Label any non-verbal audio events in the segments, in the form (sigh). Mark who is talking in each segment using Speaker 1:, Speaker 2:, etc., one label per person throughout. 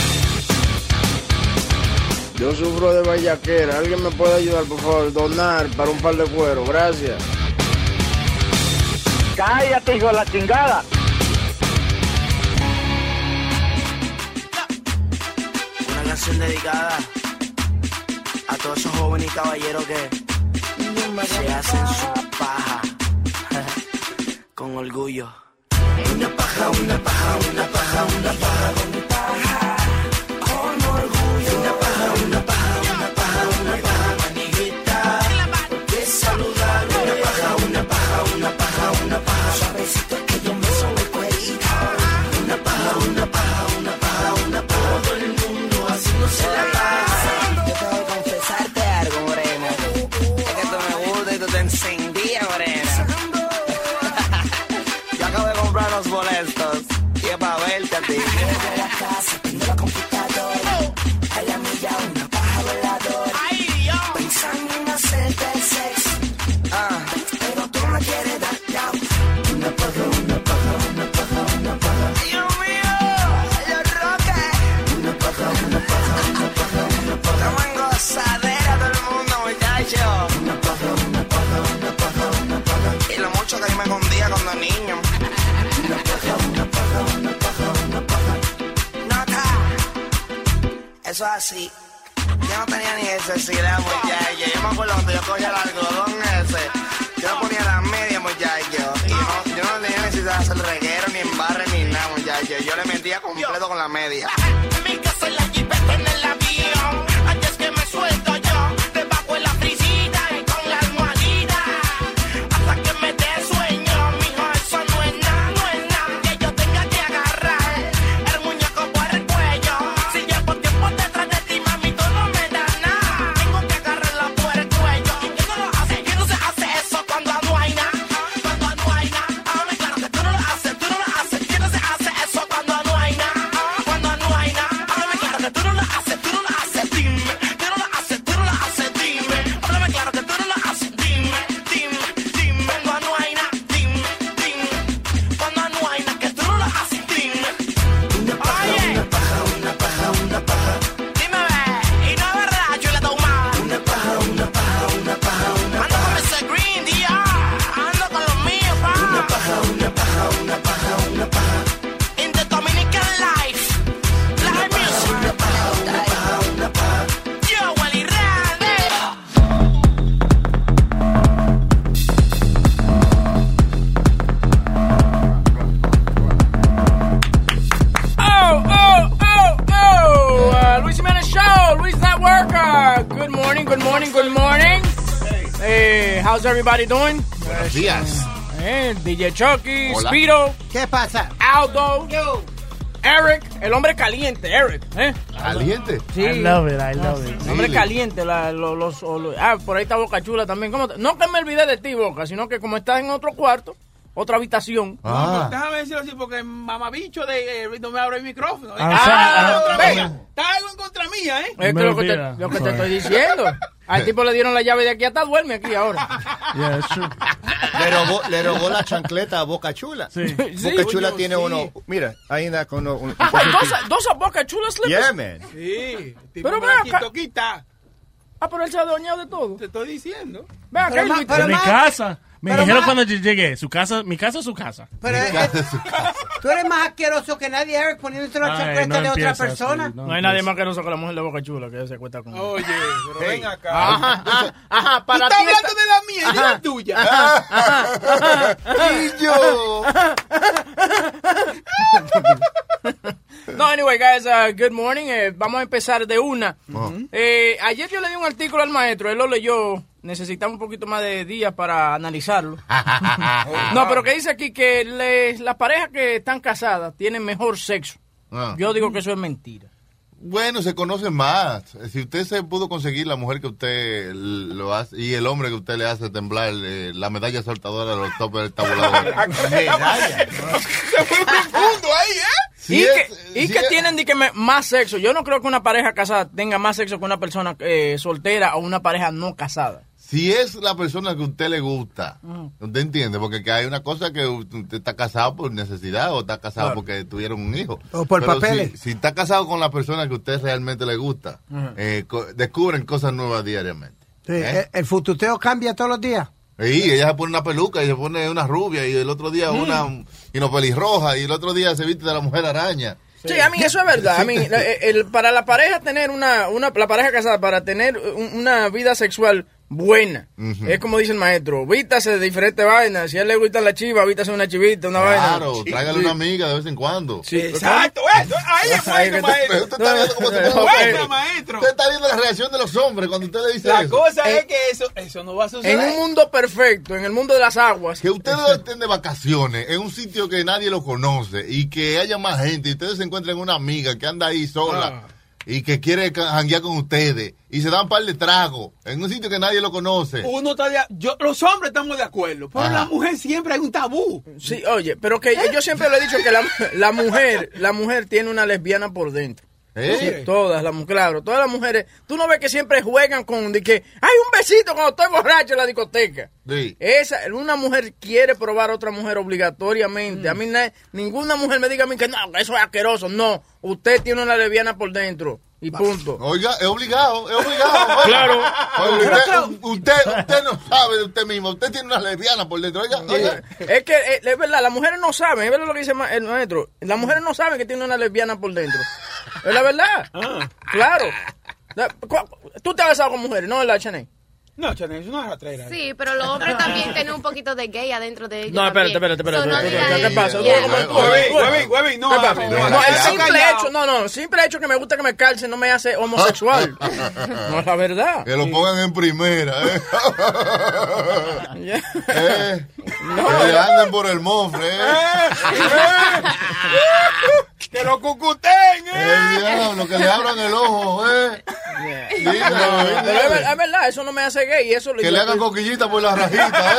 Speaker 1: Yo sufro de vallaquera. ¿Alguien me puede ayudar, por favor? Donar para un par de cuero. Gracias.
Speaker 2: Cállate, hijo de la chingada.
Speaker 3: Una canción dedicada a todos esos jóvenes y caballeros que se hacen su paja (laughs) con orgullo. Una paja, una paja, una paja, una paja, una paja con orgullo. Una paja, una paja, una paja, una paja, maniguita. De saludar, una paja, una paja, una paja, una paja. Suavecito que yo me sobe cuerita. Una paja, una paja, una paja, una paja. Todo el mundo haciéndose la paja. Yo tengo que confesarte algo, morena. Es que tú me gusta y tú te encendías, (laughs) morena. Yo acabo de comprar los boletos. Y es para verte a ti. la casa, prendo la computadora. A la milla una paja voladora. Pensando en hacerte el sexo. Ah. Pero tú no quieres dar chao. Una paja, una paja, una paja, una paja. Dios mío, yo roca. Una paja, una paja, una paja, una paja. Estamos en gozadera todo el mundo, muchacho. Una paja, una paja, una paja, una paja. Y lo mucho que yo me escondía cuando niño. Una paja, una paja, una paja, una paja. Nota. Eso es así. Yo no tenía ni necesidad, muchacho. Yo me acuerdo cuando yo cogía el algodón ese. Yo no ponía las medias, muchacho. Y no, yo no tenía necesidad de hacer reguero, ni embarre, ni nada, muchacho. Yo le metía completo con la media.
Speaker 4: Mi casa en la jipeta en el avión. Antes que me suelto yo, debajo en la frisita y con la almohadita. Hasta que me dé sueño, mijo, eso no es nada, no es nada. Que yo tenga que agarrar el muñeco por el cuello. Si llevo tiempo detrás de ti, mami, tú no me das nada. Tengo que agarrarla por el cuello. ¿Y quién no lo hace? ¿Quién no se hace eso cuando no hay nada? Cuando no hay nada. Háblame claro que tú no lo haces, tú no lo haces. ¿Quién no se hace eso cuando no hay nada? Cuando no hay nada, háblame claro que tú no lo haces, tú no lo haces, dime. Tú no lo haces, tú no lo haces, dime. Háblame claro que tú no lo haces, dime, dime, dime. Cuando no hay nada, dime, dime. Cuando no hay nada, que tú no lo haces, dime. Oye. Una paja, una paja, una paja. Dime, ve, y no es verdad, chula tomada. Una paja, una paja, una paja, una paja. Ando con ese green, día. Ando con los míos, pa. Una paja, una paja, una paja, una paja. In the Dominican life. Live music. Una paja, una paja, una paja. Yo, Wally Randy.
Speaker 5: Oh, oh, oh, oh! Uh, Luis Jimenez Show, Luis Network. Uh, good morning, good morning, good morning. Hey, how's everybody doing?
Speaker 6: Buenos días.
Speaker 5: Eh, DJ Chucky,
Speaker 6: Hola.
Speaker 5: Spiro,
Speaker 7: ¿Qué pasa?
Speaker 5: Aldo, Eric, el hombre caliente, Eric. ¿eh?
Speaker 6: Caliente.
Speaker 5: Sí.
Speaker 7: I love it, I love it.
Speaker 5: El hombre
Speaker 6: Really?
Speaker 5: caliente, la- lo- los, o lo- ah, por ahí está Boca Chula también. ¿Cómo te- no que me olvidé de ti, Boca, sino que como estás en otro cuarto, otra habitación.
Speaker 6: Ah.
Speaker 8: pues, Déjame decirlo así porque mamabicho de eh, no me abre el micrófono.
Speaker 7: Ah, o sea,
Speaker 8: Ah,
Speaker 7: ah,
Speaker 8: otra
Speaker 7: ah,
Speaker 8: vez.
Speaker 7: ah.
Speaker 8: Está algo en contra mía, ¿eh?
Speaker 5: Es que
Speaker 7: Me
Speaker 5: lo que te,
Speaker 7: olvida.
Speaker 5: lo que te
Speaker 7: Sorry.
Speaker 5: estoy diciendo. Al tipo le dieron la llave de aquí hasta duerme aquí ahora.
Speaker 7: Yeah, it's true.
Speaker 6: Le robó, le robó la chancleta a Boca Chula.
Speaker 7: Sí.
Speaker 6: Boca Chula
Speaker 5: Coño,
Speaker 6: tiene
Speaker 5: sí.
Speaker 6: uno. Mira, ahí anda con uno. Un,
Speaker 5: Ah, pues, dos, dos a Boca Chula slippers.
Speaker 6: yeah, man.
Speaker 8: Sí. Tipo
Speaker 5: Pero
Speaker 8: Pero
Speaker 5: ven acá.
Speaker 8: quita.
Speaker 5: Ah, pero él se ha adueñado de todo.
Speaker 8: Te estoy diciendo.
Speaker 5: Ve acá,
Speaker 7: De
Speaker 5: Luis.
Speaker 7: mi casa. Me
Speaker 2: pero
Speaker 7: dijeron
Speaker 2: ma-
Speaker 7: cuando yo llegué, su casa, mi casa o su casa.
Speaker 2: Pero eh, tú eres más asqueroso que nadie, Eric, poniéndose
Speaker 5: Ah,
Speaker 2: la
Speaker 7: Ay,
Speaker 5: eh,
Speaker 2: chancleta
Speaker 7: no
Speaker 2: de otra
Speaker 7: empiezas,
Speaker 2: persona.
Speaker 7: sí, no.
Speaker 5: No hay nadie más queroso que la mujer de Boca Chula que se cuesta con él.
Speaker 8: Oye, pero ven acá.
Speaker 5: Ajá, ajá, ajá,
Speaker 8: Tú
Speaker 5: para ti
Speaker 8: estás hablando
Speaker 5: está-
Speaker 8: de la mía y de la tuya.
Speaker 5: (laughs)
Speaker 8: (laughs)
Speaker 6: Y yo.
Speaker 5: No, anyway, guys, uh, good morning. Eh, vamos a empezar de una.
Speaker 6: Oh.
Speaker 5: Eh, ayer yo le di un artículo al maestro, él lo leyó. Necesitamos un poquito más de días para analizarlo. no, pero que dice aquí que les- las parejas que están casadas tienen mejor sexo.
Speaker 6: Ah.
Speaker 5: Yo digo que eso es mentira.
Speaker 6: Bueno, se conoce más. Si usted se pudo conseguir la mujer que usted lo hace y el hombre que usted le hace temblar eh, la medalla saltadora de los topes del
Speaker 2: (laughs)
Speaker 6: tabulador.
Speaker 5: Se fue profundo ahí, ¿eh?
Speaker 6: Sí
Speaker 5: y
Speaker 6: es,
Speaker 5: que, y
Speaker 6: sí
Speaker 5: que
Speaker 6: es.
Speaker 5: tienen di que me- más sexo. Yo no creo que una pareja casada tenga más sexo que una persona eh, soltera o una pareja no casada.
Speaker 6: Si es la persona que a usted le gusta, ¿usted entiende? Porque que hay una cosa que usted está casado por necesidad o está casado
Speaker 2: Claro.
Speaker 6: porque tuvieron un hijo.
Speaker 2: O por
Speaker 6: Pero
Speaker 2: papeles.
Speaker 6: Si, si está casado con la persona que a usted realmente le gusta,
Speaker 2: Ujú.
Speaker 6: eh, co- descubren cosas nuevas diariamente.
Speaker 2: Sí,
Speaker 5: ¿Eh?
Speaker 2: el, el fututeo cambia todos los días.
Speaker 6: Y ella se pone una peluca y se pone una rubia y el otro día
Speaker 2: Mm.
Speaker 6: una y una pelirroja y el otro día se viste de la mujer araña.
Speaker 5: Sí, a mí eso es verdad. (laughs) A mí, la- eh, el- para la pareja tener una, una, la pareja casada, para tener un- una vida sexual buena,
Speaker 6: Ujú.
Speaker 5: es como dice el maestro, vítase de diferentes vainas. Si a él le gusta la chiva, vítase una chivita, una vaina.
Speaker 6: Claro, tráigale una amiga de vez en cuando.
Speaker 5: Sí, exacto,
Speaker 6: eso, ahí es bueno, maestro. Usted está viendo cómo se pone bueno, maestro. Usted está viendo la reacción de los hombres cuando usted le dice
Speaker 9: La
Speaker 6: eso.
Speaker 9: cosa
Speaker 2: Eh,
Speaker 9: es que eso, eso no va a suceder.
Speaker 5: Eh, En un mundo perfecto, en el mundo de las aguas.
Speaker 6: Que ustedes estén de vacaciones en un sitio que nadie lo conoce y que haya más gente y ustedes se encuentren una amiga que anda ahí
Speaker 9: Ah.
Speaker 6: sola y que quiere ca- janguear con ustedes y se dan un par de tragos en un sitio que nadie lo conoce.
Speaker 9: Uno está de, yo, los hombres estamos de acuerdo, pero la mujer siempre hay un tabú. ¿Eh?
Speaker 5: Sí, oye, pero que yo siempre le he dicho que la, la mujer, la mujer tiene una lesbiana por dentro.
Speaker 6: ¿Eh?
Speaker 5: Sí, todas las mu- claro, todas las mujeres, tú no ves que siempre juegan con de que hay un besito cuando estoy borracho en la discoteca.
Speaker 6: Sí.
Speaker 5: Esa, una mujer quiere probar a otra mujer
Speaker 9: Mm.
Speaker 5: obligatoriamente. A mí na- ninguna mujer me diga a mí que no, eso es asqueroso. No, usted tiene una lesbiana por dentro y punto.
Speaker 6: Oiga, eh, es obligado, es
Speaker 5: (laughs)
Speaker 6: obligado.
Speaker 5: Claro.
Speaker 6: Oye,
Speaker 5: Pero
Speaker 6: usted,
Speaker 5: claro.
Speaker 6: usted, usted no sabe de usted mismo. Usted tiene una lesbiana por dentro. Oiga, oiga.
Speaker 5: Es que eh, es verdad, las mujeres no saben, es verdad lo que dice ma- el maestro. Las mujeres no saben que tiene una lesbiana por dentro. Es la
Speaker 9: (laughs)
Speaker 5: verdad.
Speaker 9: Ah.
Speaker 5: Claro. La- cu- Tú te has besado con mujeres, ¿no? ¿Verdad, Chanel?
Speaker 9: No, Chanel, es una ratrera.
Speaker 10: Sí, pero los hombres también tienen un poquito de gay adentro de ellos.
Speaker 5: No, espérate,
Speaker 10: también.
Speaker 5: espérate, espérate.
Speaker 10: So, no digas
Speaker 5: ¿Qué
Speaker 10: eso.
Speaker 5: pasa?
Speaker 10: Yeah.
Speaker 9: Huevín, huevín, huevín, eh, no,
Speaker 5: ¿Qué
Speaker 9: no,
Speaker 5: pasa?
Speaker 9: no,
Speaker 5: No,
Speaker 9: no,
Speaker 5: el
Speaker 9: no,
Speaker 5: simple
Speaker 9: callado.
Speaker 5: hecho, no, no, el simple hecho que me gusta que me calcen no me hace
Speaker 6: (laughs)
Speaker 5: (laughs) homosexual. No es la verdad.
Speaker 6: Que lo pongan en primera. ¿eh? (laughs) Eh, Que le anden por el eh. mofre.
Speaker 9: Eh,
Speaker 6: (laughs)
Speaker 9: Que lo cucuten.
Speaker 6: El diablo, que le abran el ojo. ¿eh?
Speaker 5: (laughs) No,
Speaker 6: Diga, diga.
Speaker 5: pero es ver- es verdad, eso no me hace gay. Eso
Speaker 6: Que le hagan
Speaker 9: Eh,
Speaker 6: coquillita por la
Speaker 5: (laughs)
Speaker 6: rajita.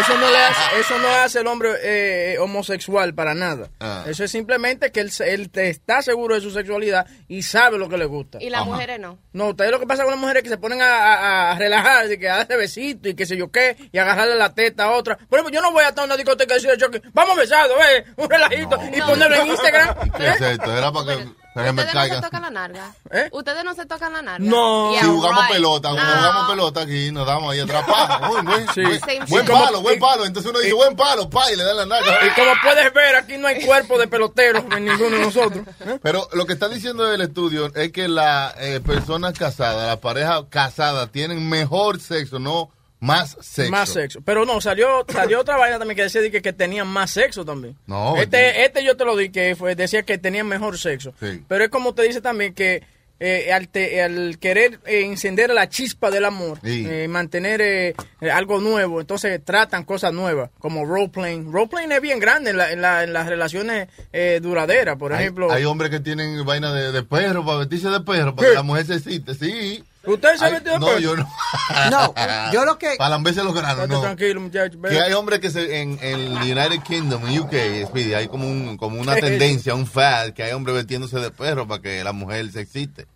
Speaker 5: Eso no le hace, eso no hace el hombre eh, homosexual para nada.
Speaker 6: Ah.
Speaker 5: Eso es simplemente que él, se- él te- está seguro de su sexualidad y sabe lo que le gusta.
Speaker 10: Y las mujeres no.
Speaker 5: No, ustedes lo que pasa con las mujeres es que se ponen a, a- a relajar, de que a darse besitos y qué sé yo qué, y agarrarle la teta a otra. Por ejemplo, yo no voy a estar en una discoteca y decirle yo que vamos besado, eh, un relajito, y ponerlo en Instagram.
Speaker 6: ¿Qué es esto? Era para que, para que me
Speaker 10: Ustedes no se
Speaker 6: caigan.
Speaker 10: tocan la narga.
Speaker 5: ¿Eh?
Speaker 10: Ustedes no se tocan la narga. Yeah,
Speaker 6: si jugamos
Speaker 10: right.
Speaker 6: pelota, cuando
Speaker 11: Ah.
Speaker 10: No.
Speaker 6: jugamos pelota aquí, nos damos ahí atrás.
Speaker 5: (laughs)
Speaker 6: pa. Uy, buen, buen-
Speaker 10: Same
Speaker 6: buen
Speaker 10: shit.
Speaker 6: palo, buen palo. Entonces uno dice, buen palo, pa, y le dan la nalga.
Speaker 5: Y como puedes ver, aquí no hay cuerpo de pelotero en ninguno de
Speaker 6: (laughs)
Speaker 5: nosotros. ¿eh?
Speaker 6: Pero lo que está diciendo el estudio es que las eh, personas casadas, las parejas casadas, tienen mejor sexo, no más sexo.
Speaker 5: Más sexo. Pero no, salió, salió otra vaina también que decía de que, que tenían más sexo también.
Speaker 6: No,
Speaker 5: Este, este yo te lo di que fue, decía que tenían mejor sexo.
Speaker 6: Sí.
Speaker 5: Pero es como te dice también que eh, al, te- al querer eh, encender la chispa del amor,
Speaker 6: Sí.
Speaker 5: eh, mantener eh, eh, algo nuevo, entonces tratan cosas nuevas, como roleplaying. Roleplaying es bien grande en, la- en la- en las relaciones eh, duraderas, por
Speaker 6: Hay,
Speaker 5: ejemplo.
Speaker 6: hay hombres que tienen vaina de, de perro, para vestirse de perro, para que la mujer se excite, sí.
Speaker 5: ¿Usted se
Speaker 6: Ay,
Speaker 5: vestido de
Speaker 6: No,
Speaker 5: perro?
Speaker 6: yo no.
Speaker 5: (laughs) No, yo lo que-
Speaker 6: Para lamberse los granos,
Speaker 5: Estate
Speaker 6: no.
Speaker 5: tranquilo, muchacho.
Speaker 6: Que hay hombres que se, en el United Kingdom, en UK, Speedy, hay como, un, como
Speaker 5: (laughs)
Speaker 6: una tendencia, un fad, que hay hombres vestiéndose de perro para que la mujer se excite.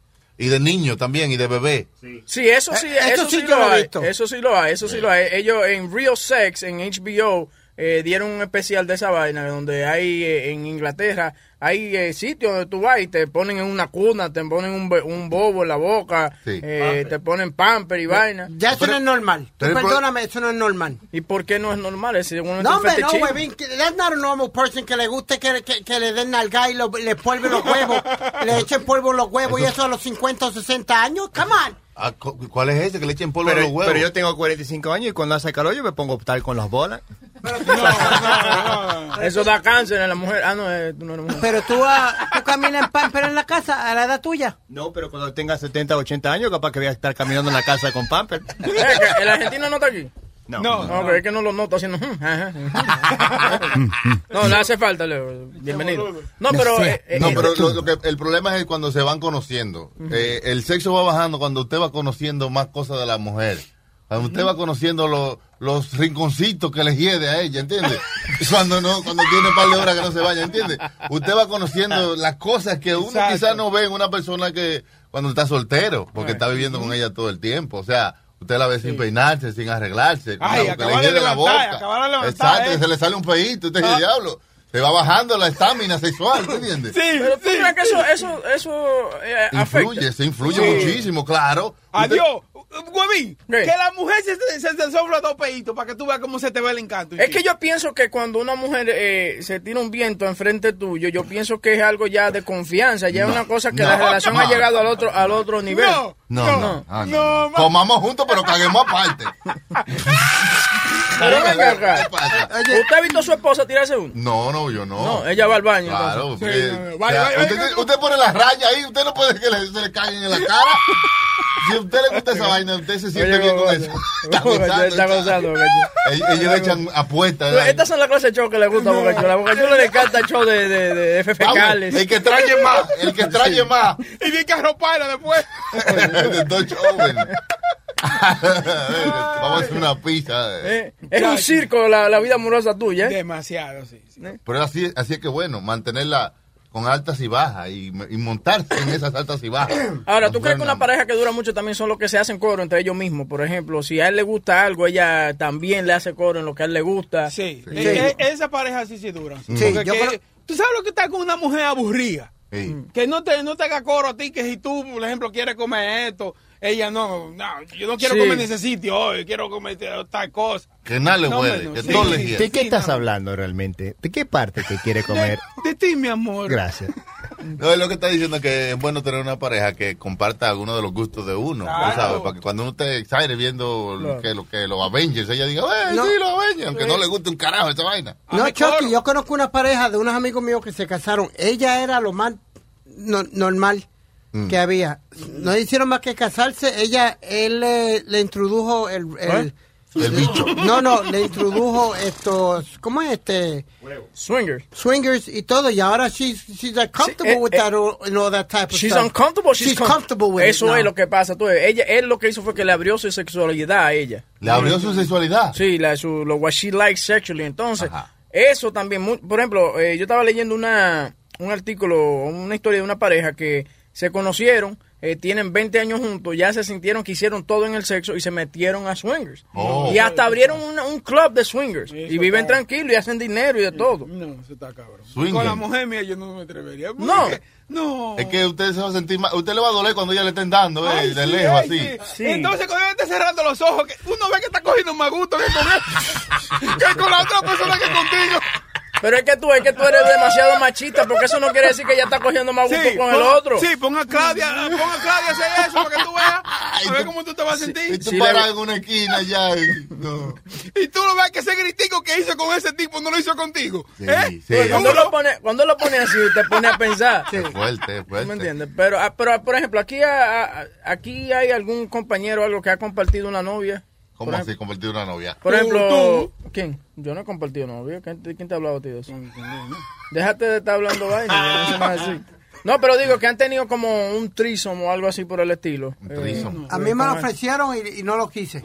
Speaker 6: Y de niño también, y de bebé.
Speaker 5: Sí, eso sí,
Speaker 6: Eh, esto
Speaker 5: eso
Speaker 6: sí
Speaker 5: sí,
Speaker 6: yo
Speaker 5: lo
Speaker 6: lo he
Speaker 5: hay.
Speaker 6: visto.
Speaker 5: Eso sí lo hay, eso sí lo hay. Ellos en Real Sex, en HBO, eh, dieron un especial de esa vaina, donde hay eh, en Inglaterra, hay eh, sitios donde tú vas y te ponen en una cuna, te ponen un, be- un bobo en la boca,
Speaker 2: Sí.
Speaker 5: eh, te ponen pamper y vaina.
Speaker 2: Ya eso no es normal. Tú
Speaker 5: pero-
Speaker 2: perdóname, eso no es normal.
Speaker 5: ¿Y por qué no es normal? Es decir, uno es
Speaker 2: No,
Speaker 5: un
Speaker 2: hombre, no,
Speaker 5: fetichismo. (laughs)
Speaker 2: huevín. que- That's not a normal person que le guste que, que, que le den nalga y lo- le polvo los huevos.
Speaker 5: (laughs)
Speaker 2: le echen polvo los huevos y eso a los 50 o 60 años. Come on.
Speaker 6: Ah, cu- ¿Cuál es ese que le echen polvo
Speaker 12: Pero,
Speaker 6: a los huevos?
Speaker 12: pero yo tengo 45 años y cuando hace calor yo me pongo a optar con las bolas.
Speaker 5: Eso da cáncer en la mujer. Ah, no, eh, tú no eres mujer.
Speaker 2: Pero tú, ah, tú caminas en pamper en la casa a la edad tuya.
Speaker 12: No, pero cuando tenga 70, 80 años capaz que voy a estar caminando en la casa con pamper.
Speaker 5: Eh, que ¿El argentino no está aquí? No, pero es que no lo noto haciendo. "Mm, ajá, mm". no, le hace falta. le- Bienvenido. No, pero. eh, eh,
Speaker 6: No,
Speaker 5: eh,
Speaker 6: pero lo- lo que- el problema es cuando se van conociendo.
Speaker 5: Ujú.
Speaker 6: Eh, el sexo va bajando cuando usted va conociendo más cosas de la mujer. Cuando usted va conociendo lo- los rinconcitos que le hiede a ella, ¿entiende? Cuando no, cuando tiene un par de horas que no se vaya, ¿entiende? Usted va conociendo las cosas que uno quizás no ve en una persona que cuando está soltero, porque está viviendo con ella todo el tiempo. O sea, usted la ve sin peinarse, sin arreglarse, con
Speaker 9: Ay,
Speaker 6: la- que
Speaker 9: acaba de
Speaker 6: hiede
Speaker 9: levantar, acaba de levantar,
Speaker 6: Exacto,
Speaker 9: eh.
Speaker 6: se le sale un peito, usted dice,
Speaker 9: Ah.
Speaker 6: diablo. Se va bajando la estamina sexual, ¿tú entiendes?
Speaker 5: pero tú crees que eso, eso, eso eh, afecta.
Speaker 6: Influye, se influye
Speaker 9: Sí.
Speaker 6: muchísimo, claro.
Speaker 9: Adiós. Güey, que la mujer se, se, se sopla dos peitos para que tú veas cómo se te ve el encanto.
Speaker 5: Es que yo pienso que cuando una mujer eh, se tira un viento enfrente tuyo, yo pienso que es algo ya de confianza, ya es una cosa que
Speaker 6: no,
Speaker 5: la relación
Speaker 6: no.
Speaker 5: ha llegado al otro al otro nivel.
Speaker 6: No, no, ah, no. Comamos juntos, pero caguemos aparte.
Speaker 5: Pero venga acá. (laughs) ¿Usted ha visto a su esposa tirarse uno?
Speaker 6: No, no, yo no.
Speaker 5: No, eh, ella va al baño.
Speaker 6: Claro,
Speaker 5: entonces.
Speaker 6: porque, o sea, usted, usted pone la raya ahí, usted no puede que le- se le caigan en la cara. Si a usted le gusta esa vaina, usted se siente
Speaker 5: Oye,
Speaker 6: bien con
Speaker 5: Gogo,
Speaker 6: eso. (laughs) Está
Speaker 5: Gogo,
Speaker 6: gozando,
Speaker 5: está gozando,
Speaker 6: Ellos ellos le echan apuestas.
Speaker 5: Pero Estas son las clases de show que le gusta a Bocachula. A Bocachula le encanta el show de, de, de F
Speaker 6: Vamos,
Speaker 5: fecales.
Speaker 6: el que trae más, el que trae más.
Speaker 9: Y bien que arroparla después.
Speaker 6: de Dutch Oven. (laughs) Vamos a hacer una pizza.
Speaker 5: Eh, Es un circo la, la vida amorosa tuya. ¿eh?
Speaker 9: Demasiado, sí.
Speaker 6: Pero así, así es que bueno, mantenerla con altas y bajas y, y montarse en esas altas y bajas.
Speaker 9: (coughs)
Speaker 5: Ahora, ¿tú crees que
Speaker 6: Bueno.
Speaker 5: una pareja que dura mucho también son los que se hacen coro entre ellos mismos? Por ejemplo, si a él le gusta algo, ella también le hace coro en lo que a él le gusta.
Speaker 9: Sí. Eh, eh, esa pareja sí se dura.
Speaker 5: Sí,
Speaker 9: Porque
Speaker 5: yo
Speaker 9: que-
Speaker 5: creo-
Speaker 9: Tú sabes lo que está con una mujer aburrida. Que no te, no te haga coro a ti, que si tú, por ejemplo, quieres comer esto, ella no, no yo no quiero
Speaker 12: Sí.
Speaker 9: comer en ese sitio hoy, quiero comer este, tal cosa.
Speaker 6: Que nada le
Speaker 9: No,
Speaker 6: huele,
Speaker 9: menos,
Speaker 6: que
Speaker 9: sí,
Speaker 6: todo le
Speaker 9: sí,
Speaker 6: hiede.
Speaker 12: ¿De qué
Speaker 9: Sí,
Speaker 12: estás hablando realmente? ¿De qué parte que quiere comer?
Speaker 9: De ti, mi amor.
Speaker 12: Gracias.
Speaker 6: No, es lo que está diciendo que es bueno tener una pareja que comparta alguno de los gustos de uno, tú ¿sabes? Para que cuando uno esté excited viendo lo que, lo que los Avengers, ella diga, ¡eh,
Speaker 2: No.
Speaker 6: sí, los Avengers! Aunque no le guste un carajo esa vaina.
Speaker 5: Ah,
Speaker 6: Ah,
Speaker 2: No, Chucky, yo conozco una pareja de unos amigos míos que se casaron. Ella era lo más no- normal que había. No hicieron más que casarse. Ella, él le, le introdujo el... el- No, no, le introdujo estos... ¿Cómo es este?
Speaker 5: Swingers.
Speaker 2: Swingers y todo. Y ahora she's, she's uncomfortable
Speaker 5: eh,
Speaker 2: with
Speaker 5: eh,
Speaker 2: that, or- and all that type of
Speaker 5: She's
Speaker 2: stuff.
Speaker 5: uncomfortable, she's, com-
Speaker 2: comfortable with it
Speaker 5: Eso
Speaker 2: now.
Speaker 5: es lo que pasa. Tú, ves, ella, él lo que hizo fue que le abrió su sexualidad a ella.
Speaker 6: ¿Le abrió su sexualidad?
Speaker 5: Sí, la, su, lo what she likes sexually. Entonces, eso también. mu- Por ejemplo, eh, yo estaba leyendo una, un artículo, una historia de una pareja que se conocieron, eh, tienen 20 años juntos, ya se sintieron que hicieron todo en el sexo y se metieron a swingers.
Speaker 9: Oh.
Speaker 5: Y hasta abrieron una- un club de swingers. y
Speaker 9: Eso
Speaker 5: viven
Speaker 9: está-
Speaker 5: tranquilos y hacen dinero y de todo.
Speaker 9: No, eso está cabrón.
Speaker 6: Swingers.
Speaker 9: Con la mujer mía yo no me atrevería.
Speaker 5: No.
Speaker 9: No.
Speaker 6: Es que usted se va a sentir mal. Usted le va a doler cuando ella le estén dando, ¿eh?
Speaker 9: Ay,
Speaker 6: de
Speaker 9: sí,
Speaker 6: lejos,
Speaker 9: ay,
Speaker 6: así.
Speaker 9: sí. Entonces, cuando ella está cerrando los ojos, que uno ve que está cogiendo más gusto que con él, que con la otra persona que contigo.
Speaker 5: Pero es que tú, es que tú eres demasiado machista, porque eso no quiere decir que ella está cogiendo más gusto con el
Speaker 9: pon-
Speaker 5: otro.
Speaker 9: (laughs) Sí, ponga a
Speaker 6: (laughs)
Speaker 9: Claudia, ponga a Claudia a hacer eso para que tú veas. A ver cómo tú te vas a sentir.
Speaker 6: Y tú paras en una esquina ya. y- No.
Speaker 9: (laughs) Y tú lo ves que ese gritico que hizo con ese tipo no lo hizo
Speaker 12: (laughs)
Speaker 9: contigo. ¿Eh?
Speaker 6: sí. Bueno,
Speaker 5: Cuando lo pone, cuando lo pone así, te pone a pensar.
Speaker 6: Es fuerte, es
Speaker 5: ¿Tú me
Speaker 6: fuerte.
Speaker 5: entiendes? Pero, ah, pero ah, por ejemplo, aquí, ah, ah, aquí hay algún compañero o algo que ha compartido una novia.
Speaker 6: ¿Cómo así convertir una novia?
Speaker 5: Por ejemplo, ¿quién? Yo no he compartido novia. ¿Quién te, quién te ha hablado a ti de eso? Déjate de estar hablando vaina. yo No, sé más así. No, pero digo que han tenido como un trisom o algo así por el estilo. Eh, Un
Speaker 6: threesome.
Speaker 2: A mí me lo ofrecieron y, y no lo
Speaker 5: (laughs)
Speaker 2: quise.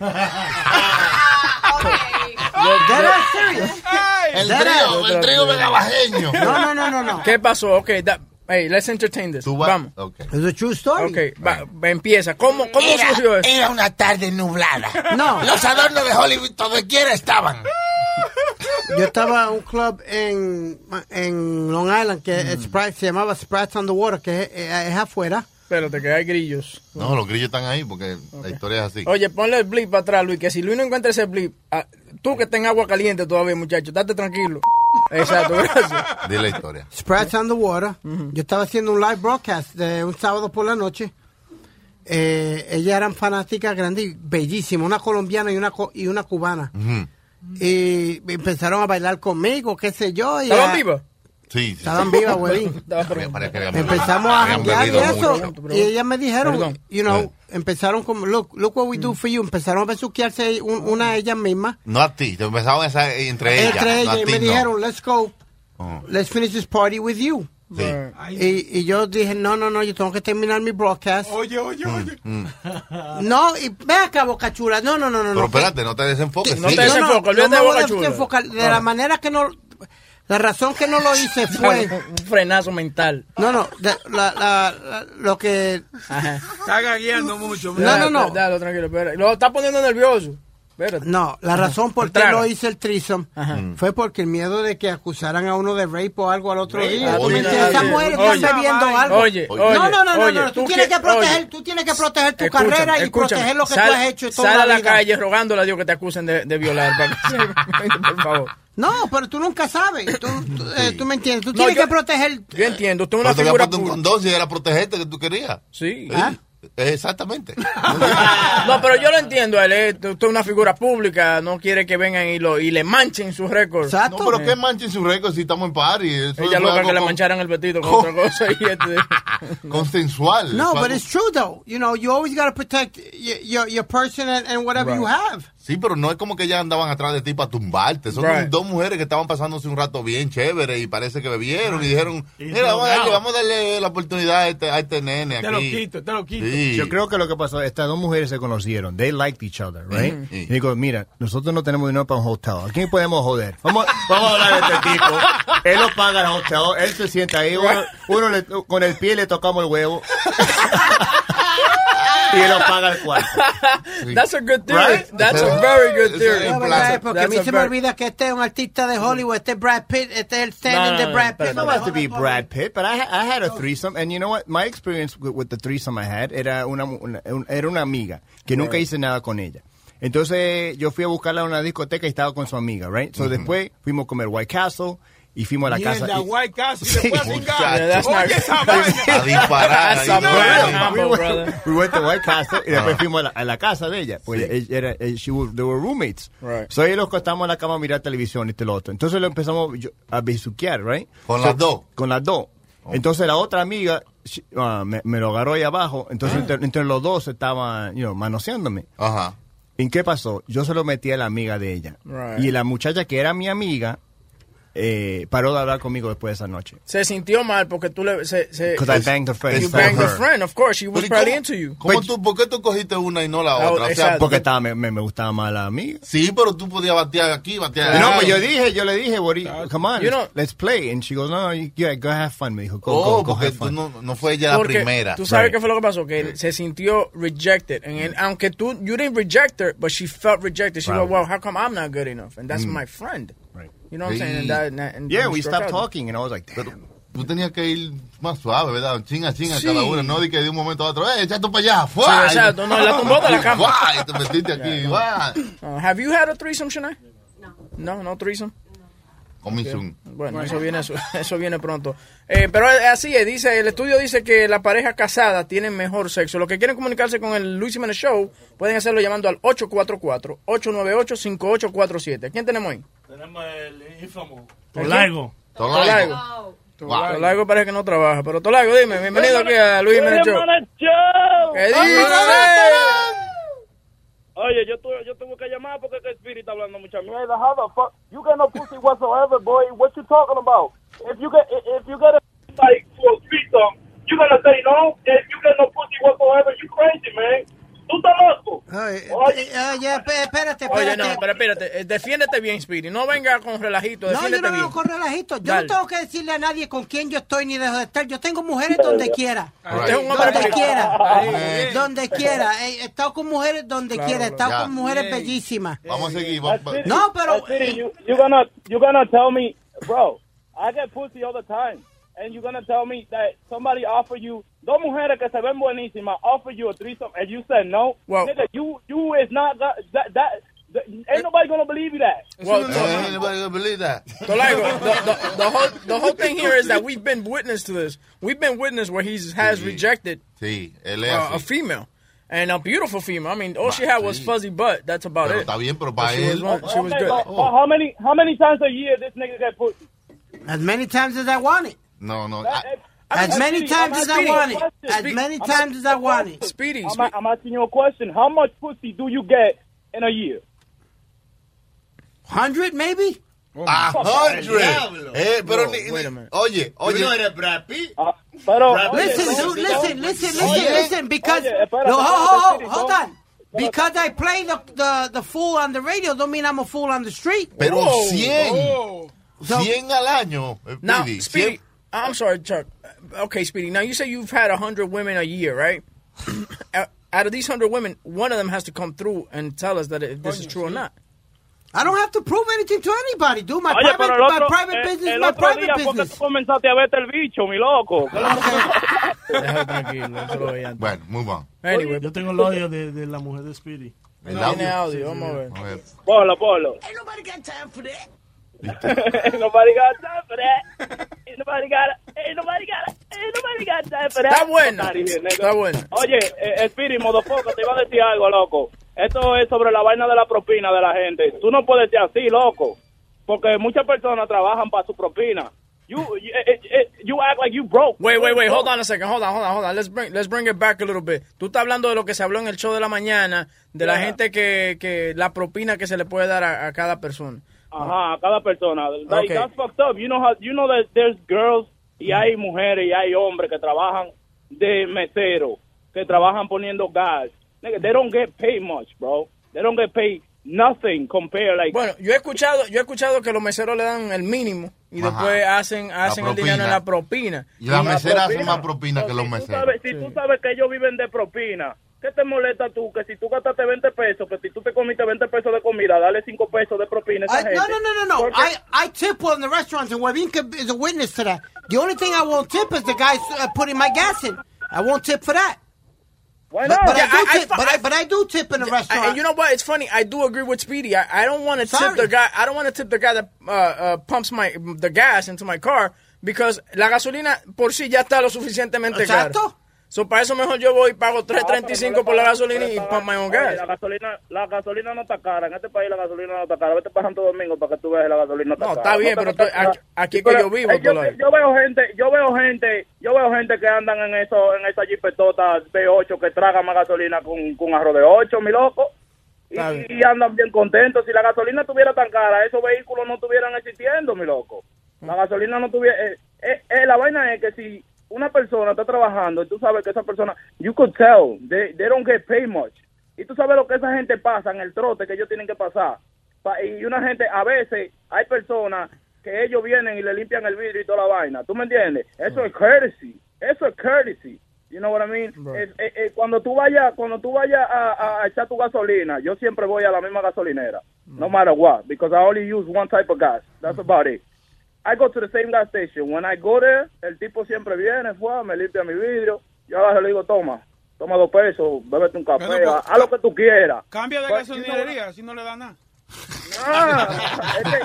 Speaker 6: El trío, el trío megabajeño.
Speaker 2: No, ¿eh? no, no, no,
Speaker 5: (laughs) ¿Qué pasó? Ok, da- hey, let's entertain this. Vamos.
Speaker 2: It's a true story.
Speaker 5: Ok, va- va, empieza. ¿Cómo, cómo
Speaker 13: Era-
Speaker 5: surgió eso?
Speaker 13: era una tarde nublada.
Speaker 2: No.
Speaker 13: Los adornos de Hollywood todo quiera estaban.
Speaker 2: Yo estaba en un club en, en Long Island que es
Speaker 6: Mm.
Speaker 2: Sprite, se llamaba Sprite on the Water, que es, eh, es- es afuera.
Speaker 5: Espérate, que hay grillos.
Speaker 6: No, los grillos están ahí porque la historia es así.
Speaker 5: Oye, ponle el blip para atrás, Luis, que si Luis no encuentra ese blip, ah, tú que estás en agua caliente todavía, muchacho, date tranquilo. Exacto, gracias.
Speaker 6: De la historia.
Speaker 2: Sprats on the Water. Yo estaba haciendo un live broadcast de un sábado por la noche. Eh, ellas eran fanáticas grandes y bellísimas, una colombiana y una, co- y una cubana.
Speaker 6: Mm.
Speaker 2: Y empezaron a bailar conmigo, qué sé yo. y
Speaker 5: ¿Estaban
Speaker 2: a-
Speaker 5: vivas?
Speaker 6: Sí, sí.
Speaker 2: Estaban vivas,
Speaker 6: (laughs)
Speaker 2: güey.
Speaker 5: Estaban-
Speaker 2: Empezamos a
Speaker 6: Habían
Speaker 2: janguear y
Speaker 6: bebido
Speaker 2: eso.
Speaker 6: mucho.
Speaker 2: Y ellas me dijeron,
Speaker 6: Perdón. Eh. Mm.
Speaker 2: you know, empezaron como, look, look what we do for you, empezaron a besuquearse un- una de ellas mismas.
Speaker 6: No a ti, te empezaron esa, entre ellas.
Speaker 2: Entre
Speaker 6: no a
Speaker 2: ellas, y
Speaker 6: ti,
Speaker 2: me
Speaker 6: no.
Speaker 2: dijeron, let's go,
Speaker 6: Ujú.
Speaker 2: let's finish this party with you.
Speaker 6: Oh. Sí.
Speaker 2: Y, y yo dije, no, no, no, yo tengo que terminar mi broadcast.
Speaker 3: Oye, oye, oye.
Speaker 6: Mm.
Speaker 2: No, y ve acá, Boca Chula. No, no, no, no.
Speaker 6: Pero
Speaker 2: no.
Speaker 6: espérate, no te desenfoques.
Speaker 2: No,
Speaker 6: sigue.
Speaker 2: no, no me voy a desenfocar. De la manera que no. La razón que no lo hice fue.
Speaker 5: Un frenazo mental.
Speaker 2: No, no. de- la- la- la- lo que.
Speaker 3: Está gagueando mucho.
Speaker 2: No, no, no.
Speaker 5: Dale, tranquilo, espera. Lo está poniendo nervioso. Espérate.
Speaker 2: No, la razón por
Speaker 5: El
Speaker 2: qué
Speaker 5: trago.
Speaker 2: no hice el trisom
Speaker 5: Mm.
Speaker 2: fue porque el miedo de que acusaran a uno de rape o algo al otro
Speaker 5: Rape.
Speaker 2: día. ¿Tú
Speaker 5: Oye,
Speaker 2: me entiendes? Esas
Speaker 5: oye,
Speaker 2: mujeres
Speaker 5: oye,
Speaker 2: están bebiendo
Speaker 5: oye,
Speaker 2: algo.
Speaker 5: oye,
Speaker 2: no,
Speaker 5: oye,
Speaker 2: no, no, no,
Speaker 5: oye,
Speaker 2: no, Tú,
Speaker 5: tú
Speaker 2: tienes
Speaker 5: que-
Speaker 2: que proteger,
Speaker 5: oye.
Speaker 2: tú tienes que proteger tu
Speaker 5: Escúchame,
Speaker 2: carrera y
Speaker 5: escúchame.
Speaker 2: proteger lo que
Speaker 5: Sal-
Speaker 2: tú has hecho toda
Speaker 5: Sal
Speaker 2: la
Speaker 5: a la
Speaker 2: vida.
Speaker 5: calle rogándole a Dios que te acusen de, de violar. (laughs) para- Por favor.
Speaker 2: No, pero tú nunca sabes. Tú, tú, eh, tú me entiendes. Tú
Speaker 5: No,
Speaker 2: tienes
Speaker 5: yo-
Speaker 2: que proteger. eh,
Speaker 5: Yo entiendo, tú
Speaker 6: Pero
Speaker 5: eres una
Speaker 6: te había
Speaker 5: figura
Speaker 6: puesto un
Speaker 5: pública.
Speaker 6: condón si era protegerte que tú querías. eh,
Speaker 5: Sí.
Speaker 12: Ah.
Speaker 6: Exactamente.
Speaker 5: (laughs) No, pero yo lo entiendo, él es, tú- tú eres una figura pública, no quiere que vengan y, lo, y le manchen sus récords.
Speaker 6: No, pero que manchen su récord si estamos en party. Eso
Speaker 5: Ella
Speaker 6: es
Speaker 5: loca
Speaker 6: algo
Speaker 5: que le
Speaker 6: con- Oh.
Speaker 5: mancharan el vestido con
Speaker 6: con-
Speaker 5: otra cosa y
Speaker 2: (laughs)
Speaker 5: este...
Speaker 6: consensual.
Speaker 2: No,
Speaker 6: Eso
Speaker 2: but
Speaker 6: algo-
Speaker 2: it's true though. You know, you always got to protect your, your your person and, and whatever
Speaker 6: Right.
Speaker 2: you have.
Speaker 6: Sí, pero no es como que ellas andaban atrás de ti para tumbarte. Son
Speaker 2: Right.
Speaker 6: dos mujeres que estaban pasándose un rato bien chévere y parece que bebieron y dijeron,
Speaker 12: Y
Speaker 6: mira, vamos a, darle,
Speaker 12: drogado.
Speaker 6: vamos a darle la oportunidad a este, a este nene aquí.
Speaker 3: te lo quito.
Speaker 6: Sí.
Speaker 12: Yo creo que lo que pasó, estas dos mujeres se conocieron. They liked each other, right?
Speaker 6: Ujú.
Speaker 12: Y digo, mira, nosotros no tenemos dinero para un hotel. ¿A quién podemos (laughs) joder? Vamos, vamos a hablar de este tipo.
Speaker 9: (laughs)
Speaker 12: Él nos paga el hotel, él se sienta ahí, uno, uno le- con el pie le tocamos
Speaker 6: (laughs)
Speaker 12: el huevo. y él nos paga el cuarto.
Speaker 5: That's a good theory.
Speaker 12: Right?
Speaker 5: That's a very good theory.
Speaker 2: No, ¿verdad? Porque a mí se me olvida que este es un artista de Hollywood, este es Brad Pitt, este es el stand de Brad Pitt. Oh.
Speaker 12: It don't have to be Brad Pitt, but I, ha- I had a threesome, and you know what? My experience with, with the threesome I had era una, mu- una- un- era una amiga que nunca
Speaker 2: Right.
Speaker 12: hice nada con ella. Entonces yo fui a buscarla a una discoteca y estaba con su amiga, right? So después fuimos a comer White Castle y fuimos a la casa.
Speaker 3: Mierda,
Speaker 12: y-
Speaker 3: White Castle, y después a cingar.
Speaker 12: Muchacho. That's
Speaker 3: Oye,
Speaker 12: not-
Speaker 3: esa vaina.
Speaker 12: A disparar,
Speaker 3: That's
Speaker 12: a
Speaker 3: a
Speaker 12: disparar.
Speaker 3: real combo,
Speaker 12: We went-
Speaker 3: brother.
Speaker 12: We went to White Castle y después
Speaker 3: Ah.
Speaker 12: fuimos a la, a la casa de ella. Pues ella era, eh, she was- they were roommates. So ellos los costamos en la cama a mirar televisión este lo otro. Entonces lo empezamos yo- a besuquear, right?
Speaker 6: Con
Speaker 12: So-
Speaker 6: las dos.
Speaker 12: Con las dos. Entonces la otra amiga she- ah, me, me lo agarró ahí abajo. Entonces entre, entre los dos estaban, you know, manoseándome.
Speaker 6: Ajá.
Speaker 12: ¿Y qué pasó? Yo se lo metí a la amiga de ella.
Speaker 5: Right.
Speaker 12: Y la muchacha que era mi amiga eh, paró de hablar conmigo después de esa noche.
Speaker 5: Se sintió mal porque tú le... Se, se,
Speaker 12: Because I banged her friend
Speaker 5: You
Speaker 12: instead of
Speaker 5: banged her
Speaker 12: her.
Speaker 5: friend, of course. She was
Speaker 6: Pero, ¿y
Speaker 5: probably
Speaker 6: cómo-
Speaker 5: into you.
Speaker 6: ¿Cómo tú, ¿Por qué tú cogiste una y no la otra? O sea,
Speaker 12: porque estaba, me, me, me gustaba más la amiga.
Speaker 6: Sí, pero tú podías batear aquí, batear allá.
Speaker 12: No, pues yo dije, yo le dije, what do you- come on,
Speaker 6: You know-
Speaker 12: let's play. And she goes, no, you- yeah, go have fun. Me dijo, go,
Speaker 6: Oh,
Speaker 12: go, go
Speaker 6: porque
Speaker 12: have
Speaker 6: tú
Speaker 12: fun.
Speaker 6: no, no fue ella la
Speaker 5: Porque
Speaker 6: primera.
Speaker 5: Tú sabes
Speaker 12: Right.
Speaker 5: qué fue lo que pasó, que él se sintió rejected. And, él- aunque tú, you didn't reject her, but she felt rejected. She
Speaker 12: Right.
Speaker 5: was, well, how come I'm not good enough? And that's
Speaker 12: Mm.
Speaker 5: my friend. You know what I'm saying? And
Speaker 6: Sí.
Speaker 5: that- and that- and
Speaker 12: Yeah,
Speaker 5: you
Speaker 12: we
Speaker 5: struck
Speaker 12: stopped
Speaker 5: out.
Speaker 12: talking, and I was like, damn.
Speaker 6: Tú tenías que ir más suave, ¿verdad? Chinga, chinga
Speaker 12: Sí.
Speaker 6: cada uno. No de que de un momento a otro, ¡eh, echa tú para allá! ¡Fua!
Speaker 5: Sí, exacto. No, la tumbó
Speaker 6: (laughs)
Speaker 5: de la cama.
Speaker 6: ¡Fua! Y te metiste aquí,
Speaker 5: Yeah, no.
Speaker 6: ¡fua!
Speaker 5: Uh, have you had a threesome, Shanae? No. No, no threesome.
Speaker 6: Comí
Speaker 5: Ok.
Speaker 6: zoom.
Speaker 5: Bueno, eso viene, eso, (laughs) eso viene pronto. Eh, pero es- así es, dice, el estudio dice que las parejas casadas tienen mejor sexo. Los que quieren comunicarse con el Luis Jiménez Show pueden hacerlo llamando al 844-898-5847. ¿Quién tenemos ahí?
Speaker 14: Tenemos el ínfamo.
Speaker 5: Tolago.
Speaker 14: Tolago.
Speaker 5: Tolago. Tolago parece que no trabaja, pero Tolago, dime, bienvenido aquí a Luis Jiménez Show. ¿Qué dice?
Speaker 9: Oye, yo, tu- yo tuve que llamar porque que Spirit está hablando mucha mierda. How the fuck? You get no pussy whatsoever, boy. What you talking about? If you get if you get a like for a threesome, you gonna say no? If you get no pussy whatsoever, you crazy, man. Tú estás loco.
Speaker 2: Oye, Eh, oye, espé- espérate, espérate.
Speaker 5: Oye, no, pero espérate, eh, defiéndete bien, Speedy. No venga con relajito,
Speaker 2: No, yo
Speaker 5: defiéndete
Speaker 2: no
Speaker 5: bien.
Speaker 2: vengo con relajito. Yo
Speaker 5: Dale.
Speaker 2: no tengo que decirle a nadie con quién yo estoy ni dejo de estar. Yo tengo mujeres donde quiera.
Speaker 5: Usted es un hombre
Speaker 2: Donde
Speaker 5: político.
Speaker 2: quiera.
Speaker 5: Ahí.
Speaker 2: Donde quiera. He he estado con mujeres donde
Speaker 9: Claro,
Speaker 2: quiera. He
Speaker 9: claro.
Speaker 2: estado con
Speaker 9: Ya.
Speaker 2: mujeres bellísimas.
Speaker 6: Vamos a seguir.
Speaker 2: No, pero- eh,
Speaker 15: eh,
Speaker 9: Spirit, you, you gonna you gonna tell me, bro? I get pussy all the time, and you gonna tell me that somebody offer you dos mujeres que se ven buenísimas offer you a threesome, and you said no.
Speaker 5: Well-
Speaker 9: nigga, you you is not that that. that that- Ain't nobody gonna believe you that.
Speaker 5: Well,
Speaker 6: Eh, uh,
Speaker 5: Tol- Tolago, the, the, the whole the whole thing here is that we've been witness to this. We've been witness where he has rejected
Speaker 6: Sí, él es
Speaker 5: uh, a
Speaker 6: así.
Speaker 5: female and a beautiful female. I mean, all she
Speaker 6: Bah,
Speaker 5: had was
Speaker 6: sí.
Speaker 5: fuzzy butt. That's about
Speaker 6: Pero
Speaker 5: it.
Speaker 6: está bien, pero para
Speaker 5: She was
Speaker 6: él.
Speaker 5: one- she was
Speaker 9: Okay,
Speaker 5: good.
Speaker 9: but- but how many how many times a year this nigga get pussy?
Speaker 2: As many times as I want it.
Speaker 6: No, no.
Speaker 9: That-
Speaker 2: As many times as I want it. As many times as I want it.
Speaker 5: Speedy,
Speaker 9: I'm, I'm asking you a question. How much pussy do you get in a year?
Speaker 2: Hundred, maybe.
Speaker 9: Oh,
Speaker 6: A hundred. Eh, pero
Speaker 2: No,
Speaker 6: ni-
Speaker 2: wait a
Speaker 6: ni- oye, oye.
Speaker 2: no eres
Speaker 6: Brad Pitt?
Speaker 2: Pero- Listen, dude, listen, listen, listen, listen, because no, ho, ho, ho, hold on. Because I play the, the the fool on the radio, don't mean I'm a fool on the street.
Speaker 6: Pero
Speaker 5: Whoa,
Speaker 6: 100.
Speaker 5: whoa.
Speaker 6: 100 al año. eh,
Speaker 5: Now,
Speaker 6: Speedy,
Speaker 5: Speedy, I'm sorry, Chuck. Okay, Speedy. Now you say you've had hundred women a year, right? (clears throat) Out- Out of these hundred women, one of them has to come through and tell us that if this is true or not.
Speaker 2: I don't have to prove anything to anybody, dude. My
Speaker 9: Oye,
Speaker 2: private,
Speaker 9: pero el otro,
Speaker 2: my private
Speaker 9: el-
Speaker 2: business,
Speaker 9: el
Speaker 2: my
Speaker 9: otro
Speaker 2: private
Speaker 9: día, ¿por qué
Speaker 2: business.
Speaker 9: tú comenzaste a verte el bicho,
Speaker 2: (laughs)
Speaker 9: mi loco?
Speaker 6: Bueno, muy bueno.
Speaker 5: Anyway. pues.
Speaker 3: Yo tengo el audio de, de la mujer de Speedy.
Speaker 6: El audio. Tiene
Speaker 5: audio, vamos a ver.
Speaker 9: Polo, polo. Nobody got time for that. Ain't nobody got ain't nobody got ain't nobody got time for that.
Speaker 5: Está bueno.
Speaker 9: Nobody here, nigga.
Speaker 5: Está bueno.
Speaker 9: Oye, eh, Spirit, modofoco, te iba a decir algo, loco. Esto es sobre la vaina de la propina de la gente. Tú no puedes ser así, loco. Porque muchas personas trabajan para su propina. You, you, eh, eh, you act like you broke.
Speaker 5: Wait, wait, wait. Hold on a second. Hold on, hold on, hold on. Let's bring, let's bring it back a little bit. Tú estás hablando de lo que se habló en el show de la mañana, de la
Speaker 9: Yeah.
Speaker 5: gente que, que la propina que se le puede dar a, a cada persona. Ah.
Speaker 9: Ajá, a cada persona. Like,
Speaker 5: Okay.
Speaker 9: that's fucked up. You know, how, you know that there's girls y hay mujeres y hay hombres que trabajan de mesero, que trabajan poniendo gas. Nigga, they don't get paid much, bro. They don't get paid nothing compared, like...
Speaker 5: Bueno, yo he escuchado, yo he escuchado que los meseros le dan el mínimo y
Speaker 9: Ajá.
Speaker 5: después hacen, hacen el dinero en la propina.
Speaker 6: Y las meseras hacen
Speaker 5: propina-
Speaker 6: más propina que los
Speaker 9: tú
Speaker 6: meseros.
Speaker 9: sabes, si tú sabes que ellos viven de propina, ¿qué te molesta tú? Que si tú gastaste 20 pesos, que si tú te comiste 20 pesos de comida, dale 5 pesos de propina a esa
Speaker 2: I,
Speaker 9: gente.
Speaker 2: no, no, no, no, no.
Speaker 9: Porque-
Speaker 2: I, I tip well in the restaurants, and Webin could- is a witness to that. The only thing I won't tip is the guy uh, putting my gas in. I won't tip for that.
Speaker 9: Why
Speaker 2: But,
Speaker 5: not?
Speaker 2: but,
Speaker 5: Yeah,
Speaker 2: I, do
Speaker 5: I- I
Speaker 2: tip,
Speaker 5: fu-
Speaker 2: but, I, but I do tip in the
Speaker 5: I-
Speaker 2: restaurant.
Speaker 5: and you know what? It's funny. I do agree with Speedy. I, I don't want to tip
Speaker 2: Sorry.
Speaker 5: the guy. I don't want to tip the guy that uh, uh, pumps my the gas into my car because la gasolina por sí ya está lo suficientemente cara.
Speaker 2: Exacto.
Speaker 5: So para eso mejor yo voy y pago 3.35 por la
Speaker 9: Ah,
Speaker 5: gasolina y pump my own
Speaker 9: Oye,
Speaker 5: gas.
Speaker 9: La gasolina, la gasolina no está cara. En este país la gasolina no está cara. Vete para Santo Domingo para que tú veas que la gasolina está
Speaker 5: No,
Speaker 9: cara.
Speaker 5: está bien,
Speaker 9: te
Speaker 5: pero
Speaker 9: está
Speaker 5: estoy-
Speaker 9: cara.
Speaker 5: aquí- aquí es
Speaker 9: Pero,
Speaker 5: que yo vivo,
Speaker 9: eh, yo,
Speaker 5: Tolai.
Speaker 9: yo veo gente, yo veo gente, yo veo gente que andan en eso, en esa jipetota B8 que traga más gasolina con, con arroz de 8, mi loco. Y,
Speaker 5: Está bien.
Speaker 9: y andan bien contentos. Si la gasolina estuviera tan cara, esos vehículos no estuvieran existiendo, mi loco. La gasolina no tuviera... eh, eh, eh, la vaina es que si una persona está trabajando y tú sabes que esa persona... You could tell, they, they don't get paid much. Y tú sabes lo que esa gente pasa en el trote que ellos tienen que pasar. Pa- Y una gente, a veces hay personas que ellos vienen y le limpian el vidrio y toda la vaina. ¿Tú me entiendes? Eso es courtesy. Eso es courtesy. You know what I mean?
Speaker 5: Right.
Speaker 9: Eh, eh, eh, cuando tú vayas cuando tú vayas a, a- a echar tu gasolina, yo siempre voy a la misma gasolinera. No matter what, because I only use one type of gas.
Speaker 5: Mm-hmm.
Speaker 9: That's about it. I go to the same gas station. When I go there, el tipo siempre viene, fue, me limpia mi vidrio. Yo abajo le digo, toma, toma dos pesos, bébete un café,
Speaker 14: Bueno,
Speaker 5: pues,
Speaker 9: haz lo que
Speaker 5: (laughs)
Speaker 9: tú quieras.
Speaker 14: Cambia de
Speaker 9: Pues,
Speaker 14: gasolinería, si no le da nada.
Speaker 9: Ah, (laughs) es que,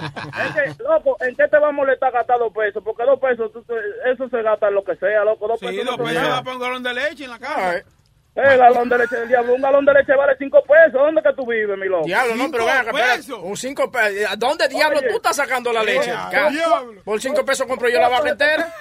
Speaker 9: es que, loco, ¿en qué te va a molestar gastar dos pesos? Porque dos pesos, tú- tú- eso se gasta en lo que sea, loco. Dos
Speaker 14: Sí,
Speaker 9: pesos.
Speaker 14: dos
Speaker 9: no son
Speaker 14: pesos
Speaker 9: nada.
Speaker 14: va para un galón de leche en la casa.
Speaker 5: Ah.
Speaker 9: Eh, galón de leche del diablo. Un galón de leche vale cinco pesos. ¿Dónde que tú vives, mi loco?
Speaker 5: Diablo, no, pero ven acá, espérate. Un cinco pesos. ¿A dónde diablo tú estás sacando la leche?
Speaker 9: Oye,
Speaker 5: Ca-
Speaker 9: diablo.
Speaker 5: Por cinco pesos compro yo la vaca entera.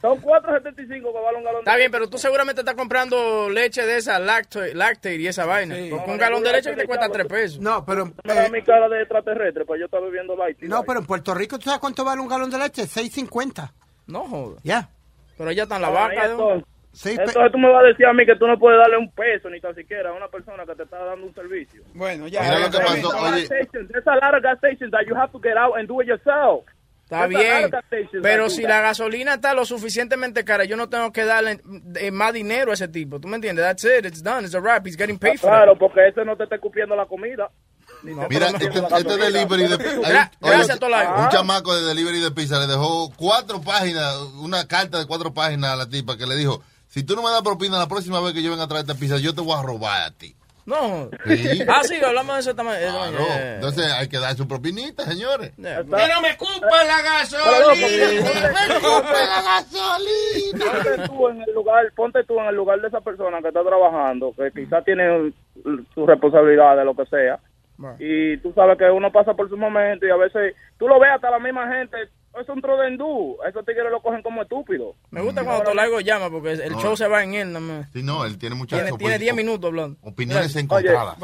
Speaker 9: Son 4.75 que vale un galón de
Speaker 5: Está bien, pero tú seguramente estás comprando leche de esa lactate, lactate y esa vaina. Porque un galón de leche que te cuesta tres pesos.
Speaker 2: No, pero... eh,
Speaker 9: Mira mi cara de extraterrestre, pues yo estaba bebiendo light.
Speaker 2: No, pero en Puerto Rico, ¿tú sabes cuánto vale un galón de leche? 6.50.
Speaker 5: No joda.
Speaker 2: Ya.
Speaker 5: Pero ya están la
Speaker 9: Ah,
Speaker 5: vaca.
Speaker 9: entonces,
Speaker 2: Sí,
Speaker 9: entonces tú me vas a decir a mí que tú no puedes darle un peso ni tan siquiera a una persona que te está dando un servicio.
Speaker 14: Bueno, ya.
Speaker 6: Mira lo que
Speaker 9: There's
Speaker 6: pasó,
Speaker 9: a lot
Speaker 6: oye.
Speaker 9: of stations- there's a lot of gas stations that you have to get out and do it yourself.
Speaker 5: Está
Speaker 9: There's a lot
Speaker 5: bien,
Speaker 9: of gas stations
Speaker 5: pero
Speaker 9: that do
Speaker 5: si
Speaker 9: that.
Speaker 5: la gasolina está lo suficientemente cara, yo no tengo que darle eh, más dinero a ese tipo. ¿Tú me entiendes? That's it, it's done, it's a wrap, he's getting paid
Speaker 9: Ah,
Speaker 5: for
Speaker 9: Claro,
Speaker 5: that.
Speaker 9: porque ese no te está escupiendo la comida.
Speaker 6: Mira, este, este delivery de hay un- oye,
Speaker 9: Ah,
Speaker 6: Un chamaco de delivery de pizza le dejó cuatro páginas, una carta de cuatro páginas a la tipa que le dijo: Si tú no me das propina la próxima vez que yo venga a traer esta pizza, yo te voy a robar a ti.
Speaker 5: No.
Speaker 6: Sí.
Speaker 5: Ah, sí, hablamos de eso también. Eh,
Speaker 6: Claro.
Speaker 5: eh, eh.
Speaker 6: Entonces hay que dar su propinita, señores.
Speaker 14: Que no me culpa la
Speaker 9: Ponte tú en el lugar, ponte tú en el lugar de esa persona que está trabajando, que quizás tiene su responsabilidad de lo que sea. Y tú sabes que uno pasa por su momento y a veces tú lo ves hasta la misma gente
Speaker 16: es un trodendú. Esos tigres lo cogen como estúpido.
Speaker 5: Me gusta
Speaker 17: Mm.
Speaker 5: cuando Tolargo llama porque el
Speaker 16: No.
Speaker 5: show se va en él. nada más.
Speaker 6: Sí, no, él tiene muchas
Speaker 5: Tiene tiene 10 minutos hablando.
Speaker 6: opiniones
Speaker 16: Oye,
Speaker 6: encontradas.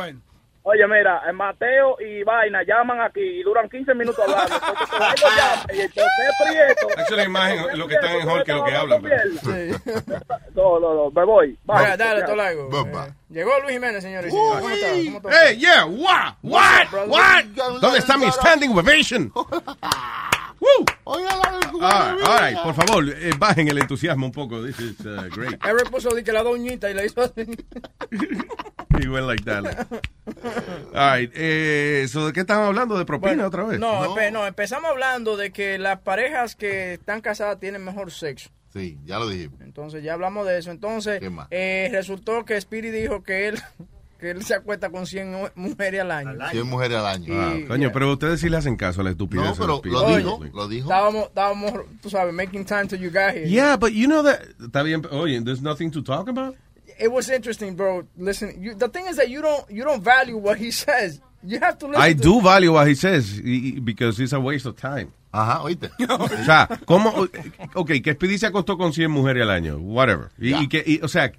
Speaker 16: Oye, mira, eh, Mateo y Vaina llaman aquí y duran 15 minutos hablando. Entonces, Tolargo llama y el José Prieto...
Speaker 17: Esa es la imagen, lo que están en Hulk, que lo que hablan. pero-
Speaker 16: No, no, no, me voy. Bye.
Speaker 5: Mira, dale, Tolargo. Eh, llegó Luis Jiménez, señores. y señores. ¿Cómo está? ¿Cómo está?
Speaker 17: Hey, yeah, what, what, what? ¿Dónde está mi standing ovation? All right, Ah, all right, por favor, eh, bajen el entusiasmo un poco. This is uh, great.
Speaker 5: Eric puso de que la doñita y la hizo así.
Speaker 17: He went like that. All right, eh, so, ¿de qué estaban hablando? ¿De propina otra
Speaker 6: Pues,
Speaker 17: vez?
Speaker 5: No, empe- no, empezamos hablando de que las parejas que están casadas tienen mejor sexo.
Speaker 6: Sí, ya lo dijimos.
Speaker 5: Entonces ya hablamos de eso. Entonces
Speaker 6: ¿Qué más?
Speaker 5: eh, resultó que Spirit dijo que él (laughs) que él se acuesta con 100 mu- mujeres al año.
Speaker 6: 100 mujeres al año.
Speaker 17: Ah, coño, pero ustedes sí le hacen caso a la estupidez.
Speaker 6: No,
Speaker 17: de
Speaker 6: pero
Speaker 17: los
Speaker 6: lo
Speaker 17: people.
Speaker 6: dijo, lo dijo.
Speaker 5: Estábamos, estábamos, tú sabes, making time till you got here.
Speaker 17: Yeah, but you know that. Está bien, oye, there's nothing to talk about.
Speaker 5: It was interesting, bro. Listen, you, the thing is that you don't you don't value what he says. You have to (laughs) listen.
Speaker 17: I
Speaker 5: to-
Speaker 17: do value what he says y- y- because it's a waste of time.
Speaker 6: Ajá, oíste.
Speaker 17: O sea, ¿cómo? Ok, que Speedy se acostó con 100 mujeres al año, whatever. Y, y que, y, o sea,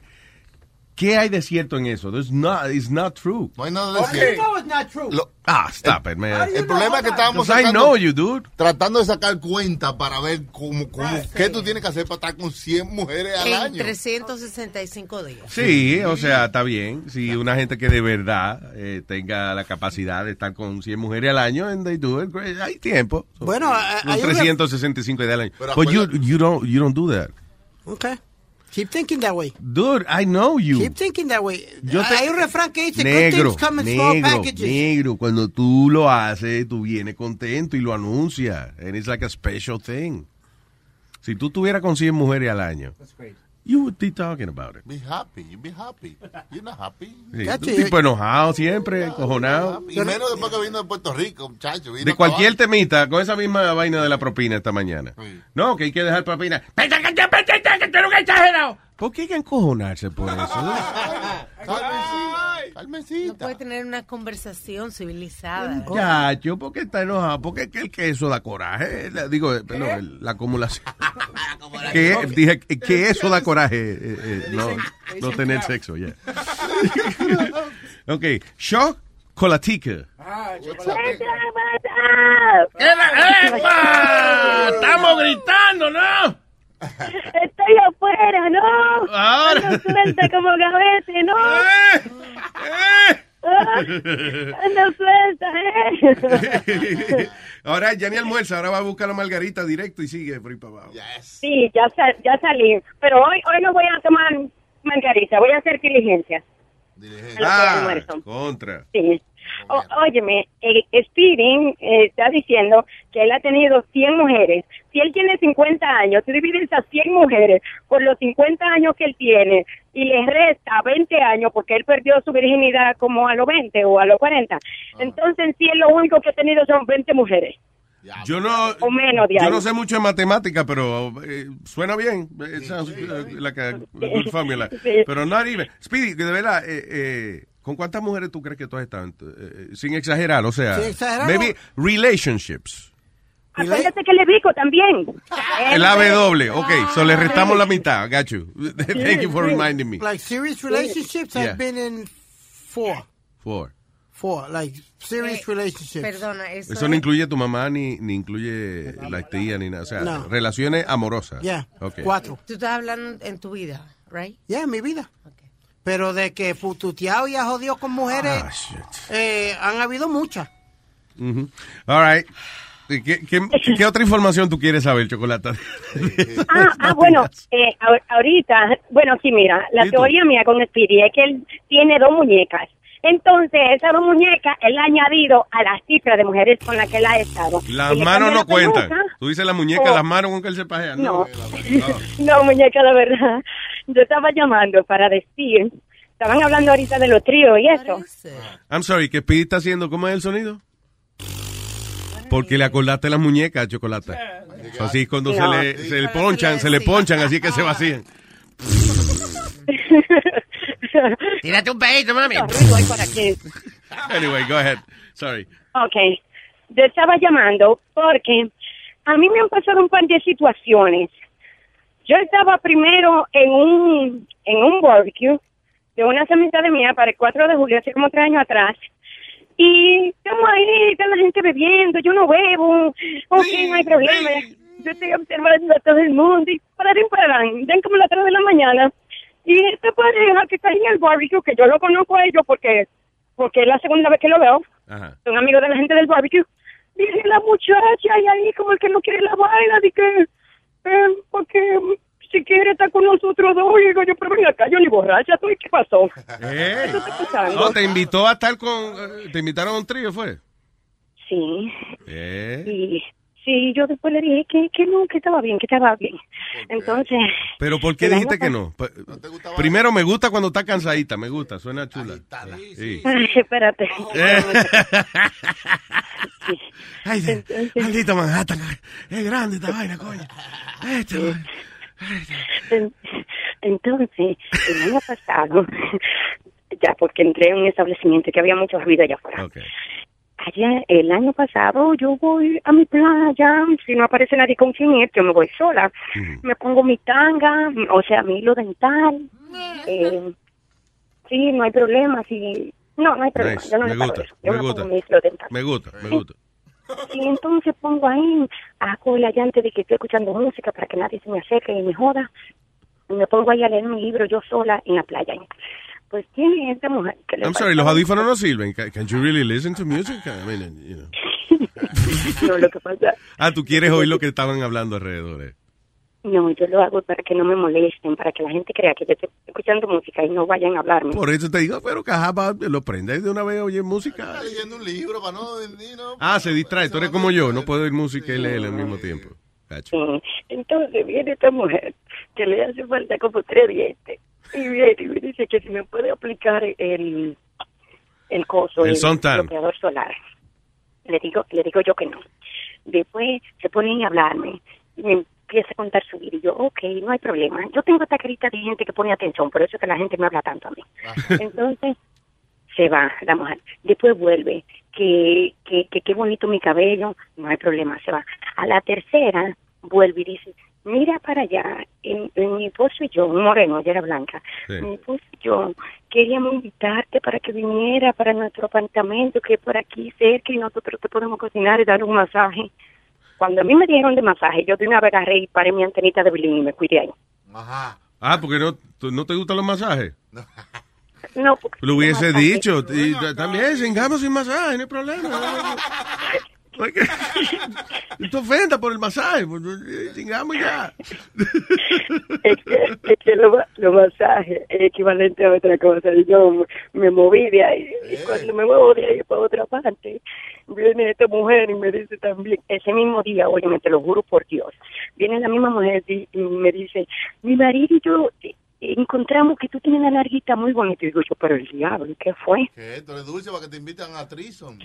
Speaker 17: ¿qué hay de cierto en eso? There's not, it's not true.
Speaker 6: No hay nada
Speaker 18: You know it's not true.
Speaker 17: ah, stop it, man.
Speaker 6: El problema es que estábamos
Speaker 17: Because Pues, I
Speaker 6: sacando-
Speaker 17: know you, dude.
Speaker 6: tratando de sacar cuenta para ver cómo, cómo, qué tú tienes que hacer para estar con 100 mujeres al
Speaker 15: En
Speaker 6: año.
Speaker 15: 365
Speaker 19: eh,
Speaker 15: días.
Speaker 17: Sí, o sea, está bien. Si una gente que de verdad eh, tenga la capacidad de estar con 100 mujeres al año, and they do it, great. hay tiempo. eh,
Speaker 2: Bueno, a-
Speaker 17: Son
Speaker 2: hay una-
Speaker 17: 365 días al año.
Speaker 2: Pero
Speaker 17: But you, you, don't, you don't do that.
Speaker 2: Okay. Keep thinking that way.
Speaker 17: Dude, I know you.
Speaker 2: Keep thinking that way.
Speaker 17: Yo te-
Speaker 2: Hay un refrán que dice,
Speaker 17: negro,
Speaker 2: good things come in small
Speaker 17: negro,
Speaker 2: packages.
Speaker 17: negro. Cuando tú lo haces, tú vienes contento y lo anuncias. And it's like a special thing. Si tú estuvieras con 100 mujeres al año, you would be talking about it.
Speaker 6: Be happy, you be happy. You're not happy.
Speaker 17: Sí, un tipo enojado siempre, encojonado.
Speaker 6: Y menos después que vino de Puerto Rico, muchacho. vino
Speaker 17: De
Speaker 6: a
Speaker 17: cualquier temita, con esa misma vaina de la propina esta mañana. No, que hay que dejar propina. ¿Por qué hay que encojonarse por eso?
Speaker 2: (laughs)
Speaker 15: No puede tener una conversación civilizada.
Speaker 17: Muchacho, ¿por qué está enojado? Porque es que el queso da coraje. La- digo, eh, perdón, el- la acumulación. que, dije eh, que eso da coraje. eh, eh, no,
Speaker 11: Dicen-
Speaker 17: no
Speaker 11: dicen
Speaker 17: tener
Speaker 11: claro.
Speaker 17: sexo, ya. ok, shock colatica.
Speaker 3: ¡Epa!
Speaker 17: ¡Estamos gritando, no!
Speaker 3: Estoy afuera, ¿no?
Speaker 17: Ahora. Eh.
Speaker 3: Ando suelta como gavete, ¿no? Ah, Ando suelta, ¿eh?
Speaker 17: ahora ya ni almuerza, ahora va a buscar a Margarita directo y sigue por ahí para abajo.
Speaker 20: Sí, ya, sa- ya salí. Pero hoy hoy no voy a tomar margarita, voy a hacer diligencia.
Speaker 17: Ah, contra.
Speaker 20: Sí. O- óyeme, eh, Speeding eh, está diciendo que él ha tenido 100 mujeres. Si él tiene 50 años, tú divides esas 100 mujeres por los 50 años que él tiene y le resta 20 años porque él perdió su virginidad como a los 20 o a los 40. Entonces, en sí, él lo único que ha tenido son 20 mujeres.
Speaker 17: Yo no,
Speaker 20: O menos de
Speaker 17: yo
Speaker 20: ahí.
Speaker 17: no sé mucho de matemática, pero eh, suena bien. It sounds like- like a good formula.
Speaker 20: (laughs) Sí.
Speaker 17: Pero not even. Speedy, que de verdad, eh, eh, ¿con cuántas mujeres tú crees que tú has estado? en tu- eh, eh, sin exagerar, o sea,
Speaker 20: Sin exagerar,
Speaker 17: maybe relationships.
Speaker 20: Acuérdate que le dijo también.
Speaker 17: El AW,
Speaker 20: Ah.
Speaker 17: ok, so le restamos la mitad, got you. (laughs) Thank you for reminding me.
Speaker 2: Like serious relationships,
Speaker 17: Yeah.
Speaker 2: I've been in four.
Speaker 17: Four.
Speaker 2: Four, like serious relationships.
Speaker 15: Eh, Perdona, eso.
Speaker 17: Eso no incluye tu mamá, ni, ni incluye las tías, ni nada. O sea,
Speaker 15: No.
Speaker 17: relaciones amorosas.
Speaker 15: Yeah,
Speaker 17: Ok.
Speaker 15: Tú estás hablando en tu vida, right?
Speaker 2: Yeah, mi vida. Pero de que pututeado y ha jodido con mujeres,
Speaker 17: Ah,
Speaker 2: eh, han habido muchas.
Speaker 17: Ujú. All right. ¿Qué, qué, qué otra información tú quieres saber, Chocolata?
Speaker 20: Ah,
Speaker 17: (laughs)
Speaker 20: ah, bueno, eh, ahor- ahorita, bueno, sí, mira, la
Speaker 17: Sí, tú.
Speaker 20: teoría mía con Speedy es que él tiene dos muñecas. Entonces, esas dos muñecas él ha añadido a las cifras de mujeres con las que él ha estado.
Speaker 17: Las
Speaker 20: Y le
Speaker 17: manos
Speaker 20: cambia
Speaker 17: no
Speaker 20: la peluca.
Speaker 17: cuentan. Tú dices la muñeca,
Speaker 20: Oh.
Speaker 17: las manos con que él se pajea. No.
Speaker 20: (laughs) No, muñeca, la verdad. Yo estaba llamando para decir, estaban hablando ahorita de los tríos y eso.
Speaker 17: I'm sorry, ¿qué Speedy está haciendo? ¿Cómo es el sonido? Porque le acordaste las muñecas, Chocolata. Así es cuando
Speaker 20: No.
Speaker 17: se, le, se le ponchan, se le ponchan, así es que se vacían.
Speaker 20: Tírate un pedito, mami.
Speaker 17: Anyway, go ahead. Sorry.
Speaker 20: (laughs) Ok, yo estaba llamando porque a a mí me han pasado un par de situaciones. Yo estaba primero en un, en un barbecue de una amistades mía para el 4 de julio, hace como tres años atrás. Y estamos ahí, está la gente bebiendo, yo no bebo, ok, no hay problema. Yo estoy observando a todo el mundo y pararán, pararán, dan como las 3 de la mañana. Y este pareja que está ahí en el barbecue, que yo lo conozco a ellos porque, porque es la segunda vez que lo veo,
Speaker 17: Ajá.
Speaker 20: son amigos de la gente del barbecue. Dice la muchacha y ahí como el que no quiere la vaina, de que, eh, porque si quiere estar con nosotros dos, y digo yo, pero ven acá, yo ni borracha, ¿tú y qué pasó?
Speaker 17: Hey.
Speaker 20: ¿Qué está pasando?
Speaker 17: Oh, te invitó a estar con. eh, Te invitaron a un trío, ¿fue?
Speaker 20: Sí,
Speaker 17: Eh.
Speaker 20: sí, sí, yo después le dije que, que no, que estaba bien, que estaba bien. Entonces,
Speaker 17: Pero ¿por qué dijiste que no? Pa- Primero, me gusta cuando está cansadita, me gusta, suena chula. Sí.
Speaker 20: ay,
Speaker 3: (laughs)
Speaker 20: espérate.
Speaker 17: Eh.
Speaker 21: Ay, de- maldito Manhattan. Es grande esta vaina, coño. Este, va-
Speaker 20: En- (laughs) Entonces, el año pasado, ya porque entré en un establecimiento que había mucho ruido allá afuera. Allá, el año pasado, yo voy a mi playa, si no aparece nadie con quien ir, yo me voy sola. Me pongo mi tanga, o sea, mi hilo dental. eh, sí, no hay problema, sí. No, no hay problema.
Speaker 17: Nice.
Speaker 20: Yo no
Speaker 17: Me
Speaker 20: pago
Speaker 17: gusta,
Speaker 20: eso. Yo
Speaker 17: me
Speaker 20: pongo
Speaker 17: gusta.
Speaker 20: mi hilo dental.
Speaker 17: (laughs) Me gusta, me gusta.
Speaker 20: Y entonces pongo ahí, hago el allante de que estoy escuchando música para que nadie se me acerque y me joda. Y me pongo ahí a leer mi libro yo sola en la playa. Pues tiene esta mujer que le
Speaker 17: I'm sorry, los audífonos no sirven. Ca- Can you really listen to music? I mean, you know.
Speaker 20: No, lo que pasa,
Speaker 17: Ah, tú quieres oír lo que estaban hablando alrededor. eh.
Speaker 20: no, yo lo hago para que no me molesten, para que la gente crea que yo estoy escuchando música y no vayan a hablarme.
Speaker 17: Por eso te digo, pero cajaba, lo prendes de una vez, oye música.
Speaker 6: leyendo un libro para no venir, ¿no?
Speaker 17: Ah, se distrae, tú eres como yo, no puedo oír música y leer al mismo tiempo. Gacho.
Speaker 20: Mm, Entonces viene esta mujer que le hace falta como tres dientes. Y viene y me dice que si me puede aplicar el, el coso,
Speaker 17: El suntan.
Speaker 20: bloqueador solar. Le digo, le digo yo que no. Después se ponen a hablarme y me empieza a contar su vida. Y yo, ok, no hay problema. Yo tengo esta carita de gente que pone atención, por eso es que la gente me habla tanto a mí. Entonces se va la mujer. Después vuelve, que que, que qué bonito mi cabello, no hay problema, se va. A la tercera vuelve y dice, mira para allá, en, en mi esposo y yo, un moreno, ya era blanca,
Speaker 17: Sí.
Speaker 20: mi esposo y yo queríamos invitarte para que viniera para nuestro apartamento, que es por aquí cerca y nosotros te podemos cocinar y dar un masaje. Cuando a mí me dieron de masaje, yo de una vez agarré y paré mi antenita de bilín y me cuidé ahí.
Speaker 17: Ah, porque no, tú- no te gustan los masajes.
Speaker 20: No, porque
Speaker 17: Lo hubiese
Speaker 20: masaje.
Speaker 17: dicho. Y ta- también, cingamos sin masaje, no hay
Speaker 20: (laughs)
Speaker 17: problema. (laughs) Porque- No te ofendas por el masaje. pues, eh, Chingamos ya.
Speaker 20: es
Speaker 17: (laughs)
Speaker 20: que los lo masajes es equivalente a otra cosa. Y yo me moví de ahí. Y cuando me muevo de ahí para otra parte, viene esta mujer y me dice también, ese mismo día, oye, te lo juro por Dios, viene la misma mujer di- y me dice, mi marido y yo eh, encontramos que tú tienes la narguita muy bonita. Y digo yo, pero el diablo, ¿qué fue?
Speaker 6: ¿Qué? Tú eres dulce para que te invitan a Trison.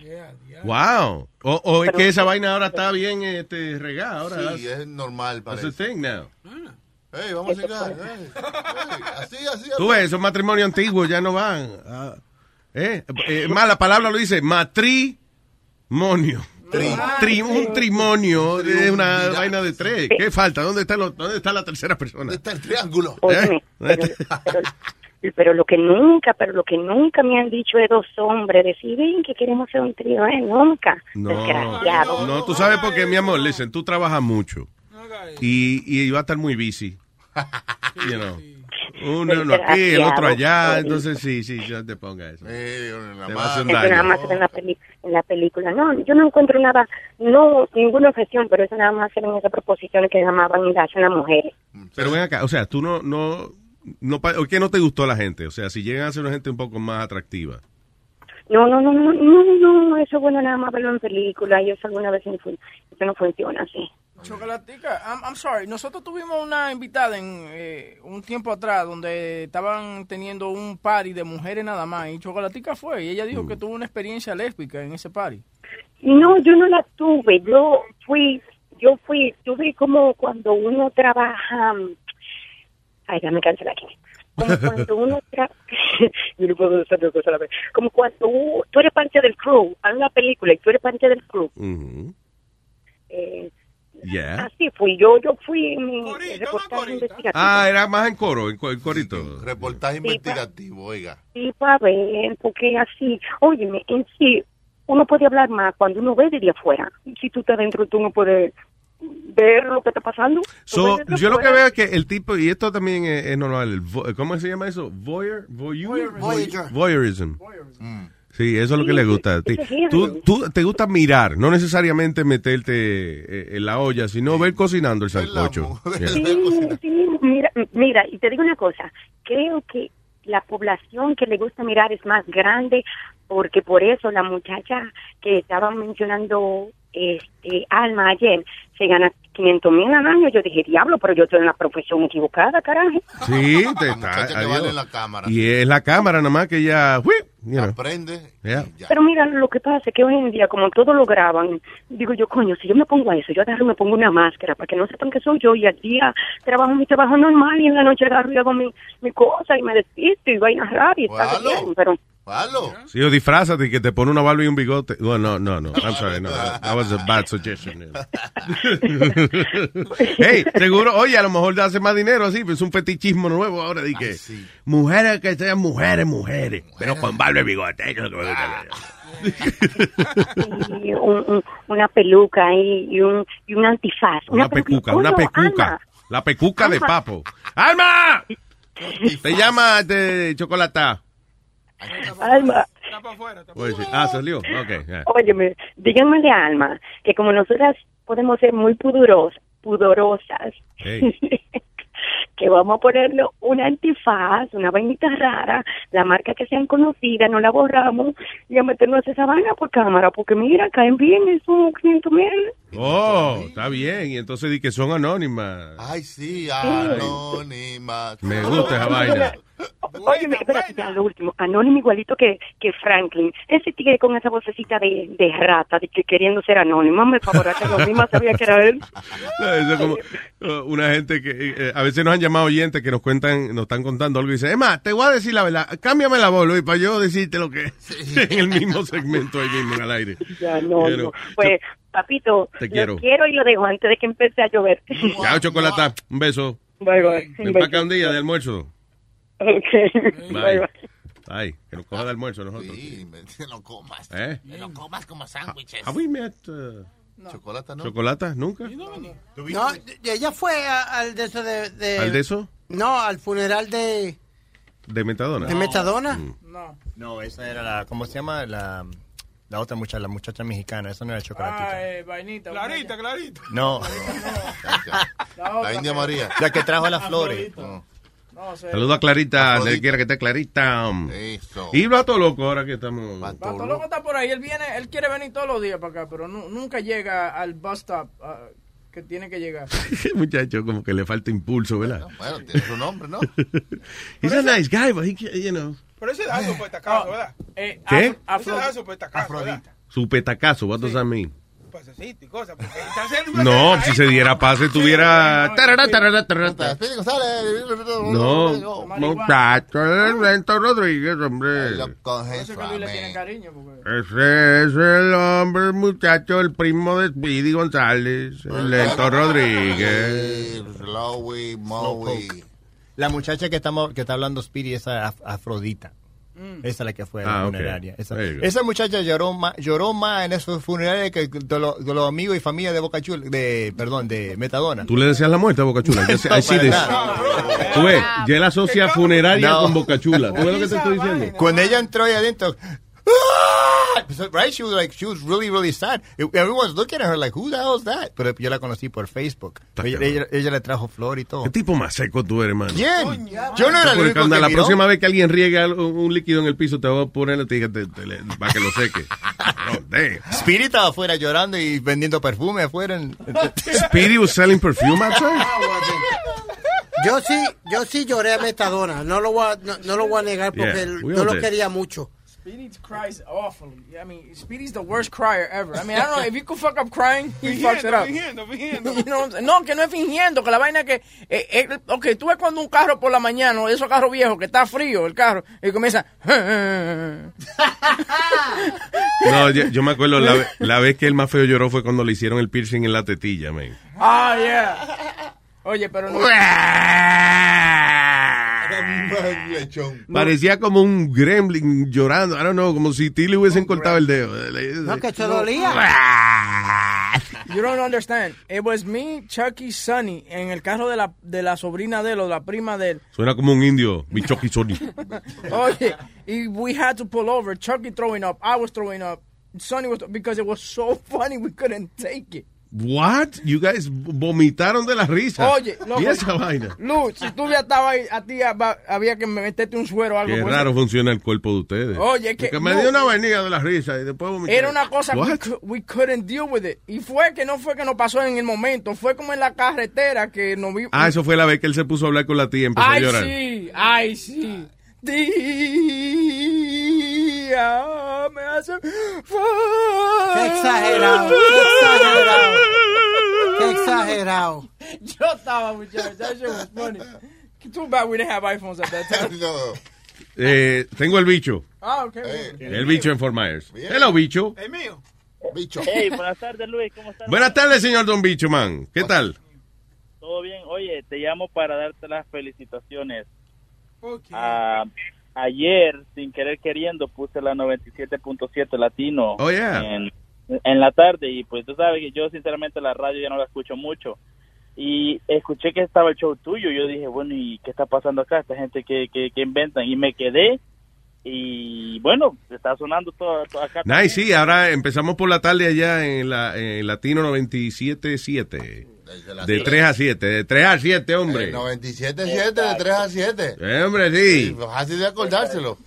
Speaker 17: Wow. O, o es que esa vaina ahora está bien este, regada. Ahora,
Speaker 6: Sí, es normal,
Speaker 17: That's
Speaker 6: parece.
Speaker 17: the thing now.
Speaker 6: Ey, vamos a llegar. ey, ey, así, así.
Speaker 17: Tú ves, esos matrimonios antiguos ya no van. Ah, ¿eh? Eh, más, la palabra lo dice matrimonio. Tri- un trimonio es una vaina de tres. ¿Qué falta? ¿Dónde está, lo- ¿Dónde está la tercera persona? ¿Eh? ¿Dónde está el triángulo?
Speaker 20: Óyeme,
Speaker 17: (laughs)
Speaker 20: Pero lo que nunca, pero lo que nunca me han dicho es dos hombres, decir, ven que queremos ser un trío, ¿eh? Nunca. Desgraciado.
Speaker 17: No, no, tú sabes por qué, mi amor. Listen, tú trabajas mucho y, y va a estar muy busy. You know. Uno, uno aquí, el otro allá. Entonces, sí, sí, yo te ponga eso. Te va a hacer un
Speaker 20: Eso nada
Speaker 17: daño.
Speaker 20: más era en la, peli- en la película. No, yo no encuentro nada, no, ninguna objeción, pero eso nada más eran esas proposiciones que llamaban y le hacen las mujeres.
Speaker 17: Pero ven acá, o sea, tú no, no, no, pa- ¿o qué no te gustó la gente? O sea, si llegan a ser una gente un poco más atractiva.
Speaker 20: No, no, no, no, no, no, no, eso bueno nada más verlo en película y eso alguna vez no fun- eso no funciona así.
Speaker 5: Chocolatica, I'm, I'm sorry. Nosotros tuvimos una invitada en eh, un tiempo atrás donde estaban teniendo un party de mujeres nada más y Chocolatica fue y ella dijo que tuvo una experiencia lésbica en ese party.
Speaker 20: No, yo no la tuve. Yo fui, yo fui, tuve como cuando uno trabaja. Ay, ya me cansé aquí. Como cuando uno tra- (laughs) yo no puedo hacer dos cosas a la vez. Como cuando u- tú eres parte del crew, hay una película y tú eres parte del crew.
Speaker 17: Ujú.
Speaker 20: Eh,
Speaker 17: Yeah.
Speaker 20: Así fui yo, yo fui en mi reportaje investigativo.
Speaker 17: Ah, era más en coro, en, co- en corito.
Speaker 6: Reportaje investigativo, oiga.
Speaker 20: Sí, para ver, porque así, óyeme, en sí, uno puede hablar más cuando uno ve desde afuera. Si tú estás dentro, tú no puedes ver lo que está pasando. Tú
Speaker 17: So,
Speaker 20: ves desde
Speaker 17: yo lo que
Speaker 20: afuera.
Speaker 17: veo es que el tipo, y esto también es, es normal, el vo- ¿cómo se llama eso? Voyeur, voyeur,
Speaker 20: Voyeurism.
Speaker 17: voyeurism.
Speaker 6: Mm.
Speaker 17: Sí, eso es lo que
Speaker 20: Sí,
Speaker 17: le gusta a ti.
Speaker 20: eso es eso.
Speaker 17: Tú, tú- te gusta mirar, no necesariamente meterte eh, en la olla, sino ver cocinando el sancocho. Yeah. (laughs)
Speaker 20: Sí, sí, mira, mira, y te digo una cosa, creo que la población que le gusta mirar es más grande porque por eso la muchacha que estaba mencionando este Alma ayer se gana 500 mil al año. Yo dije, diablo, pero yo estoy en la profesión equivocada, carajo.
Speaker 6: (laughs)
Speaker 17: Sí, te está.
Speaker 6: Muchacha que
Speaker 17: adiós.
Speaker 6: vale la cámara.
Speaker 17: Y es la cámara nada más que ya.
Speaker 6: Aprende.
Speaker 20: Pero mira, lo que pasa es que hoy en día, como todo lo graban, digo yo, coño, si yo me pongo a eso, yo agarro y me pongo una máscara para que no sepan que soy yo y al día trabajo mi trabajo normal y en la noche agarro y hago mi, mi cosa y me despisto y vainas raras y está bien, pero... (laughs)
Speaker 17: Sí, o disfrázate y que te pone una barba y un bigote. Well, no, no, no. I'm sorry, no. That that was a bad suggestion.
Speaker 6: (laughs)
Speaker 17: hey, seguro, oye, a lo mejor te hace más dinero así, pues es un fetichismo nuevo ahora. Di
Speaker 6: Ah,
Speaker 17: que mujeres que sean mujeres, mujeres, pero con barba y bigote. eso es lo que me gusta.
Speaker 20: y un- un- una peluca y, y un, y un antifaz.
Speaker 17: Una pecuca, una
Speaker 20: Coño,
Speaker 17: pecuca.
Speaker 20: Ana,
Speaker 17: La pecuca de
Speaker 20: Alma.
Speaker 17: papo. ¡Alma! Te llama de chocolata.
Speaker 20: Alma,
Speaker 17: Oye, sí. Ah, salió. Ok. yeah.
Speaker 20: óyeme, díganme de Alma, que como nosotras podemos ser muy pudorosas, pudorosas,
Speaker 17: Hey.
Speaker 20: que vamos a ponerle un antifaz, una vainita rara, la marca que sean conocidas, no la borramos, y a meternos esa vaina por cámara, porque mira, caen bien, es un 500 mil.
Speaker 17: Oh, está bien. Y entonces di que son anónimas.
Speaker 6: Ay, sí,
Speaker 17: Ah,
Speaker 6: anónima.
Speaker 17: Me
Speaker 20: Ah,
Speaker 17: gusta esa vaina.
Speaker 20: Oye, espérate, ya lo último. Anónimo igualito que, que Franklin. Ese tigre con esa vocecita de, de rata, de que queriendo ser anónimo, me favorece lo mismo, sabía
Speaker 17: (laughs)
Speaker 20: que era él.
Speaker 17: No, eso es como eh, una gente que eh, a veces nos han llamado oyentes que nos cuentan, nos están contando algo y dicen, Emma, te voy a decir la verdad, cámbiame la voz, Luis, para yo decirte lo que es (laughs) en el mismo segmento ahí mismo en el aire.
Speaker 20: Ya, no,
Speaker 17: Pero,
Speaker 20: no. Pues, papito,
Speaker 17: Te
Speaker 20: lo
Speaker 17: quiero.
Speaker 20: quiero y lo dejo antes de que empiece a llover.
Speaker 17: Chao, Chocolata, un beso.
Speaker 20: Bye, bye.
Speaker 17: Ven para acá un día de almuerzo.
Speaker 20: (laughs) Ok.
Speaker 17: Mm. Bye. Ay, que nos coja de almuerzo nosotros.
Speaker 6: Sí, me- no comas.
Speaker 17: ¿Eh?
Speaker 6: No comas como sándwiches.
Speaker 17: Have we met uh,
Speaker 6: Chocolata, no.
Speaker 17: Chocolata? ¿Nunca?
Speaker 2: No, ella fue a- al de eso de, de-
Speaker 17: ¿Al de eso?
Speaker 2: No, al funeral de,
Speaker 17: ¿De Metadona?
Speaker 2: de Metadona.
Speaker 17: Mm.
Speaker 2: No.
Speaker 12: No, esa era la, ¿cómo se llama? La, la otra muchacha, la muchacha mexicana, esa no era chocolatita.
Speaker 5: Ah, eh, vainita.
Speaker 9: Clarita, clarita.
Speaker 12: No.
Speaker 5: La, otra que-
Speaker 12: La que trajo las flores.
Speaker 5: No sé.
Speaker 17: Saludos a Clarita, donde quiera que esté Clarita. Y Bato Loco, ahora que estamos.
Speaker 5: Bato Loco está por ahí. Él viene, él quiere venir todos los días para acá, pero nu- nunca llega al bus stop ah, que tiene que llegar.
Speaker 17: (laughs) Muchacho, como que le falta impulso, ¿verdad?
Speaker 6: Bueno, tiene su nombre, ¿no?
Speaker 17: (laughs) He's a nice guy, but he, ca- you know.
Speaker 9: Pero ese da su puesta
Speaker 5: Ah,
Speaker 9: casa, pues, ¿verdad?
Speaker 5: eh,
Speaker 17: ¿Qué?
Speaker 9: Ese da su puesta casa, pues, ¿verdad?
Speaker 17: Su petacazo, what does that mean?
Speaker 9: Pasecito y
Speaker 5: (laughs)
Speaker 9: cosas. porque está haciendo (laughs) una-
Speaker 17: No, si se diera pase, tuviera. Tarara, tarara, tarara.
Speaker 6: Pide González.
Speaker 17: No, muchacho, Ernesto Rodríguez, hombre.
Speaker 6: Coge
Speaker 5: Eso que Luis le tiene cariño. Porque...
Speaker 17: Ese es el hombre, muchacho, el primo de Speedy González, Ernesto Rodríguez.
Speaker 12: Slowpoke. La muchacha que estamos que está hablando Speedy, esa af- Afrodita. Esa es la que fue a la
Speaker 17: Ah, ok.
Speaker 12: funeraria. Esa,
Speaker 17: There you go.
Speaker 12: esa muchacha lloró más, lloró más en esos funerales que de, lo- de los amigos y familia de Boca Chula, de, perdón, de Metadona.
Speaker 17: Tú le decías la muerte a
Speaker 12: (laughs)
Speaker 17: Bocachula. Yo sé, I see this. Tú ves, ya la asocia funeraria
Speaker 12: No.
Speaker 17: con Bocachula. ¿Tú ves lo que te estoy diciendo?
Speaker 12: Cuando ella entró ahí adentro, ¡ah! So, right, she was like, she was really, really sad. Everyone's looking at her like, who the hell is that? Pero yo la conocí por Facebook. Ella, ella- ella le trajo flor y todo.
Speaker 17: ¿Qué tipo más seco tú eres, hermano?
Speaker 12: ¿Quién? Yo no era el
Speaker 17: Porque
Speaker 12: único
Speaker 17: cuando
Speaker 12: que
Speaker 17: la
Speaker 12: miró.
Speaker 17: próxima vez que alguien riegue algo- un líquido en el piso, te voy a poner la tija te- te le- para que lo
Speaker 12: (laughs)
Speaker 17: seque. Oh,
Speaker 12: Spirit estaba afuera llorando y vendiendo perfume afuera. en-
Speaker 17: Speedy was selling perfume outside?
Speaker 2: Yo sí, yo sí lloré a Metadona. No lo voy a, no, no lo voy a negar porque
Speaker 17: Yeah, we all
Speaker 2: yo lo
Speaker 17: did.
Speaker 2: quería mucho.
Speaker 5: Speedy cries awfully. I mean, Speedy's the worst crier ever. I mean, I don't know. If you could fuck up crying, he fucks it up.
Speaker 22: Fingiendo, fingiendo.
Speaker 5: (laughs) You know what I'm saying? no, que no es fingiendo, que la vaina que... Eh, eh, ok, tú ves cuando un carro por la mañana, o esos carros viejos, que está frío el carro, y comienza...
Speaker 17: No, yo, yo me acuerdo la, ve- la vez que el más feo lloró fue cuando le hicieron el piercing en la tetilla, man.
Speaker 5: Ah, yeah. Oye, pero no...
Speaker 6: Lechón.
Speaker 17: Parecía como un gremlin llorando, I don't know, como si Tilly hubiesen cortado el dedo.
Speaker 5: No,
Speaker 13: que
Speaker 5: se (laughs) You don't understand. It was me, Chucky, Sunny, en el carro de la, de la sobrina de él o la prima de él.
Speaker 17: Suena como un indio, Michoki Sony.
Speaker 5: (laughs) Oye, y Oh, we had to pull over. Chucky throwing up. I was throwing up. Sunny was because it was so (laughs) funny we couldn't take it.
Speaker 17: What? You guys vomitaron de la risa.
Speaker 5: Oye, loco.
Speaker 17: y esa vaina.
Speaker 5: Luz, si tú ya estabas ahí, a ti haba- había que meterte un suero o algo.
Speaker 17: Qué
Speaker 5: pues.
Speaker 17: raro funciona el cuerpo de ustedes.
Speaker 5: Oye, que-
Speaker 17: Porque me
Speaker 5: no.
Speaker 17: dio una vainilla de la risa y después vomité.
Speaker 5: Era una cosa
Speaker 17: What?
Speaker 5: que cou- we couldn't deal with it. Y fue que no fue que nos pasó en el momento, fue como en la carretera que nos vimos.
Speaker 17: Ah, eso fue la vez que él se puso a hablar con la tía y empezó a
Speaker 5: Ay,
Speaker 17: llorar.
Speaker 5: sí, ay, sí. (laughs) Día me hace falta.
Speaker 13: Qué exagerado, qué exagerado. Qué exagerado.
Speaker 5: Yo estaba, muchachos. That shit was funny. Too bad we didn't have iPhones at that time.
Speaker 6: no.
Speaker 17: Eh, tengo el bicho.
Speaker 5: Ah, ok.
Speaker 17: El bicho en Fort Myers. Hello, bicho.
Speaker 22: Es mío.
Speaker 6: Bicho.
Speaker 7: Hey, buenas tardes, Luis. ¿Cómo estás?
Speaker 17: Buenas tardes, señor Don Bicho, man. ¿Qué tal?
Speaker 7: ¿Todo bien? Oye, te llamo para darte las felicitaciones. Ah, ayer, sin querer queriendo, puse la 97.7 Latino
Speaker 17: Oh, yeah.
Speaker 7: en, en la tarde. Y pues tú sabes que yo, sinceramente, la radio ya no la escucho mucho. Y escuché que estaba el show tuyo. Yo dije, bueno, ¿y qué está pasando acá? Esta gente que, que, que inventan. Y me quedé. Y bueno, está sonando todo, todo acá.
Speaker 17: Nice, sí. Ahora empezamos por la tarde allá en, la, en Latino 97.7.
Speaker 6: las
Speaker 17: De
Speaker 6: tres.
Speaker 17: 3 a 7. De 3 a 7, hombre.
Speaker 6: 97.7 de 3 a 7.
Speaker 17: Eh, Hombre, sí.
Speaker 6: Así de acordárselo.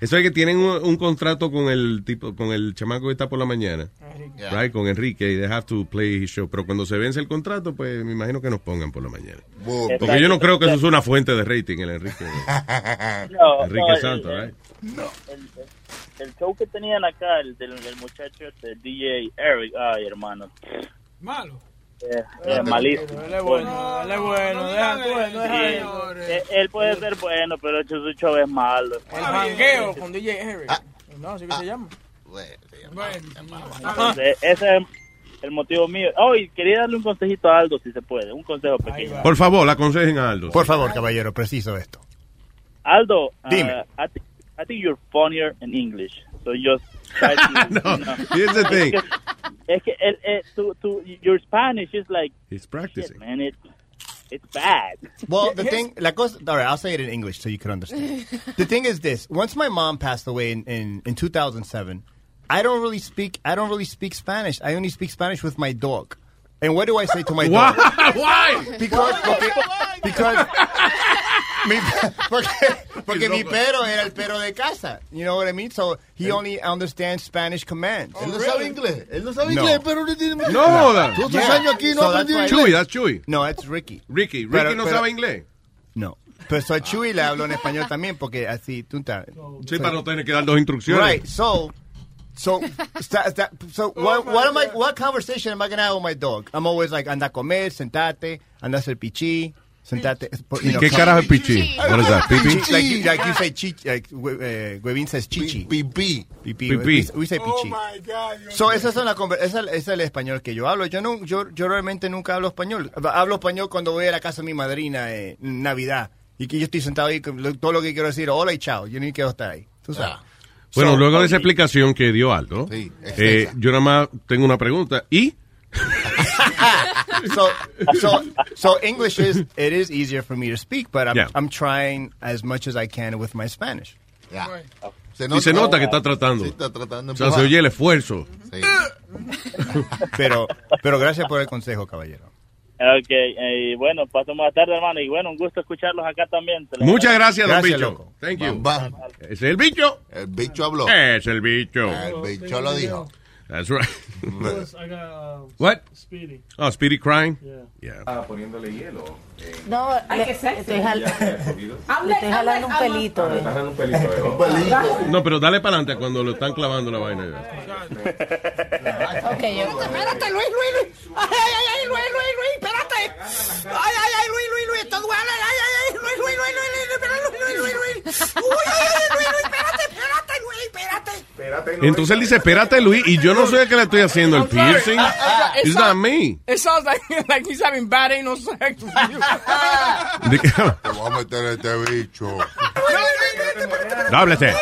Speaker 17: Eso es que tienen un, un contrato con el tipo, con el chamaco que está por la mañana.
Speaker 6: Yeah.
Speaker 17: Right, con Enrique. y They have to play his show. Pero cuando se vence el contrato, pues me imagino que nos pongan por la mañana.
Speaker 6: Boom.
Speaker 17: Porque yo no creo que eso es una fuente de rating, el
Speaker 12: (laughs)
Speaker 17: Enrique.
Speaker 7: No,
Speaker 17: Enrique
Speaker 7: no,
Speaker 17: Santos,
Speaker 7: el-
Speaker 17: right?
Speaker 7: el, el- el show que tenían acá, el del, del muchacho, el DJ Eric, ay hermano.
Speaker 22: Malo.
Speaker 7: Eh, eh, malísimo.
Speaker 5: Él es bueno, él es bueno. Deja tú, él no es
Speaker 7: Sí,
Speaker 5: ahí.
Speaker 7: eh, él puede ser bueno, pero su show es malo.
Speaker 5: El jangueo con DJ Henry.
Speaker 9: Ah.
Speaker 5: No, así que se llama.
Speaker 7: Entonces, Ese es el motivo mío. Oh, y quería darle un consejito a Aldo, si se puede. Un consejo pequeño.
Speaker 17: Por favor, aconsejen a Aldo.
Speaker 12: Por favor, caballero, preciso esto.
Speaker 7: Aldo,
Speaker 12: Dime.
Speaker 7: uh, I, thi- I think you're funnier in English. So just
Speaker 17: (laughs)
Speaker 7: try to. you know.
Speaker 17: here's
Speaker 7: (laughs)
Speaker 17: the thing.
Speaker 7: Es que, es que el, eh, tu- tu- your Spanish is like,
Speaker 17: He's practicing.
Speaker 7: shit, man, it's, it's bad.
Speaker 12: Well,
Speaker 7: (laughs)
Speaker 12: the thing, la cosa, all right, I'll say it in English so you can understand. the thing is this: once my mom passed away in, in, in 2007, I don't really speak. I don't really speak Spanish. I only speak Spanish with my dog. And what do I say to my dog?
Speaker 3: (laughs)
Speaker 17: (laughs)
Speaker 3: Why?
Speaker 12: Because,
Speaker 6: (laughs)
Speaker 12: because mi, porque, porque mi perro era el perro de casa. You know what I mean? So he only understands Spanish commands.
Speaker 6: Él no sabe inglés. Él no sabe
Speaker 12: No.
Speaker 6: inglés, pero no tiene
Speaker 12: joda.
Speaker 6: Tú tus años aquí no
Speaker 12: So
Speaker 6: aprendí
Speaker 12: that's
Speaker 6: inglés.
Speaker 12: why-
Speaker 17: Chuy.
Speaker 12: No, that's Ricky.
Speaker 17: Ricky, Ricky
Speaker 12: Pero-
Speaker 17: no
Speaker 12: pero-
Speaker 17: sabe inglés.
Speaker 12: No. Pero so a Chuy le hablo en español también porque así, tú sabes.
Speaker 17: Sí,
Speaker 12: So-
Speaker 17: para no tener que dar dos instrucciones.
Speaker 12: Right. So, so, sta- sta- so what, what am I? What conversation am I gonna have with my dog? I'm always like, anda a comer, sentate, anda a hacer pichi, sentate.
Speaker 17: ¿Y qué carajo es pichi? What is that, pipí?
Speaker 12: Like, you- like you say, chichi. Like uh, Guevín says chichi.
Speaker 6: Pipí.
Speaker 12: Pipí.
Speaker 17: Pipí.
Speaker 12: We, we say pichi. So, esa es, la conver- esa esa es el español que yo hablo. Yo, no, yo, yo realmente nunca hablo español. Hablo español cuando voy a la casa de mi madrina eh, en Navidad. Y que yo estoy sentado ahí, con lo- todo lo que quiero decir, hola y chao. Yo ni quiero estar ahí. Tú sabes.
Speaker 17: Bueno,
Speaker 12: So-
Speaker 17: luego de esa explicación que dio Aldo, eh, yo nada más tengo una pregunta. ¿Y?
Speaker 12: so, so, so English is it is easier for me to speak, but I'm,
Speaker 17: Yeah.
Speaker 12: I'm trying as much as I can with my Spanish.
Speaker 6: Se
Speaker 17: y se nota que está tratando.
Speaker 6: Sí, está tratando.
Speaker 17: O sea, se oye el esfuerzo.
Speaker 12: Pero, pero gracias por el consejo, caballero.
Speaker 7: Ok, eh, y bueno, paso más tarde, hermano. Y bueno, un gusto escucharlos acá también. Te lo
Speaker 17: Muchas
Speaker 7: agradezco.
Speaker 17: gracias, don Bicho. Thank you. Es el bicho.
Speaker 6: El bicho habló.
Speaker 17: Es el bicho.
Speaker 6: El bicho lo dijo.
Speaker 17: That's right.
Speaker 23: Plus, I got, um,
Speaker 17: What?
Speaker 23: Speedy.
Speaker 17: Oh, Speedy crying?
Speaker 23: Yeah.
Speaker 17: Yeah.
Speaker 24: Ah, Poniéndole hielo. pues,
Speaker 15: No, le, estoy, jal- (laughs) le estoy jalando un pelito. eh.
Speaker 24: un pelito, eh.
Speaker 17: No, pero dale para adelante cuando lo están clavando la vaina. ya.
Speaker 23: (laughs)
Speaker 3: Espérate, Luis, Luis, Luis. Ay, ay, ay, Luis, Luis, Luis, espérate. Ay, ay, ay, Luis, Luis, Luis, esto duele. Ay, ay, ay, Luis, Luis, Luis, Luis, Luis, espera, Luis, Luis, Luis, Luis. Uy, ay, ay, Luis, Luis, espérate, espérate, Luis, espérate.
Speaker 17: Entonces él dice, espérate Luis, y yo no soy el que le estoy haciendo el piercing.
Speaker 23: Ah,
Speaker 5: Ah,
Speaker 17: It's not me.
Speaker 5: It (laughs) sounds like, like he's having bad anal sex with you.
Speaker 17: De que-
Speaker 6: Te voy a meter este bicho.
Speaker 17: Dóblate.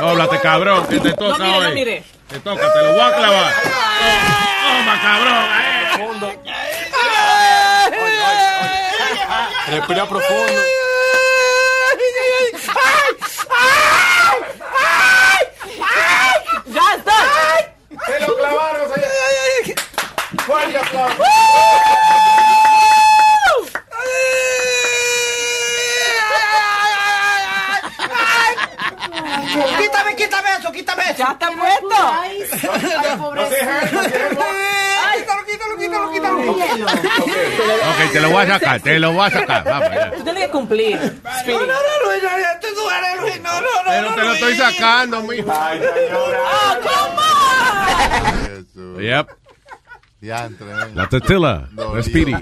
Speaker 17: Dóblate, cabrón, que te toca
Speaker 3: No mire, no
Speaker 17: hoy.
Speaker 3: mire.
Speaker 17: Te toca, te lo voy a clavar.
Speaker 3: Toma, cabrón. eh.
Speaker 24: Respira profundo.
Speaker 3: ¡Ya está! ¡Se lo clavaron! ¡Guardia,
Speaker 18: Quítame, quítame eso, quítame eso. Ya está muerto. Ay, Ay, quítalo, quítalo, quítalo, quítalo.
Speaker 17: Ok, te lo voy a sacar, te lo voy a sacar. Vamos, ya.
Speaker 24: Tú tienes que cumplir. No, no, no, Luis, no, te duele, Luis. No, no, no.
Speaker 17: Pero te lo estoy sacando, mijo.
Speaker 24: ¡Ah,
Speaker 17: Yep. La tetila. La Speedy.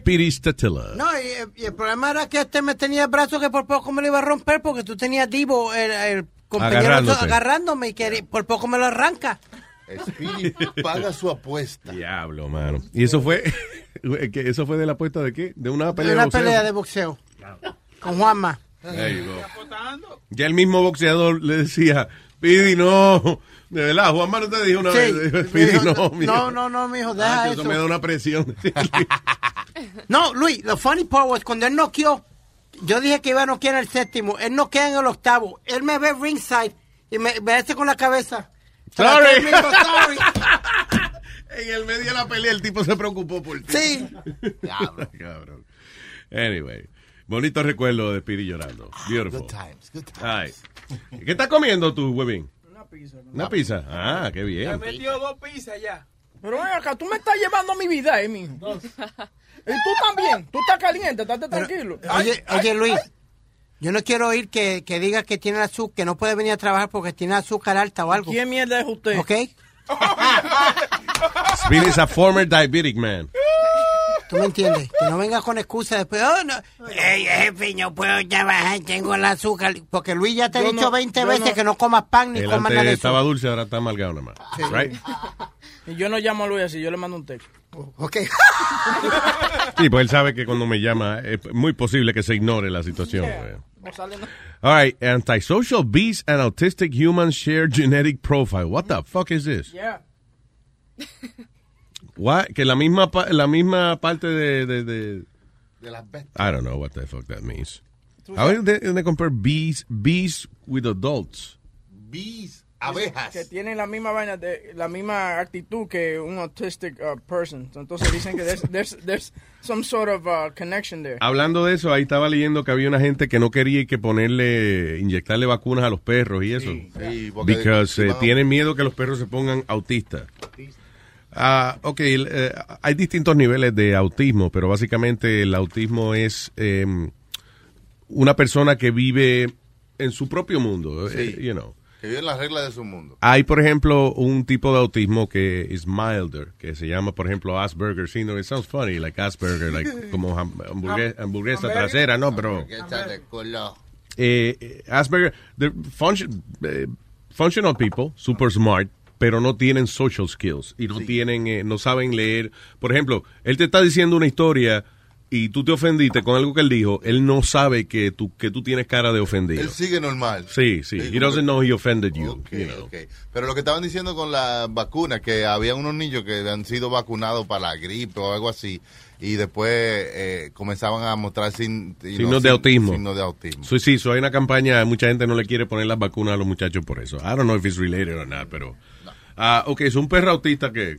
Speaker 17: Speedy tetila.
Speaker 2: No, y, y el problema era que este me tenía el brazo que por poco me lo iba a romper porque tú tenías Divo, el, el compañero
Speaker 6: Agarrándote.
Speaker 2: agarrándome y que por poco me lo arranca.
Speaker 6: Paga su apuesta.
Speaker 17: Diablo, mano. Y eso fue, que eso fue de la apuesta de qué? De una pelea
Speaker 2: Una
Speaker 17: de boxeo.
Speaker 2: pelea de boxeo con Juanma.
Speaker 17: There you go. Ya el mismo boxeador le decía, Pidi, no. De verdad, Juan Manuel te dijo una
Speaker 2: Sí.
Speaker 17: vez, Pidi, no,
Speaker 2: No,
Speaker 17: mira.
Speaker 2: no, no, mijo, deja
Speaker 17: Ah,
Speaker 2: eso.
Speaker 17: eso me da una presión.
Speaker 2: No, Luis, lo funny part was cuando él noqueó, yo dije que iba a noquear en el séptimo, él noquea en el octavo, él me ve ringside y me, me hace con la cabeza.
Speaker 17: Sorry.
Speaker 2: Me dijo, sorry.
Speaker 17: (laughs) en el medio de la pelea el tipo se preocupó por ti.
Speaker 2: Sí.
Speaker 17: Diablo, cabrón. Anyway, bonito recuerdo de Piri llorando. Beautiful. Ah, Good times, good times. ¿Qué estás comiendo tú, huevín?
Speaker 9: Una pizza. ¿no?
Speaker 17: ¿Una pizza? Ah, qué
Speaker 9: Me
Speaker 17: (laughs) bien.
Speaker 9: metió dos pizzas ya.
Speaker 5: Pero ven acá, tú me estás llevando mi vida, eh, mijo. Y tú también. Tú estás caliente, estate tranquilo.
Speaker 2: Oye, oye, Luis, yo no quiero oír que, que diga que tiene azúcar, que no puede venir a trabajar porque tiene azúcar alta o algo.
Speaker 5: ¿Quién mierda es usted?
Speaker 2: ¿Ok?
Speaker 17: Speedy is a former diabetic (laughs) man.
Speaker 2: ¿Tú me entiendes? Que no vengas con excusas después. Oh, no. Ey, jefe, yo puedo trabajar, tengo el azúcar. Porque Luis ya te ha
Speaker 5: Yo
Speaker 2: dicho
Speaker 5: no,
Speaker 2: 20
Speaker 5: yo
Speaker 2: veces
Speaker 5: no.
Speaker 2: que no comas pan ni
Speaker 17: Él
Speaker 2: comas nada
Speaker 17: antes
Speaker 2: de eso.
Speaker 17: estaba dulce, ahora está amargado nada más. Right?
Speaker 5: Y yo no llamo a Luis así, yo le mando un texto.
Speaker 2: Ok.
Speaker 17: Sí, pues él sabe que cuando me llama es muy posible que se ignore la situación. güey.
Speaker 5: No sale nada.
Speaker 17: All right, antisocial beasts and autistic humans share genetic profile. What the fuck is
Speaker 24: (laughs)
Speaker 17: this?
Speaker 5: Yeah.
Speaker 17: What? Que la misma pa- la misma parte de, de, de
Speaker 6: De las bestias.
Speaker 17: I don't know what the fuck that means. How do they, they compare bees bees with adults?
Speaker 6: Bees, abejas.
Speaker 5: Que tienen la misma vaina, de, la misma actitud que un autistic uh, person. Entonces dicen
Speaker 6: (laughs)
Speaker 5: que there's, there's, there's some sort of uh, connection there.
Speaker 17: Hablando de eso, ahí estaba leyendo que había una gente que no quería que ponerle inyectarle vacunas a los perros y eso.
Speaker 6: Sí, porque-
Speaker 17: Because eh,
Speaker 6: Vamos.
Speaker 17: tienen miedo que los perros se pongan autistas. Ah, ok, el, eh, hay distintos niveles de autismo, pero básicamente el autismo es eh, una persona que vive en su propio mundo,
Speaker 6: Sí.
Speaker 17: eh, you know.
Speaker 6: Que viven las reglas de su mundo.
Speaker 17: Hay, por ejemplo, un tipo de autismo que es milder, que se llama, por ejemplo, Asperger syndrome. It sounds funny, like Asperger, like como ham- hamburgue- hamburguesa trasera, ¿no? Pero
Speaker 6: Hamburguesa de culo.
Speaker 17: eh, eh, Asperger, the function- eh, functional people, super smart, pero no tienen social skills y no tienen, eh, no saben leer. Por ejemplo, él te está diciendo una historia y tú te ofendiste con algo que él dijo. Él no sabe que tú que tú tienes cara de ofendido.
Speaker 6: Él sigue normal.
Speaker 17: Sí, sí. He doesn't know he offended you. you know.
Speaker 6: Ok. Pero lo que estaban diciendo con la vacuna, que había unos niños que han sido vacunados para la gripe o algo así, y después eh, comenzaban a mostrar sin- y no,
Speaker 17: Signos de
Speaker 6: sin-
Speaker 17: autismo.
Speaker 6: Signos de autismo.
Speaker 17: Sí, sí, so hay una campaña, mucha gente no le quiere poner las vacunas a los muchachos por eso. I don't know if it's related or not, pero... Ah, ok, es un perro autista que...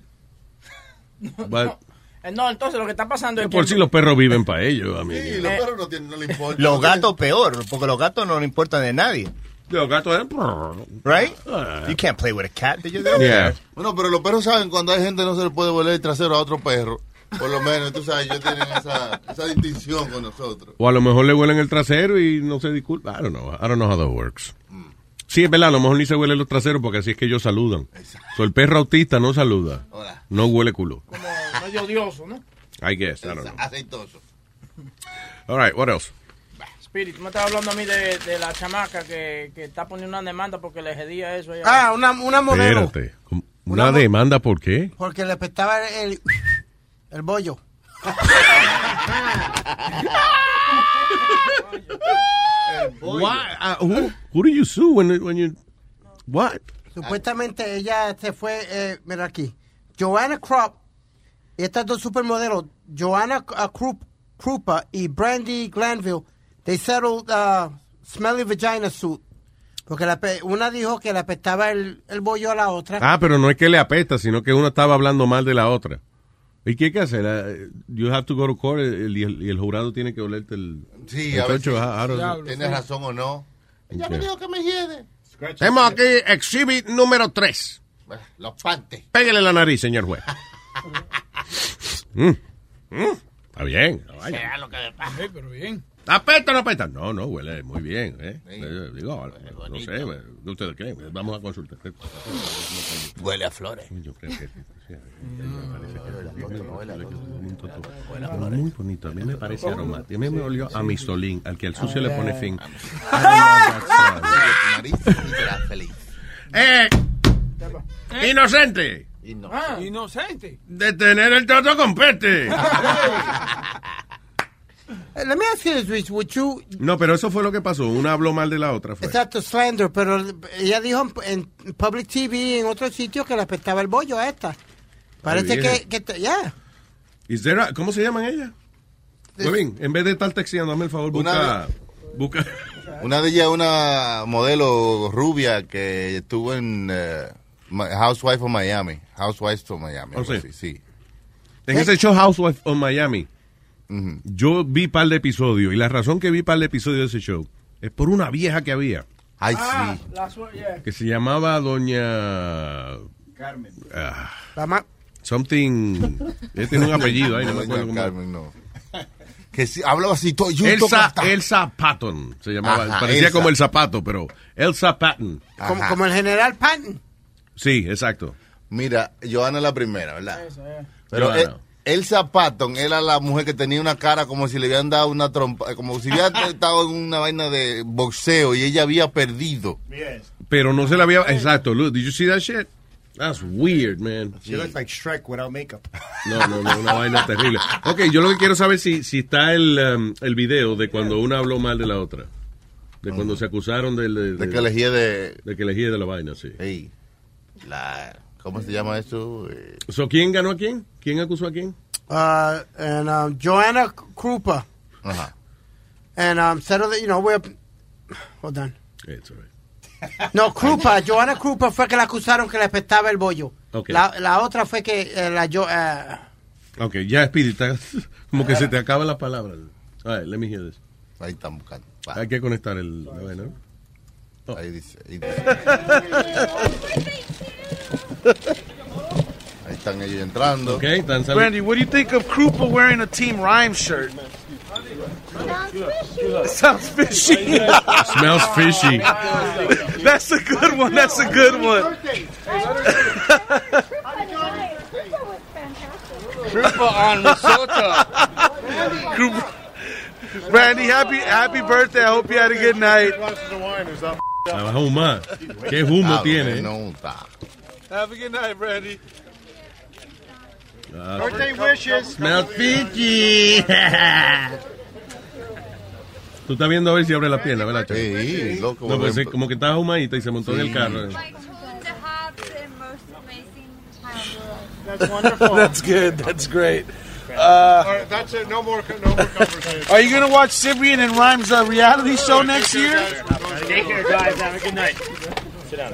Speaker 5: Eh,
Speaker 17: But-
Speaker 5: (laughs) No, entonces lo que está
Speaker 6: Eh,
Speaker 5: pasando es que... Eh,
Speaker 17: por si los perros viven para ellos, amigo.
Speaker 6: Sí, los perros no, tienen, no le importa.
Speaker 12: Los gatos peor, porque los gatos no le importan de nadie.
Speaker 17: Los gatos eh, Ah. eran.
Speaker 12: Right? You can't play with a cat, did you?
Speaker 17: Yeah.
Speaker 6: Bueno, pero los perros saben cuando hay gente no se le puede volver el trasero a otro perro. Por lo menos, tú sabes, ellos tienen esa, esa distinción con nosotros.
Speaker 17: O a lo mejor le huelen el trasero y no se disculpa. I don't know. I don't know how that works.
Speaker 6: Mm.
Speaker 17: Sí, es verdad, a lo mejor ni se huelen los traseros porque así es que ellos saludan. So, el perro autista no saluda. No huele culo.
Speaker 5: Medio odioso, ¿no?
Speaker 17: I guess. I don't know.
Speaker 6: Aceitoso.
Speaker 17: All right, what else?
Speaker 5: Spirit, tú me estabas hablando a mí de, de la chamaca que, que está poniendo una demanda porque le jedía eso. a ella.
Speaker 2: Ah, una, una modelo.
Speaker 17: Espérate. ¿Una, demanda por qué?
Speaker 2: Porque le apestaba el, el bollo.
Speaker 17: Why? Uh, who, who do you sue when, when you. What?
Speaker 2: Supuestamente ella se fue, eh, mira aquí, Joanna Krupp, y estas dos supermodelos, Joanna uh, Krupp, Krupa y Brandy Glanville, they settled uh, smelly vagina suit. Porque la, pe- una dijo que le apestaba el, el bollo a la otra.
Speaker 17: Ah, pero no es que le apesta, sino que una estaba hablando mal de la otra. ¿Y qué hay que hacer? Eh, You have to go to court el- y el, y el jurado tiene que olerte el.
Speaker 6: Sí,
Speaker 17: el
Speaker 6: a ver
Speaker 17: chocho, ah, I don't know.
Speaker 6: si tienes razón o no.
Speaker 13: Ya me
Speaker 17: Ok.
Speaker 13: dijo que me hiede.
Speaker 17: Tenemos aquí exhibit número 3.
Speaker 6: Los pantes.
Speaker 17: Pégale la nariz, señor
Speaker 13: (laughs)
Speaker 17: juez. Mm, mm, Está bien. no vaya.
Speaker 13: Será lo que me pasa.
Speaker 9: Sí, pero bien.
Speaker 17: ¿Apesta o no apesta? No, no, huele muy bien. ¿eh? Eh, Digo, no sé, eh, ¿qué ustedes creen? Vamos a consultar.
Speaker 13: Huele a flores.
Speaker 17: Yo creo que sí, eh,
Speaker 24: Mm,
Speaker 13: Huele a
Speaker 17: Muy
Speaker 13: flores.
Speaker 17: bonito, a mí me parece aromático. A mí me olió a mistolín, al que el sucio le pone fin. (laughs)
Speaker 13: Nariz y será feliz.
Speaker 17: ¡Eh! ¡Inocente!
Speaker 9: Ah, inocente.
Speaker 17: De tener el trato con peste.
Speaker 2: Eh, Let me ask you this, Rich, would you,
Speaker 17: No, pero eso fue lo que pasó. Una habló mal de la otra. Fue.
Speaker 2: exacto, slander, pero ella dijo en, en public TV, en otros sitios, que le apestaba el bollo a esta. Parece
Speaker 17: Ay,
Speaker 2: que,
Speaker 17: bien.
Speaker 2: que te- yeah.
Speaker 17: Is there a- ¿Cómo se llaman ellas? Muy bien, en vez de estar texteando, dame el favor,
Speaker 6: Una
Speaker 17: busca. busca.
Speaker 6: Una de ellas, una modelo rubia que estuvo en eh, Ma- Housewife of Miami. Housewife of Miami.
Speaker 17: Oh,
Speaker 6: algo
Speaker 17: sí.
Speaker 6: así, sí.
Speaker 17: En ese show Housewife of Miami, yo vi par de episodios. Y la razón que vi par de episodios de ese show es por una vieja que había. Ay,
Speaker 5: Ah, la su- yeah.
Speaker 17: Que se llamaba Doña.
Speaker 5: Carmen.
Speaker 17: ah,
Speaker 2: La ma-
Speaker 17: something. Ella eh, tiene un apellido ahí, no me acuerdo
Speaker 6: Doña
Speaker 17: cómo.
Speaker 6: Carmen, no. Que sí, hablaba así todo. yo
Speaker 17: Elsa,
Speaker 6: toco hasta-
Speaker 17: Elsa Ah, Patton se llamaba.
Speaker 6: Ajá,
Speaker 17: Parecía
Speaker 6: Elsa.
Speaker 17: como el zapato, pero Elsa Patton.
Speaker 2: Como, como el general Patton.
Speaker 17: Sí, exacto.
Speaker 6: Mira, Joana es la primera, ¿verdad? Pero
Speaker 17: Johanna.
Speaker 6: el- Elsa Patton era la mujer que tenía una cara como si le hubieran dado una trompa, eh, como si
Speaker 17: (laughs)
Speaker 6: hubiera estado en una vaina de boxeo y ella había perdido.
Speaker 17: Pero no se la había. Exacto, Lou, did you see that shit? That's weird, man.
Speaker 12: She looks like Shrek without makeup.
Speaker 17: No, no, no, una vaina terrible. Ok, yo lo que quiero saber es si, si está el, um, el video de cuando una habló mal de la otra. De cuando se acusaron del- de,
Speaker 6: De que elegía de...
Speaker 17: de que elegía de la vaina, sí.
Speaker 6: La, ¿Cómo se llama eso? Eh,
Speaker 17: So, ¿Quién ganó a quién? ¿Quién acusó a quién?
Speaker 2: Uh, and um, Joanna Krupa.
Speaker 6: Ajá.
Speaker 2: And um, settled it, you know, we're, hold on.
Speaker 17: It's all right.
Speaker 2: No, Krupa, Joanna Krupa fue que la acusaron que le apestaba el bollo.
Speaker 17: Ok.
Speaker 2: La, la otra fue que eh, la yo. eh,
Speaker 17: Ok, ya, Spirit, estás- (laughs) como que se te acaban las palabras. A ver, let me hear this.
Speaker 6: Ahí están buscando.
Speaker 17: Hay que conectar el, la vaina. ¿no?
Speaker 6: Ahí dice. Ahí,
Speaker 17: (laughs)
Speaker 6: ahí están ellos entrando.
Speaker 17: Ok, están
Speaker 25: Brandy, what do you think of Krupa wearing a Team Rhyme shirt? It sounds fishy.
Speaker 17: Smells fishy.
Speaker 25: That's a good one. That's a good one. Krupa on risotto. Brandy, happy happy birthday. I hope you had a good night.
Speaker 17: Trabajó más. Qué humo
Speaker 6: Ah,
Speaker 17: tiene. eh.
Speaker 6: No, está.
Speaker 25: Have a good night, Brandy.
Speaker 17: Ah,
Speaker 25: Birthday wishes.
Speaker 17: Smells
Speaker 14: (laughs)
Speaker 17: fishy. (laughs) Tú estás viendo a ver si abre la pierna, ¿verdad? Sí,
Speaker 6: loco.
Speaker 17: No, pues, sí, como que estaba humadita y se montó en el carro.
Speaker 25: That's wonderful. (laughs) that's good. That's great. Uh,
Speaker 26: All right, that's it. No more, no more conversation.
Speaker 25: are you gonna watch Cyprian and Rhymes' uh, reality show next year?
Speaker 26: Take care, guys. Have a good night. Sit down.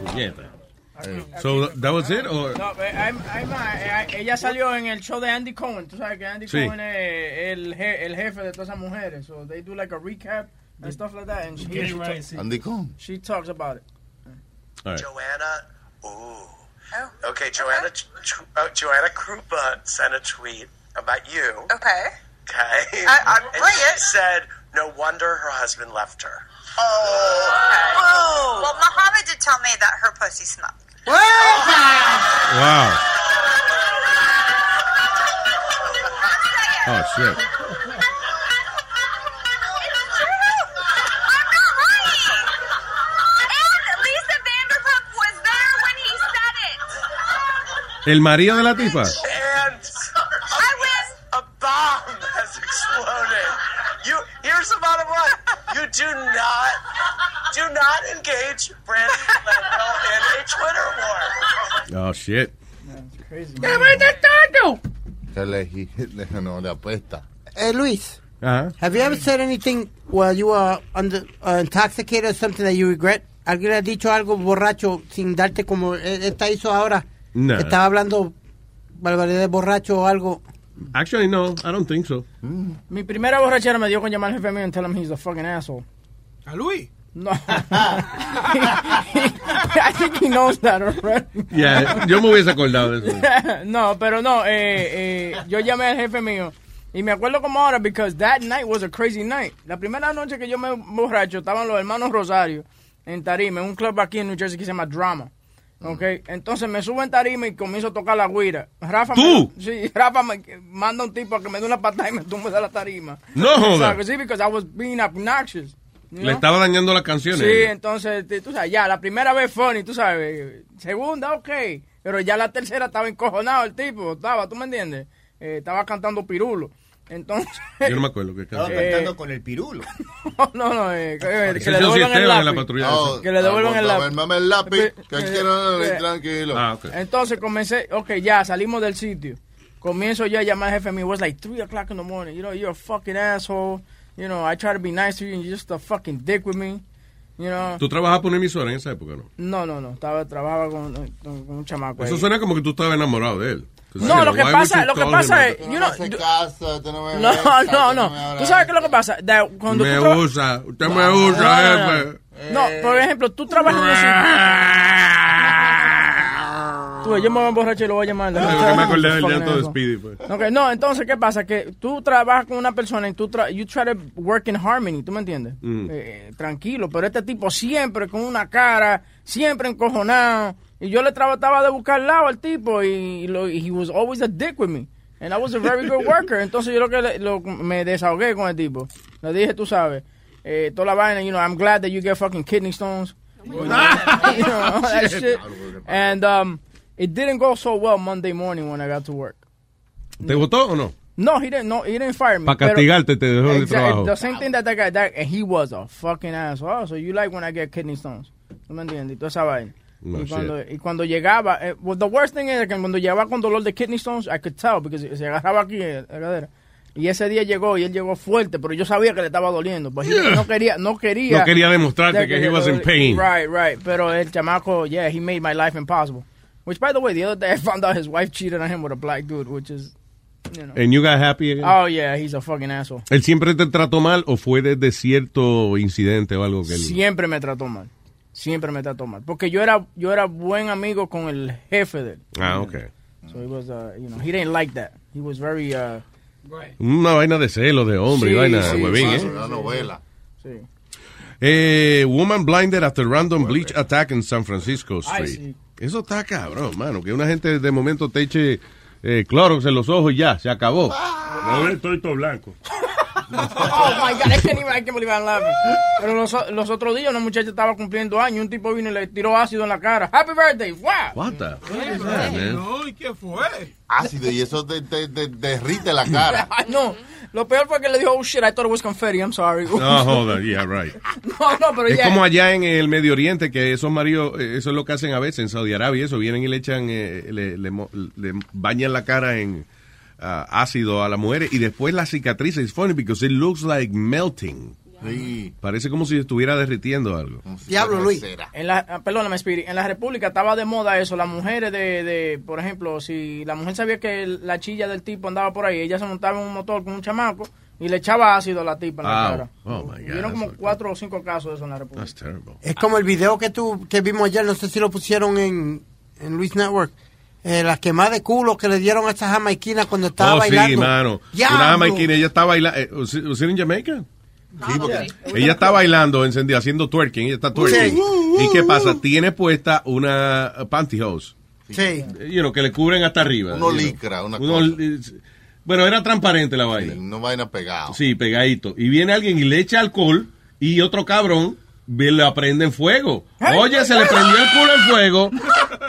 Speaker 17: Puñeta. So, that was it? Or...
Speaker 5: No, eh, hay- hay más. Eh, Ella salió en el show de Andy Cohen. Tú sabes que Andy
Speaker 17: Sí.
Speaker 5: Cohen es el, je- el jefe de todas esas mujeres. So they do like a recap and stuff like that. And she,
Speaker 26: Get it
Speaker 5: she
Speaker 26: right,
Speaker 5: talk-
Speaker 26: sí.
Speaker 6: Andy Cohen.
Speaker 5: she talks about it.
Speaker 7: Joanna,
Speaker 27: Oh.
Speaker 7: ooh. Okay, Joanna, Ch- uh, Joanna Krupa sent a tweet about you.
Speaker 27: Okay.
Speaker 7: Okay.
Speaker 27: I- I'm
Speaker 7: and
Speaker 27: brilliant.
Speaker 7: she said, no wonder her husband left her.
Speaker 27: Oh. Okay. Well, Muhammad did tell me that her pussy smelled.
Speaker 17: Wow. Oh, shit.
Speaker 27: Lisa Vanderpump was there when he said it.
Speaker 17: El marido de la tipa.
Speaker 7: And (laughs) I win. A bomb has exploded. You here's the bottom line. You do not do not engage Brandon Leno in a Twitter war.
Speaker 17: Oh, shit.
Speaker 5: Crazy.
Speaker 6: Se le, le- (laughs) no, le apesta.
Speaker 2: Eh, Luis.
Speaker 17: Ajá.
Speaker 2: Have you ever said anything while you were under, uh, intoxicated or something that you regret? ¿Alguien ha dicho algo borracho sin darte como eh, esta hizo ahora?
Speaker 17: No.
Speaker 2: Estaba hablando barbaridad de borracho o algo.
Speaker 17: Actually, no, I don't think so.
Speaker 25: Mm.
Speaker 5: Mi primera borrachera me dio con llamar al jefe mío and tell him he's a fucking asshole. ¿A Luis? No. (laughs) I think he knows that already.
Speaker 17: Yeah, yo me hubiese
Speaker 5: (laughs)
Speaker 17: acordado de eso.
Speaker 5: no, pero no, eh, eh, yo llamé al jefe mío. Y me acuerdo como ahora, because that night was a crazy night. La primera noche que yo me borracho, estaban los hermanos Rosario en Tarima, en un club aquí en New Jersey que se llama Drama. Ok, entonces me subo en tarima y comienzo a tocar la guira. Rafa
Speaker 17: ¿Tú?
Speaker 5: Me, sí, (laughs) Rafa me manda un tipo a que me dé una patada y me tumbe de la tarima.
Speaker 17: No joda.
Speaker 5: Exacto, Sí, because I was being obnoxious. you
Speaker 17: Le
Speaker 5: know?
Speaker 17: estaba dañando las canciones.
Speaker 5: Sí, entonces, te- tú sabes, ya, la primera vez funny, tú sabes. Segunda, ok. Pero ya la tercera estaba encojonado el tipo, estaba, ¿tú me entiendes? Eh, estaba cantando pirulo. Entonces.
Speaker 17: Yo no me acuerdo qué canción.
Speaker 5: Eh,
Speaker 12: con el pirulo.
Speaker 5: No, no, no.
Speaker 6: (laughs)
Speaker 5: eh, que, que
Speaker 17: Ese
Speaker 5: le
Speaker 17: es el
Speaker 5: devuelvan el
Speaker 17: sistema de la
Speaker 5: lápiz.
Speaker 17: patrulla.
Speaker 6: Oh,
Speaker 5: que le devuelvan el
Speaker 6: aguanta,
Speaker 5: lápiz.
Speaker 6: dame el lápiz, que
Speaker 5: Eh,
Speaker 6: quiero
Speaker 5: eh,
Speaker 6: tranquilo.
Speaker 17: Ah, ok.
Speaker 5: Entonces comencé, ok, ya salimos del sitio. Comienzo yo a llamar al jefe mío. It was like 3 o'clock in the morning. You know, you're a fucking asshole. You know, I try to be nice to you and you're just a fucking dick with me. You know.
Speaker 17: Tú trabajabas por una emisora en esa época, ¿no?
Speaker 5: No, no, no. Estaba, trabajaba con, eh, con con un chamaco.
Speaker 17: Eso
Speaker 5: ahí.
Speaker 17: suena como que tú estabas enamorado de él.
Speaker 5: No, lo que pasa, lo que pasa es, you know, yo- (laughs) no, (laughs) no, no. Tú sabes qué es lo que pasa. Da- cuando
Speaker 17: me
Speaker 5: tú tra-
Speaker 17: usa, usted me
Speaker 5: No,
Speaker 17: usa,
Speaker 5: no,
Speaker 17: jefe.
Speaker 5: No, por ejemplo, tú trabajas en
Speaker 17: (laughs)
Speaker 5: un sitio- Tú, yo me voy a emborrachar y lo voy a llamar.
Speaker 17: (laughs) Yo me acordé del
Speaker 5: Fucking
Speaker 17: llanto de
Speaker 5: asshole.
Speaker 17: Speedy. pues.
Speaker 5: Ok, no, entonces, ¿qué pasa? Que tú trabajas con una persona y tú tra- you try to work in harmony, ¿tú me entiendes?
Speaker 17: Mm.
Speaker 5: Eh, tranquilo, pero este tipo siempre con una cara, siempre encojonado. Y yo le trataba de buscar lado al tipo y, y lo, y he was always a dick with me. And I was a very good worker. Entonces yo lo que le- lo- me desahogué con el tipo. Le dije, tú sabes, eh, toda la vaina, you know, I'm glad that you get fucking kidney stones. You know, (laughs) you know, all that shit. And um, it didn't go so well Monday morning when I got to work.
Speaker 17: ¿Te votó o no?
Speaker 5: No, he didn't. No, he didn't fire me.
Speaker 17: Pa'
Speaker 5: pero-
Speaker 17: castigarte te dejó de
Speaker 5: Exact-
Speaker 17: trabajo.
Speaker 5: The same thing that that guy, that, and he was a fucking asshole. Oh, so you like when I get kidney stones? ¿No me entiendes? Y Toda esa vaina.
Speaker 17: No
Speaker 5: y,
Speaker 17: shit.
Speaker 5: cuando, y cuando llegaba, eh, well, the worst thing is que cuando llegaba con dolor de kidney stones, I could tell, porque se, se agarraba aquí eh, la cadera. Y ese día llegó y él llegó fuerte, pero yo sabía que le estaba doliendo. But he-
Speaker 17: Yeah.
Speaker 5: No quería, no quería.
Speaker 17: No quería demostrarte
Speaker 5: Ya
Speaker 17: que he was in pain.
Speaker 5: Right, right. Pero el chamaco, yeah, he made my life impossible. Which, by the way, the other day I found out his wife cheated on him with a black dude, which is, you know.
Speaker 17: And you got happy again?
Speaker 5: Oh, yeah, he's a fucking asshole.
Speaker 17: ¿Él siempre te trató mal o fue desde cierto incidente o algo que él...
Speaker 5: Siempre me trató mal. Siempre me trató mal. Porque yo era, yo era buen amigo con el jefe de él.
Speaker 17: Ah, ok.
Speaker 5: So he was, uh, you know, he didn't like that. He was very, uh,
Speaker 17: Una vaina de celo, de hombre y
Speaker 5: Sí,
Speaker 17: vaina,
Speaker 5: sí,
Speaker 17: huevín,
Speaker 5: sí,
Speaker 17: ¿eh?
Speaker 5: sí,
Speaker 6: Una novela.
Speaker 5: sí.
Speaker 17: Eh, woman blinded after random bleach attack in San Francisco Street.
Speaker 5: sí.
Speaker 17: Eso está cabrón, mano. Que una gente de momento te eche eh, Clorox en los ojos y ya, se acabó.
Speaker 5: No,
Speaker 17: estoy todo blanco.
Speaker 5: Oh my God, (laughs) I can't even, I can't believe I'm laughing. Pero los, los otros días una muchacha estaba cumpliendo años y un tipo vino y le tiró ácido en la cara. Happy birthday, wow.
Speaker 17: What the fuck is that, man?
Speaker 9: No, ¿y qué fue?
Speaker 6: Ácido y eso te, te- te- derrite la
Speaker 5: (laughs)
Speaker 6: cara.
Speaker 5: No, lo peor fue que le dijo, oh shit, I thought it was confetti, I'm sorry.
Speaker 17: No, joda, yeah, right.
Speaker 5: (laughs) no, no, pero
Speaker 17: Es
Speaker 5: ya.
Speaker 17: como allá en el Medio Oriente, que esos maridos, eh, eso es lo que hacen a veces en Saudi Arabia, eso, vienen y le echan, eh, le, le mo- le bañan la cara en ah, ácido a las mujeres y después la cicatriz es funny because it looks like melting. Parece como si estuviera derritiendo algo.
Speaker 5: Diablo, Luis. En la, ah, perdóname, Spirit. En la República estaba de moda eso. Las mujeres de, de, por ejemplo, si la mujer sabía que el- la chilla del tipo andaba por ahí, ella se montaba en un motor con un chamaco y le echaba ácido a la tipa en la
Speaker 17: Wow.
Speaker 5: cara.
Speaker 17: Oh, my God.
Speaker 5: Vieron como cuatro o cinco casos de eso en la República.
Speaker 17: That's terrible.
Speaker 2: Es como el video que tú que vimos ayer, no sé si lo pusieron en, en Luis Network. Eh, la quemada de culo que le dieron a esta jamaiquina cuando estaba
Speaker 17: oh,
Speaker 2: bailando.
Speaker 17: sí, mano.
Speaker 2: ¡Diablo!
Speaker 17: Una jamaiquina, ella está eh, bailando. ¿Was it in Jamaica?
Speaker 2: Ah,
Speaker 6: Sí, porque...
Speaker 17: Ella está bailando, encendida, haciendo twerking. Ella está twerking.
Speaker 6: Uh,
Speaker 17: ¿Y qué pasa? Tiene puesta una uh, pantyhose. Eh,
Speaker 2: Sí.
Speaker 17: You know, que le cubren hasta arriba.
Speaker 6: Uno
Speaker 17: you know.
Speaker 6: licra, una
Speaker 17: Uno- Bueno, era transparente la vaina.
Speaker 6: No vaina pegada.
Speaker 17: Sí, pegadito. Y viene alguien y le echa alcohol y otro cabrón ve- le prende en fuego. Oye, se le prendió el culo en fuego.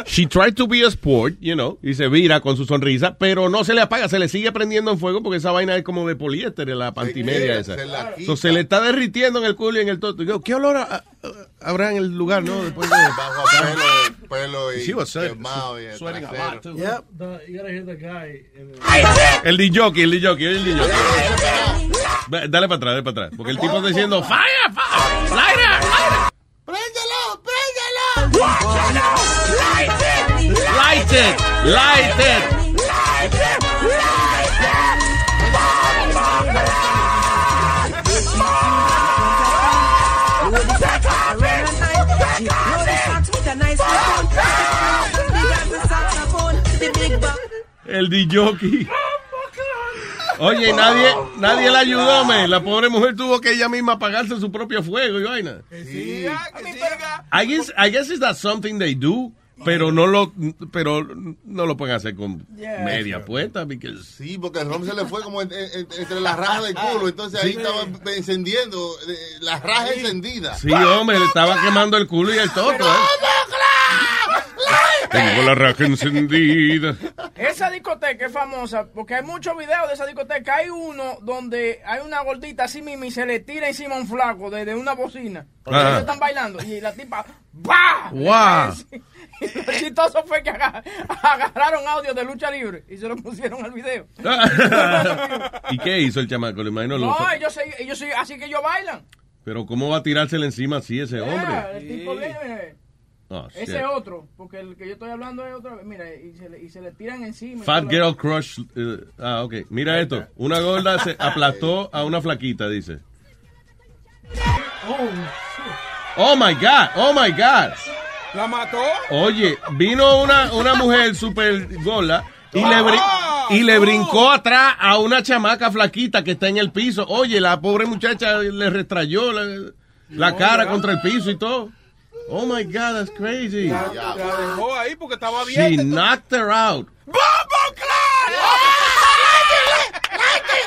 Speaker 17: She tried to be a sport, you know, y se vira con su sonrisa, pero no se le apaga, se le sigue prendiendo en fuego porque esa vaina es como de poliéster, la pantimedia
Speaker 6: quita,
Speaker 17: esa.
Speaker 6: eh, se la quita.
Speaker 17: So, se le está derritiendo en el culo y en el toto. Yo, ¿Qué olor a- a- habrá en el lugar, no? Después de...
Speaker 6: Bajo a pelo, pelo y
Speaker 17: She was sweat-
Speaker 6: quemado y el
Speaker 17: sweating a
Speaker 6: trasero.
Speaker 17: lot, too.
Speaker 23: The, you gotta hear the guy. In the,
Speaker 17: El DJ, el DJ, oye el DJ. Ve, Dale para atrás, dale para atrás, porque el tipo está diciendo, "Fire, fire, lighter, lighter".
Speaker 3: ¡Préndelo! ¡Préndelo! ¡Guáchala! ¡Light it!
Speaker 17: Light it! Light it!
Speaker 3: ¡Light it! ¡Light it!
Speaker 17: El DJ. Oye, y nadie, nadie la ayudó, me. La pobre mujer tuvo que ella misma apagarse su propio fuego y vaina. I guess, I guess it's that something they do, pero no lo, pero no lo pueden hacer con
Speaker 6: Yeah.
Speaker 17: media puesta, because
Speaker 6: Sí, porque el rom se le fue como en- en- en- entre las rajas del culo. Entonces ahí
Speaker 17: Sí.
Speaker 6: estaba encendiendo, eh, las rajas encendidas.
Speaker 17: sí, hombre, le estaba quemando el culo y el toto, ¿eh? Tengo la
Speaker 5: (laughs)
Speaker 17: raja encendida.
Speaker 5: Esa discoteca es famosa porque hay muchos videos de esa discoteca. Hay uno donde hay una gordita así misma y se le tira encima un flaco desde una bocina.
Speaker 17: Ah.
Speaker 5: Ellos están bailando y la tipa ¡Bah!
Speaker 17: Wow.
Speaker 5: (laughs) Lo chistoso fue que aga- agarraron audio de lucha libre y se lo pusieron al video.
Speaker 17: ¿Y qué hizo el chamaco? Le imagino lo.
Speaker 5: No, ellos, se- ellos se- así que ellos bailan.
Speaker 17: Pero cómo va a tirársele encima así ese
Speaker 5: Ah,
Speaker 17: hombre.
Speaker 5: el tipo leve.
Speaker 17: Oh, shit.
Speaker 5: Ese es otro, porque el que yo estoy hablando es otro. Mira, y se le, y se le tiran encima. y
Speaker 17: Fat
Speaker 5: todo.
Speaker 17: Girl Crush. eh, ah, ok. Mira esto. Una gorda se aplastó a una flaquita, dice. Oh my God, oh my God.
Speaker 9: ¿La mató?
Speaker 17: Oye, vino una, una mujer super gorda y le, brin- y le brincó atrás a una chamaca flaquita que está en el piso. Oye, la pobre muchacha le restrayó la, la cara contra el piso y todo. Oh my God, that's crazy.
Speaker 9: La dejó ahí porque estaba
Speaker 17: She
Speaker 9: abierta.
Speaker 17: knocked her out.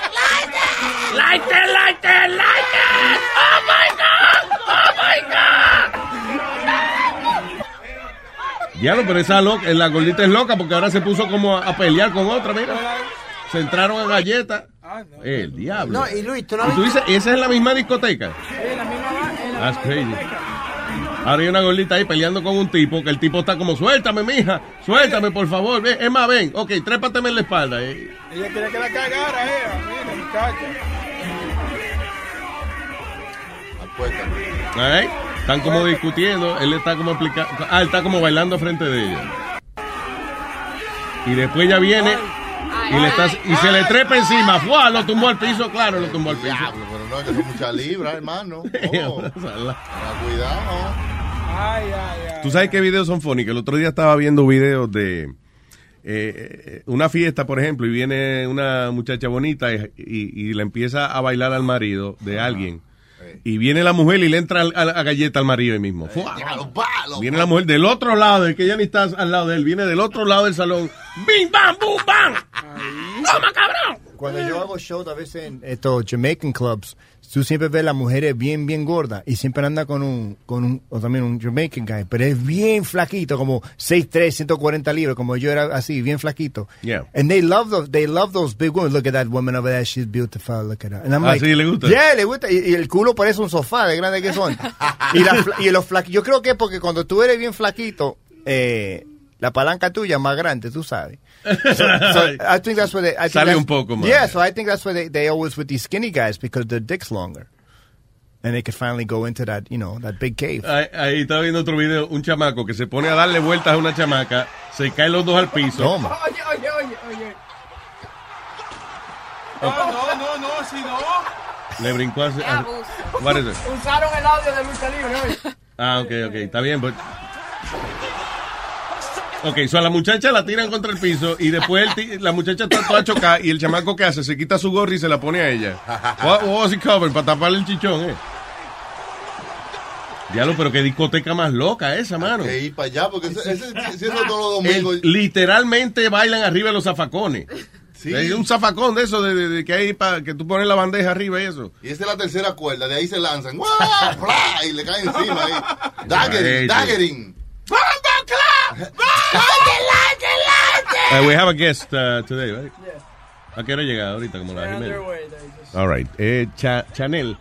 Speaker 3: Light it, light it, light it! Oh my god! Oh my god!
Speaker 17: Diablo, pero esa loca, la gordita es loca porque ahora se puso como a, a pelear con otra, mira. Se entraron a galletas. El diablo.
Speaker 2: No, y Luis, tú no
Speaker 17: Y tú
Speaker 2: viste-
Speaker 17: dices, esa es la misma discoteca. That's crazy. Ahora hay una gordita ahí peleando con un tipo, que el tipo está como, suéltame, mija, suéltame, por favor. Ven, es más, ven. Ok, trépateme en la espalda. eh.
Speaker 9: Ella quería que la cagara, ella. Mira, muchacha.
Speaker 17: All right. Están como discutiendo, él está como explicando, ah, él está como bailando frente de ella. Y después ella viene y, le está, y se le trepa encima, ¡Fua! lo tumbó al piso, claro, lo tumbó al piso. (laughs)
Speaker 6: Pero no, que son muchas libras, hermano. Oh, tenga cuidado.
Speaker 9: Ay, ay, ay.
Speaker 17: Tú sabes qué videos son funny, que el otro día estaba viendo videos de eh, eh, una fiesta, por ejemplo, y viene una muchacha bonita y, y- y le empieza a bailar al marido de alguien. Y viene la mujer y le entra al- a, la galleta al marido ahí mismo. ¡Fua! Viene la mujer del otro lado, es que ella ni está al lado de él, viene del otro lado del salón. ¡Bim, bam, bum, bam! ¡Toma, cabrón!
Speaker 12: Cuando yo hago shows a veces en estos Jamaican clubs, tú siempre ves las mujeres bien, bien gordas y siempre anda con un, con un, o también un Jamaican guy, pero es bien flaquito, como 6'3, 140 libras, como yo era así, bien flaquito.
Speaker 17: Yeah.
Speaker 12: And they love those, they love those big women. Look at that woman over there, she's beautiful, look at her. And I'm
Speaker 17: Ah,
Speaker 12: like,
Speaker 17: sí, le gusta.
Speaker 12: Yeah, le gusta. Y, y el culo parece un sofá de grande que son. y, la fla- y los flaquitos, yo creo que es porque cuando tú eres bien flaquito, eh, la palanca tuya es más grande, tú sabes.
Speaker 17: (laughs)
Speaker 12: So I think that's what they, I think
Speaker 17: Sale
Speaker 12: that's-
Speaker 17: un poco más.
Speaker 12: Yeah, so I think that's why they, they always with these skinny guys because their dick's longer, and they could finally go into that you know that big cave.
Speaker 17: Ahí, ahí estaba viendo otro video, un chamaco que se pone a darle vueltas a una chamaca, se caen los dos al
Speaker 5: (laughs)
Speaker 17: piso.
Speaker 12: Toma.
Speaker 5: Oye, oye, oye, oye.
Speaker 9: No, no, no, no, ácido.
Speaker 17: Le brincó a... a- what is it?
Speaker 5: (laughs) Usaron el audio de lucha libre hoy.
Speaker 17: Ah, ok, ok, está bien. But... Ok, so a la muchacha la tiran contra el piso y después el ti- la muchacha está toda chocada y el chamaco que hace se quita su gorra y se la pone a ella. What, what was he covering? Para taparle el chichón, eh. Diablo, pero qué discoteca más loca esa, mano.
Speaker 6: Que ir para allá, porque ese, ese, si eso todos los domingos.
Speaker 17: El- literalmente bailan arriba de los zafacones.
Speaker 6: Sí.
Speaker 17: Hay un zafacón de eso de, de- de que hay para que tú pones la bandeja arriba y eso.
Speaker 6: Y esa es la tercera cuerda, de ahí se lanzan. ¡guau! ¡Fla! Y le caen encima ahí. Daggering,
Speaker 17: Right.
Speaker 6: daggering.
Speaker 17: Eh, we have a guest uh, today, right? ¿A qué hora llega ahorita? Como las media. All right. Eh, Cha- Chanel.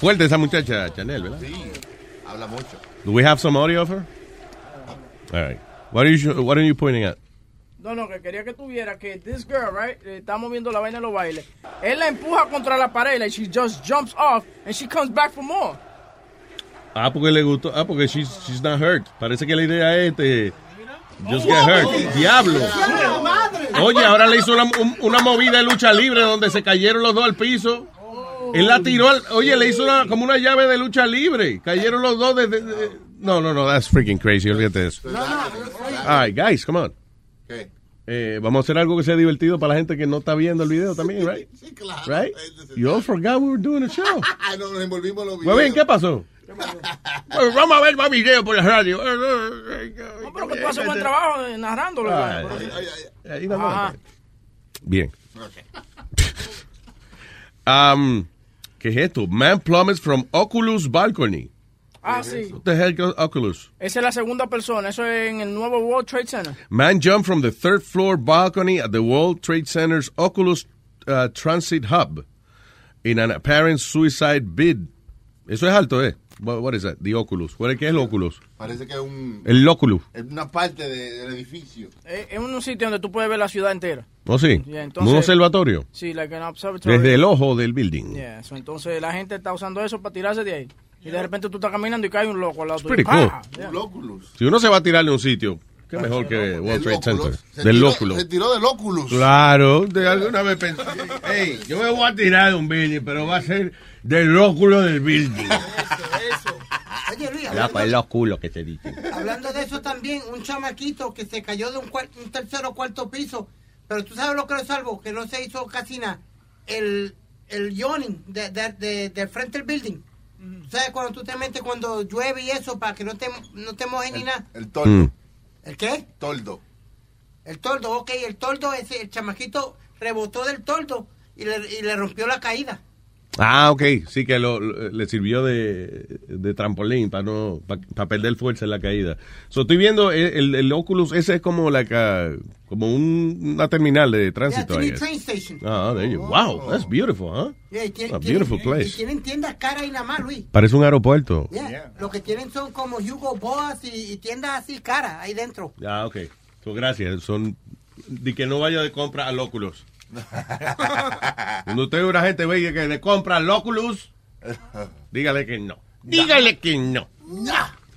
Speaker 17: Fuerte esa muchacha, Chanel, ¿verdad?
Speaker 6: Sí, habla mucho.
Speaker 17: Do we have some audio of her? All right. What are you, sho- what are you pointing at?
Speaker 5: No, no, que quería que tuviera que this girl, right? eh, Estamos viendo la vaina de los bailes. Él la empuja contra la pared y she just jumps off and she comes back for more.
Speaker 17: Ah, porque le gustó. Ah, porque she's, she's not hurt. Parece que la idea es este, just
Speaker 3: Oh,
Speaker 17: get hurt. Diablo. Oye, ahora le hizo una, un- una movida de lucha libre donde se cayeron los dos al piso. Él la tiró al, oye, le hizo una- como una llave de lucha libre. Cayeron los dos desde... de- no, no, no, that's freaking crazy. Olvídate de eso. All right, guys, come on.
Speaker 6: ¿Qué?
Speaker 17: Eh, vamos a hacer algo que sea divertido para la gente que no está viendo el video también, right?
Speaker 6: Sí, claro.
Speaker 17: Right? You all forgot we were doing
Speaker 6: (laughs)
Speaker 17: a show.
Speaker 6: Ah, no, nos envolvimos en los
Speaker 17: Muy
Speaker 6: videos.
Speaker 17: bien, Oh. Pues ¿qué pasó? Bueno, vamos a ver más video por la radio. No,
Speaker 5: pero que tú haces buen trabajo eh, narrándolo.
Speaker 17: Ay,
Speaker 5: güey.
Speaker 17: ay, ay, ay,
Speaker 5: Ajá. Ah,
Speaker 17: Bien. Um, ¿Qué es esto? Man plummets from Oculus balcony.
Speaker 5: Ah, sí.
Speaker 17: What the hell is Oculus?
Speaker 5: Esa es la segunda persona. Eso es en el nuevo World Trade Center.
Speaker 17: Man jumped from the third floor balcony at the World Trade Center's Oculus uh, Transit Hub in an apparent suicide bid. Eso es alto, ¿eh? What, what is that? The Oculus. ¿Cuál es- ¿Qué es el Oculus?
Speaker 6: Parece que es un.
Speaker 17: El Oculus.
Speaker 6: es una parte de- del edificio.
Speaker 5: Es, Eh, es un sitio donde tú puedes ver la ciudad entera.
Speaker 17: ¿O Oh, sí?
Speaker 5: Yeah,
Speaker 17: ¿Un observatorio?
Speaker 5: Sí, like an observatory.
Speaker 17: Desde el ojo del building.
Speaker 5: Yeah, so entonces la gente está usando eso para tirarse de ahí. Y de repente tú estás caminando y cae un loco al lado tuyo.
Speaker 17: pretty
Speaker 5: ¡Pah!
Speaker 17: cool.
Speaker 5: Yeah.
Speaker 17: Si uno se va a tirar de un sitio, qué mejor que World Trade Center. Del Oculus.
Speaker 6: Se tiró del óculos.
Speaker 17: Claro, de alguna vez pensé, hey, yo me voy a tirar de un building, pero va a ser del óculo del building.
Speaker 2: Ah, Oye, Luis,
Speaker 17: Loco, es
Speaker 2: hablando,
Speaker 17: los culos que te dicen.
Speaker 2: hablando de eso también, un chamaquito que se cayó de un, cuar- un tercero o cuarto piso, pero tú sabes lo que lo salvo, que no se hizo casi nada. El, el yawning de, de- de- del frente del building. ¿Tú ¿Sabes cuando tú te metes cuando llueve y eso para que no te, no te mojes ni nada?
Speaker 6: El
Speaker 17: Mm.
Speaker 6: toldo.
Speaker 2: ¿El qué?
Speaker 6: Toldo.
Speaker 2: El toldo, ok, el toldo, ese, el chamaquito rebotó del toldo y le, y le rompió la caída.
Speaker 17: Ah, ok, sí que lo, lo- le sirvió de, de trampolín para no para perder fuerza en la caída. So, estoy viendo el, el, el Oculus, ese es como la ca- como un- una terminal de tránsito.
Speaker 2: Yeah, tiene
Speaker 17: I guess.
Speaker 2: train station.
Speaker 17: Ah, there you- wow, that's beautiful, huh?
Speaker 2: Yeah, y tiene-
Speaker 17: A
Speaker 2: tiene-
Speaker 17: beautiful place.
Speaker 2: Y tienen tiendas caras y nada más, Luis.
Speaker 17: Parece un aeropuerto.
Speaker 2: Yeah. Lo que tienen son como Hugo Boss y, y tiendas así caras ahí dentro.
Speaker 17: Ah, ok. So, gracias. Son de que no vaya de compra al Oculus. Cuando usted ve una gente ve que de compra al Oculus, dígale que no. Dígale que no.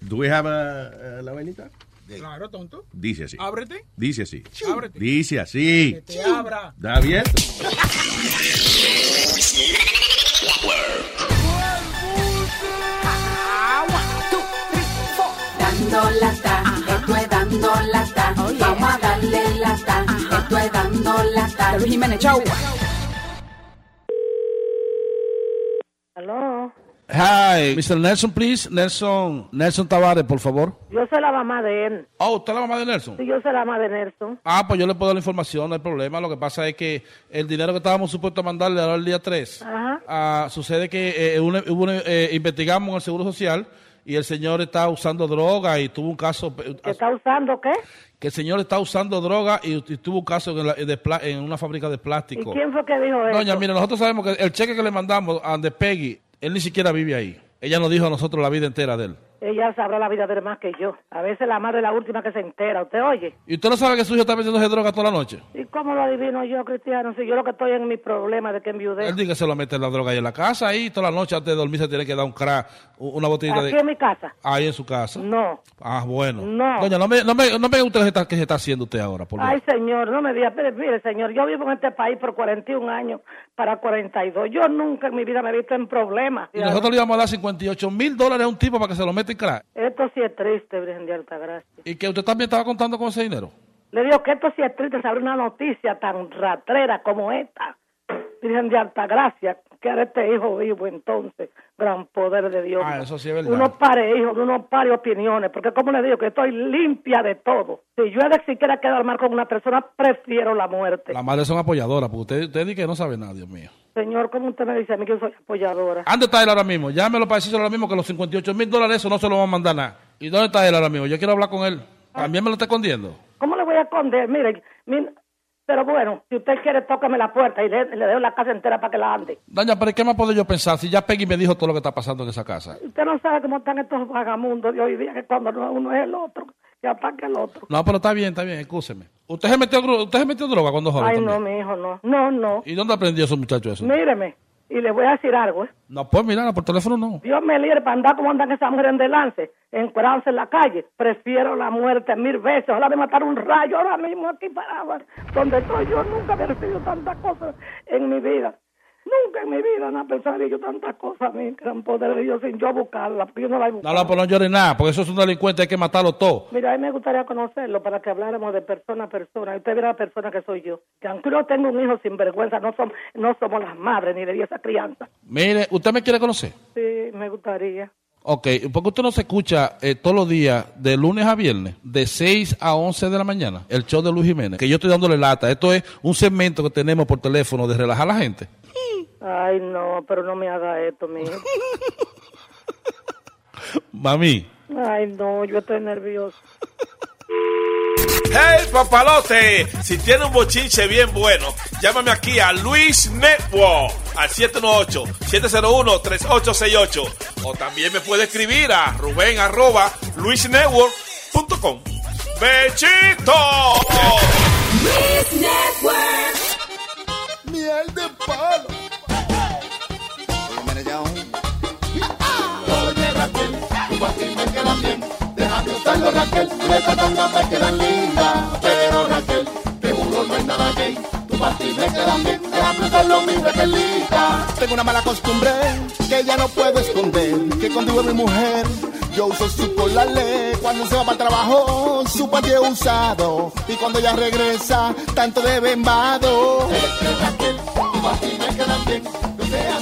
Speaker 17: Do we have a, a la vainita?
Speaker 9: Claro, tonto.
Speaker 17: Dice así.
Speaker 9: Ábrete.
Speaker 17: Dice así.
Speaker 9: Ábrete.
Speaker 17: Dice así.
Speaker 9: Que te abra.
Speaker 17: Da abierto.
Speaker 3: Dando lata, esto es dando lata. Vamos a darle lata, esto es dando lata. Luis Jiménez, chau.
Speaker 10: Aló.
Speaker 14: Hi, Mr. Nelson, please. Nelson, Nelson Tavares, por favor.
Speaker 10: Yo soy la mamá de él.
Speaker 14: Oh, ¿usted es la mamá de Nelson?
Speaker 10: Sí, yo soy la mamá de Nelson.
Speaker 14: Ah, pues yo le puedo dar la información, no hay problema. Lo que pasa es que el dinero que estábamos supuestos a mandarle ahora el día 3,
Speaker 10: Ajá.
Speaker 14: ah, sucede que eh, una- hubo una- eh, investigamos en el Seguro Social y el señor está usando droga y tuvo un caso... eh,
Speaker 10: ¿Está usando qué?
Speaker 14: Que el señor está usando droga y, y tuvo un caso en, la- de pla- en una fábrica de
Speaker 10: ¿Y
Speaker 14: plástico.
Speaker 10: quién fue que dijo eso?
Speaker 14: Doña, mira, nosotros sabemos que el cheque que le mandamos a de Peggy, él ni siquiera vive ahí. Ella nos dijo a nosotros la vida entera de él.
Speaker 10: Ella sabrá la vida de él más que yo. A veces la madre es la última que se entera. ¿Usted oye?
Speaker 14: ¿Y usted no sabe que su hijo está metiéndose droga toda la noche?
Speaker 10: ¿Y cómo lo adivino yo, Cristiano? Si yo lo que estoy en mi problema de que enviudé.
Speaker 14: Él dice que se lo mete la droga ahí en la casa ahí toda la noche antes de dormir se tiene que dar un crack, u- una botellita
Speaker 10: Aquí en
Speaker 14: de...
Speaker 10: mi casa.
Speaker 14: Ahí en su casa.
Speaker 10: No.
Speaker 14: Ah, bueno.
Speaker 10: No.
Speaker 14: Doña, no me, no me, no me gusta lo que está, que se está haciendo usted ahora, por
Speaker 10: Ay, señor, no me diga, mire, mire, señor, yo vivo en este país por 41 años para 42. Yo nunca en mi vida me he visto en problemas.
Speaker 14: Y nosotros le íbamos a dar 58 mil dólares a un tipo para que se lo meta en crack.
Speaker 10: Esto sí es triste, Virgen de Altagracia.
Speaker 14: Y que usted también estaba contando con ese dinero.
Speaker 10: Le digo que esto sí es triste saber una noticia tan ratrera como esta. Virgen de Altagracia, que era este hijo vivo entonces, gran poder de Dios.
Speaker 14: Ah, eso sí es verdad.
Speaker 10: uno pare hijos, uno pare opiniones, porque como le digo que estoy limpia de todo. Si yo he de siquiera quedar mal con una persona, prefiero la muerte.
Speaker 14: Las madres son apoyadoras, porque usted, usted dice que no sabe nada, Dios mío.
Speaker 10: Señor, ¿cómo usted me dice a mí que yo soy apoyadora?
Speaker 14: ¿Dónde está él ahora mismo? Llámelo para decirle ahora mismo que los 58 mil dólares eso no se lo van a mandar nada. ¿Y dónde está él ahora mismo? Yo quiero hablar con él. También me lo está escondiendo.
Speaker 10: ¿Cómo le voy a esconder? Mire, mire, pero bueno, si usted quiere, tócame la puerta y le, le dejo la casa entera para que la ande.
Speaker 14: Daña, pero ¿qué más puedo yo pensar si ya Peggy me dijo todo lo que está pasando en esa casa?
Speaker 10: Usted no sabe cómo están estos vagamundos de hoy día, que cuando no- uno es el otro, que ataca el otro.
Speaker 14: No, pero está bien, está bien, escúcheme. ¿Usted se metió, gru- usted se metió droga cuando joven
Speaker 10: Ay,
Speaker 14: también?
Speaker 10: no, mi hijo, no. No, no.
Speaker 14: ¿Y dónde aprendió ese muchacho eso?
Speaker 10: Míreme, y le voy a decir algo. ¿eh?
Speaker 14: No, pues mira, por teléfono no.
Speaker 10: Dios me libre para andar como andan esas mujeres en delance, encueradas en la calle. Prefiero la muerte mil veces. Ojalá me matar un rayo ahora mismo aquí parada. Donde estoy yo nunca había recibido tantas cosas en mi vida. Nunca en mi vida una persona había hecho tantas cosas, mi gran poder de Dios, sin yo buscarla, porque yo no la he
Speaker 14: No,
Speaker 10: buscado.
Speaker 14: no, pues no llores nada, porque eso es un delincuente, hay que matarlo todo.
Speaker 10: Mira, a mí me gustaría conocerlo para que habláramos de persona a persona. Y Usted verá la persona que soy yo. Que aunque uno tenga un hijo sin vergüenza, no, som- no somos las madres ni le di esa crianza.
Speaker 14: Mire, ¿usted me quiere conocer?
Speaker 10: Sí, me gustaría.
Speaker 14: Ok, ¿por qué usted no se escucha eh, todos los días, de lunes a viernes, de 6 a 11 de la mañana, el show de Luis Jiménez? Que yo estoy dándole lata. Esto es un segmento que tenemos por teléfono de relajar a la gente.
Speaker 10: Ay, no, pero no me haga esto, mi hijo.
Speaker 14: Mami.
Speaker 10: Ay, no, yo estoy nervioso.
Speaker 21: ¡Hey, papalote! Si tiene un bochinche bien bueno, llámame aquí a Luis Network al 718-701-3868. O también me puede escribir a Rubén arroba luisnetwork.com. ¡Bechito!
Speaker 6: Miel de palo. Oye, Raquel, tu patín me queda bien. Deja de usarlo, Raquel. Las catangas me quedan lindas. Pero, Raquel, te juro, no es nada gay. Tu patín me queda bien. Deja de usarlo, mi Raquelita. Tengo una mala costumbre que ya no puedo esconder. Que contigo es mi mujer. Yo uso su colale cuando se va para el trabajo, su patio usado. Y cuando ella regresa, tanto de bembado.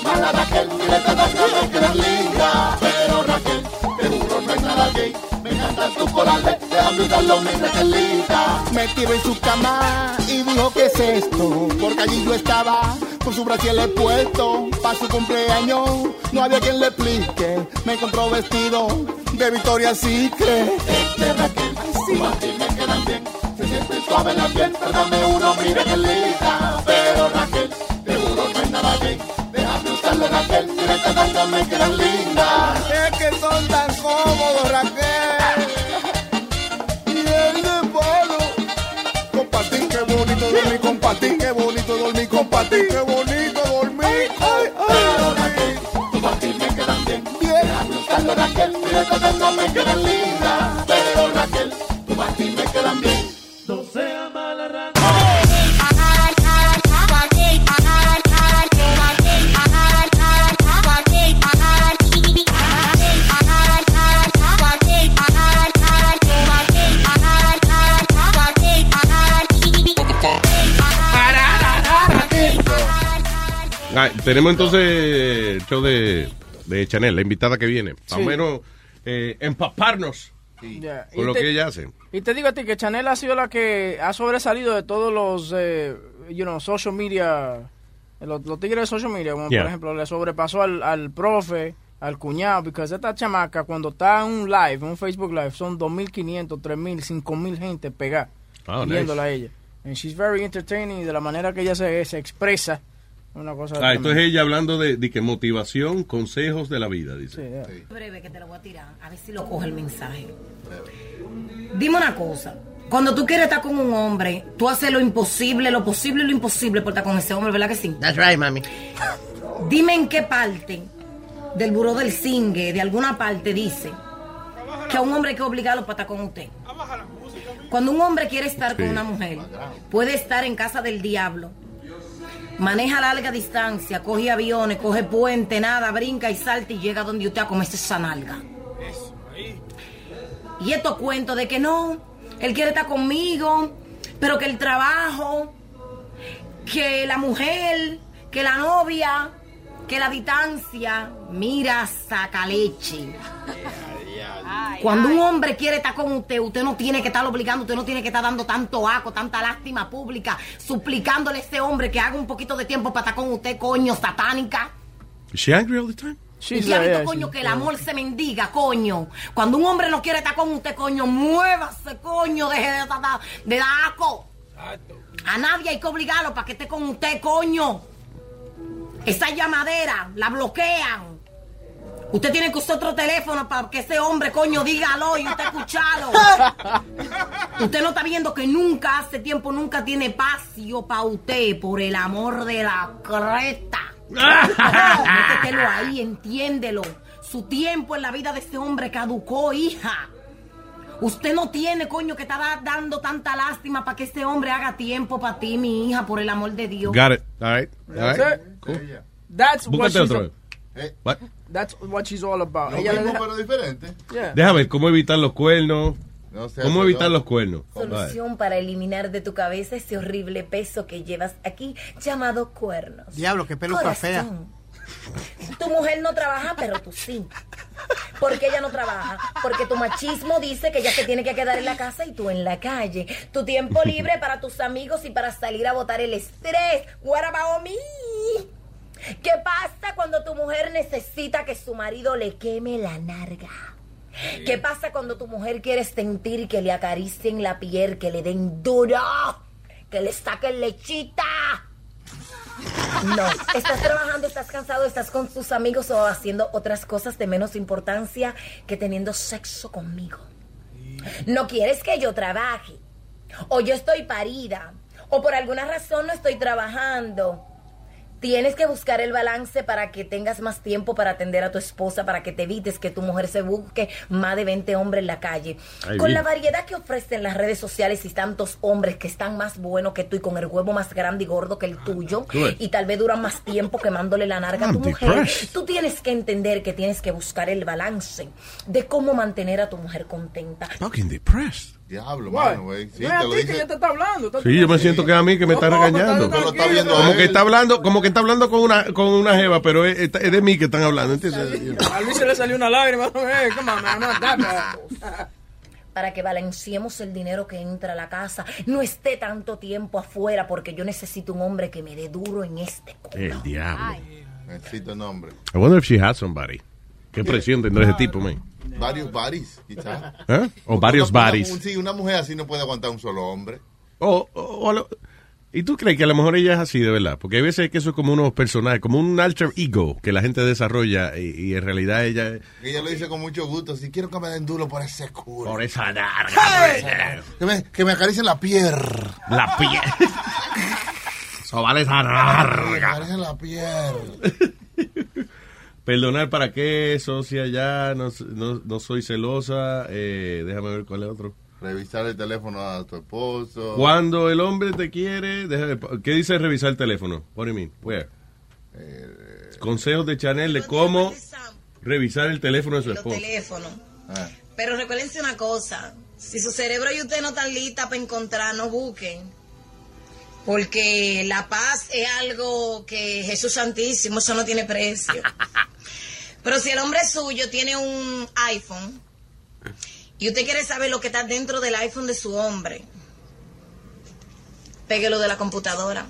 Speaker 6: mala Raquel, que le tratas como que eres linda. Pero Raquel, te juro no es nada gay. Me encanta tu coral, déjame usarlo, mi Raquelita. Me tiró en su cama y dijo, ¿qué es esto? Porque allí yo estaba con su brasil puesto. Para su cumpleaños no había quien le explique. Me encontró vestido de Victoria Secret. Este Raquel, sí. me quedan bien. Se siente suave la piel, dame uno, mi Raquelita. Pero Raquel, te juro no es nada gay. Déjame usarlo, Raquel, mira esta tanga me queda linda. Es que son tan cómodos, Raquel. Y el de palo. Compartí, qué bonito dormir, compartí, qué bonito dormir, compartí, qué bonito dormir. Ay, ay, ay. Compartí me quedan bien. Déjame usarlo, Raquel, mira esta tanga me queda linda. Pero Raquel, compartí me quedan bien. No sea mala, Raquel.
Speaker 17: Ah, tenemos entonces el show de, de Chanel, la invitada que viene. Más o
Speaker 5: Sí.
Speaker 17: menos eh, empaparnos
Speaker 5: Ya, y
Speaker 17: con lo
Speaker 5: te-
Speaker 17: que ella hace.
Speaker 5: Y te digo a ti que Chanel ha sido la que ha sobresalido de todos los, eh, you know, social media, eh, los, los tigres de social media, como
Speaker 17: Yeah.
Speaker 5: por ejemplo, le sobrepasó al, al profe, al cuñado, porque esta chamaca cuando está en un live, en un Facebook live, son 2.500, 3.000, 5.000 gente pegada,
Speaker 17: Oh, nice.
Speaker 5: viéndola a ella. And she's very entertaining y de la manera que ella se, se expresa Una cosa
Speaker 17: Ah, esto es
Speaker 5: tremenda.
Speaker 17: ella hablando de, de que motivación, consejos de la vida, dice.
Speaker 5: Sí, ya.
Speaker 16: Breve que te lo voy a tirar, a ver si lo coge el mensaje. Dime una cosa. Cuando tú quieres estar con un hombre, tú haces lo imposible, lo posible y lo imposible por estar con ese hombre, ¿verdad que sí?
Speaker 18: That's right, mami.
Speaker 16: Dime en qué parte del buró del singe, de alguna parte, dice que a un hombre hay que obligarlo para estar con usted. Cuando un hombre quiere estar con
Speaker 11: Sí.
Speaker 16: una mujer, puede estar en casa del diablo. Maneja larga distancia, coge aviones, coge puente, nada, brinca y salta y llega donde usted a comerse esa nalga. Y estos cuentos de que no, él quiere estar conmigo, pero que el trabajo, que la mujer, que la novia, que la distancia, mira, saca leche. Cuando un hombre quiere estar con usted, usted no tiene que estar obligando, usted no tiene que estar dando tanto aco, tanta lástima pública, suplicándole a ese hombre que haga un poquito de tiempo para estar con usted, coño, satánica.
Speaker 17: Is she angry all the time?
Speaker 16: Y ya visto, coño, que el amor se mendiga, coño. Cuando un hombre no quiere estar con usted, coño, muévase, coño, deje de, dar- de dar aco. A nadie hay que obligarlo para que esté con usted, coño. Esa llamadera la bloquean. Usted tiene que usar otro teléfono para que ese hombre, coño, dígalo y usted escuchalo. usted no está viendo que nunca hace tiempo, nunca tiene espacio para usted, por el amor de la creta.
Speaker 3: (laughs)
Speaker 16: Métetelo ahí, entiéndelo. Su tiempo en la vida de este hombre caducó, hija. Usted no tiene, coño, que está dando tanta lástima para que este hombre haga tiempo para ti, mi hija, por el amor de Dios.
Speaker 17: Got it. All right. All
Speaker 5: That's
Speaker 17: right.
Speaker 5: it.
Speaker 17: Cool.
Speaker 5: That's what
Speaker 17: Búscate
Speaker 5: she's
Speaker 17: otro.
Speaker 6: Eh.
Speaker 17: What?
Speaker 5: That's what she's all about.
Speaker 6: Lo
Speaker 5: Ella le
Speaker 6: mismo,
Speaker 5: deja-
Speaker 6: pero diferente.
Speaker 5: Yeah.
Speaker 17: Deja ver cómo evitar los cuernos.
Speaker 6: No sea
Speaker 17: ¿Cómo
Speaker 6: celoso.
Speaker 17: evitar los cuernos? Right.
Speaker 16: Solución para eliminar de tu cabeza ese horrible peso que llevas aquí, llamado cuernos.
Speaker 2: Diablo, qué peluca fea.
Speaker 16: Corazón. Tu mujer no trabaja, pero tú sí. Porque ella no trabaja. Porque tu machismo dice que ella se tiene que quedar en la casa y tú en la calle. Tu tiempo libre para tus amigos y para salir a botar el estrés. What about me? ¿Qué pasa cuando tu mujer necesita que su marido le queme la narga? ¿Qué pasa cuando tu mujer quiere sentir que le acaricien la piel, que le den duro, que le saquen lechita? No, estás trabajando, estás cansado, estás con tus amigos o haciendo otras cosas de menos importancia que teniendo sexo conmigo. No quieres que yo trabaje. O yo estoy parida. O por alguna razón no estoy trabajando. Tienes que buscar el balance para que tengas más tiempo para atender a tu esposa, para que te evites que tu mujer se busque más de 20 hombres en la calle.
Speaker 20: Ay,
Speaker 16: Con
Speaker 20: bien.
Speaker 16: la variedad que ofrecen las redes sociales y tantos hombres que están más buenos que tú y con el huevo más grande y gordo que el tuyo
Speaker 20: Ah, Good.
Speaker 16: y tal vez duran más tiempo quemándole la narga a
Speaker 20: I'm
Speaker 16: tu mujer,
Speaker 20: depressed.
Speaker 16: tú tienes que entender que tienes que buscar el balance de cómo mantener a tu mujer contenta.
Speaker 17: Fucking depressed.
Speaker 6: Diablo,
Speaker 16: What?
Speaker 6: mano, güey. Sí,
Speaker 5: No es
Speaker 6: te
Speaker 5: a
Speaker 6: lo
Speaker 5: ti que
Speaker 6: dije.
Speaker 5: ella te está hablando.
Speaker 17: Sí, yo me siento que es a mí que me está
Speaker 5: No, no,
Speaker 17: regañando.
Speaker 5: pero está tranquilo.
Speaker 6: viendo a
Speaker 17: como
Speaker 6: él.
Speaker 17: que está hablando, como que está hablando con una con una jeva, pero es, es- es de mí que están hablando, ¿entiendes?
Speaker 5: A Luis se le salió una lágrima. Hey, come on, man, I'm not that
Speaker 17: (laughs)
Speaker 5: bad.
Speaker 16: para que balanceemos el dinero que entra a la casa. No esté tanto tiempo afuera porque yo necesito un hombre que me dé duro en este.
Speaker 17: El diablo.
Speaker 6: Necesito nombre.
Speaker 17: I wonder if she had somebody. Qué presión tendrá ese tipo, man.
Speaker 6: Varios baris, quizás.
Speaker 17: ¿Eh? O varios baris.
Speaker 6: Sí, una mujer así no puede aguantar un solo hombre.
Speaker 17: O, o- o lo- ¿Y tú crees que a lo mejor ella es así, de verdad? Porque hay veces que eso es como unos personajes, como un alter ego que la gente desarrolla y, y en realidad ella es...
Speaker 6: Y Ella lo dice con mucho gusto. Si quiero que me den duro por ese culo. Por
Speaker 17: esa narga.
Speaker 6: Que me, que me acaricien la pierna. (laughs)
Speaker 17: La piel. Eso vale esa
Speaker 6: Que me
Speaker 17: narga.
Speaker 6: acaricien la pierna.
Speaker 17: Perdonar para qué, socia ya, no, no, no soy celosa, eh, déjame ver cuál es otro.
Speaker 6: Revisar el teléfono a tu esposo.
Speaker 17: Cuando el hombre te quiere, déjame, ¿qué dice revisar el teléfono? What do you mean? Where?
Speaker 6: Eh,
Speaker 17: Consejos de Chanel de cómo revisar el teléfono de su
Speaker 27: Los
Speaker 17: esposo.
Speaker 27: teléfonos.
Speaker 17: Ah.
Speaker 27: Pero recuérdense una cosa, si su cerebro y usted no están listas para encontrar, no busquen. Porque la paz es algo que Jesús Santísimo, eso no tiene precio. Pero si el hombre suyo tiene un iPhone y usted quiere saber lo que está dentro del iPhone de su hombre, péguelo de la computadora.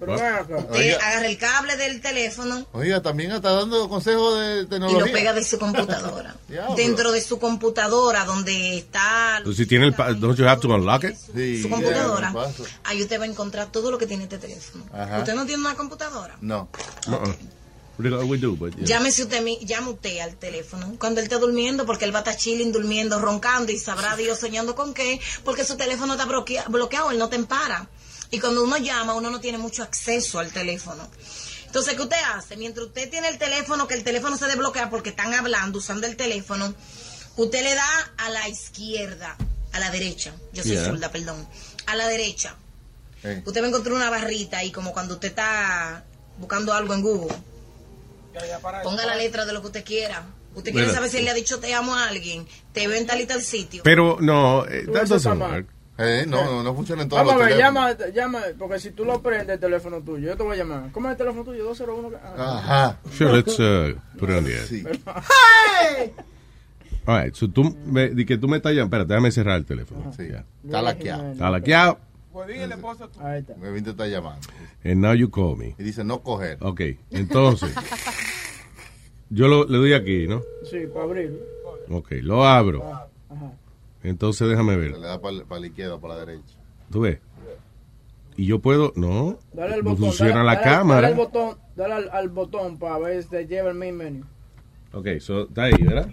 Speaker 5: Pero ven acá.
Speaker 16: Usted agarra el cable del teléfono
Speaker 6: Oiga, también está dando consejos de
Speaker 16: y lo
Speaker 6: tecnología.
Speaker 16: pega de su computadora. Dentro de su computadora, donde está
Speaker 17: Pues Si tiene el pa- don't you have to unlock it?
Speaker 16: su computadora, ahí usted va a encontrar todo lo que tiene este teléfono.
Speaker 17: Ajá.
Speaker 16: Usted no tiene una computadora.
Speaker 6: No.
Speaker 17: Uh-uh. We do, but yeah.
Speaker 16: Llámese usted, mi- llame usted al teléfono cuando él esté durmiendo, porque él va a estar chilling, durmiendo, roncando y sabrá Dios soñando con qué, porque su teléfono está bloquea- bloqueado, él no te empara. Y cuando uno llama, uno no tiene mucho acceso al teléfono. Entonces, ¿qué usted hace? Mientras usted tiene el teléfono, que el teléfono se desbloquea porque están hablando, usando el teléfono, usted le da a la izquierda, a la derecha, yo soy
Speaker 19: Yeah.
Speaker 16: zurda, perdón, a la derecha.
Speaker 19: Hey.
Speaker 16: Usted va a encontrar una barrita ahí, como cuando usted está buscando algo en Google. Ponga la letra de lo que usted quiera. Usted quiere
Speaker 17: Mira.
Speaker 16: saber si él le ha dicho te amo a alguien, te veo en tal y tal sitio.
Speaker 17: Pero no, eh,
Speaker 5: Tú
Speaker 17: that
Speaker 5: eso está
Speaker 17: doesn't
Speaker 5: mal.
Speaker 17: work.
Speaker 6: Eh, no, no, no funciona en todos
Speaker 5: Vamos a
Speaker 6: los
Speaker 5: ver,
Speaker 6: teléfonos.
Speaker 5: llama, llama, porque si tú lo prendes el teléfono tuyo, yo te voy a llamar. ¿Cómo es el teléfono tuyo? 201.
Speaker 17: Ah,
Speaker 6: Ajá.
Speaker 17: Sure, let's uh, put it on the air. (laughs) All right, so tú me, di que tú me estás llamando. Espérate, déjame cerrar el teléfono.
Speaker 6: Sí.
Speaker 17: Yeah.
Speaker 6: Está laqueado.
Speaker 17: Está laqueado.
Speaker 5: Ahí está.
Speaker 6: Me viste, está llamando.
Speaker 17: And now you call me.
Speaker 6: Y dice no coger.
Speaker 17: Ok, entonces. yo lo, le doy aquí, ¿no?
Speaker 5: Sí, para abrir. Ah,
Speaker 17: Ok, lo abro.
Speaker 5: Ajá.
Speaker 17: Entonces déjame ver.
Speaker 6: Le da para la izquierda o para la derecha.
Speaker 17: ¿Tú ves? Y yo puedo. No.
Speaker 5: Dale al
Speaker 17: no
Speaker 5: botón. dale-
Speaker 17: funciona la
Speaker 5: dale-
Speaker 17: cámara.
Speaker 5: Dale al botón, dale al, al botón para ver si te lleva el main menu.
Speaker 17: ok, so, está ahí, ¿verdad?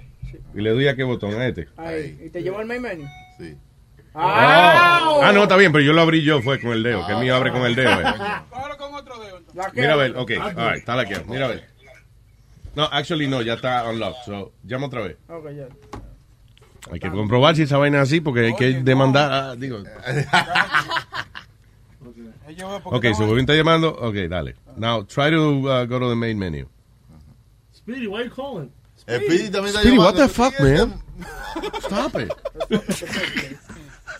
Speaker 17: Y le doy a qué botón, a este.
Speaker 5: Ahí. ¿Y te lleva el main menu?
Speaker 6: Sí.
Speaker 5: ¡Ah!
Speaker 17: Ah, no, está bien, pero yo lo abrí yo, fue con el dedo, que el mío abre con el dedo. eh.
Speaker 5: La que-
Speaker 17: Mira a ver, ok, all right, está la que, mira a ver. No, actually no, ya está unlocked, so llama otra vez.
Speaker 5: Ok, ya.
Speaker 17: Hay que comprobar si esa vaina es así, porque hay que demandar, ah, digo. Ok, se so, está llamando, ok, dale. Now, try to uh, go to the main menu.
Speaker 7: Speedy, why you calling?
Speaker 6: Speedy también está
Speaker 17: Speedy, what
Speaker 6: llamando.
Speaker 17: the fuck, man? Stop it. (laughs)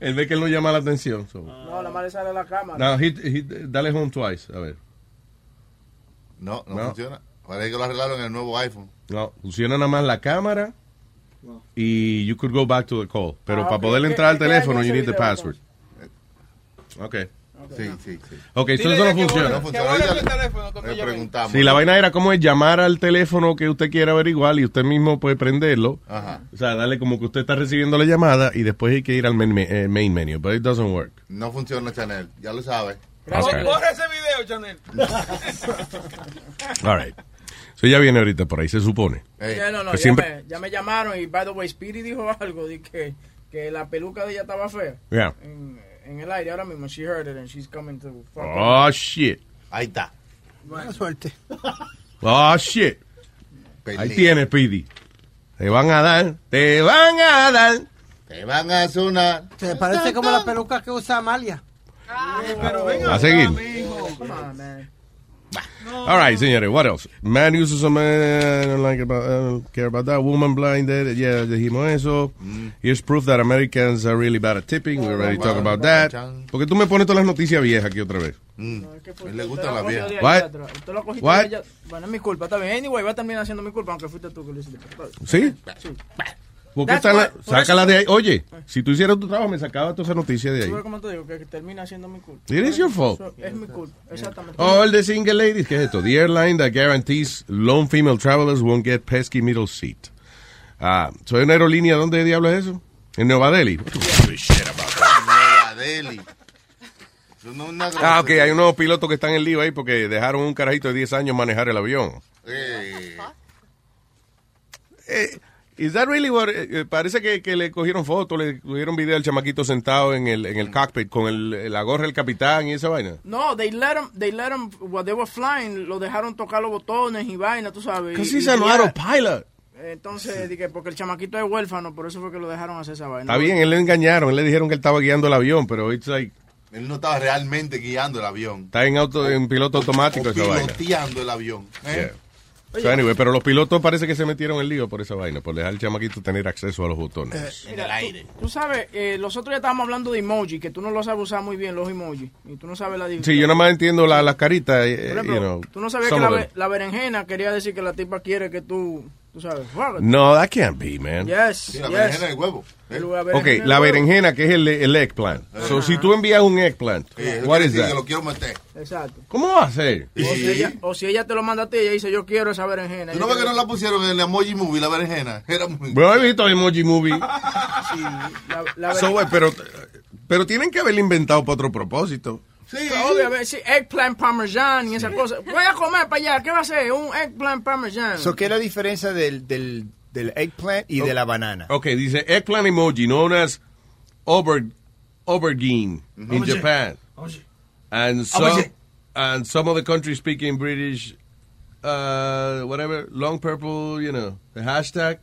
Speaker 17: Él ve que él no llama la atención, so.
Speaker 5: No, la madre sale a la cámara.
Speaker 17: Now, hit, hit, dale home twice, a ver.
Speaker 6: No, no,
Speaker 17: No.
Speaker 6: funciona. Parece que lo arreglaron en el nuevo iPhone.
Speaker 17: No, funciona nada más la cámara y you could go back to the call. Pero
Speaker 6: Ah,
Speaker 17: para
Speaker 6: ok.
Speaker 17: poder
Speaker 6: ¿Qué-
Speaker 17: entrar al
Speaker 6: qué- qué hay en
Speaker 17: teléfono,
Speaker 6: ese
Speaker 17: you need the
Speaker 6: video,
Speaker 17: password. Ok.
Speaker 6: Sí,
Speaker 28: Ah.
Speaker 6: sí, sí.
Speaker 17: Ok, so eso no funciona.
Speaker 6: Le preguntamos.
Speaker 17: Si la vaina era como es llamar al teléfono que usted quiera averiguar y usted mismo puede prenderlo.
Speaker 6: Ajá.
Speaker 17: O sea, dale como que usted está recibiendo la llamada y después hay que ir al main, me- eh, main menu. But it doesn't work.
Speaker 6: No funciona, Chanel. Ya lo sabes.
Speaker 17: Gracias, Ok.
Speaker 28: Borra ese video, Chanel.
Speaker 17: All right. So ya viene ahorita por ahí, se supone.
Speaker 5: Ya, no, no,
Speaker 17: Pues
Speaker 5: ya,
Speaker 17: siempre-
Speaker 5: me, ya me llamaron y, by the way, Speedy dijo (laughs) algo de que, que la peluca de ella estaba fea
Speaker 17: Yeah.
Speaker 5: en, en el aire ahora mismo. She heard it and she's coming to fuck
Speaker 17: Oh, shit.
Speaker 6: Ahí está.
Speaker 2: Buena suerte.
Speaker 17: Oh, shit. Ahí
Speaker 6: Peligro.
Speaker 17: tienes, Pidi. Te van a dar, te van a dar.
Speaker 6: Te van a hacer una.
Speaker 2: Se parece como la peluca que usa Amalia.
Speaker 17: A seguir. All right, señores, what else? Man uses a man, I don't, like about, I don't care about that. Woman blinded, yeah, dijimos eso. Here's proof that Americans are really bad at tipping. We already talked about that. Porque tú me pones todas las noticias viejas aquí otra vez.
Speaker 6: Mm. A él le gusta la vieja.
Speaker 17: What?
Speaker 5: Tú lo cogiste
Speaker 17: What?
Speaker 5: de ella- Bueno, es mi culpa, está bien. Anyway, va a terminar siendo mi culpa, aunque fuiste tú que lo hiciste.
Speaker 17: ¿Sí?
Speaker 5: Sí.
Speaker 17: ¿Por qué
Speaker 5: That's
Speaker 17: está la-
Speaker 5: what- por
Speaker 17: sácala
Speaker 5: eso-
Speaker 17: de ahí. Oye, si tú hicieras tu trabajo, me sacabas todas esas noticias de
Speaker 5: ¿Tú
Speaker 17: ahí.
Speaker 5: ves cómo te digo? Que termina siendo mi culpa.
Speaker 17: It is your fault. Oh,
Speaker 5: Eso Es mi culpa, exactamente.
Speaker 17: All the single ladies, ¿qué es esto? The airline that guarantees lone female travelers won't get pesky middle seat. Ah, ¿soy una aerolínea? ¿Dónde diablo es eso? En Nueva Delhi.
Speaker 6: Nueva Delhi. Eso no es una
Speaker 17: Ah, ok,
Speaker 6: grosería.
Speaker 17: hay unos pilotos que están en lío ahí porque dejaron un carajito de 10 años manejar el avión.
Speaker 6: Eh,
Speaker 17: Eh, is that really what- eh, eh, parece que, que le cogieron fotos, le cogieron video al chamaquito sentado en el, en el cockpit con el, la gorra del capitán y esa vaina.
Speaker 5: No, they let them, they let them, while they were flying, lo dejaron tocar los botones y vaina, tú sabes.
Speaker 17: Because
Speaker 5: y-
Speaker 17: he's
Speaker 5: y
Speaker 17: an
Speaker 5: tenía-
Speaker 17: autopilot.
Speaker 5: Entonces, dije, porque el chamaquito es huérfano, por eso fue que lo dejaron hacer esa vaina.
Speaker 17: Está bien, él le engañaron, él le dijeron que él estaba guiando el avión, pero it's like,
Speaker 6: él no estaba realmente guiando el avión.
Speaker 17: está en, auto, en piloto automático esa vaina.
Speaker 6: Piloteando el avión. ¿eh?
Speaker 17: Yeah. So anyway, pero los pilotos parece que se metieron en lío por esa vaina, por dejar al chamaquito tener acceso a los botones.
Speaker 5: Mira, tú- Tú, sabes, eh, los otros ya estábamos hablando de emoji, que tú no lo sabes usar muy bien, los emojis. Y tú no sabes la diferencia.
Speaker 17: Sí, yo nada más entiendo la- las caritas. eh,
Speaker 5: Por
Speaker 17: you
Speaker 5: ejemplo,
Speaker 17: know,
Speaker 5: tú no sabías que
Speaker 17: some
Speaker 5: la,
Speaker 17: of
Speaker 5: be-
Speaker 17: them.
Speaker 5: la berenjena quería decir que la tipa quiere que tú Tú sabes. Fuck it.
Speaker 17: No, that can't be, man.
Speaker 5: Yes.
Speaker 6: La
Speaker 5: yes.
Speaker 6: berenjena de huevo.
Speaker 5: El huevo,
Speaker 17: Ok,
Speaker 5: berenjena
Speaker 17: la
Speaker 5: de huevo.
Speaker 17: berenjena, que es el, el eggplant. So, si tú envías un eggplant,
Speaker 6: eso
Speaker 17: what
Speaker 6: quiere
Speaker 17: is
Speaker 6: decir
Speaker 17: that?
Speaker 6: que lo quiero meter.
Speaker 5: Exacto.
Speaker 17: ¿Cómo va a ser?
Speaker 5: O, si ella, o si ella te lo manda a ti, ella dice, yo quiero esa berenjena.
Speaker 6: ¿Tú no ves que no la pusieron en el emoji movie, la berenjena? (laughs) Era muy...
Speaker 17: Bro, he visto
Speaker 5: (laughs)
Speaker 17: Emoji Movie.
Speaker 5: Sí, la, la
Speaker 17: So,
Speaker 5: berenjena.
Speaker 17: güey, pero, pero tienen que haberlo inventado para otro propósito.
Speaker 5: Sí. Obviamente, sí, eggplant parmesan y esas cosas. Voy a comer para allá, ¿qué va a ser? Un eggplant parmesan.
Speaker 12: So, ¿Qué es la diferencia del, del, del eggplant y
Speaker 17: Oh.
Speaker 12: de
Speaker 17: (laughs)
Speaker 12: la banana?
Speaker 17: Ok, dice eggplant emoji, known as auber, aubergine in
Speaker 12: Aubergine.
Speaker 17: Japan.
Speaker 6: Ah,
Speaker 17: And some,
Speaker 12: Aubergine.
Speaker 17: and some of the countries speaking British, uh, whatever, long purple, you know, the hashtag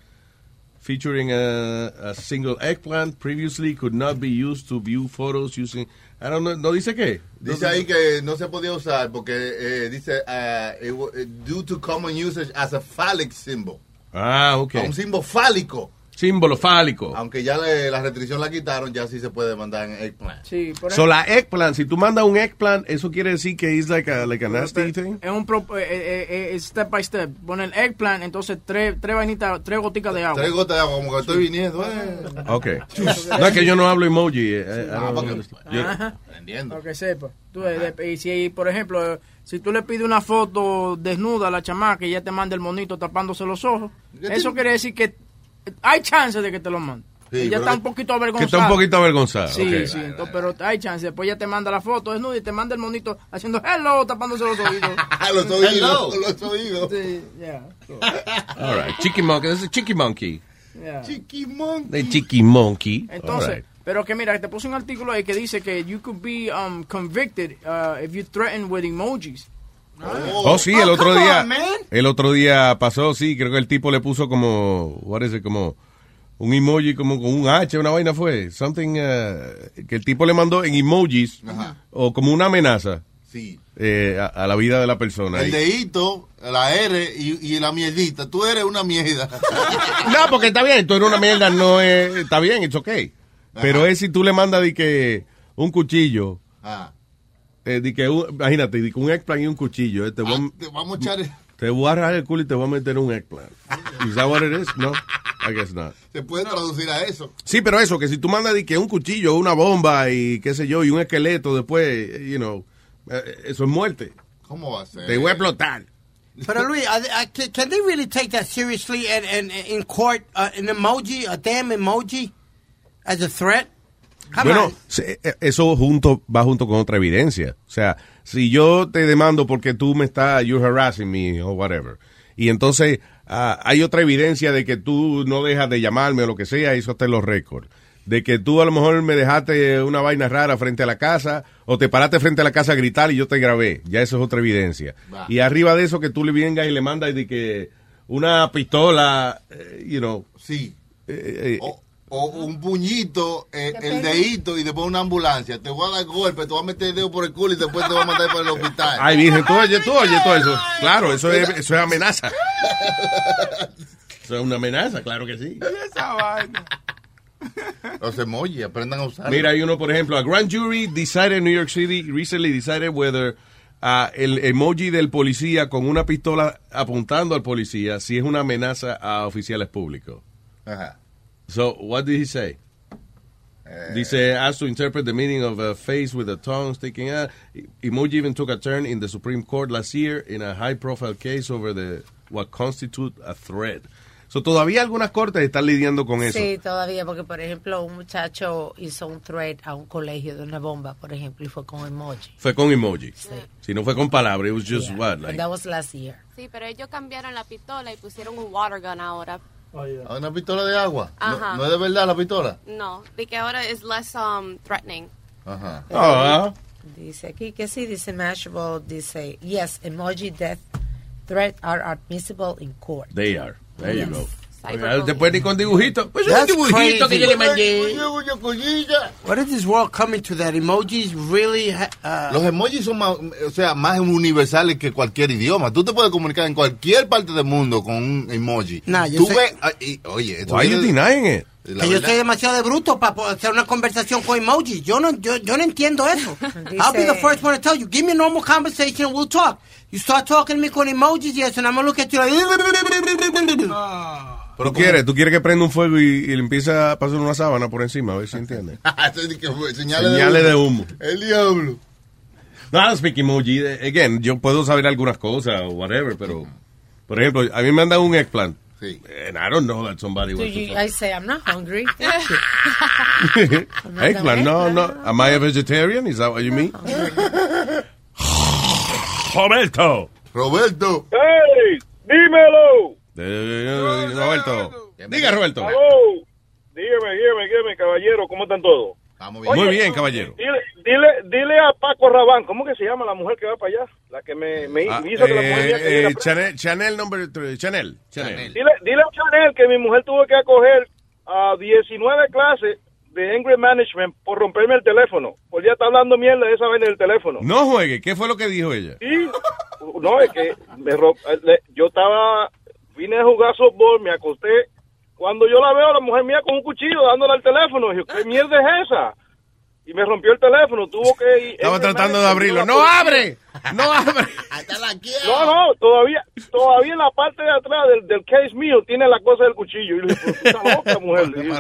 Speaker 17: featuring a, a single eggplant previously could not be used to view photos using. I don't know, no dice qué.
Speaker 6: Dice ahí que no se podía usar porque eh, dice ah, it wa- eh, due to common usage as a phallic symbol.
Speaker 17: Ah, ok.
Speaker 6: A Un símbolo fálico.
Speaker 17: Símbolo fálico.
Speaker 6: Aunque ya le- la restricción la quitaron, ya sí se puede mandar en eggplant.
Speaker 5: Sí, por
Speaker 17: So,
Speaker 5: ejemplo,
Speaker 17: la eggplant, si tú mandas un eggplant, eso quiere decir que es like a, like a nasty thing?
Speaker 5: es un pro- eh, eh, eh, eh, step by step. Pon el eggplant, entonces tres, tres vainitas, tres goticas de agua.
Speaker 6: Tres gotas de agua, como que estoy viniendo. ¿eh?
Speaker 17: (laughs) Ok. No, es que yo no hablo emoji. eh, I
Speaker 6: Ah,
Speaker 17: don't
Speaker 6: porque-
Speaker 17: understand. Yo-
Speaker 6: Aprendiendo.
Speaker 5: Para que sepa. Tú, eh, de- y si, por ejemplo, eh, si tú le pides una foto desnuda a la chamaca y ya te manda el monito tapándose los ojos, eso quiere decir que eh, hay chance de que te lo mande.
Speaker 17: Sí,
Speaker 5: Ella
Speaker 17: pero
Speaker 5: está
Speaker 17: que-
Speaker 5: un poquito
Speaker 17: que
Speaker 5: avergonzada.
Speaker 17: está un poquito avergonzada.
Speaker 5: Sí,
Speaker 17: ok.
Speaker 5: sí, entonces, pero hay chance. Después ya te manda la foto desnuda y te manda el monito haciendo hello, tapándose
Speaker 17: (laughs)
Speaker 5: los oídos.
Speaker 6: los oídos, los oídos.
Speaker 5: Sí, ya.
Speaker 17: All right. Chicky monkey. This is chicky monkey.
Speaker 5: ya.
Speaker 17: The chicky monkey.
Speaker 5: Entonces,
Speaker 17: All right.
Speaker 5: pero que mira, te puse un artículo ahí que dice que you could be um, convicted uh, if you threaten with emojis.
Speaker 17: Oh, sí, el
Speaker 5: Oh,
Speaker 17: otro
Speaker 5: come
Speaker 17: día.
Speaker 5: on, man.
Speaker 17: el otro día pasó, sí. Creo que el tipo le puso como. What is it? Como. Un emoji como con un H, una vaina fue. Something. uh, que el tipo le mandó en emojis. O como una amenaza.
Speaker 6: Sí.
Speaker 17: eh, a, a la vida de la persona.
Speaker 6: El
Speaker 17: Y-
Speaker 6: deito, la R y, y la mierdita. Tú eres una mierda.
Speaker 17: (laughs) No, porque está bien, tú eres una mierda, no es, está bien, it's okay. Pero es si tú le mandas de que un cuchillo,
Speaker 6: Ah,
Speaker 17: eh, de que un- imagínate, de que un eggplant y un cuchillo, eh, te, voy, a-
Speaker 6: te vamos a echar.
Speaker 17: te voy a agarrar el culo y te voy a meter un eggplant. Is that what it is? No, I guess not.
Speaker 6: Se puede traducir a eso.
Speaker 17: Sí, pero eso, que si tú mandas de que un cuchillo, una bomba y qué sé yo, y un esqueleto después, you know, eh, eso es muerte.
Speaker 6: ¿Cómo va a ser?
Speaker 17: Te voy a explotar.
Speaker 2: Pero Luis, are they, uh, can, can they really take that seriously and, and, and in court uh, an emoji, a damn emoji, as a threat? Come
Speaker 17: Bueno,
Speaker 2: on.
Speaker 17: se- eh, eso junto va junto con otra evidencia. O sea, si yo te demando porque tú me estás, you're harassing me o whatever, y entonces ah, hay otra evidencia de que tú no dejas de llamarme o lo que sea, eso está en los récords. De que tú a lo mejor me dejaste una vaina rara frente a la casa o te paraste frente a la casa a gritar y yo te grabé. Ya eso es otra evidencia.
Speaker 6: Va.
Speaker 17: Y arriba de eso que tú le vengas y le mandas de que una pistola, eh, you know.
Speaker 6: Sí.
Speaker 17: eh, eh,
Speaker 6: O un puñito, eh, el dedito y después una ambulancia. Te voy a dar golpe, te voy a meter el dedo por el culo y después te voy a mandar para el hospital.
Speaker 17: Ay, virgen, tú oyes, tú oyes todo eso. Claro, eso es, eso es amenaza. Eso es una amenaza, claro que sí.
Speaker 6: esa vaina. (laughs) Los emojis, aprendan a usar.
Speaker 17: Mira, hay uno, por ejemplo, a grand jury decided in New York City recently decided whether ah, el emoji del policía con una pistola apuntando al policía si es una amenaza a oficiales públicos.
Speaker 6: Ajá.
Speaker 17: So, what did he say? Dice, as to interpret the meaning of a face with a tongue sticking out, emoji even took a turn in the Supreme Court last year in a high-profile case over the what constitute a threat. So, todavía algunas cortes están lidiando con eso.
Speaker 19: Sí, todavía, porque por ejemplo un muchacho hizo un thread a un colegio de una bomba, por ejemplo, y fue con emoji.
Speaker 17: Fue con emoji. Si no fue con palabra, it was just what,
Speaker 19: And
Speaker 17: like,
Speaker 19: that was last year.
Speaker 11: Sí, pero ellos cambiaron la pistola y pusieron un water gun ahora.
Speaker 6: ¿A Ah, ¿Una pistola de agua? No-
Speaker 11: Ajá.
Speaker 6: No, es de verdad la pistola?
Speaker 11: No, de que ahora es less um, threatening.
Speaker 6: Ajá.
Speaker 17: Ah.
Speaker 19: Dice aquí que sí, dice Mashable, dice, yes, emoji death threat are admissible in court.
Speaker 17: they are. There you go.
Speaker 19: Cyberbullying.
Speaker 17: Después ni con dibujitos. Pues es un
Speaker 2: That's
Speaker 17: dibujito que Pues yo le mandé.
Speaker 2: What is this world coming to that emojis really? ha- uh,
Speaker 6: Los emojis son más, o sea, más universales que cualquier idioma. Tú te puedes comunicar en cualquier parte del mundo con un emoji.
Speaker 2: Nah, yo
Speaker 6: Tú
Speaker 2: sé-
Speaker 6: ves- ah, y- oye, esto
Speaker 17: Why you
Speaker 6: tiene-
Speaker 17: denying it?
Speaker 6: la
Speaker 2: que yo
Speaker 6: verdad-
Speaker 2: soy demasiado de bruto para hacer una conversación con (laughs) emojis. Yo no, yo, yo no entiendo eso. I'll be the
Speaker 19: Dice-
Speaker 2: first one to tell you. Give me a normal conversation and we'll talk. You start talking to me con emojis y eso, and I'm gonna look at you like... (laughs)
Speaker 17: ¿Tú quieres, ¿Tú quieres que prenda un fuego y, y le empieza a pasar una sábana por encima? A ver si entiendes.
Speaker 6: Señales,
Speaker 17: Señales de humo.
Speaker 6: El diablo.
Speaker 17: No, speak emoji. eh, Again, yo puedo saber algunas cosas o whatever, pero... Por ejemplo, a mí me han dado un eggplant. Sí. And I don't know that somebody
Speaker 19: Do
Speaker 17: wants to
Speaker 19: you, I say, I'm not
Speaker 23: (laughs)
Speaker 19: hungry. Thank you.
Speaker 17: (laughs) eggplant, no, no. Am I a vegetarian? Is that what you mean? Roberto.
Speaker 6: Roberto.
Speaker 24: ¡Hey! ¡Dímelo!
Speaker 17: Eh, Roberto. Diga, Roberto.
Speaker 24: Aló. Dígame, dígame, dígame, caballero, ¿cómo están todos?
Speaker 17: bien. Muy bien, caballero.
Speaker 24: Dile, dile, dile a Paco Rabán, ¿cómo que se llama la mujer que va para allá? La que me, me
Speaker 17: Ah,
Speaker 24: hizo que la mujer mía
Speaker 17: eh,
Speaker 24: que
Speaker 17: eh, Chanel, Chanel number three, Chanel. Chanel.
Speaker 24: Dile, dile a Chanel que mi mujer tuvo que acoger a 19 clases de angry management por romperme el teléfono. Porque ya está hablando mierda de esa vaina del teléfono.
Speaker 17: No juegue. ¿Qué fue lo que dijo ella?
Speaker 24: Sí, no, es que me ro- le- yo estaba, vine a jugar softball, me acosté. Cuando yo la veo a la mujer mía con un cuchillo dándole al teléfono, dije, ¿qué mierda es esa? Y me rompió el teléfono, tuvo que ir.
Speaker 17: Estaba tratando de abrirlo. ¡No abre! ¡No abre!
Speaker 24: No, no, todavía, todavía en la parte de atrás del, del case mío tiene la cosa del cuchillo. Y le dije, "Pues, puta
Speaker 17: (laughs)
Speaker 24: loca, mujer. Le dije,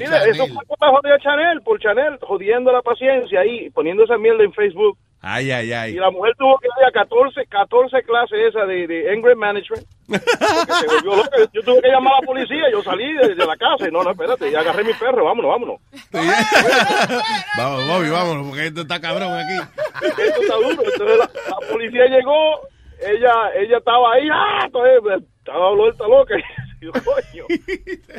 Speaker 24: Mira, eso fue por la jodida Chanel, por Chanel, jodiendo la paciencia ahí, poniendo esa mierda en Facebook.
Speaker 17: Ay, ay, ay.
Speaker 24: Y la mujer tuvo que ir a 14, 14 clases esas de, de anger management. Porque se volvió loca. Yo tuve que llamar a la policía, yo salí de, de la casa y no, no, espérate, ya agarré mi perro, vámonos, vámonos.
Speaker 17: (laughs) Vamos, Bobby, vámonos, porque esto está cabrón aquí.
Speaker 24: Esto está duro. Entonces la, la policía llegó, ella ella estaba ahí, ¡ah! Entonces estaba vuelta loca. (laughs) Y yo, coño.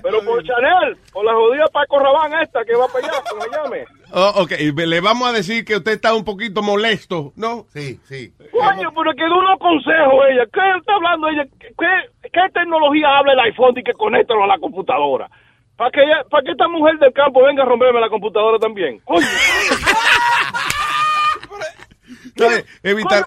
Speaker 24: Pero por Chanel, por la jodida Paco Rabán esta que va para allá, que la llame.
Speaker 17: Oh, ok, le vamos a decir que usted está un poquito molesto, ¿no?
Speaker 6: Sí, sí.
Speaker 24: Coño, pero que de unos consejos ella. ¿Qué está hablando ella? ¿Qué, qué tecnología habla el iPhone y que conéctalo a la computadora? Para que, ella- pa' que esta mujer del campo venga a romperme la computadora también. Coño. Coño, pero Tú sabes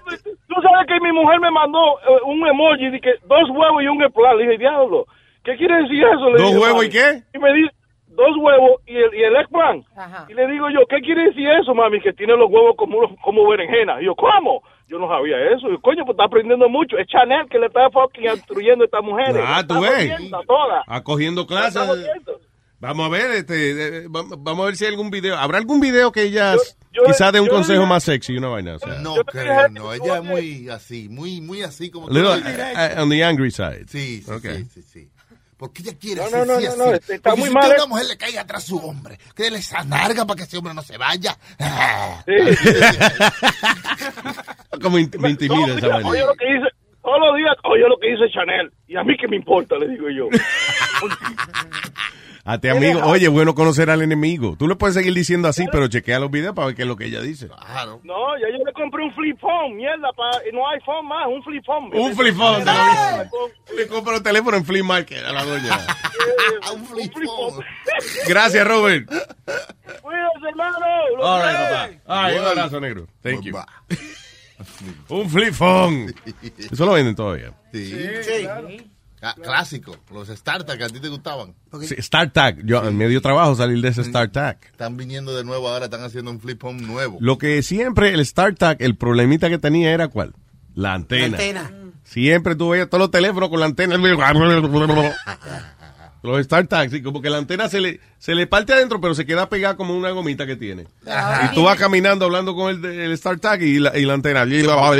Speaker 24: que mi mujer me mandó eh, un emoji de que dos huevos y un ejemplar. Le dije, diablo, ¿qué quiere decir eso? Le
Speaker 17: ¿Dos
Speaker 24: dije,
Speaker 17: huevos
Speaker 24: mami.
Speaker 17: y qué?
Speaker 24: Y me dice, dos huevos y el, y el eggplant. Y le digo yo, ¿qué quiere decir eso, mami? Que tiene los huevos como, unos- como berenjena. Y yo, ¿cómo? Yo no sabía eso. Y yo, coño, pues está aprendiendo mucho. Es Chanel que le está fucking instruyendo a estas mujeres.
Speaker 17: Ah, tú
Speaker 24: Está
Speaker 17: ves.
Speaker 24: jodiendo a todas.
Speaker 17: Acogiendo clases. Vamos a ver, este, eh, va- vamos a ver si hay algún video. ¿Habrá algún video que ella,
Speaker 6: yo-
Speaker 17: quizás de un
Speaker 6: yo-
Speaker 17: consejo más sexy, una vaina? O sea,
Speaker 6: No creo, no. Ella es muy así, muy, muy así como...
Speaker 17: little,
Speaker 6: Muy directa.
Speaker 17: eh, on the angry side.
Speaker 6: Sí, sí,
Speaker 17: Okay.
Speaker 6: sí, sí, sí. Porque ella quiere
Speaker 24: No,
Speaker 6: así,
Speaker 24: no, no,
Speaker 6: sí, así.
Speaker 24: no, no, está
Speaker 6: Porque
Speaker 24: muy
Speaker 6: si
Speaker 24: mal,
Speaker 6: usted a
Speaker 24: eh.
Speaker 6: una mujer le caiga atrás su hombre, que le esa narga para que ese hombre no se vaya.
Speaker 17: (laughs) Como in- me intimida esa
Speaker 24: Mira,
Speaker 17: vaina.
Speaker 24: Oye lo que dice, todos los días, oye lo que dice Chanel. Y a mí que me importa, le digo yo.
Speaker 17: A ti, amigo.
Speaker 6: ah.
Speaker 17: Oye, bueno conocer al enemigo. Tú le puedes seguir diciendo así, pero chequea los videos para ver qué es lo que ella dice.
Speaker 6: Ah.
Speaker 24: No, ya yo le compré un flip phone, mierda, pa, no iPhone más, un flip phone.
Speaker 17: Un flip phone, te lo- Le compro el teléfono en Flea Market a la doña.
Speaker 6: (laughs)
Speaker 24: un flip phone.
Speaker 17: Gracias, Robert.
Speaker 24: Cuídense, hermano. Los
Speaker 17: All right,
Speaker 24: quiero.
Speaker 17: papá. Pues All right, un abrazo, negro. Thank you. Un flip phone. Eso lo venden todavía.
Speaker 6: Sí. Ah, clásico, los startups que a ti te gustaban.
Speaker 17: Sí, Star Tag. Yo, me dio trabajo salir de ese Star Tag.
Speaker 6: Están viniendo de nuevo ahora, están haciendo un flip home nuevo.
Speaker 17: Lo que siempre el Star Tag, el problemita que tenía era cuál? La antena.
Speaker 19: Mm,
Speaker 17: Siempre tú veías todos los teléfonos con la antena. (laughs) Los Star Tags, sí, como que la antena se le, se le parte adentro, pero se queda pegada como una gomita que tiene. Y tú vas caminando hablando con el, de- el Star Tag y la, y la (laughs) antena. What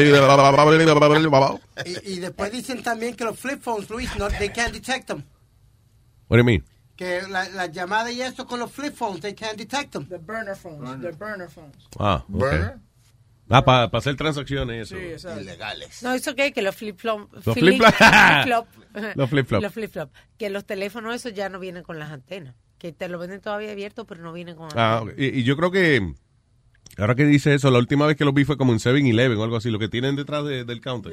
Speaker 2: y, y después dicen también que los flip phones, Luis, no, they can't detect them.
Speaker 17: do you mean?
Speaker 2: Que la- las llamadas y eso con los flip phones, they can't detect them. The burner phones, the burner phones.
Speaker 17: Ah, ok. Ah, para hacer transacciones y eso.
Speaker 2: Ilegales.
Speaker 19: No, eso que que los flip flop.
Speaker 17: Los flip-flop. Los flip-flop.
Speaker 19: Los flip flop. Que los teléfonos esos ya no vienen con las antenas. Que te lo venden todavía abierto, pero no vienen con
Speaker 17: Ah, ok. y, y yo creo que ahora que dice eso, la última vez que los vi fue como en 7-Eleven o algo así, lo que tienen detrás de- del counter.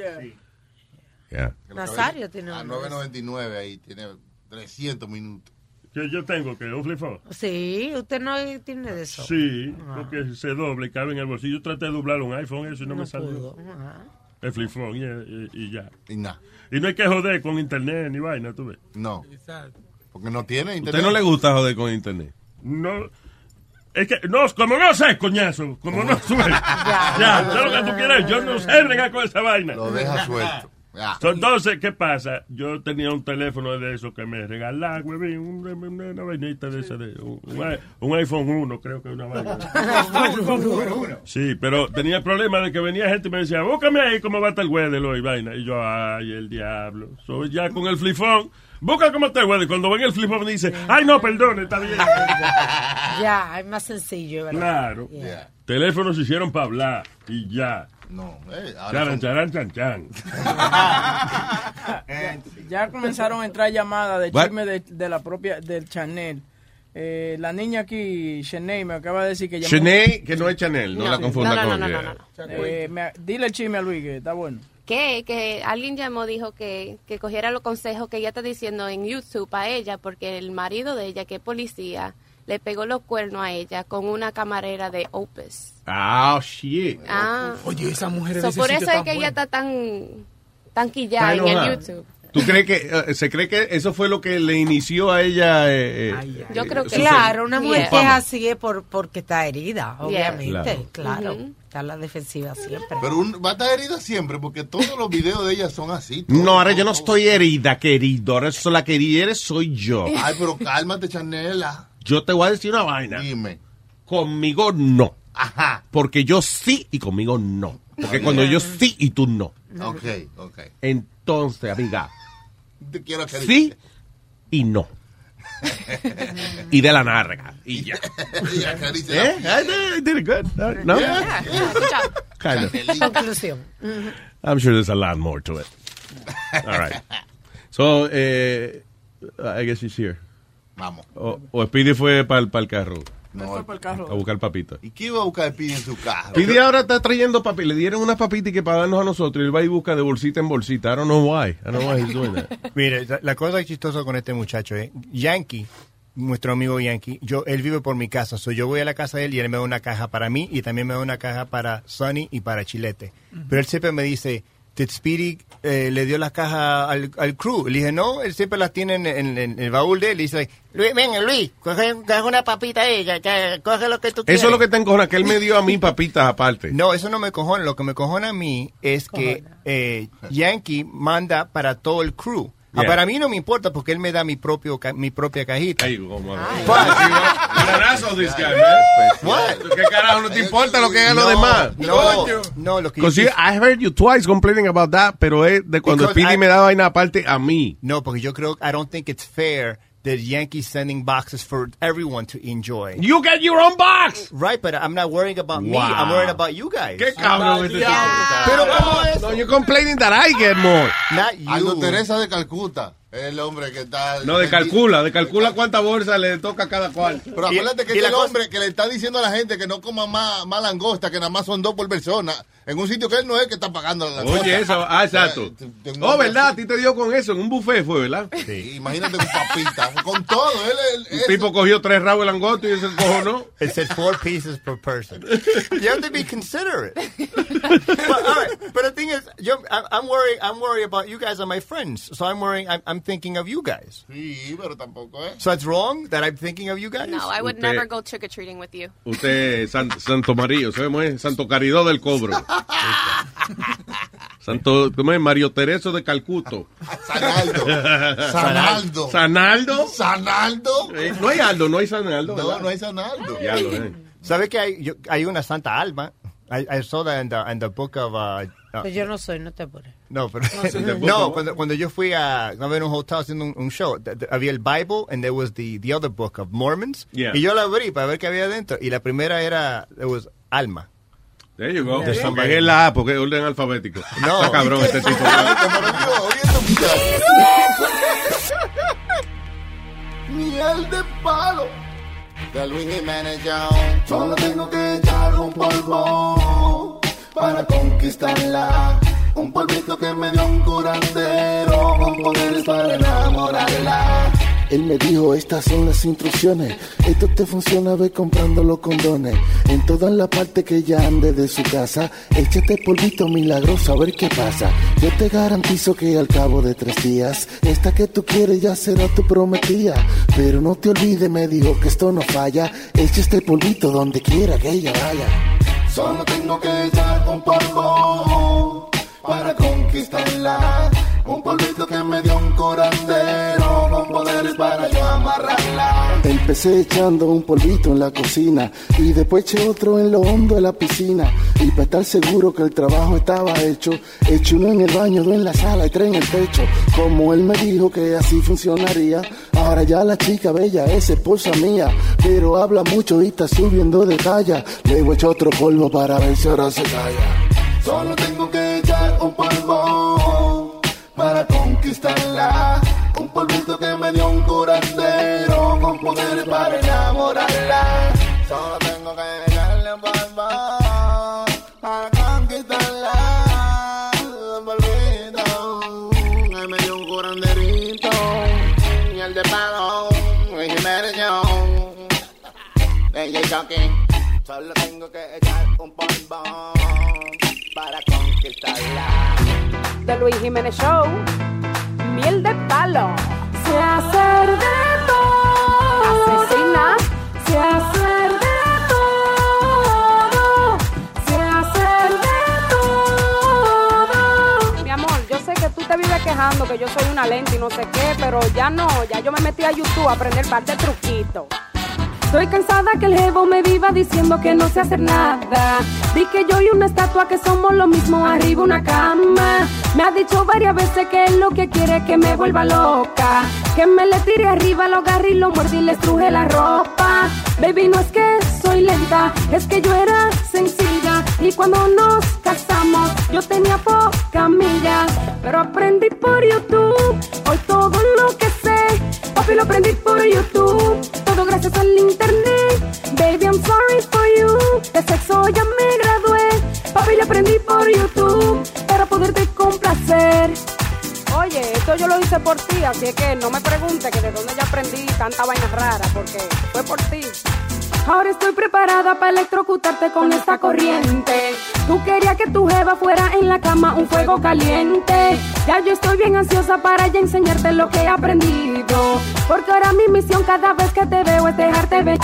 Speaker 17: Yeah.
Speaker 19: Nazario tiene
Speaker 17: Ah,
Speaker 6: A
Speaker 19: uno de esos.
Speaker 6: 9.99 ahí, tiene 300 minutos.
Speaker 23: Yo, yo tengo que un flip phone.
Speaker 19: Sí, usted no tiene de eso.
Speaker 23: Sí,
Speaker 19: Ah.
Speaker 23: porque se doble, cabe en el bolsillo. Yo traté de doblar un iPhone, eso y no,
Speaker 19: No
Speaker 23: me salió.
Speaker 19: pudo. Ah. Ajá.
Speaker 23: El flip phone y, y- y ya.
Speaker 6: Y nada.
Speaker 23: Y no hay que joder con internet ni vaina, tú ves.
Speaker 6: No. Porque no tiene
Speaker 17: ¿Usted no le gusta joder con internet?
Speaker 23: No. Es que, no, como no sé, coñazo, como no suelto. (laughs) ya, sé lo que tú quieres, yo no sé regar con esa vaina.
Speaker 6: Lo deja suelto. Ya.
Speaker 23: So, Entonces, ¿qué pasa? Yo tenía un teléfono de eso que me regalaba, huevín, un- una, una vainita de esa, de, un, un iPhone 1, creo que una vaina. Sí, pero tenía el problema de que venía gente y me decía, búscame ahí cómo va a estar el weather hoy, vaina. Y yo, ay, el diablo. Soy ya con el flifón. Busca cómo está el weather. Cuando ven el flifón dice, ay, no, perdón, está bien.
Speaker 17: Ah.
Speaker 19: Ya, es más sencillo, ¿verdad?
Speaker 23: Claro.
Speaker 19: Yeah.
Speaker 23: Teléfonos se hicieron para hablar y ya. No.
Speaker 6: eh, ahora son-
Speaker 23: Charan, charan, chan, chan.
Speaker 5: Ya comenzaron a entrar llamadas de
Speaker 23: What?
Speaker 5: chisme de, de la propia del Chanel. Eh, la niña aquí, Shanae, me acaba de decir que llamó.
Speaker 17: Chanel, que no es Chanel, no, la confunda
Speaker 5: No, no,
Speaker 17: con.
Speaker 5: no,
Speaker 17: eh,
Speaker 5: no, Eh, me- dile el chisme a Luis, que está bueno.
Speaker 11: Que, que alguien llamó, dijo que, que cogiera los consejos que ella está diciendo en YouTube a ella, porque el marido de ella, que es policía, le pegó los cuernos a ella con una camarera de Opus.
Speaker 17: Ah, shit.
Speaker 11: Ah.
Speaker 17: Oye, esa mujer
Speaker 11: So, por eso es que ella está tan, tan quillada
Speaker 17: Está
Speaker 11: en el
Speaker 17: enojada.
Speaker 11: YouTube.
Speaker 17: ¿Tú crees que eh, se cree que eso fue lo que le inició a ella? eh, eh,
Speaker 11: Yo creo que-
Speaker 19: Claro, una
Speaker 17: Yeah.
Speaker 19: mujer que es así es por, porque está herida,
Speaker 17: Yeah.
Speaker 19: obviamente. Claro.
Speaker 6: Ujú.
Speaker 19: Está a la defensiva siempre.
Speaker 6: Pero un- va a estar herida siempre porque todos los videos de ella son así.
Speaker 17: No, ahora yo no estoy herida, querido. Ahora eso, la que hiere soy
Speaker 5: (laughs)
Speaker 17: yo.
Speaker 6: Ay, pero cálmate, Chanela.
Speaker 17: Yo te voy a decir una vaina.
Speaker 6: Dime.
Speaker 17: Conmigo no. Ajá. Ah. Porque yo sí y conmigo no. Porque cuando yo sí y tú no.
Speaker 6: Ok, ok.
Speaker 17: Entonces, amiga,
Speaker 6: Te quiero que
Speaker 17: sí
Speaker 6: (laughs)
Speaker 17: y no. y de la narga. Y (laughs) ya. ¿Eh? I did it good. No?
Speaker 19: Yeah. (laughs)
Speaker 17: Kind of.
Speaker 19: Conclusión. Ujú.
Speaker 17: I'm sure there's a lot more to it. All right. So, eh, I guess she's here.
Speaker 6: Vamos.
Speaker 17: O, o Speedy fue para el, carro.
Speaker 6: No. Fue pa'l carro.
Speaker 17: A buscar papita.
Speaker 6: ¿Y qué iba a buscar Pidi en su carro?
Speaker 17: Speedy ahora está trayendo papita. Le dieron unas papitas que para darnos a nosotros. Y él va y busca de bolsita en bolsita. I don't know why. I don't know why he's doing that.
Speaker 6: (laughs)
Speaker 12: (laughs) Mire, la, la cosa chistosa con este muchacho es, Yankee, nuestro amigo Yankee, yo, él vive por mi casa, so yo voy a la casa de él y él me da una caja para mí y también me da una caja para Sonny y para Chilete. Pero él siempre me dice, Ted Speedy eh, le dio las cajas al, al crew. Le dije, no, él siempre las tiene en, en- en el baúl de él. Y dice, Luis, venga, Luis, coge, coge una papita ahí, ya, ya, coge lo que tú quieras.
Speaker 17: Eso es lo que te encojona, que él me dio a mí papitas aparte.
Speaker 12: No, eso no me cojona. Lo que me cojona a mí es que eh, Yankee manda para todo el crew. Ah,
Speaker 17: Yeah.
Speaker 12: para mí no me importa porque él me da mi propio ca- mi propia cajita. Pues,
Speaker 17: Bananazo this guy, man. ¿Qué carajo? No te importa lo que hagan los demás.
Speaker 12: No, no, lo que yo
Speaker 17: Because you- I heard you twice complaining about that, pero es de cuando
Speaker 12: Because
Speaker 17: Speedy
Speaker 12: I-
Speaker 17: me da vaina aparte a mí.
Speaker 12: No, porque yo creo, I don't think it's fair that Yankees sending boxes for everyone to enjoy.
Speaker 17: You get your own box!
Speaker 12: Right, but I'm not worrying about me. I'm
Speaker 17: Wow.
Speaker 12: worrying about you guys.
Speaker 17: Qué cabrón este tipo.
Speaker 12: Pero ¿cómo es?
Speaker 17: No, you're complaining that I get more.
Speaker 6: Aldo Teresa de Calcuta. El hombre que está.
Speaker 17: No, de calcula, de calcula cuánta bolsa le toca a cada cual.
Speaker 6: Pero acuérdate que
Speaker 17: Y- y
Speaker 6: es
Speaker 17: la
Speaker 6: el
Speaker 17: cosa-
Speaker 6: hombre que le está diciendo a la gente que no coma más, más langosta, que nada más son dos por persona, en un sitio que él no es que está pagando la langosta.
Speaker 17: Oye, eso, ah, exacto. Oh, ¿verdad? A ti te dio con eso, en un buffet fue, ¿verdad? Sí.
Speaker 6: Imagínate con papita, con todo. Él, él-
Speaker 17: Un tipo cogió tres rabos de langosta y se encojonó.
Speaker 12: It said four pieces per person. You have to be
Speaker 11: (laughs)
Speaker 12: considerate. but, all right, but the thing is, you're, I'm, I'm worried. I'm worried about you guys are my friends, so I'm worrying. I'm, I'm thinking of you guys.
Speaker 6: Sí, pero tampoco es.
Speaker 12: So it's wrong that I'm thinking of you guys.
Speaker 11: No, I would
Speaker 17: Usted-
Speaker 11: never go trick or treating with you.
Speaker 17: Usted, San- Santo Mario, ¿sabemos? es? Santo Caridó del (laughs) Cobro. Santo, ¿cómo es? Mario Tereso de Calcuto.
Speaker 6: Sanaldo.
Speaker 17: (laughs)
Speaker 6: Sanaldo.
Speaker 17: Sanaldo.
Speaker 6: Sanaldo.
Speaker 17: Eh, No hay Aldo, no hay Sanaldo.
Speaker 6: No,
Speaker 17: ¿verdad?
Speaker 6: no es Sanaldo.
Speaker 17: Ya lo es.
Speaker 12: ¿Sabe que hay, yo, hay una Santa Alma? I, I saw that in the, in the book of... Uh, uh,
Speaker 19: Pues yo no soy, no te apures.
Speaker 12: no, pero, (laughs)
Speaker 19: No, sí.
Speaker 12: no cuando, cuando yo fui a, estaba en un hotel haciendo un, un show, th- th- había el Bible and there was the, the other book of Mormons.
Speaker 17: Yeah.
Speaker 12: Y yo la abrí para ver qué había dentro. Y la primera era, it was Alma.
Speaker 17: There you go.
Speaker 12: De San
Speaker 17: Porque es la A, porque es orden alfabético.
Speaker 12: No.
Speaker 17: Está cabrón este tipo.
Speaker 6: Miel de palo. De Luis Jiménez Young. Solo tengo que echar un polvo para conquistarla. Un polvito que me dio un curandero con poderes para enamorarla.
Speaker 13: Él me dijo, estas son las instrucciones. Esto te funciona, ve comprando los condones. En toda la parte que ella ande de su casa, échate polvito milagroso a ver qué pasa. Yo te garantizo que al cabo de tres días, esta que tú quieres ya será tu prometida. Pero no te olvides, me dijo que esto no falla. Echa este polvito donde quiera que ella vaya.
Speaker 3: Solo tengo que echar un polvo para conquistarla. Un polvito que me dio un curandero con poderes para yo amarrarla.
Speaker 13: Empecé echando un polvito en la cocina y después eché otro en lo hondo de la piscina. Y para estar seguro que el trabajo estaba hecho, eché uno en el baño, dos en la sala y tres en el techo. Como él me dijo que así funcionaría, ahora ya la chica bella es esposa mía, pero habla mucho y está subiendo de talla. Luego eché otro polvo para ver si ahora se calla.
Speaker 3: Solo tengo que echar un polvo para conquistarla. Un polvito que me dio un curandero con poder para enamorarla. Solo tengo que echarle un polvo para conquistarla. Un polvito que me dio un curanderito. Y el de palo, y Jiménez Young. DJ Jockey. Solo tengo que echar un polvo para conquistarla.
Speaker 25: de Luis Jiménez Show, miel de palo. Se hacer de todo. Asesina. Se hacer de todo. Se hacer de todo. Mi amor, yo sé que tú te vives quejando que yo soy una lenta y no sé qué, pero ya no, ya yo me metí a YouTube a aprender parte de truquito.
Speaker 15: Estoy cansada que el jevo me viva diciendo que no sé hacer nada. Di que yo y una estatua que somos lo mismo arriba una cama. Me ha dicho varias veces que él lo que quiere es que me vuelva loca. Que me le tire arriba, lo agarre y lo muerde y le estruje la ropa. Baby, no es que soy lenta, es que yo era sencilla. Y cuando nos casamos, yo tenía poca milla. Pero aprendí por YouTube, hoy todo lo que sé. Papi, lo aprendí por YouTube, todo gracias al internet. Baby, I'm sorry for you, de sexo ya me gradué. Papi, lo aprendí por YouTube, para poderte complacer.
Speaker 25: Oye, esto yo lo hice por ti, así es que no me preguntes que de dónde yo aprendí tanta vaina rara, porque fue por ti.
Speaker 15: Ahora estoy preparada para electrocutarte con esta corriente. Tú querías que tu jeva fuera en la cama un fuego caliente. Ya yo estoy bien ansiosa para ya enseñarte lo que he aprendido. Porque ahora mi misión cada vez que te veo es dejarte ver.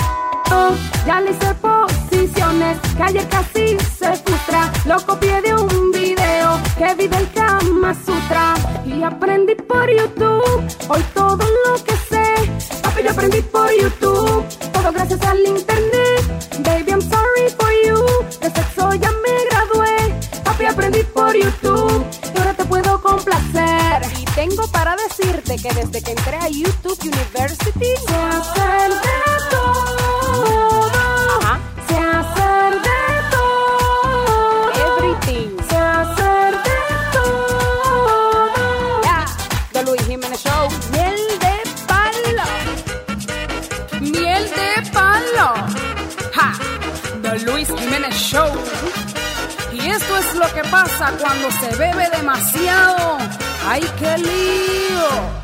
Speaker 15: Ya le hice posiciones que ayer casi se frustra. Lo copié de un video que vi del Kama Sutra. Y aprendí por YouTube hoy todo lo que sé. Papi, yo aprendí por YouTube todo gracias al internet. Baby, I'm sorry for you. De sexo ya me gradué. Papi, aprendí por YouTube. Y ahora te puedo complacer.
Speaker 25: Y tengo para decirte que desde que entré a YouTube University
Speaker 15: se hacer de todo. Se hacer de todo.
Speaker 25: Everything.
Speaker 15: Se hacer de todo.
Speaker 25: Ya, The Luis Jiménez Show, miel de palo. Miel de palo. Ja, The Luis Jiménez Show. Y esto es lo que pasa cuando se bebe demasiado. ¡Ay, qué lío!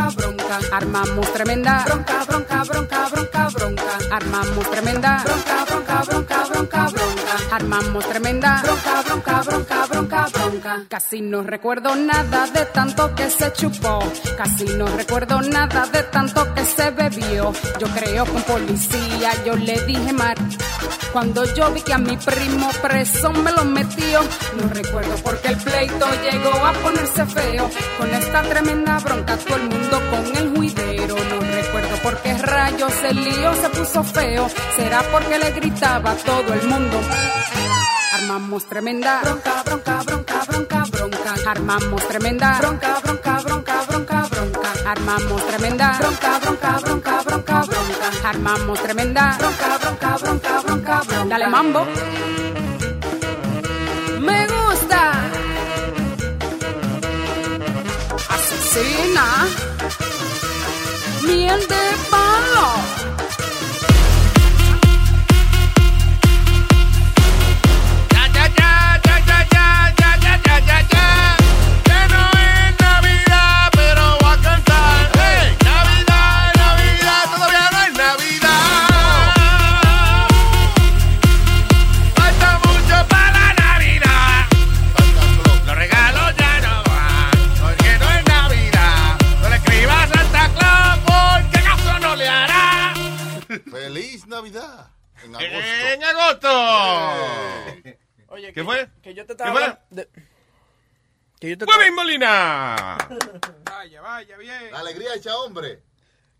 Speaker 25: Armamos tremenda bronca, bronca, bronca, bronca, bronca. Armamos tremenda bronca, bronca, bronca, bronca, bronca. Armamos tremenda bronca, bronca, bronca, bronca, bronca. Casi no recuerdo nada de tanto que se chupó. Casi no recuerdo nada de tanto que se bebió. Yo creo con policía, yo le dije mar. Cuando yo vi que a mi primo preso me lo metió, no recuerdo porque el pleito llegó a ponerse feo. Con esta tremenda bronca, todo el mundo con el juidero. No recuerdo por qué rayos el lío se puso feo. Será porque le gritaba a todo el mundo. Armamos tremenda bronca, bronca, bronca, bronca, bronca. Armamos tremenda bronca, bronca, bronca, bronca, bronca. Armamos tremenda bronca, bronca, bronca, bronca, bronca. Armamos tremenda bronca, bronca, bronca, bronca, bronca. Dale mambo. Me gusta. Asesina. miel de palo.
Speaker 3: Ya, ya, ya, ya, ya, ya, ya, ya, ya, ya, ya. Que no es Navidad, pero voy a cantar. ¡Hey! Navidad, Navidad, todavía no es Navidad. Falta mucho para la Navidad. Los regalos ya no van, porque no es Navidad. No le escribas a Santa Claus, porque caso no le hará.
Speaker 6: Feliz Navidad. En agosto.
Speaker 17: En agosto.
Speaker 3: (laughs)
Speaker 17: Eh.
Speaker 5: Oye,
Speaker 17: ¿Qué fue?
Speaker 5: Que yo te
Speaker 17: estaba
Speaker 5: estaba.
Speaker 17: hablando
Speaker 5: ¡Muy
Speaker 17: bien, Molina!
Speaker 5: Vaya, vaya, bien.
Speaker 6: La alegría hecha hombre.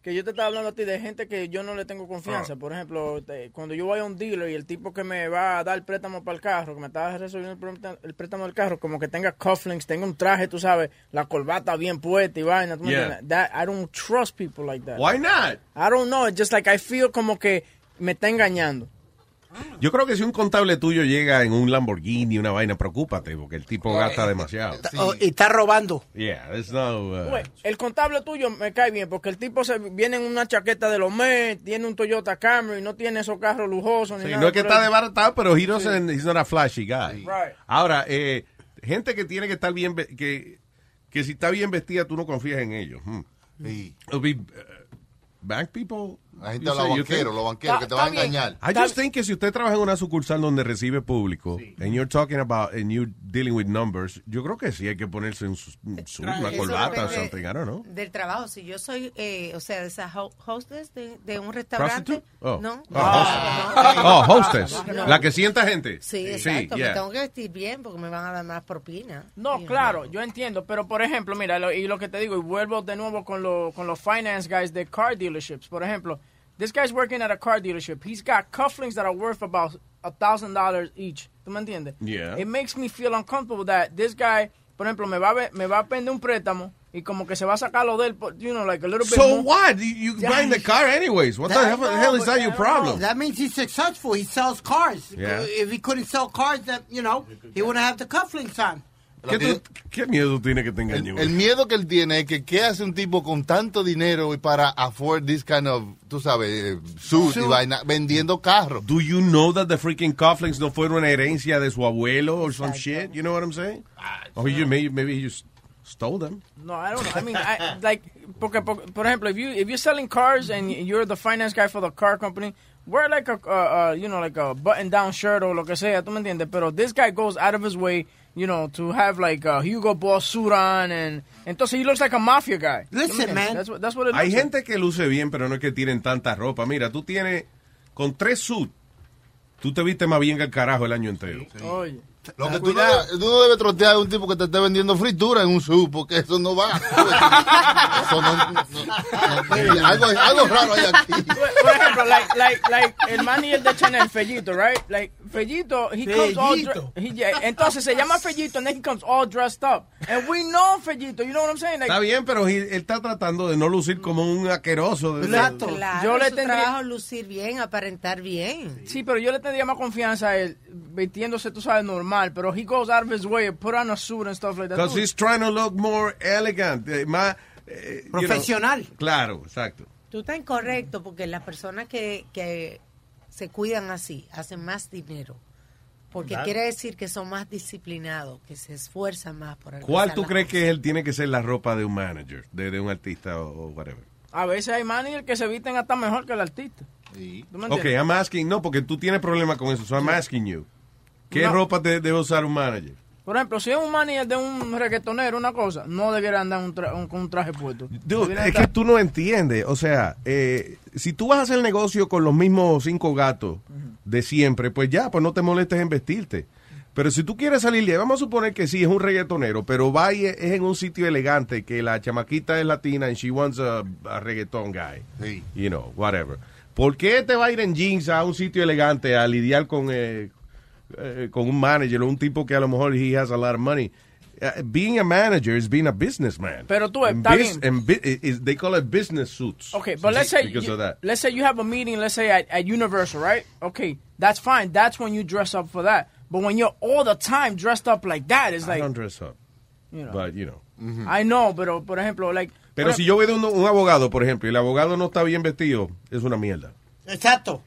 Speaker 5: Que yo te estaba hablando a ti de gente que yo no le tengo
Speaker 6: Ah.
Speaker 5: confianza. Por ejemplo, te- cuando yo voy a un dealer y el tipo que me va a dar el préstamo para el carro, que me estaba resolviendo el préstamo, el préstamo del carro, como que tenga cufflinks, tenga un traje, tú sabes, la corbata bien puesta y vaina. ¿tú me
Speaker 17: Yeah.
Speaker 5: entiendes? That- I don't trust people like that.
Speaker 17: Why not?
Speaker 5: I don't know. It's just like I feel como que me está engañando.
Speaker 17: Yo creo que si un contable tuyo llega en un Lamborghini, una vaina, preocúpate, porque el tipo gasta demasiado.
Speaker 2: Oh, y está robando.
Speaker 17: Yeah, there's no... uh,
Speaker 5: Güey, el contable tuyo me cae bien porque el tipo se viene en una chaqueta de los Mets, tiene un Toyota Camry, no tiene esos carros lujosos ni
Speaker 17: Sí,
Speaker 5: nada.
Speaker 17: no es que
Speaker 5: pero-
Speaker 17: está desbaratado, pero he
Speaker 5: Sí.
Speaker 17: doesn't- he's not a flashy guy.
Speaker 5: Right.
Speaker 17: Ahora, eh, gente que tiene que estar bien, ve- que, que si está bien vestida, tú no confías en ellos. Hmm. It'll be, uh, bank people.
Speaker 6: La gente
Speaker 17: you
Speaker 6: habla
Speaker 17: say, you
Speaker 6: banquero,
Speaker 17: think?
Speaker 6: los banqueros que te van a engañar.
Speaker 17: I just think que si usted trabaja en una sucursal donde recibe público, and you're talking about, and you're dealing with numbers, yo creo que sí hay que ponerse un su- un suit, una
Speaker 19: Eso
Speaker 17: corbata o
Speaker 19: depende
Speaker 17: something, I don't know.
Speaker 19: Del trabajo, si yo soy, eh, o sea, de esa ho- hostess de, de un restaurante.
Speaker 17: Prostitute? Oh.
Speaker 19: No.
Speaker 17: Oh, hostess.
Speaker 19: No.
Speaker 17: Oh, hostess.
Speaker 19: No.
Speaker 17: La que sienta gente.
Speaker 19: Sí,
Speaker 17: Sí,
Speaker 19: exacto.
Speaker 17: yeah.
Speaker 19: Me tengo que vestir bien porque me van a dar más propina.
Speaker 5: No, claro, yo entiendo, pero por ejemplo, mira, lo- y lo que te digo, y vuelvo de nuevo con, lo- con los finance guys de car dealerships. Por ejemplo, this guy's working at a car dealership. He's got cufflinks that are worth about a thousand dollars each. ¿Tú me entiendes?
Speaker 3: Yeah.
Speaker 5: It makes me feel uncomfortable that this guy, por ejemplo, me va a, ve- me va a prender un préstamo y como que se va a sacar lo de él, por- you know, like a little bit
Speaker 17: So
Speaker 5: more.
Speaker 17: what? You, you
Speaker 5: Yeah.
Speaker 17: buy in the car anyways. What the
Speaker 5: That-
Speaker 17: hell, the hell
Speaker 2: pues,
Speaker 17: is that your problem?
Speaker 2: That means he's successful. He sells cars.
Speaker 17: Yeah.
Speaker 2: If he couldn't sell cars, that, you know, he wouldn't have the cufflinks on.
Speaker 17: ¿Qué, tú- qué miedo tiene que tenga
Speaker 6: El miedo que él tiene es que qué hace un tipo con tanto dinero y para afford this kind of, tú sabes, eh, suit y
Speaker 17: Suit.
Speaker 6: vaina, vendiendo carros.
Speaker 17: Do you know that the freaking cufflinks no fueron una herencia de su abuelo or some shit? You know what I'm saying? Or you maybe maybe he just stole them.
Speaker 5: No, I don't know. I mean, I, like, porque, por, por ejemplo, if you if you're selling cars and you're the finance guy for the car company, wear like a uh, uh, you know like a button down shirt o lo que sea, tú me entiendes. Pero this guy goes out of his way, you know, to have like a Hugo Boss suit on, and entonces he looks like a mafia guy. ¿Tú me
Speaker 2: Listen,
Speaker 5: entiendes?
Speaker 2: man.
Speaker 5: that's what that's what it looks
Speaker 17: Hay
Speaker 5: like.
Speaker 17: gente que luce bien, pero no es que tienen tanta ropa. Mira, tú tienes con tres suits, tú te viste más bien que el carajo el año entero.
Speaker 5: Oye.
Speaker 6: Lo que tú no, tú no debes trotear a un tipo que te esté vendiendo fritura en un sub, porque eso no
Speaker 17: (laughs)
Speaker 6: va. Eso no- no- no- no- algo, algo raro hay aquí.
Speaker 5: Por ejemplo, like, like, like el manager de Chanel, Fellito, right? Like, Fellito, he comes all
Speaker 3: Fellito.
Speaker 5: dre- he- yeah, Entonces se llama Fellito and then he comes all dressed up. And we know Fellito, you know what I'm saying? Like,
Speaker 17: Está bien, pero he- él está tratando de no lucir como un aqueroso. de-
Speaker 19: Claro,
Speaker 5: Yo le
Speaker 19: su
Speaker 5: tendría-
Speaker 19: trabajo lucir bien, aparentar bien.
Speaker 5: Sí, pero yo le tendría más confianza a él vistiéndose, tú sabes, normal. Pero he goes out of his way, put on a suit and stuff like that.
Speaker 17: Because
Speaker 5: Dude,
Speaker 17: he's trying to look more elegant, eh, más... eh, you know.
Speaker 19: Profesional.
Speaker 17: claro, exacto.
Speaker 19: Tú estás incorrecto porque las personas que, que se cuidan así hacen más dinero. Porque
Speaker 17: Claro.
Speaker 19: quiere decir que son más disciplinados, que se esfuerzan más por
Speaker 17: ¿Cuál
Speaker 19: alcanzar
Speaker 17: tú
Speaker 19: las
Speaker 17: crees que él tiene que ser la ropa de un manager, de, de un artista o, o whatever?
Speaker 5: A veces hay managers que se visten hasta mejor que el artista. ¿Tú me
Speaker 17: Ok,
Speaker 5: entiendes?
Speaker 17: I'm asking, no, porque tú tienes problema con eso, so I'm asking you. ¿Qué
Speaker 5: No.
Speaker 17: ropa te debe usar un manager?
Speaker 5: Por ejemplo, si es un manager de un reggaetonero, una cosa, no debiera andar un tra- un- con un traje puesto.
Speaker 17: Dude,
Speaker 5: Debiera
Speaker 17: es
Speaker 5: andar-
Speaker 17: que tú no entiendes, o sea, eh, si tú vas a hacer negocio con los mismos cinco gatos de siempre, pues ya, pues no te molestes en vestirte. Pero si tú quieres salir de, vamos a suponer que sí, es un reggaetonero, pero va y es es en un sitio elegante, que la chamaquita es latina and she wants a, a reggaeton guy. You know, whatever. ¿Por qué te va a ir en jeans a un sitio elegante a lidiar con, eh, eh, con un manager o un tipo que a lo mejor he has a lot of money? Uh, being a manager is being a businessman.
Speaker 5: Pero tú,
Speaker 17: En
Speaker 5: está
Speaker 17: bus- en bu- i- is- they call it business suits.
Speaker 5: Okay, but let's say
Speaker 17: Because
Speaker 5: you,
Speaker 17: of that.
Speaker 5: let's say you have a meeting, let's say at, at Universal, right? Okay, that's fine. That's when you dress up for that. But when you're all the time dressed up like that, it's
Speaker 17: I
Speaker 5: like
Speaker 17: don't dress up.
Speaker 5: You know. Mm-hmm.
Speaker 17: But, you know.
Speaker 6: Ujú.
Speaker 5: I know, pero por ejemplo, like.
Speaker 17: Pero si yo veo un, un abogado, por ejemplo, y el abogado no está bien vestido, es una mierda.
Speaker 18: Exacto.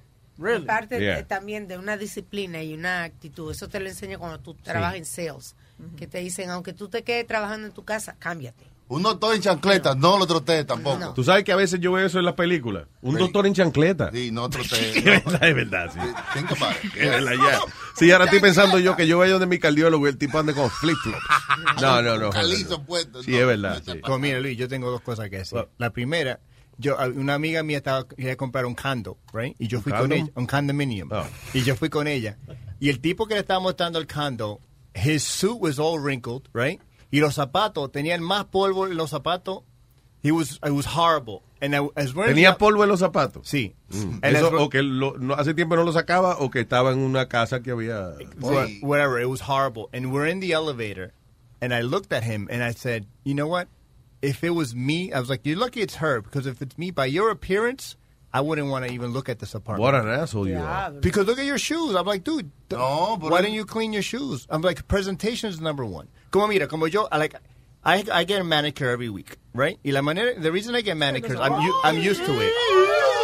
Speaker 19: Parte
Speaker 17: Yeah.
Speaker 19: eh, también de una disciplina y una actitud. Eso te lo enseño cuando tú trabajas en sales. Que te dicen, aunque tú te quedes trabajando en tu casa, cámbiate.
Speaker 6: Uno todo en chancleta, no lo trotee tampoco.
Speaker 17: Tú sabes que a veces yo veo eso en las películas. Un doctor en chancleta.
Speaker 6: Sí, no trotee.
Speaker 17: (laughs) Es verdad, es verdad, sí.
Speaker 6: Think
Speaker 17: (laughs)
Speaker 6: about it.
Speaker 17: Es verdad, ya. Sí, ahora estoy pensando yo que yo vaya donde mi cardiólogo y el tipo ande con flip-flops. No, no, no. Sí, es verdad. sí.
Speaker 12: Pues mira, Luis, yo tengo dos cosas que decir. La primera, yo una amiga mía estaba quería comprar un condo, right? Y yo fui con
Speaker 17: condom?
Speaker 12: ella, un condominium. Y yo fui con ella. Y el tipo que le estaba mostrando el condo, his suit was all wrinkled, right? Y los zapatos tenían más polvo en los zapatos. He was it was horrible. And I, as well as-
Speaker 17: ¿Tenía polvo en los zapatos?
Speaker 12: Sí.
Speaker 17: Mm.
Speaker 12: And
Speaker 17: Eso,
Speaker 12: as-
Speaker 17: o que lo- no- hace tiempo no lo sacaba o que estaba en una casa que había...
Speaker 12: Wha- whatever. It was horrible. And we're in the elevator, and I looked at him and I said, "You know what? If it was me, I was like, you're lucky it's her because if it's me, by your appearance, I wouldn't want to even look at this apartment.
Speaker 17: What an asshole you are.
Speaker 12: Because look at your shoes. I'm like, dude, th- why didn't you clean your shoes? I'm like, presentation is number one. Como mira, como yo, I like, I, I get a manicure every week, right? Y la manera, the reason I get manicures, I'm u- I'm used to it.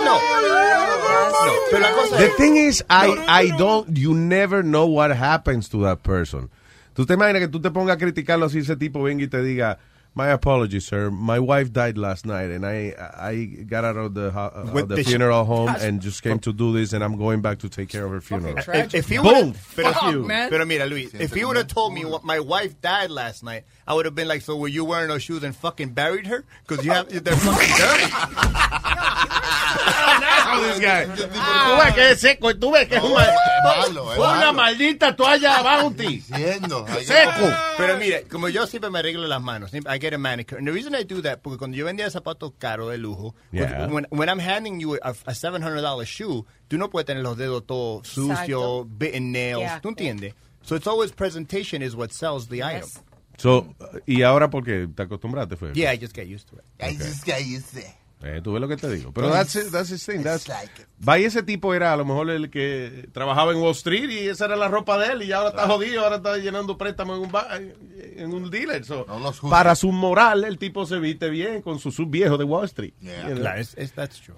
Speaker 12: No, no. Pero la cosa
Speaker 17: The
Speaker 12: es-
Speaker 17: thing is, I, I don't, you never know what happens to that person. Tú te imaginas que tú te pongas a criticarlo así, ese tipo venga y te diga, my apologies, sir, my wife died last night and I, I got out of the, ho- of
Speaker 12: With
Speaker 17: the
Speaker 12: the-
Speaker 17: funeral home and just came to do this and I'm going back to take care of her funeral.
Speaker 12: If, if he
Speaker 17: Boom!
Speaker 12: would've- pero,
Speaker 17: Fuck you.
Speaker 12: pero mira, Luis, if he would have told me what my wife died last night, I would have been like, so were you wearing those shoes and fucking buried her? Because you have, they're (laughs) fucking dirty.
Speaker 3: Now this guy. Tú ves que es seco y tú ves que es una,
Speaker 12: es
Speaker 3: una
Speaker 12: malo.
Speaker 3: maldita (laughs) toalla bounty. Seco.
Speaker 12: Pero mira, como yo siempre me arreglo las manos, siempre- I get a manicure. And the reason I do that, porque cuando yo vendía zapatos caros de lujo,
Speaker 17: Yeah.
Speaker 12: when, when I'm handing you a, a $700 shoe, tú no puedes tener los dedos todos
Speaker 17: Exacto.
Speaker 12: sucios, bitten nails,
Speaker 17: Yeah.
Speaker 12: ¿tú entiendes? So it's always presentation is what sells the item.
Speaker 17: So, y ahora porque te acostumbraste fue.
Speaker 12: Yeah, I just get used to it.
Speaker 17: I
Speaker 12: just get used to it.
Speaker 17: Eh, tú ves lo que te digo. Pero that's, it, that's his thing. That's, Vaya, ese tipo era a lo mejor el que trabajaba en Wall Street y esa era la ropa de él y ahora está jodido, ahora está llenando préstamo en un, ba- en un dealer. So, para su moral, el tipo se viste bien con su sub viejo de Wall Street. You know?
Speaker 12: Claro, es- es- that's true.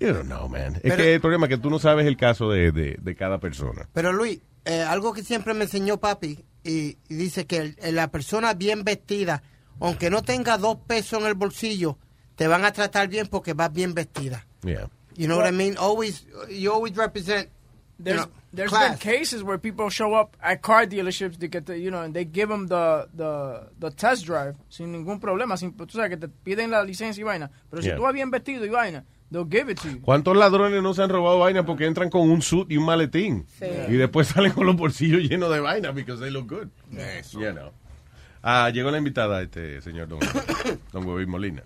Speaker 17: You don't know, man. es
Speaker 2: Pero-
Speaker 17: que el problema es que tú no sabes el caso de, de, de cada persona.
Speaker 2: Pero Luis, eh, algo que siempre me enseñó papi, y, y dice que el- el- la persona bien vestida, aunque no tenga dos pesos en el bolsillo, te van a tratar bien porque vas bien vestida.
Speaker 17: Yeah.
Speaker 2: You know what I mean? Always, you always represent.
Speaker 5: There's,
Speaker 2: you know,
Speaker 5: there's been
Speaker 2: class.
Speaker 5: cases where people show up at car dealerships to get the, you know, and they give them the, the, the test drive sin ningún problema. Sin, tú sabes que te piden la licencia y vaina. Pero
Speaker 17: Yeah.
Speaker 5: si tú vas bien vestido y vaina, they'll give it to you.
Speaker 17: ¿Cuántos ladrones no se han robado vaina porque entran con un suit y un maletín?
Speaker 5: Sí.
Speaker 17: Y después (laughs) salen con los bolsillos llenos de vaina because they look good. You know. Ah, llegó la invitada, este
Speaker 6: (coughs)
Speaker 17: señor Don, don Huevín Molina.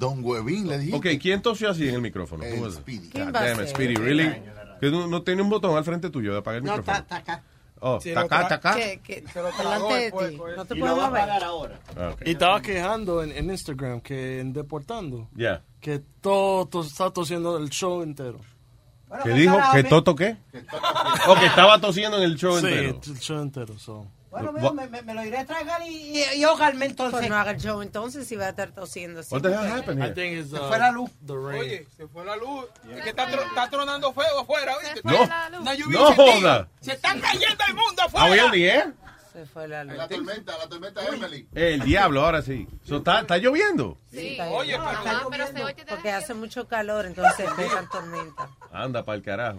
Speaker 6: Don Huevín, le dije.
Speaker 17: Ok, ¿quién tosió así en el micrófono?
Speaker 6: El
Speaker 17: Who was it?
Speaker 6: Speedy.
Speaker 17: God
Speaker 6: ¿Quién va a
Speaker 17: damn it,
Speaker 6: ser?
Speaker 17: Speedy, really? Que no, no tiene un botón al frente tuyo de apagar el
Speaker 2: No,
Speaker 17: micrófono.
Speaker 2: está acá.
Speaker 17: Oh, está acá, está acá.
Speaker 19: Que- que-
Speaker 2: tragó
Speaker 19: delante de
Speaker 2: después,
Speaker 19: ti.
Speaker 2: pues.
Speaker 19: No te
Speaker 2: Y
Speaker 19: puedo
Speaker 2: lo va a
Speaker 19: mover.
Speaker 2: pagar ahora.
Speaker 17: Ah, ok.
Speaker 7: Y estaba quejando en, en Instagram que en Deportando
Speaker 17: Yeah.
Speaker 7: que todo to- está tosiendo el show entero.
Speaker 17: ¿Qué dijo? ¿Que Toto qué? O que estaba tosiendo en el show
Speaker 7: Sí,
Speaker 17: entero.
Speaker 7: el show entero. so.
Speaker 2: Bueno, mira, me, me- me lo iré a tragar y, y, y ahogarme entonces.
Speaker 19: Pues no haga el show entonces si va a estar tosiendo.
Speaker 17: What the hell happened here? I
Speaker 7: think it's,
Speaker 9: Se
Speaker 7: uh,
Speaker 9: fue la luz.
Speaker 7: the rain.
Speaker 9: Oye, se fue la luz. Es que está, tro- está tronando fuego afuera, ¿viste?
Speaker 17: fue No. la luz. No
Speaker 9: encendida.
Speaker 17: joda.
Speaker 9: Se está cayendo el
Speaker 3: Ah,
Speaker 9: mundo
Speaker 17: ¿Are we
Speaker 9: afuera.
Speaker 17: on the air?
Speaker 19: Se fue la luz.
Speaker 6: La tormenta, la tormenta
Speaker 3: (laughs)
Speaker 6: Emily.
Speaker 17: eh. El diablo, ahora sí. So, está, está lloviendo.
Speaker 19: Sí,
Speaker 6: Oye,
Speaker 19: no,
Speaker 6: pero-
Speaker 19: está lloviendo porque hace mucho calor, entonces pegan tormenta.
Speaker 17: Anda para el carajo.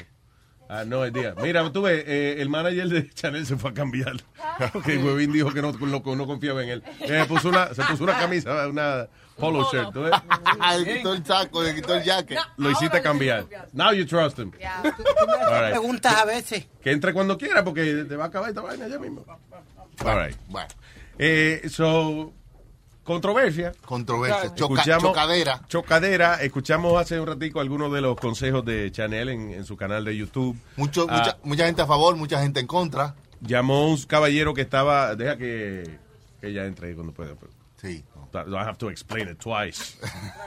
Speaker 17: Ah, no, el día. Mira, tú ves, eh, el manager de Chanel se fue a cambiar. Porque Huevín dijo que no, no- no confiaba en él. Eh, puso una, se puso una camisa, una polo shirt. ¿tú ves?
Speaker 6: Ah, le quitó el saco, le quitó el jacket.
Speaker 17: Lo hiciste cambiar. Now you trust him. All right.
Speaker 2: Preguntas a veces.
Speaker 17: Que entre cuando quiera porque te va a acabar esta vaina ya mismo. All right. Eh, so, controversia.
Speaker 6: Controversia, choca-
Speaker 17: Escuchamos-
Speaker 6: chocadera.
Speaker 17: Chocadera. Escuchamos hace un ratico algunos de los consejos de Chanel en, en su canal de YouTube.
Speaker 6: Mucho,
Speaker 17: Ah,
Speaker 6: mucha, mucha gente a favor, mucha gente en contra.
Speaker 17: Llamó un caballero que estaba. Deja que, que ella entre ahí cuando pueda. pues.
Speaker 6: Sí.
Speaker 17: I (laughs) have to explain it twice.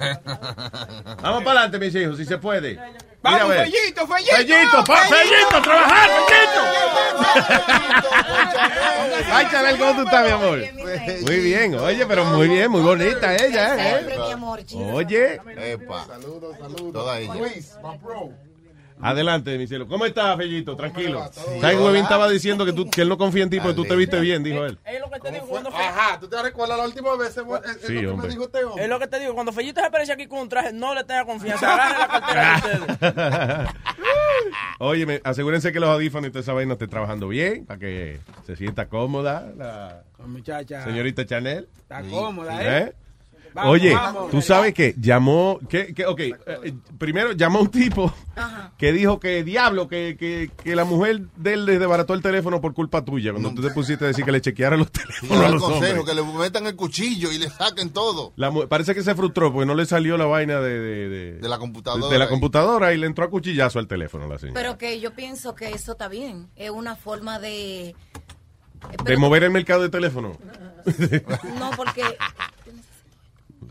Speaker 17: Vamos pues, para adelante, mis hijos, si se puede. Mira, a
Speaker 9: Vamos,
Speaker 17: ver.
Speaker 9: Fellito, Fellito.
Speaker 17: Fellito, pa- Fellito, trabajar, Ay, Chanel, ¿cómo tú estás, mi amor? Muy bien, oye, pero muy bien, muy bonita ella, ¿eh?
Speaker 27: Siempre, mi amor, chido.
Speaker 17: Oye,
Speaker 6: Saludos, saludos. Toda ella. Luis, my bro.
Speaker 17: adelante, mi cielo. ¿Cómo estás, Fellito? Tranquilo.
Speaker 6: bien? Ah,
Speaker 17: ¿Sabes que Huevín estaba diciendo que, tú, que él no confía en ti porque tú te viste bien, dijo él.
Speaker 5: Es lo que te digo cuando
Speaker 26: Ajá, tú te recuerdas la última vez. Es, es- es
Speaker 17: Sí,
Speaker 26: lo que
Speaker 17: hombre.
Speaker 26: me dijo usted, hombre.
Speaker 5: Es lo que te digo, cuando Fellito se aparece aquí con un traje, no le tenga confianza. Agarre la cartera de ustedes.
Speaker 17: (laughs) Oye, asegúrense que los audífonos y toda esa vaina esté trabajando bien para que se sienta cómoda la
Speaker 9: La Muchacha.
Speaker 17: señorita Chanel.
Speaker 9: Está cómoda, ¿eh?
Speaker 17: ¿Eh?
Speaker 9: Ah. Vamos,
Speaker 17: Oye,
Speaker 9: vamos.
Speaker 17: tú sabes que llamó, que, que- ok, eh, eh, primero llamó un tipo que dijo que diablo, que, que, que la mujer de él les desbarató el teléfono por culpa tuya, cuando tú te pusiste a decir que le chequearan los
Speaker 6: Yo
Speaker 17: teléfonos a
Speaker 6: le
Speaker 17: los
Speaker 6: aconsejo
Speaker 17: hombres.
Speaker 6: que le metan el cuchillo y le saquen todo.
Speaker 17: La mu- parece que se frustró porque no le salió la vaina de, de, de-
Speaker 6: De la computadora.
Speaker 17: de la computadora y le entró a cuchillazo al teléfono la señora.
Speaker 16: Pero que yo pienso que eso está bien. Es una forma de. eh,
Speaker 17: de mover el mercado de teléfono.
Speaker 16: No,
Speaker 17: (laughs)
Speaker 16: porque.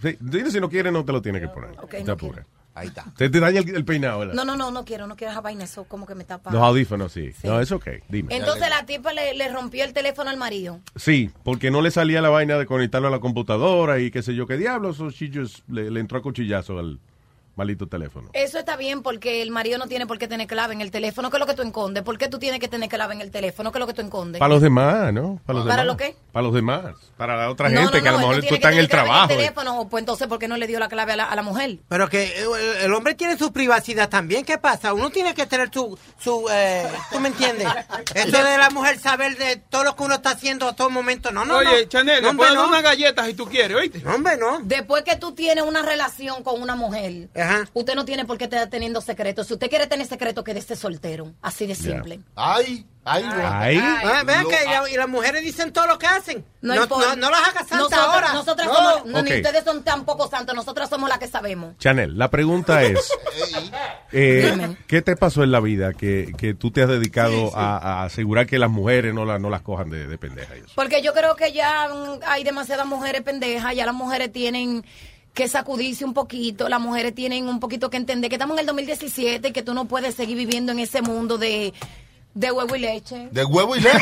Speaker 17: Sí, dile si no quiere, no te lo tiene que poner.
Speaker 16: Ok,
Speaker 17: Está
Speaker 16: no
Speaker 17: pura.
Speaker 6: Ahí está.
Speaker 17: Te, te daña el, el peinado, ¿verdad?
Speaker 16: No, no, no, no quiero, no quiero esa vaina. Eso como que me tapa.
Speaker 17: Los audífonos, sí. No, es ok. Dime.
Speaker 16: Entonces la tipa le, le rompió el teléfono al marido.
Speaker 17: Sí, porque no le salía la vaina de conectarlo a la computadora y qué sé yo qué diablos. O she just- le, le entró a cuchillazo al malito teléfono.
Speaker 16: Eso está bien porque el marido no tiene por qué tener clave en el teléfono. ¿Qué es lo que tú escondes? ¿Por qué tú tienes que tener clave en el teléfono? ¿Qué es lo que tú escondes?
Speaker 17: Para los demás, ¿no? Para los
Speaker 16: ¿Para
Speaker 17: demás.
Speaker 16: lo qué?
Speaker 17: Para los demás. Para la otra
Speaker 16: No,
Speaker 17: gente
Speaker 16: no,
Speaker 17: que a lo
Speaker 16: no, él
Speaker 17: mejor
Speaker 16: no tiene
Speaker 17: tú
Speaker 16: que
Speaker 17: estás en
Speaker 16: tener
Speaker 17: el
Speaker 16: clave
Speaker 17: trabajo.
Speaker 16: El teléfono, o pues entonces, ¿por qué no le dio la clave a la, a la mujer?
Speaker 2: Pero que eh, el hombre tiene su privacidad también. ¿Qué pasa? Uno tiene que tener su... su eh, ¿Tú me entiendes? Eso de la mujer saber de todo lo que uno está haciendo a todo momento. No, no,
Speaker 9: Oye,
Speaker 2: no.
Speaker 9: Chanel,
Speaker 2: No,
Speaker 9: le puedo
Speaker 2: hombre,
Speaker 9: dar
Speaker 2: no.
Speaker 9: unas galletas si tú quieres, ¿oíste?
Speaker 2: Hombre, no.
Speaker 16: Después que tú tienes una relación con una mujer,
Speaker 2: Ajá.
Speaker 16: usted no tiene por qué estar teniendo secretos. Si usted quiere tener secretos, quédese soltero. Así de simple.
Speaker 6: Ay, ay,
Speaker 17: Ay.
Speaker 2: Ah, vean que la- y las mujeres dicen todo lo que hacen. No, no,
Speaker 16: importa.
Speaker 2: no las hagas santa
Speaker 16: Nosotras-
Speaker 2: ahora.
Speaker 16: Nosotras
Speaker 2: No.
Speaker 16: somos, no,
Speaker 17: Ok.
Speaker 16: ni ustedes son tampoco santos, nosotras somos las que sabemos.
Speaker 17: Chanel, la pregunta es,
Speaker 2: (laughs)
Speaker 16: (laughs)
Speaker 17: eh, ¿qué te pasó en la vida que, que tú te has dedicado A, a asegurar que las mujeres no, la- no las cojan de, de pendeja?
Speaker 16: Porque yo creo que ya mm, hay demasiadas mujeres pendejas, ya las mujeres tienen que sacudirse un poquito, las mujeres tienen un poquito que entender que estamos en el 2017 y que tú no puedes seguir viviendo en ese mundo de, de huevo y leche.
Speaker 6: De huevo y
Speaker 16: (laughs)
Speaker 6: leche.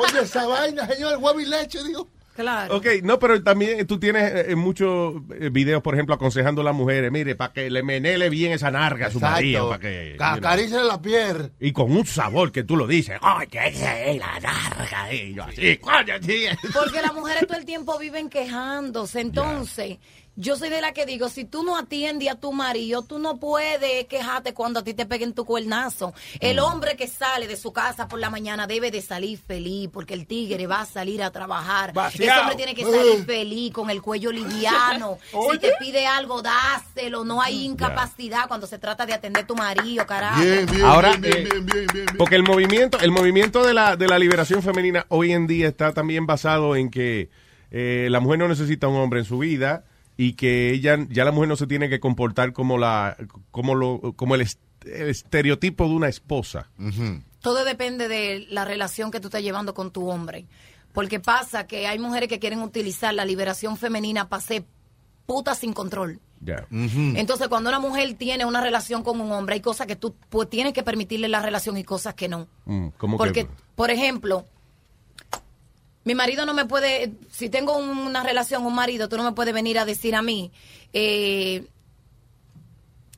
Speaker 16: Oye, esa vaina, señor, huevo y leche, digo. Claro.
Speaker 17: Ok, no, pero también tú tienes eh, muchos eh, videos, por ejemplo, aconsejando a las mujeres, mire, para que le menele bien esa narga a su
Speaker 6: Exacto.
Speaker 17: marido, para que... you know.
Speaker 6: Acaríciale la piel.
Speaker 17: y con un sabor que tú lo dices, oye, esa es la narga, y yo así, coño, sí.
Speaker 16: Porque las mujeres todo el tiempo viven quejándose. Entonces, yo soy de la que digo, si tú no atiendes a tu marido, tú no puedes quejarte cuando a ti te peguen tu cuernazo. El
Speaker 6: Mm.
Speaker 16: hombre que sale de su casa por la mañana debe de salir feliz, porque el tigre va a salir a trabajar.
Speaker 3: Vaciado.
Speaker 16: Ese hombre tiene que salir
Speaker 3: Mm.
Speaker 16: feliz, con el cuello
Speaker 6: (laughs)
Speaker 16: liviano. si
Speaker 3: Oye.
Speaker 16: te pide algo, dáselo. No hay incapacidad cuando se trata de atender a tu marido, carajo.
Speaker 17: Ahora,
Speaker 6: bien, bien,
Speaker 17: eh, porque el movimiento, el movimiento de la, de la liberación femenina hoy en día está también basado en que eh, la mujer no necesita un hombre en su vida y que ella, ya la mujer no se tiene que comportar como la, como lo, como el, est- el estereotipo de una esposa.
Speaker 16: Todo depende de la relación que tú estás llevando con tu hombre. Porque pasa que hay mujeres que quieren utilizar la liberación femenina para ser puta sin control.
Speaker 17: Ya.
Speaker 3: Mm.
Speaker 16: Entonces, cuando una mujer tiene una relación con un hombre, hay cosas que tú pues, tienes que permitirle la relación y cosas que no.
Speaker 17: Mm, ¿cómo que-
Speaker 16: Porque, por ejemplo, mi marido no me puede, si tengo una relación con un marido, tú no me puedes venir a decir a mí, eh,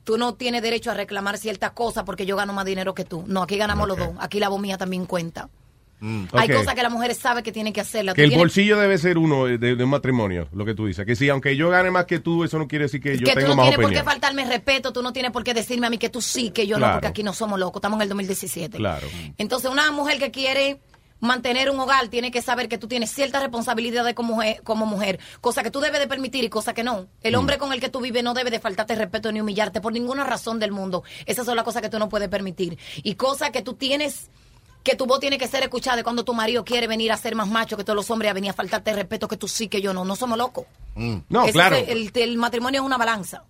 Speaker 16: tú no tienes derecho a reclamar ciertas cosas porque yo gano más dinero que tú. No, aquí ganamos los dos, aquí la bomilla también cuenta. Hay
Speaker 17: mm. Ok.
Speaker 16: cosas que las mujeres saben que tienen que hacerlas.
Speaker 17: Que
Speaker 16: Tú
Speaker 17: el
Speaker 16: tienes-
Speaker 17: bolsillo debe ser uno eh, de, de un matrimonio, lo que tú dices. Que sí, aunque yo gane más que tú, eso no quiere decir que yo
Speaker 16: que tú
Speaker 17: tengo
Speaker 16: no
Speaker 17: más
Speaker 16: tienes por
Speaker 17: opinión.
Speaker 16: qué faltarme respeto, tú no tienes por qué decirme a mí que tú sí, que yo
Speaker 17: Claro.
Speaker 16: no, porque aquí no somos locos, estamos en el 2017.
Speaker 17: Claro.
Speaker 16: Entonces, una mujer que quiere mantener un hogar tiene que saber que tú tienes ciertas responsabilidades como mujer, como mujer, cosa que tú debes de permitir y cosa que no. El
Speaker 17: Mm.
Speaker 16: hombre con el que tú vives no debe de faltarte respeto ni humillarte por ninguna razón del mundo. Esas son las cosas que tú no puedes permitir y cosas que tú tienes que tu voz tiene que ser escuchada y cuando tu marido quiere venir a ser más macho que todos los hombres a venir a faltarte respeto que tú sí que yo no, no somos locos.
Speaker 17: No,
Speaker 16: Ese es
Speaker 17: claro.
Speaker 16: El, el matrimonio es una balanza.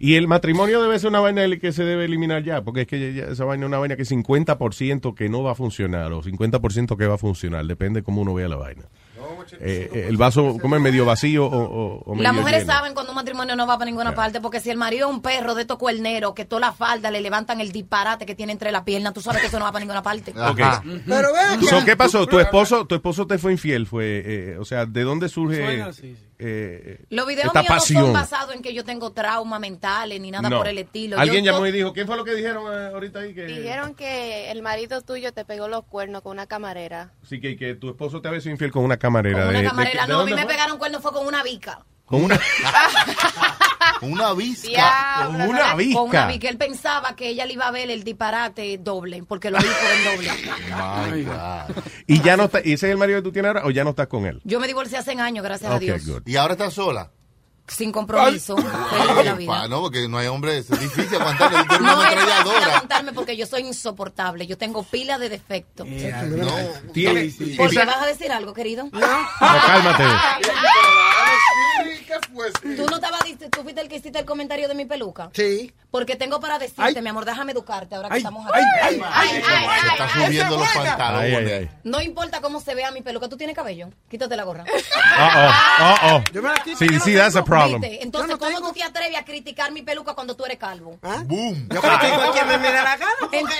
Speaker 17: Y el matrimonio debe ser una vaina que se debe eliminar ya, porque es que ya- ya esa vaina es una vaina que 50% que no va a funcionar o 50% que va a funcionar, depende cómo uno vea la vaina. eh, eh, el vaso como es medio vacío o, o- o medio
Speaker 16: Las mujeres
Speaker 17: lleno.
Speaker 16: saben cuando un matrimonio no va para ninguna parte, porque si el marido es un perro de estos cuerneros, que toda la falda le levantan el disparate que tiene entre la pierna, tú sabes que eso no va para ninguna
Speaker 17: (laughs)
Speaker 16: parte.
Speaker 17: Ok.
Speaker 16: Pero ve acá.
Speaker 17: So, ¿Qué pasó? Tu esposo, tu esposo te fue infiel, fue, eh, o sea, ¿de dónde surge
Speaker 16: Suena así,
Speaker 17: eh,
Speaker 16: Los videos
Speaker 17: esta
Speaker 16: míos no
Speaker 17: pasión?
Speaker 16: son basados en que yo tengo trauma mentales ni nada
Speaker 17: No.
Speaker 16: por el estilo.
Speaker 17: Alguien
Speaker 16: Yo
Speaker 17: llamó
Speaker 16: to-
Speaker 17: y dijo, ¿qué fue lo que dijeron eh, ahorita ahí? Que,
Speaker 11: Dijeron que el marido tuyo te pegó los cuernos con una camarera.
Speaker 17: sí, que, que tu esposo te había sido infiel con una camarera.
Speaker 16: Con
Speaker 17: Eh, de-
Speaker 16: una
Speaker 17: de-
Speaker 16: camarera,
Speaker 17: ¿de
Speaker 16: no, a mí
Speaker 17: dónde
Speaker 16: me
Speaker 17: fue?
Speaker 16: pegaron cuernos fue con una vica.
Speaker 17: Con una...
Speaker 6: (laughs) Con una visca.
Speaker 16: Diablo,
Speaker 17: Con
Speaker 16: no
Speaker 17: una
Speaker 16: era- Con una
Speaker 17: visca.
Speaker 16: vica. Él pensaba que ella le iba a ver el disparate doble, porque lo vi por el doble.
Speaker 17: (laughs) Y ya no está, ¿y ese es el marido que tú tienes ahora o ya no estás con él?
Speaker 16: Yo me divorcié hace años, gracias
Speaker 17: Ok,
Speaker 16: a Dios.
Speaker 17: good.
Speaker 6: ¿Y ahora estás sola?
Speaker 16: Sin compromiso.
Speaker 17: (laughs)
Speaker 16: feliz de la vida.
Speaker 6: Pa, no, porque no hay hombre, es difícil aguantar. que tú eres una
Speaker 16: No es
Speaker 6: ametralladora.
Speaker 16: fácil aguantarme porque yo soy insoportable. Yo tengo pila de defectos.
Speaker 17: Tiene-
Speaker 16: ¿Por qué
Speaker 17: esa-
Speaker 16: vas a decir algo, querido?
Speaker 17: No, Ah. cálmate.
Speaker 16: (laughs) Tú no estabas, dist- tú fuiste el que hiciste el comentario de mi peluca. Sí. Porque tengo para decirte, mi amor, déjame educarte ahora que estamos aquí.
Speaker 6: ay, ay, ay, Se está
Speaker 16: (laughs) ay,
Speaker 6: subiendo
Speaker 16: esa
Speaker 6: los
Speaker 16: es buena.
Speaker 6: pantalones.
Speaker 17: Ay, ay, ay.
Speaker 16: No importa cómo se vea mi peluca, tú tienes cabello. Quítate la gorra.
Speaker 17: Uh-oh, uh-oh.
Speaker 16: Yo me la quito,
Speaker 17: Sí,
Speaker 16: yo no
Speaker 17: sí, that's a problem.
Speaker 16: Viste, Entonces, ¿cómo tú te atreves a criticar mi peluca cuando tú eres calvo?
Speaker 6: ¡Boom!
Speaker 18: Yo critico a quien me me da
Speaker 16: (laughs)
Speaker 18: la gana.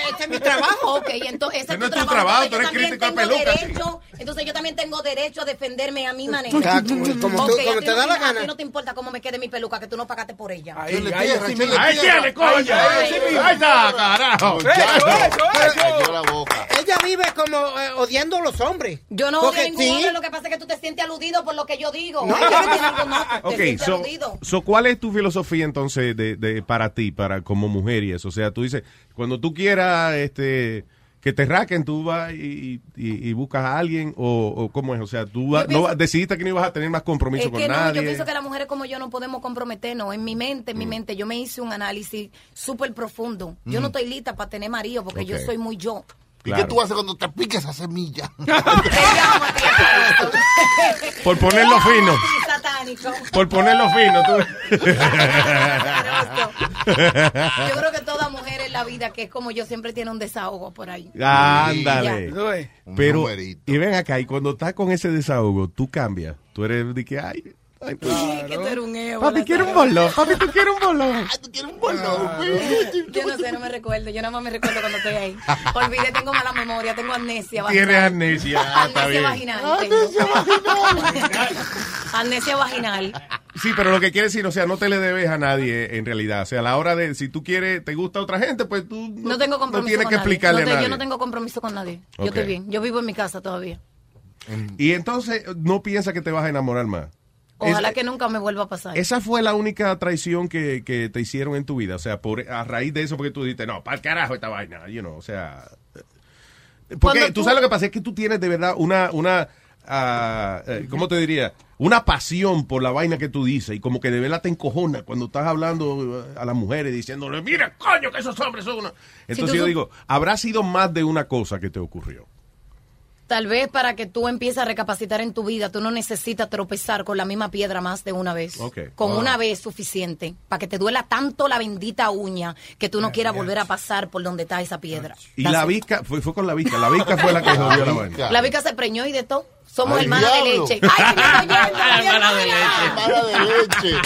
Speaker 16: Este es mi trabajo. Ok, entonces ese
Speaker 18: Ese no
Speaker 16: es tu
Speaker 18: es tu
Speaker 16: trabajo.
Speaker 18: trabajo,
Speaker 16: entonces
Speaker 18: tú
Speaker 16: yo
Speaker 18: eres
Speaker 16: también
Speaker 18: crítico de
Speaker 16: tengo
Speaker 18: peluca.
Speaker 16: derecho- Entonces yo también tengo derecho a defenderme a mi manera.
Speaker 18: Ah, como- como tú-
Speaker 16: Ok, a
Speaker 18: como
Speaker 16: ti
Speaker 18: te
Speaker 16: no
Speaker 18: da la
Speaker 16: a ti
Speaker 18: gana.
Speaker 16: no te importa cómo me quede mi peluca, que tú no pagaste por ella.
Speaker 18: Ahí,
Speaker 6: le
Speaker 18: ahí,
Speaker 6: tierra,
Speaker 18: ahí,
Speaker 6: chile,
Speaker 18: ahí
Speaker 6: tierra.
Speaker 18: tiene, coño.
Speaker 6: Ay, ay,
Speaker 18: Ahí
Speaker 6: ay,
Speaker 18: mismo.
Speaker 6: ay, está, carajo.
Speaker 18: Eso, eso,
Speaker 6: Ay,
Speaker 18: eso.
Speaker 6: yo la boca.
Speaker 18: Ella vive como eh, odiando a los hombres.
Speaker 16: Yo no odio
Speaker 18: Porque
Speaker 16: a ningún
Speaker 18: sí,
Speaker 16: hombre, lo que pasa es que tú te sientes aludido por lo que yo digo.
Speaker 18: No.
Speaker 16: Tú te sientes algo-
Speaker 18: (laughs)
Speaker 16: no, te
Speaker 17: Ok,
Speaker 16: sientes
Speaker 17: so,
Speaker 16: aludido.
Speaker 17: so, ¿cuál es tu filosofía entonces de, de- para ti, para como mujer y eso? O sea, tú dices, cuando tú quieras este, que te raquen, tú vas y, y- y buscas a alguien, o, o cómo es, o sea, tú vas- no
Speaker 16: Yo pienso-
Speaker 17: vas- decidiste que no ibas a tener más compromiso
Speaker 16: Es
Speaker 17: con
Speaker 16: que no,
Speaker 17: nadie.
Speaker 16: yo pienso que las mujeres como yo no podemos comprometernos. En mi mente,
Speaker 18: Mm.
Speaker 16: en mi mente, yo me hice un análisis súper profundo. Yo
Speaker 6: Mm.
Speaker 16: no estoy lista para tener marido porque yo
Speaker 6: Ok.
Speaker 16: soy muy yo.
Speaker 6: ¿Y
Speaker 17: Claro.
Speaker 6: qué tú haces cuando te pica esa semilla?
Speaker 17: Por
Speaker 16: (laughs)
Speaker 17: ponerlo fino.
Speaker 16: Sí, satánico.
Speaker 17: Por ponerlo fino, tú.
Speaker 16: (laughs) Yo creo que toda mujer en la vida, que es como yo, siempre tiene un desahogo por ahí.
Speaker 17: Ándale.
Speaker 16: (laughs) Ya.
Speaker 17: Pero, y ven acá, y cuando estás con ese desahogo, tú cambias. Tú eres de que, ay, ay, pues,
Speaker 16: Que tú eres un ébola,
Speaker 17: papi, quiero un
Speaker 16: ¿sabes?
Speaker 17: bolón. Papi, tú quieres un bolón. (laughs)
Speaker 16: Yo no sé, no me recuerdo. Yo nada más me recuerdo cuando estoy ahí. Olvidé, tengo mala memoria, tengo amnesia. vaginal.
Speaker 17: Tienes amnesia. Ah, está
Speaker 16: Amnesia
Speaker 17: bien.
Speaker 16: vaginal. tengo. (laughs) amnesia vaginal.
Speaker 17: Sí, pero lo que quiere decir, o sea, no te le debes a nadie en realidad. O sea, a la hora de, si tú quieres, te gusta otra gente, pues tú no,
Speaker 16: No tengo compromiso
Speaker 17: tienes
Speaker 16: con
Speaker 17: que
Speaker 16: nadie.
Speaker 17: explicarle
Speaker 16: No
Speaker 17: a
Speaker 16: te-
Speaker 17: nadie.
Speaker 16: Yo no tengo compromiso con nadie. Yo
Speaker 17: Ok.
Speaker 16: estoy bien. Yo vivo en mi casa todavía.
Speaker 17: Y entonces, no piensa que te vas a enamorar más.
Speaker 16: Ojalá
Speaker 17: Es-
Speaker 16: que nunca me vuelva a pasar.
Speaker 17: Esa fue la única traición que, que te hicieron en tu vida. O sea, por, a raíz de eso, porque tú dijiste, no, para carajo esta vaina, you know, o sea. eh, Porque
Speaker 10: Cuando
Speaker 17: tú,
Speaker 10: tú-
Speaker 17: sabes lo que pasa, es que tú tienes de verdad una, una ah, eh, ¿cómo te diría? Una pasión por la vaina que tú dices y como que de verdad te encojona cuando estás hablando eh, a las mujeres diciéndole, mira, coño, que esos hombres son una... Entonces
Speaker 16: tú
Speaker 17: yo
Speaker 16: su-
Speaker 17: digo, habrá sido más de una cosa que te ocurrió.
Speaker 16: Tal vez para que tú empieces a recapacitar en tu vida, tú no necesitas tropezar con la misma piedra más de una vez.
Speaker 17: Ok.
Speaker 16: Con
Speaker 17: Ah.
Speaker 16: una vez es suficiente. Para que te duela tanto la bendita uña que tú no quieras volver a pasar por donde está esa piedra.
Speaker 17: Y la visca, fue, fue con la visca, la visca fue la que jodió la vaina.
Speaker 16: La vica se preñó y de todo. Somos
Speaker 17: Ay,
Speaker 16: hermanas de
Speaker 17: diablo.
Speaker 16: leche. Ay, que me
Speaker 17: (laughs)
Speaker 16: estoy yendo, mi hermana de
Speaker 6: Hermana de leche.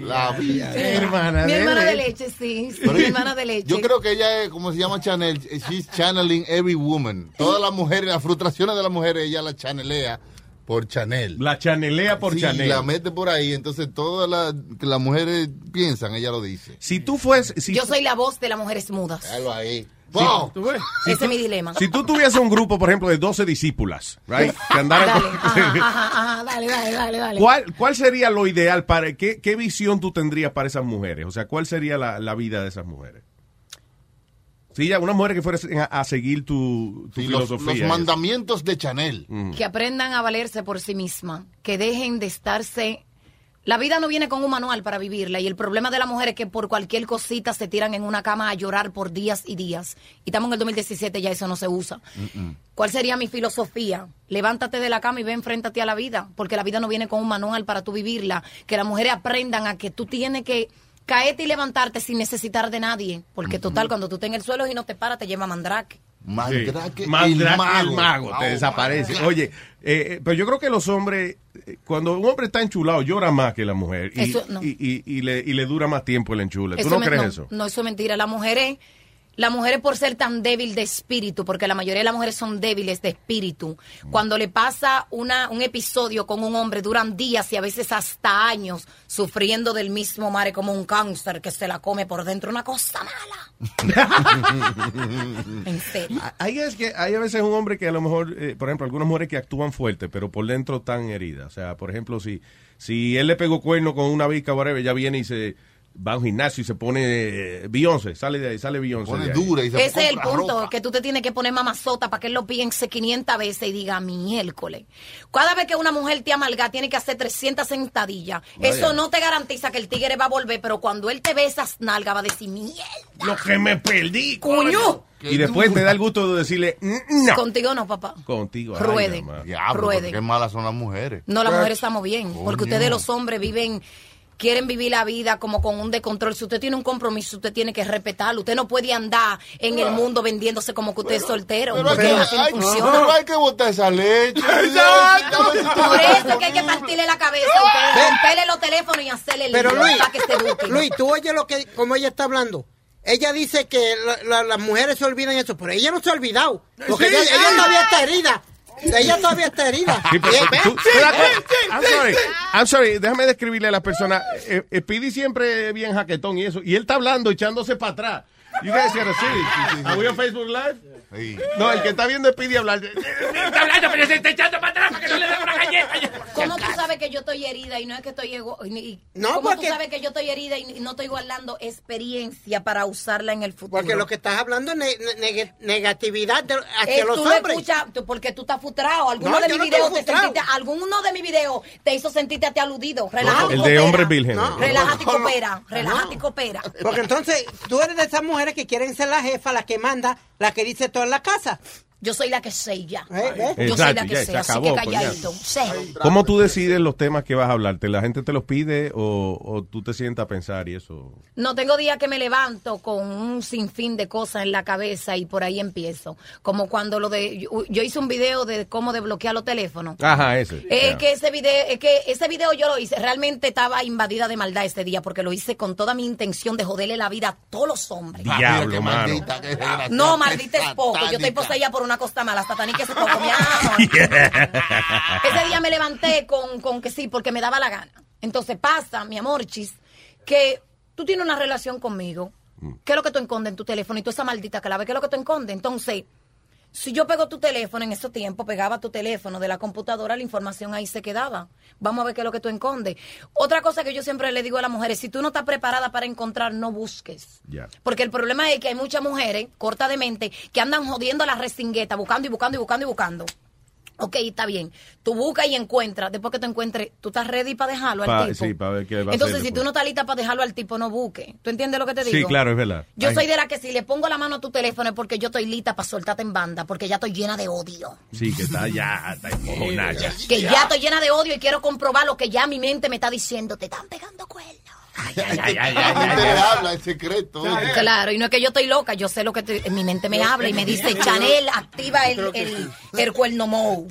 Speaker 6: La vida.
Speaker 16: Mi (laughs) hermana, de leche, sí. sí, mi hermana de leche.
Speaker 6: Yo creo que ella es, como se llama Chanel, she's channeling every woman. Todas las mujeres, las frustraciones de las mujeres, ella las chanelea por Chanel.
Speaker 17: La chanelea por
Speaker 6: Sí,
Speaker 17: Chanel.
Speaker 6: la mete por ahí, entonces todas las que las mujeres piensan, ella lo dice.
Speaker 17: Si tú fues, si
Speaker 16: Yo soy la voz de las mujeres mudas.
Speaker 6: ahí.
Speaker 17: ¡Wow!
Speaker 16: Ese es mi dilema.
Speaker 17: Si tú tuvieses un grupo, por ejemplo, de 12 discípulas, right, que andaran (laughs) con-
Speaker 16: Ah, Ajá, ajá, dale, dale, dale, dale.
Speaker 17: ¿Cuál, ¿Cuál sería lo ideal para qué, qué visión tú tendrías para esas mujeres? O sea, ¿cuál sería la, la vida de esas mujeres? Sí, ya, una mujer que fuera a, a seguir tu, tu
Speaker 6: Sí, los,
Speaker 17: filosofía.
Speaker 6: los mandamientos de Chanel.
Speaker 16: que aprendan a valerse por sí misma, que dejen de estarse... La vida no viene con un manual para vivirla y el problema de la mujer es que por cualquier cosita se tiran en una cama a llorar por días y días. Y estamos en el 2017, ya eso no se usa. ¿Cuál sería mi filosofía? Levántate de la cama y ve enfréntate a la vida, porque la vida no viene con un manual para tú vivirla. Que las mujeres aprendan a que tú tienes que caerte y levantarte sin necesitar de nadie, porque total, cuando tú estés en el suelo y no te paras, te lleva mandrake.
Speaker 6: Mandrake el
Speaker 17: Mandrake
Speaker 6: mago.
Speaker 17: el mago, te
Speaker 6: Oh,
Speaker 17: desaparece.
Speaker 6: my God.
Speaker 17: Oye, eh, eh, pero yo creo que los hombres, eh, cuando un hombre está enchulado, llora más que la mujer. Y,
Speaker 27: Eso no.
Speaker 17: y, y- y le, y le dura más tiempo el enchule. ¿Tú no
Speaker 16: me-
Speaker 17: crees eso?
Speaker 16: No, eso es mentira. Las mujeres, las mujeres por ser tan débil de espíritu, porque la mayoría de las mujeres son débiles de espíritu,
Speaker 17: Mm.
Speaker 16: cuando le pasa una, un episodio con un hombre, duran días y a veces hasta años sufriendo del mismo mare como un cáncer que se la come por dentro, una cosa mala. En serio.
Speaker 17: (laughs) Hay, es que, hay a veces un hombre que a lo mejor, eh, por ejemplo, algunas mujeres que actúan fuerte, pero por dentro están heridas. O sea, por ejemplo, si, si él le pegó cuerno con una bica o whatever, ya viene y se va a un gimnasio y se pone eh, Beyoncé, sale de ahí, sale Beyoncé.
Speaker 6: pone
Speaker 17: de ahí.
Speaker 6: dura y
Speaker 16: Ese es el punto, que tú te tienes que poner mamazota para que él lo piense 500 veces y diga miércoles. Cada vez que una mujer te amalga, tiene que hacer 300 sentadillas.
Speaker 17: Vaya.
Speaker 16: Eso no te garantiza que el tigre va a volver, pero cuando él te ve esas nalgas, va a decir mierda.
Speaker 17: Lo que me perdí,
Speaker 16: coño.
Speaker 17: Y después te da el gusto de decirle, "Mm, no.
Speaker 16: Contigo no, papá.
Speaker 17: Contigo.
Speaker 16: ay, Ruede.
Speaker 6: Diablo,
Speaker 16: Ruede.
Speaker 6: pero qué malas son las mujeres.
Speaker 16: No, las mujeres estamos bien, porque
Speaker 6: Coño.
Speaker 16: ustedes los hombres viven, quieren vivir la vida como con un descontrol. Si usted tiene un compromiso, usted tiene que respetarlo. Usted no puede andar en el mundo vendiéndose como que usted es soltero.
Speaker 6: Pero hay
Speaker 16: porque
Speaker 6: que,
Speaker 16: así no
Speaker 6: hay-
Speaker 16: funciona.
Speaker 6: pero hay que botar esa
Speaker 17: (laughs)
Speaker 6: leche.
Speaker 16: Por eso que hay que partirle la cabeza a ustedes, romperle los teléfonos y hacerle el
Speaker 2: Pero
Speaker 16: libro
Speaker 2: Luis,
Speaker 16: para que se eduquen.
Speaker 2: Luis, tú oyes lo que, como ella está hablando. Ella dice que la- la- las mujeres se olvidan eso, pero ella no se ha olvidado. Porque
Speaker 3: Sí.
Speaker 2: ella, ella todavía está herida. Ella todavía está herida.
Speaker 17: Sí,
Speaker 16: Eh,
Speaker 17: pero
Speaker 2: Y-
Speaker 17: tú- ¿te das cuenta? I'm sorry, I'm sorry, déjame describirle a las personas. Eh, eh, Speedy siempre es bien jaquetón y eso. Y él está hablando, echándose para atrás. You guys are serious. Are we on Facebook Live? No, el que está viendo a Speedy hablar. (laughs) Está hablando, pero se está echando para atrás para que no le dé una galleta.
Speaker 16: ¿Cómo tú sabes que yo estoy herida y no es que estoy ego- y- y-
Speaker 2: No,
Speaker 16: ¿Cómo
Speaker 2: porque-
Speaker 16: tú sabes que yo estoy herida y y no estoy guardando experiencia para usarla en el futuro?
Speaker 2: Porque lo que estás hablando es ne- ne- negatividad de- hacia
Speaker 16: Eh,
Speaker 2: los
Speaker 16: tú lo
Speaker 2: hombres.
Speaker 16: escuchas tú- porque tú estás frustrado. Alguno
Speaker 2: No,
Speaker 16: de
Speaker 2: yo
Speaker 16: mis
Speaker 2: no
Speaker 16: videos
Speaker 2: estoy
Speaker 16: te sentiste, alguno de mis videos te hizo sentirte a ti aludido. Relájate y
Speaker 17: El de
Speaker 16: coopera.
Speaker 17: hombre virgen.
Speaker 16: Relájate y coopera. Relájate y coopera.
Speaker 2: Porque entonces tú eres de esas mujeres que quieren ser la jefa, la que manda, la que dice todo en la casa. ¿Eh?
Speaker 16: Yo soy la que sé ya.
Speaker 2: Yo soy la
Speaker 17: Exacto,
Speaker 2: que
Speaker 17: ya,
Speaker 2: sé,
Speaker 17: se
Speaker 2: así
Speaker 17: acabó.
Speaker 2: que
Speaker 17: coñazo.
Speaker 16: Calladito. sé.
Speaker 17: ¿Cómo tú decides los temas que vas a hablar? ¿Te- ¿La gente te los pide o, o tú te sientas a pensar y eso?
Speaker 16: No tengo día que me levanto con un sinfín de cosas en la cabeza y por ahí empiezo. Como cuando lo de yo, yo hice un video de cómo desbloquear los teléfonos.
Speaker 17: Ajá, ese.
Speaker 16: Es
Speaker 17: Yeah.
Speaker 16: que ese video, es que ese video yo lo hice, realmente estaba invadida de maldad ese día porque lo hice con toda mi intención de joderle la vida a todos los hombres.
Speaker 17: Diablo, mano. (laughs)
Speaker 16: No,
Speaker 17: pues,
Speaker 16: maldita es poco. Yo estoy poseída por una cosa mala, satánica es poco. Mi amor. Ese día me levanté con, con que sí, porque me daba la gana. Entonces pasa, mi amor, chis, que tú tienes una relación conmigo. ¿Qué es lo que tú escondes en tu teléfono? Y tú esa maldita clave, ¿qué es lo que tú escondes? Entonces, si yo pego tu teléfono en ese tiempo, pegaba tu teléfono de la computadora, la información ahí se quedaba. Vamos a ver qué es lo que tú escondes. Otra cosa que yo siempre le digo a las mujeres, si tú no estás preparada para encontrar, no busques.
Speaker 17: Ya.
Speaker 16: Porque el problema es que hay muchas mujeres, corta de mente, que andan jodiendo a la resingueta, buscando y buscando y buscando y buscando. Ok, está bien. Tú buscas y encuentras. Después que tú encuentres, tú estás ready para dejarlo
Speaker 17: Pa-
Speaker 16: al tipo.
Speaker 17: sí, para ver qué va a
Speaker 16: Entonces,
Speaker 17: hacer
Speaker 16: si
Speaker 17: después.
Speaker 16: tú no estás lista para dejarlo al tipo, no busques. ¿Tú entiendes lo que te digo?
Speaker 17: Sí, claro, es verdad.
Speaker 16: Yo
Speaker 17: Ay.
Speaker 16: soy de la que si le pongo la mano a tu teléfono es porque yo estoy lista para soltarte en banda, porque ya estoy llena de odio.
Speaker 17: Sí, que está ya, está encojonada ya.
Speaker 16: Que ya estoy llena de odio y quiero comprobar lo que ya mi mente me está diciendo. Te están pegando.
Speaker 6: Te le habla, es secreto.
Speaker 16: Claro, y no es que yo estoy loca, yo sé lo que te- mi mente me habla y me dice, Chanel, activa el, el, (laughs) el cuerno mou.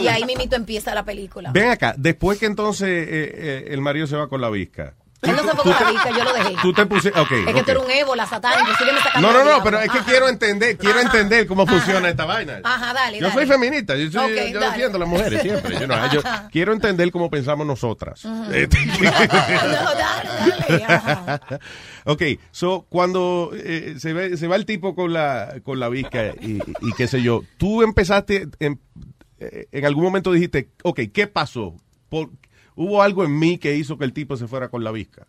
Speaker 16: Y ahí mimito empieza la película.
Speaker 17: Ven acá, después que entonces eh, eh, el marido se va con la visca.
Speaker 16: Él no se fue con la vista, yo lo dejé.
Speaker 17: Tú te pusiste. Ok.
Speaker 16: Es que
Speaker 17: ok.
Speaker 16: tú eres un ébola, satánico, sígueme sacando
Speaker 17: No, no,
Speaker 16: del
Speaker 17: no,
Speaker 16: diablo.
Speaker 17: pero es que
Speaker 16: Ajá.
Speaker 17: quiero entender,
Speaker 16: Ah.
Speaker 17: quiero entender cómo funciona esta vaina.
Speaker 16: Ajá, dale,
Speaker 17: Yo soy
Speaker 16: dale.
Speaker 17: feminista, yo, soy,
Speaker 16: Ok,
Speaker 17: yo
Speaker 16: dale.
Speaker 17: defiendo a las mujeres siempre. you know,
Speaker 16: (laughs)
Speaker 17: yo quiero entender cómo pensamos nosotras.
Speaker 16: Ujú.
Speaker 17: (laughs) Este,
Speaker 16: (laughs) No, dale, dale, ajá.
Speaker 17: (laughs) ok, so, cuando eh, se, ve- se va el tipo con la, con la visca y, y qué sé yo, tú empezaste, en, eh, en algún momento dijiste, ok, ¿qué pasó? Por- ¿Hubo algo en mí que hizo que el tipo se fuera con la visca?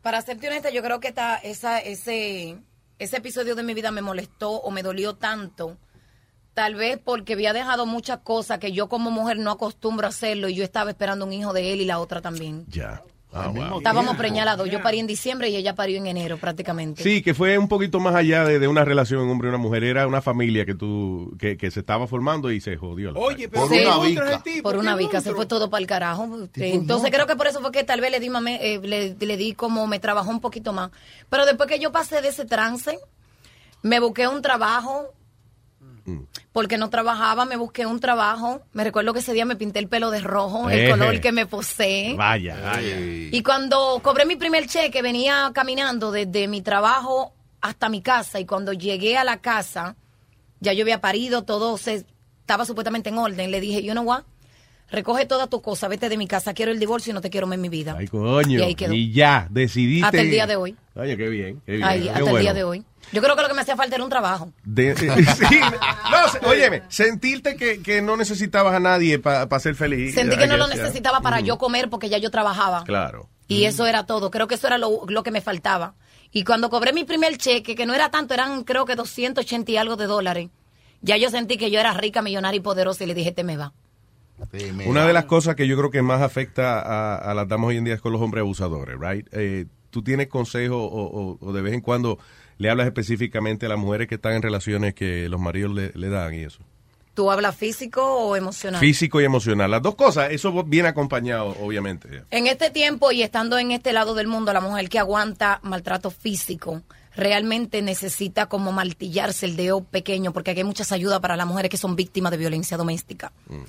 Speaker 16: Para serte honesta, yo creo que esta- esa, ese, ese episodio de mi vida me molestó o me dolió tanto. Tal vez porque había dejado muchas cosas que yo como mujer no acostumbro a hacerlo y yo estaba esperando un hijo de él y la otra también.
Speaker 17: Ya. Ah, wow.
Speaker 16: Estábamos preñalados. Yo parí en diciembre y ella parió en enero prácticamente.
Speaker 17: Sí, que fue un poquito más allá de, de una relación hombre y una mujer. Era una familia que tú que, que se estaba formando y se jodió. la vaina.
Speaker 16: Sí, por una bica, se fue todo para el carajo. Eh, Entonces creo que por eso fue que tal vez le di, mame- eh, le, le di como me trabajó un poquito más. Pero después que yo pasé de ese trance, Me busqué un trabajo porque no trabajaba, me busqué un trabajo. Me recuerdo que ese día me pinté el pelo de rojo, el
Speaker 3: Eje.
Speaker 16: color que me posee.
Speaker 3: Vaya, vaya.
Speaker 16: ¿Eh? Y cuando cobré mi primer cheque, venía caminando desde mi trabajo hasta mi casa. Y cuando llegué a la casa, ya yo había parido, todo se, estaba supuestamente en orden. Le dije, you know what? Recoge todas tus cosas, vete de mi casa. Quiero el divorcio y no te quiero más en mi vida.
Speaker 17: Ay, coño.
Speaker 16: Y
Speaker 17: Y,
Speaker 16: ahí quedó.
Speaker 17: ya, decidiste.
Speaker 16: Hasta el día de hoy.
Speaker 17: Coño, qué bien. Qué bien.
Speaker 16: Ahí,
Speaker 17: Qué
Speaker 16: hasta el
Speaker 17: bueno.
Speaker 16: día de hoy. Yo creo que lo que me hacía falta era un trabajo.
Speaker 17: De- (laughs) sí, no, se- óyeme, sentirte que, que no necesitabas a nadie para ser feliz.
Speaker 16: Sentí que no
Speaker 17: Ay,
Speaker 16: lo
Speaker 17: ya.
Speaker 16: necesitaba para
Speaker 17: Mm,
Speaker 16: yo comer porque ya yo trabajaba.
Speaker 17: Claro.
Speaker 16: Y eso era todo. Creo que eso era lo, lo que me faltaba. Y cuando cobré mi primer cheque, que no era tanto, eran creo que 280 y algo de dólares, ya yo sentí que yo era rica, millonaria y poderosa y le dije, te me va.
Speaker 17: Una de las cosas que yo creo que más afecta a, a las damas hoy en día es con los hombres abusadores, right? Eh, ¿Tú tienes consejos o, o- o de vez en cuando le hablas específicamente a las mujeres que están en relaciones que los maridos le, le dan y eso?
Speaker 16: ¿Tú hablas físico o emocional?
Speaker 17: Físico y emocional. Las dos cosas, eso viene acompañado, obviamente.
Speaker 16: En este tiempo y estando en este lado del mundo, la mujer que aguanta maltrato físico realmente necesita como martillarse el dedo pequeño, porque aquí hay muchas ayudas para las mujeres que son víctimas de violencia doméstica.
Speaker 17: Mm,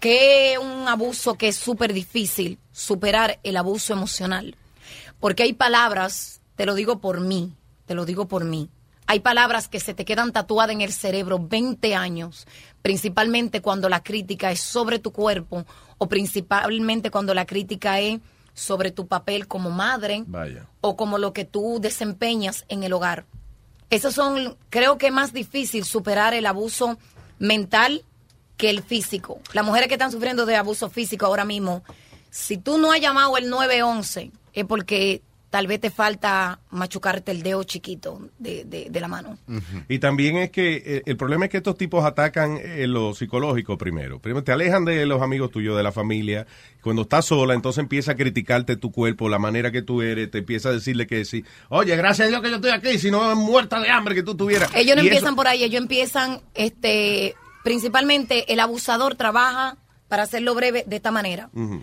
Speaker 16: Que es un abuso que es súper difícil superar el abuso emocional. Porque hay palabras, te lo digo por mí, te lo digo por mí. Hay palabras que se te quedan tatuadas en el cerebro 20 años, principalmente cuando la crítica es sobre tu cuerpo o principalmente cuando la crítica es sobre tu papel como madre
Speaker 17: Vaya.
Speaker 16: o como lo que tú desempeñas en el hogar. Esos son, creo que es más difícil superar el abuso mental que el físico. Las mujeres que están sufriendo de abuso físico ahora mismo, si tú no has llamado el 911, es porque tal vez te falta machucarte el dedo chiquito de, de- de la mano.
Speaker 17: Y también es que eh, el problema es que estos tipos atacan eh, lo psicológico primero. Primero te alejan de los amigos tuyos, de la familia. Cuando estás sola, entonces empieza a criticarte tu cuerpo, la manera que tú eres, te empieza a decirle que sí. Oye, gracias a Dios que yo estoy aquí, si no muerta de hambre que tú tuvieras.
Speaker 16: Ellos no
Speaker 17: Y eso-
Speaker 16: empiezan por ahí, ellos empiezan, este, principalmente el abusador trabaja, para hacerlo breve, de esta manera.
Speaker 17: Ujú.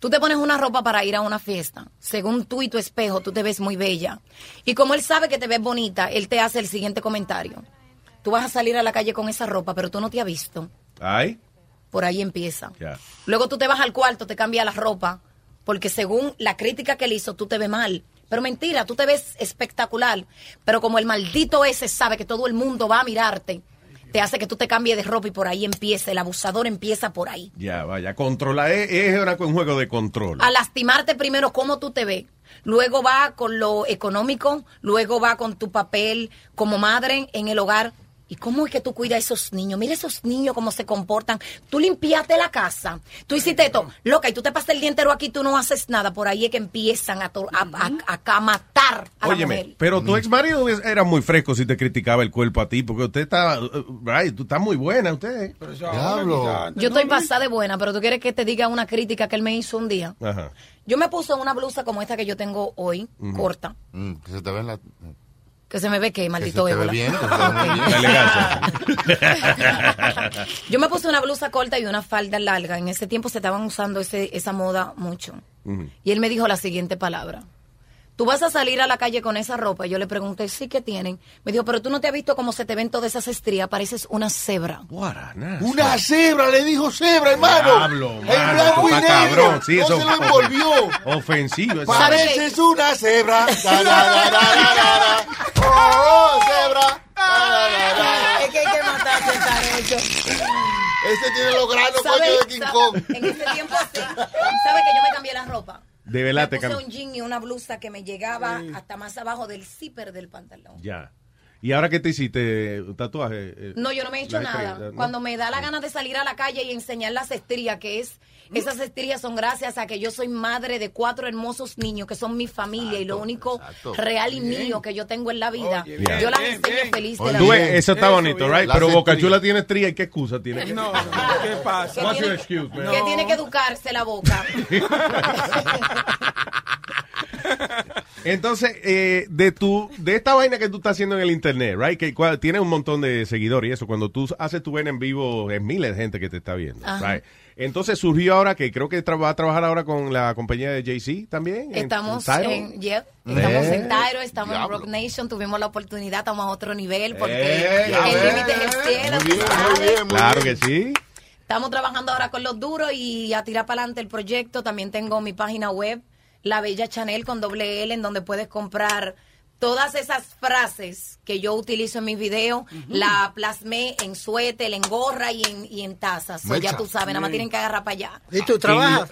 Speaker 16: Tú te pones una ropa para ir a una fiesta. Según tú y tu espejo, tú te ves muy bella. Y como él sabe que te ves bonita, él te hace el siguiente comentario. Tú vas a salir a la calle con esa ropa, pero tú no te has visto.
Speaker 17: Ay,
Speaker 16: Por ahí empieza.
Speaker 17: ya.
Speaker 16: Luego tú te vas al cuarto, te cambias la ropa, porque según la crítica que él hizo, tú te ves mal. Pero mentira, tú te ves espectacular. Pero como el maldito ese sabe que todo el mundo va a mirarte, te hace que tú te cambies de ropa y por ahí empieza. El abusador empieza por ahí.
Speaker 17: Ya, vaya, controla, es, es una- un juego de control.
Speaker 16: a lastimarte primero cómo tú te ves. Luego va con lo económico, luego va con tu papel como madre en el hogar. ¿Y cómo es que tú cuidas a esos niños? Mira esos niños cómo se comportan. Tú limpiaste la casa, tú hiciste esto, loca, y tú te pasas el día entero aquí, tú no haces nada. Por ahí es que empiezan a, to- a, a- a- a matar a la mujer.
Speaker 17: Óyeme, pero tu ex marido era muy fresco si te criticaba el cuerpo a ti, porque usted está, eh, right, tú estás muy buena, usted. Diablo.
Speaker 16: Yo estoy pasada de buena, pero tú quieres que te diga una crítica que él me hizo un día.
Speaker 17: Ajá.
Speaker 16: Yo me puse una blusa como esta que yo tengo hoy,
Speaker 6: Ujú.
Speaker 16: corta,
Speaker 6: Mm, que se te ve en la...
Speaker 16: que se me ve que
Speaker 6: Que se
Speaker 16: maldito
Speaker 6: te ve
Speaker 16: ébola.
Speaker 6: bien, que se te (laughs) ve muy bien.
Speaker 17: La elegancia.
Speaker 16: Yo me puse una blusa corta y una falda larga. En ese tiempo se estaban usando ese, esa moda mucho. Y él me dijo la siguiente palabra. Tú vas a salir a la calle con esa ropa. Y yo le pregunté, sí, ¿qué tienen? Me dijo, pero tú no te has visto cómo se te ven todas esas estrías. Pareces una cebra.
Speaker 6: Una cebra, le dijo cebra, hermano.
Speaker 17: Diablo,
Speaker 6: en
Speaker 17: mano,
Speaker 6: blanco y negro.
Speaker 17: tú estás cabrón. Sí,
Speaker 6: no
Speaker 17: eso-
Speaker 6: se lo envolvió.
Speaker 17: Ofensivo. eso.
Speaker 6: Pareces Pues una cebra. Da, da, da, da, da, da, (laughs) da. Oh, oh, cebra.
Speaker 16: Es que hay que matarse, está
Speaker 6: (laughs) Ese tiene los granos, pues.
Speaker 16: ¿Sabe-
Speaker 6: coño, de King
Speaker 16: sabe-
Speaker 6: Kong.
Speaker 16: En ese tiempo así. ¿Sabes que yo me cambié la ropa?
Speaker 17: De verdad te
Speaker 16: Puse
Speaker 17: cam-
Speaker 16: un jean y una blusa que me llegaba hasta más abajo del zipper del pantalón.
Speaker 17: Ya. ¿Y ahora qué te hiciste? ¿Un tatuaje? Eh,
Speaker 16: No, yo no me he hecho
Speaker 17: la
Speaker 16: nada.
Speaker 17: estrella, ¿no?
Speaker 16: Cuando me da la gana de salir a la calle y enseñar las estrías, que es,
Speaker 17: ¿Mm?
Speaker 16: esas estrías son gracias a que yo soy madre de cuatro hermosos niños que son mi familia y lo único
Speaker 17: exacto.
Speaker 16: real y
Speaker 17: Bien.
Speaker 16: mío que yo tengo en la vida,
Speaker 17: bien,
Speaker 16: yo las
Speaker 17: bien,
Speaker 16: enseño feliz de
Speaker 17: Oye,
Speaker 16: la
Speaker 17: tú
Speaker 16: vida.
Speaker 17: ves, eso está bonito, right?
Speaker 6: La
Speaker 17: Pero
Speaker 6: hace
Speaker 17: Bocachula tiene estría y qué excusa tiene.
Speaker 29: No, no, ¿qué pasa?
Speaker 17: What's your excuse, man?
Speaker 16: Que tiene que educarse la boca.
Speaker 17: Entonces, eh, de tu, de esta vaina que tú estás haciendo en el internet, right? Que cua- tienes un montón de seguidores y eso. Cuando tú haces tu vaina en vivo, es miles de gente que te está viendo,
Speaker 16: Ajá.
Speaker 17: right? Entonces surgió ahora que creo que tra- va a trabajar ahora con la compañía de Jay-Z también. (laughs) en-
Speaker 16: Estamos
Speaker 17: Tidal.
Speaker 16: en, yeah, estamos
Speaker 17: Eh,
Speaker 16: en Tyro, estamos
Speaker 17: diablo.
Speaker 16: en Rock Nation, tuvimos la oportunidad, estamos a otro nivel porque
Speaker 17: Eh, ya
Speaker 16: el
Speaker 17: ves.
Speaker 16: límite es el cielo, tú sabes.
Speaker 17: Claro que sí.
Speaker 16: Estamos trabajando ahora con los duros y a tirar para adelante el proyecto. También tengo mi página web, La Bella Chanel con doble L, en donde puedes comprar todas esas frases que yo utilizo en mis videos. La plasmé en suéter, en gorra y en, y en tazas. So, ya
Speaker 2: Mecha.
Speaker 16: tú sabes, nada más
Speaker 2: Bien.
Speaker 16: tienen que agarrar para allá.
Speaker 2: ¿Y tú trabajas?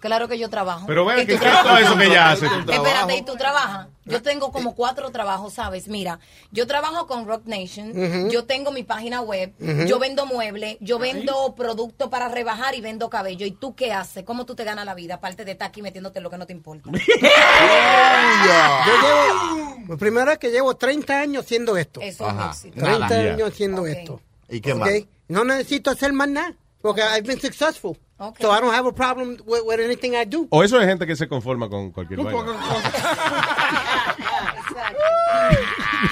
Speaker 16: Claro que yo trabajo.
Speaker 17: Pero
Speaker 16: ¿Y
Speaker 17: vean
Speaker 16: tú
Speaker 17: que qué es
Speaker 16: trabajas?
Speaker 17: todo eso que ella hace.
Speaker 16: Espérate, ¿y tú trabajas? Yo tengo como cuatro trabajos, ¿sabes? Mira, yo trabajo con Rock Nation,
Speaker 10: Ujú.
Speaker 16: yo tengo mi página web,
Speaker 10: Ujú.
Speaker 16: yo vendo muebles, yo vendo producto para rebajar y vendo cabello. ¿Y tú qué haces? ¿Cómo tú te ganas la vida? Aparte de estar aquí metiéndote en lo que no te importa. (laughs)
Speaker 2: Yo llevo, la primera vez que llevo 30 años haciendo esto.
Speaker 16: Eso es un Ajá. éxito.
Speaker 2: 30
Speaker 16: Nada.
Speaker 2: años haciendo esto.
Speaker 6: ¿Y qué
Speaker 2: Ok?
Speaker 6: más?
Speaker 2: No necesito hacer más nada, porque I've been successful.
Speaker 16: Okay.
Speaker 2: So I don't have a problem with, with anything I do.
Speaker 17: O eso es gente que se conforma con cualquier
Speaker 2: Un
Speaker 17: vaina.
Speaker 2: poco-
Speaker 16: (laughs) Ah,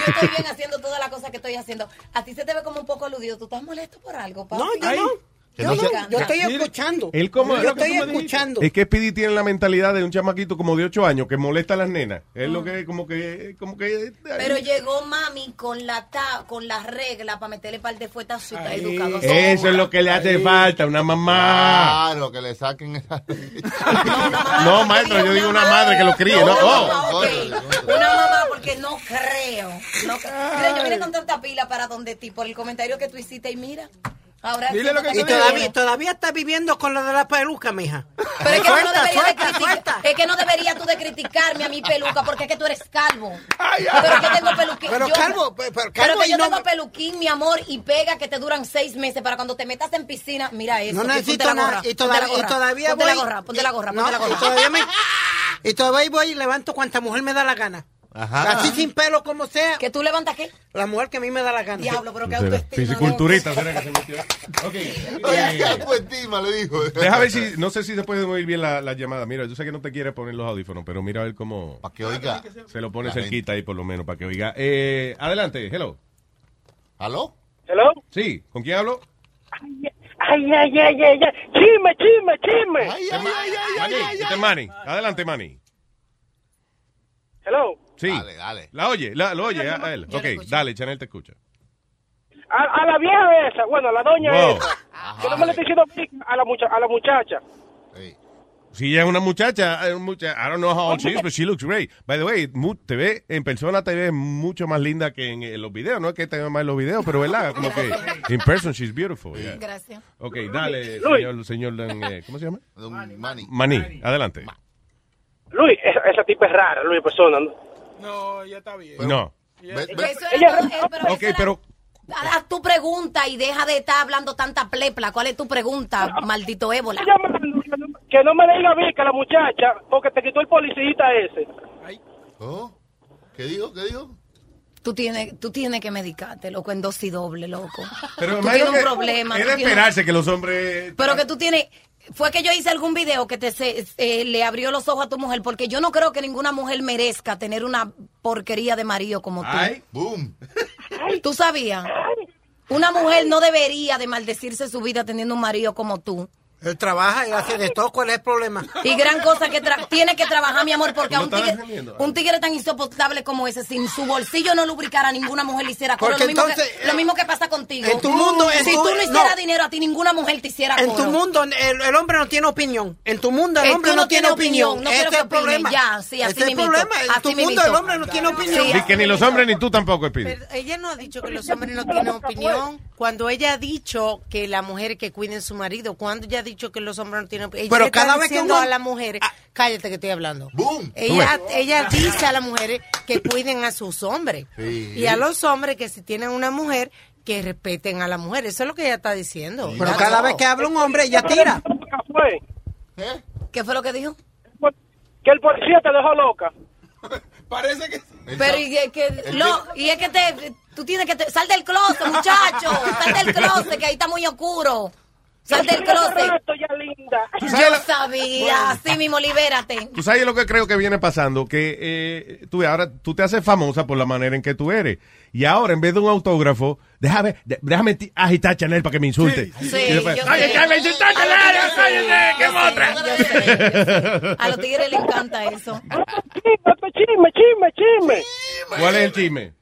Speaker 16: Yo estoy bien haciendo todas las cosas que estoy haciendo. A ti se te ve como un poco aludido. ¿Tú estás molesto por algo, Pablo?
Speaker 2: No, yo no.
Speaker 17: Que no
Speaker 2: Yo,
Speaker 17: se-
Speaker 2: no, yo estoy escuchando.
Speaker 17: Él como-
Speaker 2: yo
Speaker 17: lo que
Speaker 2: estoy
Speaker 17: tú me dijiste.
Speaker 2: escuchando.
Speaker 17: Es que Speedy tiene la mentalidad de un chamaquito como de 8 años que molesta a las nenas. Es
Speaker 16: Ah.
Speaker 17: lo que como que como que
Speaker 16: Pero llegó mami con la ta- con la regla para meterle par de fuetas su educador.
Speaker 6: Eh,
Speaker 17: eso es lo que le hace falta una mamá.
Speaker 6: Claro, Ah, que le saquen esa.
Speaker 17: No, maestro, yo digo una madre que lo críe, no. Oh.
Speaker 16: Ok, Una mamá, porque no creo. No creo. Mira, yo vine con tanta pila para donde ti por el comentario que tú hiciste y mira. Ahora sí me
Speaker 2: y
Speaker 16: cayó bien.
Speaker 2: todavía, todavía estás viviendo con la de la peluca, mija.
Speaker 16: Pero es que uno no
Speaker 2: Suelta,
Speaker 16: debería de
Speaker 2: suelta,
Speaker 16: criticar- Es que no debería tú de criticarme a mi peluca porque es que tú eres calvo.
Speaker 2: ay.
Speaker 16: Pero yo tengo peluquín.
Speaker 2: Pero
Speaker 16: yo-
Speaker 2: calvo, pe- pero calvo
Speaker 16: que
Speaker 2: y
Speaker 16: yo
Speaker 2: no-
Speaker 16: tengo peluquín, mi amor, y pega que te duran seis meses para cuando te metas en piscina. Mira eso.
Speaker 2: No
Speaker 16: que
Speaker 2: necesito
Speaker 16: ponte la
Speaker 2: nada.
Speaker 16: gorra,
Speaker 2: Y
Speaker 16: ponte la
Speaker 2: todavía,
Speaker 16: gorra,
Speaker 2: y todavía
Speaker 16: ponte
Speaker 2: voy.
Speaker 16: la gorra, ponte la gorra,
Speaker 2: No,
Speaker 16: ponte la gorra.
Speaker 2: Y todavía,
Speaker 16: (laughs)
Speaker 2: me- y todavía voy y levanto cuanta mujer me da la gana.
Speaker 6: Ajá.
Speaker 2: Así sin pelo, como sea.
Speaker 16: ¿Que tú levantas qué?
Speaker 2: La mujer que a mí me da la gana.
Speaker 16: Diablo, pero
Speaker 17: Fisiculturista será que se metió.
Speaker 6: (laughs) Oye,
Speaker 17: eh.
Speaker 6: qué autoestima le dijo.
Speaker 17: Deja
Speaker 6: (laughs)
Speaker 17: ver si no sé si se puede oír bien la, la llamada. Mira, yo sé que no te quieres poner los audífonos, pero mira a ver cómo para
Speaker 6: que oiga.
Speaker 17: Se lo pone
Speaker 6: La gente.
Speaker 17: cerquita ahí por lo menos para que oiga. Eh, adelante, hello.
Speaker 6: ¿Aló?
Speaker 14: ¿Hello?
Speaker 17: Sí, ¿con quién hablo?
Speaker 14: Ay, ay, ay, ay, ay. Chisme, chisme, chisme.
Speaker 17: Manny, este es Manny. Adelante, Manny.
Speaker 14: Hello.
Speaker 17: Sí. Dale,
Speaker 6: dale.
Speaker 17: La oye, la, lo oye a, a él.
Speaker 14: Yo
Speaker 17: Ok,
Speaker 14: lo escucho.
Speaker 17: dale, Chanel te escucha.
Speaker 14: A, a la vieja esa, bueno, a la doña
Speaker 17: Wow.
Speaker 14: esa. Yo no me le estoy diciendo pic a la, mucha, a la muchacha.
Speaker 17: Si ella es una muchacha, eh, mucha- I don't know how old she is, but she looks great. By the way, mu- te ve, en persona te ve mucho más linda que en, eh, los videos. No es que te ve más en los videos, pero ¿verdad? Como que in person she's beautiful. yeah.
Speaker 16: Gracias.
Speaker 17: Ok, dale,
Speaker 14: Luis.
Speaker 17: señor, señor don, eh, ¿cómo se llama?
Speaker 6: Manny.
Speaker 17: Maní, adelante.
Speaker 14: Luis, e-, esa, esa tipa es rara, Luis, persona. ¿no?
Speaker 17: No.
Speaker 16: Eso era
Speaker 14: Ella-
Speaker 16: todo, eh, pero
Speaker 17: Ok, pero
Speaker 16: haz- haz tu pregunta y deja de estar hablando tanta plepla. ¿Cuál es tu pregunta, maldito ébola?
Speaker 14: Que no me le diga pic a la muchacha porque te quitó el policita ese.
Speaker 6: Oh, ¿Qué dijo? ¿Qué dijo?
Speaker 16: Tú tienes, tú tienes que medicarte, loco, en dosis doble, loco.
Speaker 17: Pero
Speaker 16: tú
Speaker 17: imagino
Speaker 16: tienes un
Speaker 17: que
Speaker 16: problema.
Speaker 17: Es
Speaker 16: tú
Speaker 17: de
Speaker 16: tienes-
Speaker 17: esperarse que los hombres.
Speaker 16: Pero que tú tienes... Fue que yo hice algún video que te se- eh, le abrió los ojos a tu mujer, porque yo no creo que ninguna mujer merezca tener una porquería de marido como tú.
Speaker 17: Ay,
Speaker 6: boom.
Speaker 16: ¿Tú sabías? Una mujer no debería de maldecirse su vida teniendo un marido como tú.
Speaker 2: Él trabaja y hace de todo. ¿Cuál es el
Speaker 16: (laughs)
Speaker 2: problema?
Speaker 16: Y gran cosa que tra- tiene que trabajar, mi amor, porque a
Speaker 2: Lo
Speaker 16: un
Speaker 2: está
Speaker 16: tigre,
Speaker 2: defendiendo.
Speaker 16: un tigre tan insoportable como ese, sin su bolsillo no lubricara, ninguna mujer le hiciera coro.
Speaker 2: Porque
Speaker 16: Lo mismo,
Speaker 2: entonces, eh,
Speaker 16: que, lo mismo que pasa contigo.
Speaker 2: en tu mundo, en
Speaker 16: si
Speaker 2: tu-
Speaker 16: tú no hicieras
Speaker 2: no.
Speaker 16: dinero, a ti ninguna mujer te hiciera coro.
Speaker 2: En tu mundo el, el hombre no tiene opinión. En tu mundo el,
Speaker 16: Eh,
Speaker 2: hombre
Speaker 16: tú
Speaker 2: no, tiene opinión.
Speaker 16: No
Speaker 2: Ese
Speaker 16: quiero
Speaker 2: es
Speaker 16: que
Speaker 2: el
Speaker 16: opinen,
Speaker 2: problema.
Speaker 16: ya, sí, así
Speaker 2: Ese es el
Speaker 16: mimito,
Speaker 2: problema. En
Speaker 16: así
Speaker 2: tu mundo
Speaker 16: mimito.
Speaker 2: el hombre no tiene opinión.
Speaker 17: Ni que ni los hombres ni tú tampoco, Speedy.
Speaker 19: Ella no ha dicho que los hombres no tienen
Speaker 18: (laughs) Pues.
Speaker 19: opinión. Cuando ella ha dicho que las mujeres que cuiden su marido, cuando ella ha dicho que los hombres no tienen opinión. Ella
Speaker 2: Pero
Speaker 19: le está
Speaker 2: cada vez que
Speaker 19: diciendo
Speaker 2: un hom-
Speaker 19: a las mujeres,
Speaker 18: Ah.
Speaker 19: cállate que estoy hablando.
Speaker 6: ¡Boom!
Speaker 19: Ella, ella dice a las mujeres que cuiden a sus hombres.
Speaker 6: Sí.
Speaker 19: Y a los hombres que si tienen una mujer, que respeten a la mujer. Eso es lo que ella está diciendo.
Speaker 2: Pero cada vez que habla un hombre, ella tira.
Speaker 16: ¿Qué fue lo que dijo?
Speaker 14: Que el policía te dejó
Speaker 17: (laughs)
Speaker 14: loca.
Speaker 9: Parece que...
Speaker 16: Pero y es que, lo- y es que te, tú tienes que te- sal del closet, muchacho, sal del closet que ahí está muy oscuro. Salte del closet.
Speaker 14: ya linda.
Speaker 16: Yo sabía. Así mismo, libérate.
Speaker 17: Tú sabes lo que creo que viene pasando, que eh, tú ves, ahora tú te haces famosa por la manera en que tú eres. Y ahora, en vez de un autógrafo, déjame, de- déjame ti- agitar a Chanel para que me insulte.
Speaker 16: Sí,
Speaker 17: Y después,
Speaker 16: yo
Speaker 17: "Oye,
Speaker 16: sé.
Speaker 17: Chanel, insultate, Lara, cállate, que
Speaker 16: motra.
Speaker 17: (laughs)
Speaker 16: A los tigres les encanta eso.
Speaker 14: Chisme, chisme, chisme.
Speaker 17: ¿Cuál es el chisme?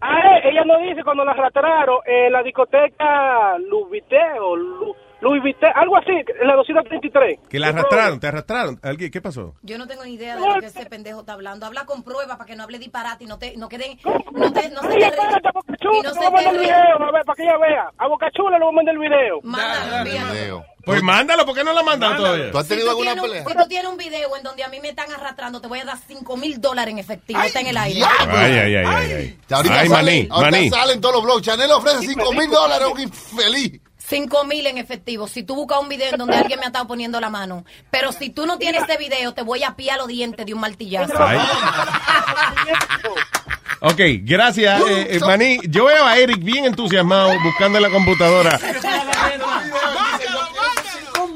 Speaker 14: Ah, ella nos dice cuando la rastraron en la discoteca Lubité o ah, Lu- Louis Vuitton, algo así, en la 233.
Speaker 17: Que la arrastraron, te arrastraron. ¿Alguien? ¿Qué pasó?
Speaker 16: Yo no tengo ni idea de lo que ese pendejo está hablando. Habla con pruebas para que no hable disparate y no te no queden no te no se te rían.
Speaker 14: Chulo, te voy a mandar el video, a ver, para que ella vea. A Boca Chula le voy a mandar el video.
Speaker 17: Pues mándalo, ¿por qué no la mandan
Speaker 6: Mándalo.
Speaker 17: todavía?
Speaker 6: ¿Tú has tenido
Speaker 16: Si tú tienes un- Si tú tienes un video en donde a mí me están arrastrando, te voy a dar 5 mil dólares en efectivo. Está en el aire.
Speaker 17: Ay, ay, ay, ay, ay.
Speaker 6: Ahorita
Speaker 17: Ay,
Speaker 6: salen-
Speaker 17: maní,
Speaker 6: ahorita
Speaker 17: maní.
Speaker 6: salen todos los blogs. Chanel ofrece 5 mil dólares a un infeliz.
Speaker 16: 5 mil en efectivo. Si tú buscas un video en donde alguien me ha estado poniendo la mano. Pero si tú no tienes ese video, te voy a pillar los dientes de un martillazo.
Speaker 17: Ay. Ok, gracias, eh, eh, Maní. Yo veo a Eric bien entusiasmado buscando en la computadora.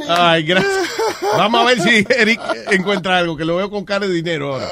Speaker 17: Ay, gracias. Vamos a ver si Eric encuentra algo, que lo veo con cara de dinero ahora.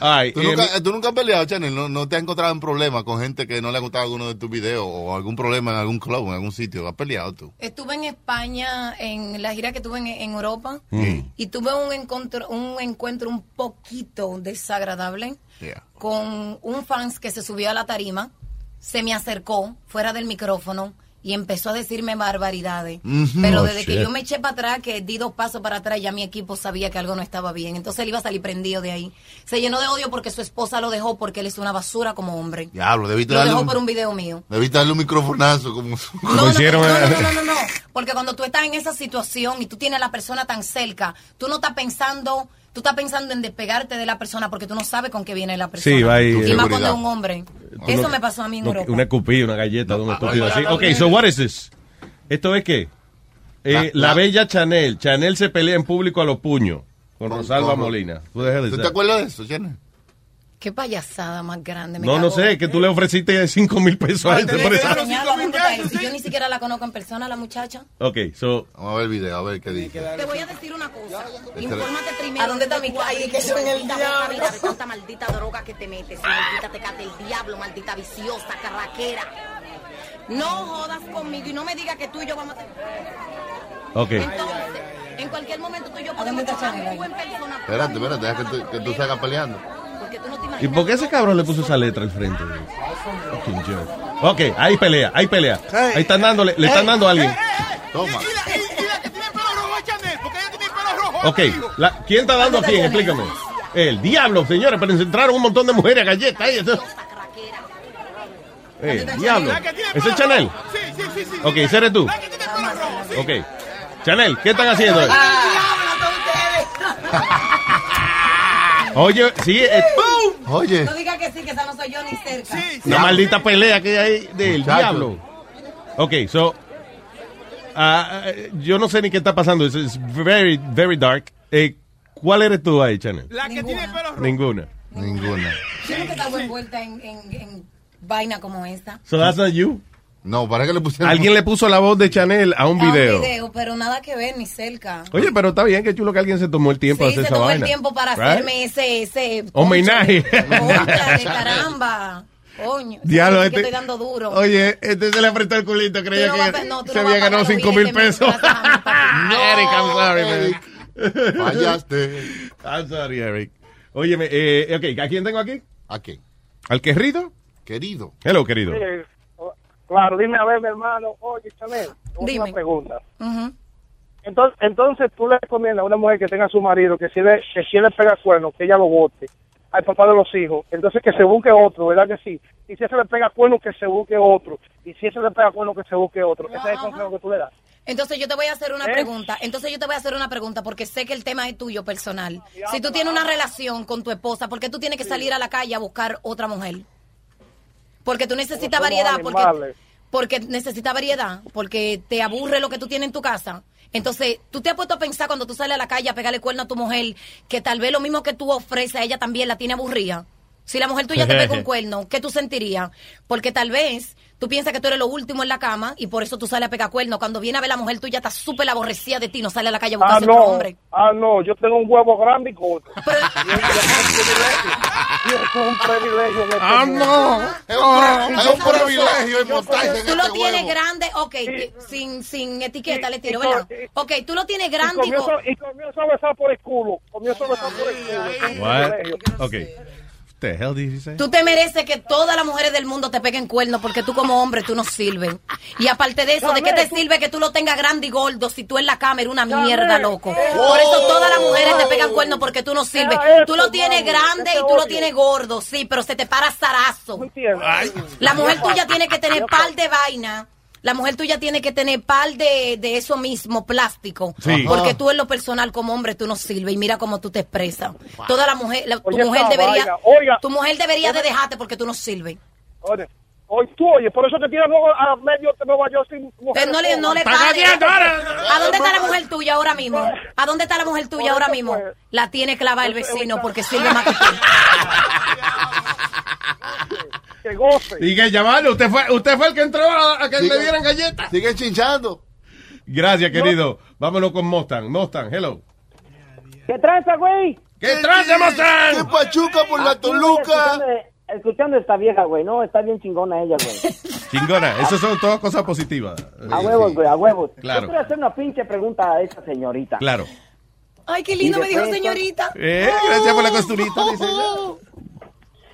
Speaker 17: Ay,
Speaker 6: ¿Tú,
Speaker 17: eh,
Speaker 6: nunca, tú nunca has peleado, Chanel? ¿No, ¿No te has encontrado en problemas con gente que no le ha gustado alguno de tus videos o algún problema en algún club, en algún sitio? ¿Has peleado tú?
Speaker 16: Estuve en España en la gira que tuve en, en Europa
Speaker 6: Mm.
Speaker 16: y tuve un encuentro, un encuentro un poquito desagradable
Speaker 6: Yeah.
Speaker 16: con un fans que se subió a la tarima, se me acercó fuera del micrófono y empezó a decirme barbaridades.
Speaker 3: Mhm.
Speaker 16: Pero
Speaker 3: Oh,
Speaker 16: desde que
Speaker 3: shit.
Speaker 16: yo me eché para atrás, que di dos pasos para atrás, ya mi equipo sabía que algo no estaba bien. Entonces él iba a salir prendido de ahí. Se llenó de odio porque su esposa lo dejó porque él es una basura como hombre.
Speaker 6: Diablo, debiste
Speaker 16: Lo
Speaker 6: darle,
Speaker 16: dejó
Speaker 6: un,
Speaker 16: por un video mío.
Speaker 6: debiste darle un microfonazo como, como
Speaker 17: hicieron. eh.
Speaker 16: No, no, no, no, no. Porque cuando tú estás en esa situación y tú tienes a la persona tan cerca, tú no estás pensando, tú estás pensando en despegarte de la persona porque tú no sabes con qué viene la persona.
Speaker 17: Sí, va ahí,
Speaker 16: Y
Speaker 17: eh,
Speaker 16: más cuando
Speaker 17: seguridad.
Speaker 16: es un hombre.
Speaker 17: No,
Speaker 16: Eso
Speaker 17: no,
Speaker 16: me pasó a mí en
Speaker 17: no,
Speaker 16: Europa.
Speaker 17: una cupilla, una galleta de un estúpido
Speaker 16: ah,
Speaker 17: así.
Speaker 16: ah,
Speaker 17: Ok,
Speaker 16: ah,
Speaker 17: so
Speaker 16: ah.
Speaker 17: what is this? ¿Esto es qué? Eh, la, bella Chanel. Chanel se pelea en público a los puños con Rosalba
Speaker 6: con-
Speaker 17: Molina. What the hell is
Speaker 6: ¿Tú te
Speaker 17: that?
Speaker 6: acuerdas de eso, Chanel?
Speaker 16: Qué payasada más grande. Me
Speaker 17: No, no
Speaker 16: cago.
Speaker 17: sé, que tú le ofreciste 5 mil pesos a este por eso.
Speaker 16: Señala, ¿dónde está él? Si yo ni siquiera la conozco en persona, la muchacha.
Speaker 17: Ok, so.
Speaker 6: Vamos a ver el video, a ver qué dice.
Speaker 16: Te voy a decir una cosa.
Speaker 6: Infórmate
Speaker 16: primero. ¿A dónde está mi
Speaker 27: Ay,
Speaker 16: calle?
Speaker 27: que son el diablo.
Speaker 16: de tanta maldita droga que te metes. Maldita tecate el diablo, maldita viciosa, carraquera. No jodas conmigo y no me digas que tú y yo vamos a...
Speaker 17: Ok.
Speaker 16: Entonces, en cualquier momento tú y yo podemos estar muy buen persona.
Speaker 6: Espérate, espérate, deja que tú, que tú salgas peleando.
Speaker 17: ¿Y por qué ese cabrón le puso esa letra al frente? Fucking jerk. Ok, ahí pelea, ahí pelea. Ahí están dándole, le están dando a alguien.
Speaker 6: Toma.
Speaker 17: Ok, la- ¿quién está dando a quién? Explícame. El diablo, señores, pero entraron un montón de mujeres a galletas. ahí, eso- Eh, diablo. ¿Ese es Chanel?
Speaker 9: Sí, sí, sí.
Speaker 17: Ok, ese eres tú. Ok. Chanel, ¿qué están haciendo? ahí? (laughs) Oye, sí, eh, oye,
Speaker 16: No digas que sí, que esa no soy yo ni cerca.
Speaker 17: una maldita pelea que hay del
Speaker 6: Muchacho.
Speaker 17: diablo. Ok, so, ah, eh, yo no sé ni qué está pasando. It's, it's very, very dark. Eh, ¿Cuál eres tú ahí, Chanel?
Speaker 9: La que tiene el pelo
Speaker 17: Ninguna. Ninguna.
Speaker 16: Yo nunca estaba envuelta en, en, en vaina como esta.
Speaker 17: So that's not you.
Speaker 6: No, para que le pusieron.
Speaker 17: Alguien le puso la voz de Chanel a un
Speaker 16: A
Speaker 17: video.
Speaker 16: un video, pero nada que ver ni cerca.
Speaker 17: Oye, pero está bien que chulo que alguien se tomó el tiempo de
Speaker 16: Sí,
Speaker 17: hacer
Speaker 16: se
Speaker 17: Pues esa
Speaker 16: tomó
Speaker 17: vaina.
Speaker 16: el tiempo para
Speaker 17: Right? Oh,
Speaker 16: hacerme ese, ese
Speaker 17: Homenaje.
Speaker 16: (laughs) Concha de caramba. Coño.
Speaker 17: Diablo,
Speaker 16: Sí,
Speaker 17: este-
Speaker 16: que estoy dando duro.
Speaker 17: Oye, este se le apretó el culito,
Speaker 16: Tú
Speaker 17: creía
Speaker 16: no vas a-
Speaker 17: que
Speaker 16: no, tú
Speaker 17: se
Speaker 16: no
Speaker 17: había
Speaker 16: vas a
Speaker 17: ganado
Speaker 16: pagar
Speaker 17: 5
Speaker 16: los
Speaker 17: mil
Speaker 16: billetes,
Speaker 17: pesos.
Speaker 16: me vas a-
Speaker 17: Eric, I'm (laughs) sorry, man.
Speaker 6: Fallaste.
Speaker 17: I'm sorry, Eric. Óyeme, eh, ok, ¿a quién tengo aquí?
Speaker 6: Aquí.
Speaker 17: ¿Al querido?
Speaker 6: Querido.
Speaker 17: Hello, querido.
Speaker 14: Eh, Claro, dime a ver, mi hermano. Oye, Chanel, dime. una pregunta. Entonces, entonces tú le recomiendas a una mujer que tenga a su marido que si le, que si le pega cuerno, que ella lo bote al papá de los hijos, entonces que se busque otro, ¿verdad que sí? Y si ese le pega cuerno, que se busque otro. Y si ese le pega cuerno, que se busque otro. Ese es el consejo que tú le das.
Speaker 16: Entonces yo te voy a hacer una pregunta. Entonces yo te voy a hacer una pregunta porque sé que el tema es tuyo personal. Si tú tienes una relación con tu esposa, ¿por qué tú tienes que salir a la calle a buscar otra mujer? Porque tú necesitas
Speaker 14: Somos
Speaker 16: variedad, porque
Speaker 14: animales.
Speaker 16: porque necesitas variedad, porque te aburre lo que tú tienes en tu casa. Entonces, tú te has puesto a pensar cuando tú sales a la calle a pegarle cuerno a tu mujer que tal vez lo mismo que tú ofreces a ella también la tiene aburrida. Si la mujer tuya te pega un cuerno, ¿qué tú sentirías? Porque tal vez tú piensas que tú eres lo último en la cama y por eso tú sales a pegar cuerno. Cuando viene a ver la mujer tuya, está súper aborrecida de ti, no sale a la calle
Speaker 24: Ah,
Speaker 16: a buscarse otro
Speaker 24: no.
Speaker 16: hombre.
Speaker 24: Ah, no. Yo tengo un huevo grande y corto. Y eso es un privilegio. de este
Speaker 3: Ah,
Speaker 24: mundo.
Speaker 3: no.
Speaker 24: Es un
Speaker 16: Yo por eso-
Speaker 24: privilegio
Speaker 16: Tú
Speaker 24: montaje este
Speaker 16: lo tienes grande, ok, eh, sin, sin etiqueta le tiro,
Speaker 24: y con-
Speaker 16: ¿verdad? Ok, tú lo tienes grande
Speaker 24: Y
Speaker 16: y
Speaker 24: comió
Speaker 16: con-
Speaker 24: so- y comió sobresa por el culo. Comió sobresa por el culo. Es un
Speaker 17: What?
Speaker 24: privilegio.
Speaker 17: Okay. What the hell did you say?
Speaker 16: Tú te mereces que todas las mujeres del mundo te peguen cuernos porque tú como hombre tú no sirves. Y aparte de eso, ¿de qué te sirve que tú lo tengas grande y gordo si tú en la cama eres una mierda, loco? Por eso todas las mujeres te pegan cuernos porque tú no sirves. Tú lo tienes grande y tú lo tienes gordo, sí, pero se te para zarazo. La mujer tuya tiene que tener par de vaina. La mujer tuya tiene que tener par de, de eso mismo, plástico.
Speaker 3: Sí.
Speaker 16: Porque
Speaker 3: Ajá.
Speaker 16: tú en lo personal como hombre tú no sirves y mira cómo tú te expresas. Toda la mujer, la- tu
Speaker 24: Oye,
Speaker 16: mujer
Speaker 24: esta
Speaker 16: debería,
Speaker 24: vaina, oiga.
Speaker 16: tu mujer debería de
Speaker 24: Oiga.
Speaker 16: dejarte porque tú no sirves.
Speaker 24: Oye, Hoy tú, oye, por eso te tiras luego a medio de Nueva York sin mujeres.
Speaker 16: Pero Eh, no le, no le
Speaker 24: Está
Speaker 16: pague.
Speaker 24: jodiendo ahora.
Speaker 16: ¿A dónde está la mujer tuya ahora
Speaker 24: (laughs)
Speaker 16: mismo? ¿A dónde está la mujer tuya ahora mismo? La tiene clavada el vecino porque sirve más que tú.
Speaker 24: Que goce.
Speaker 17: Y que llamarlo, usted fue, usted fue el que entró a, a que le dieran galletas.
Speaker 6: Sigue chinchando.
Speaker 17: Gracias, querido. Vámonos con Mostan. Mostan, hello.
Speaker 21: ¿Qué tranza, güey?
Speaker 17: ¿Qué tranza, Mozán?
Speaker 6: ¿Qué pachuca por la
Speaker 21: Aquí, güey,
Speaker 6: Toluca?
Speaker 21: Escuchando, escuchando esta vieja, güey, no, está bien chingona ella, güey.
Speaker 17: Chingona, esas son todas cosas positivas. Eh,
Speaker 21: A huevos, güey, a huevos.
Speaker 17: Claro.
Speaker 21: Yo quiero hacer una pinche pregunta a esta señorita.
Speaker 17: Claro.
Speaker 16: Ay, qué lindo
Speaker 21: Y
Speaker 16: me dijo
Speaker 21: después,
Speaker 16: señorita.
Speaker 17: Eh, gracias por la costurita. dice.
Speaker 21: (laughs)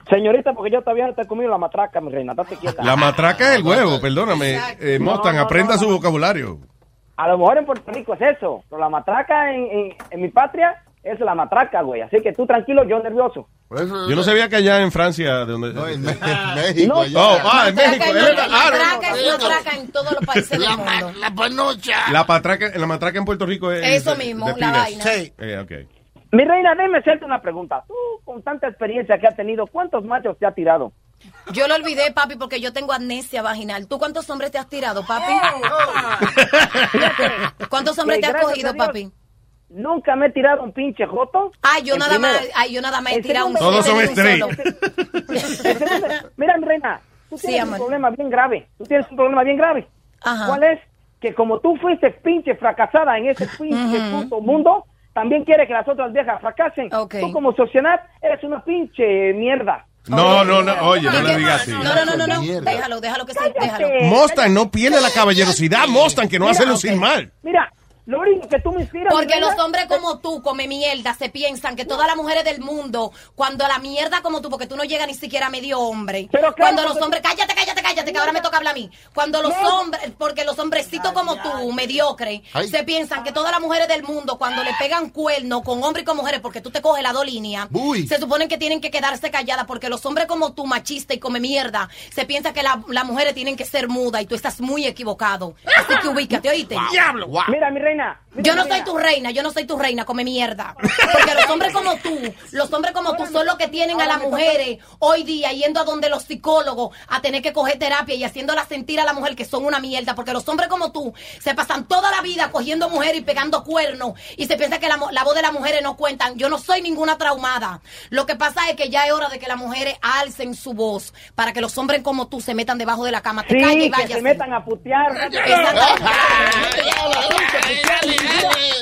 Speaker 21: Señorita, porque yo todavía no te he comido la matraca, mi reina, date quieta.
Speaker 17: La matraca es el huevo, perdóname. Eh, Mostan,
Speaker 21: No, no,
Speaker 17: aprenda
Speaker 21: no,
Speaker 17: su vocabulario.
Speaker 21: A lo mejor en Puerto Rico es eso, pero la matraca en, en- en mi patria es la matraca, güey. Así que tú tranquilo, yo nervioso.
Speaker 17: Yo no sabía que allá en Francia, de donde. (laughs) No, en México. Oh, ah, en
Speaker 16: Matraca
Speaker 17: México.
Speaker 16: en-
Speaker 17: es verdad.
Speaker 16: la
Speaker 17: Ah, no,
Speaker 16: matraca
Speaker 17: no,
Speaker 16: es
Speaker 17: no.
Speaker 16: matraca en todos los países del mundo. La panocha.
Speaker 17: La matraca, la matraca en Puerto Rico es.
Speaker 21: Eso
Speaker 17: de-
Speaker 21: mismo,
Speaker 17: de
Speaker 21: la
Speaker 17: pibes.
Speaker 21: vaina. Sí.
Speaker 17: Eh, ok.
Speaker 21: Mi reina, déjame hacerte una pregunta. Tú, con tanta experiencia que has tenido, ¿cuántos machos te ha tirado?
Speaker 16: Yo lo olvidé, papi, porque yo tengo amnesia vaginal. ¿Tú cuántos hombres te has tirado, papi? ¿Cuántos hombres
Speaker 21: Y
Speaker 16: te has
Speaker 21: gracias a
Speaker 16: cogido,
Speaker 21: Dios,
Speaker 16: papi?
Speaker 21: Nunca me he tirado un pinche joto.
Speaker 16: Ay, yo
Speaker 21: El
Speaker 16: nada más,
Speaker 21: primero.
Speaker 16: ay, yo nada más he
Speaker 21: El
Speaker 16: tirado un
Speaker 21: segundo-
Speaker 17: Todos son
Speaker 21: Yo tengo
Speaker 17: straight.
Speaker 21: un (laughs) Mira, mi reina, tú
Speaker 16: Sí,
Speaker 21: tienes
Speaker 16: amor.
Speaker 21: un problema bien grave. Tú tienes un problema bien grave. ¿Cuál es? Que como tú fuiste pinche fracasada en ese pinche puto mundo, también quiere que las otras viejas fracasen. Tú como sociedad eres una pinche mierda.
Speaker 17: No, no, no, oye, no le digas así.
Speaker 16: No, no, no, no, no. Déjalo, déjalo que sí, déjalo.
Speaker 17: Mostan no pierde la caballerosidad, Mostan, que no hace lucir mal.
Speaker 21: Mira, lo único que tú me inspiras.
Speaker 16: Porque
Speaker 21: mi reina,
Speaker 16: los hombres como tú, come mierda, se piensan que todas las mujeres del mundo, cuando la mierda como tú, porque tú no llegas ni siquiera a medio hombre. cuando los hombres, cállate, cállate, cállate, que ahora me toca hablar a mí. Cuando los hombres, porque los hombrecitos como tú, mediocre,
Speaker 3: Ay.
Speaker 16: se piensan que todas las mujeres del mundo, cuando le pegan cuerno con hombres y con mujeres, porque tú te coges las dos líneas,
Speaker 3: Uy.
Speaker 16: se suponen que tienen que quedarse calladas, porque los hombres como tú, machista y come mierda, se piensa que la- las mujeres tienen que ser mudas y tú estás muy equivocado. Así que ubícate, oíste.
Speaker 21: ¡Diablo! Mira, mi reina.
Speaker 16: Yo no soy tu reina, yo no soy tu reina, come mierda. Porque los hombres como tú, los hombres como tú son los que tienen a las mujeres hoy día yendo a donde los psicólogos a tener que coger terapia y haciéndola sentir a la mujer que son una mierda. Porque los hombres como tú se pasan toda la vida cogiendo mujeres y pegando cuernos y se piensa que la, mo- la voz de las mujeres no cuentan. Yo no soy ninguna traumada. Lo que pasa es que ya es hora de que las mujeres alcen su voz para que los hombres como tú se metan debajo de la cama. Te
Speaker 21: Sí,
Speaker 16: calles y
Speaker 21: que
Speaker 16: vayas.
Speaker 21: se metan a putear.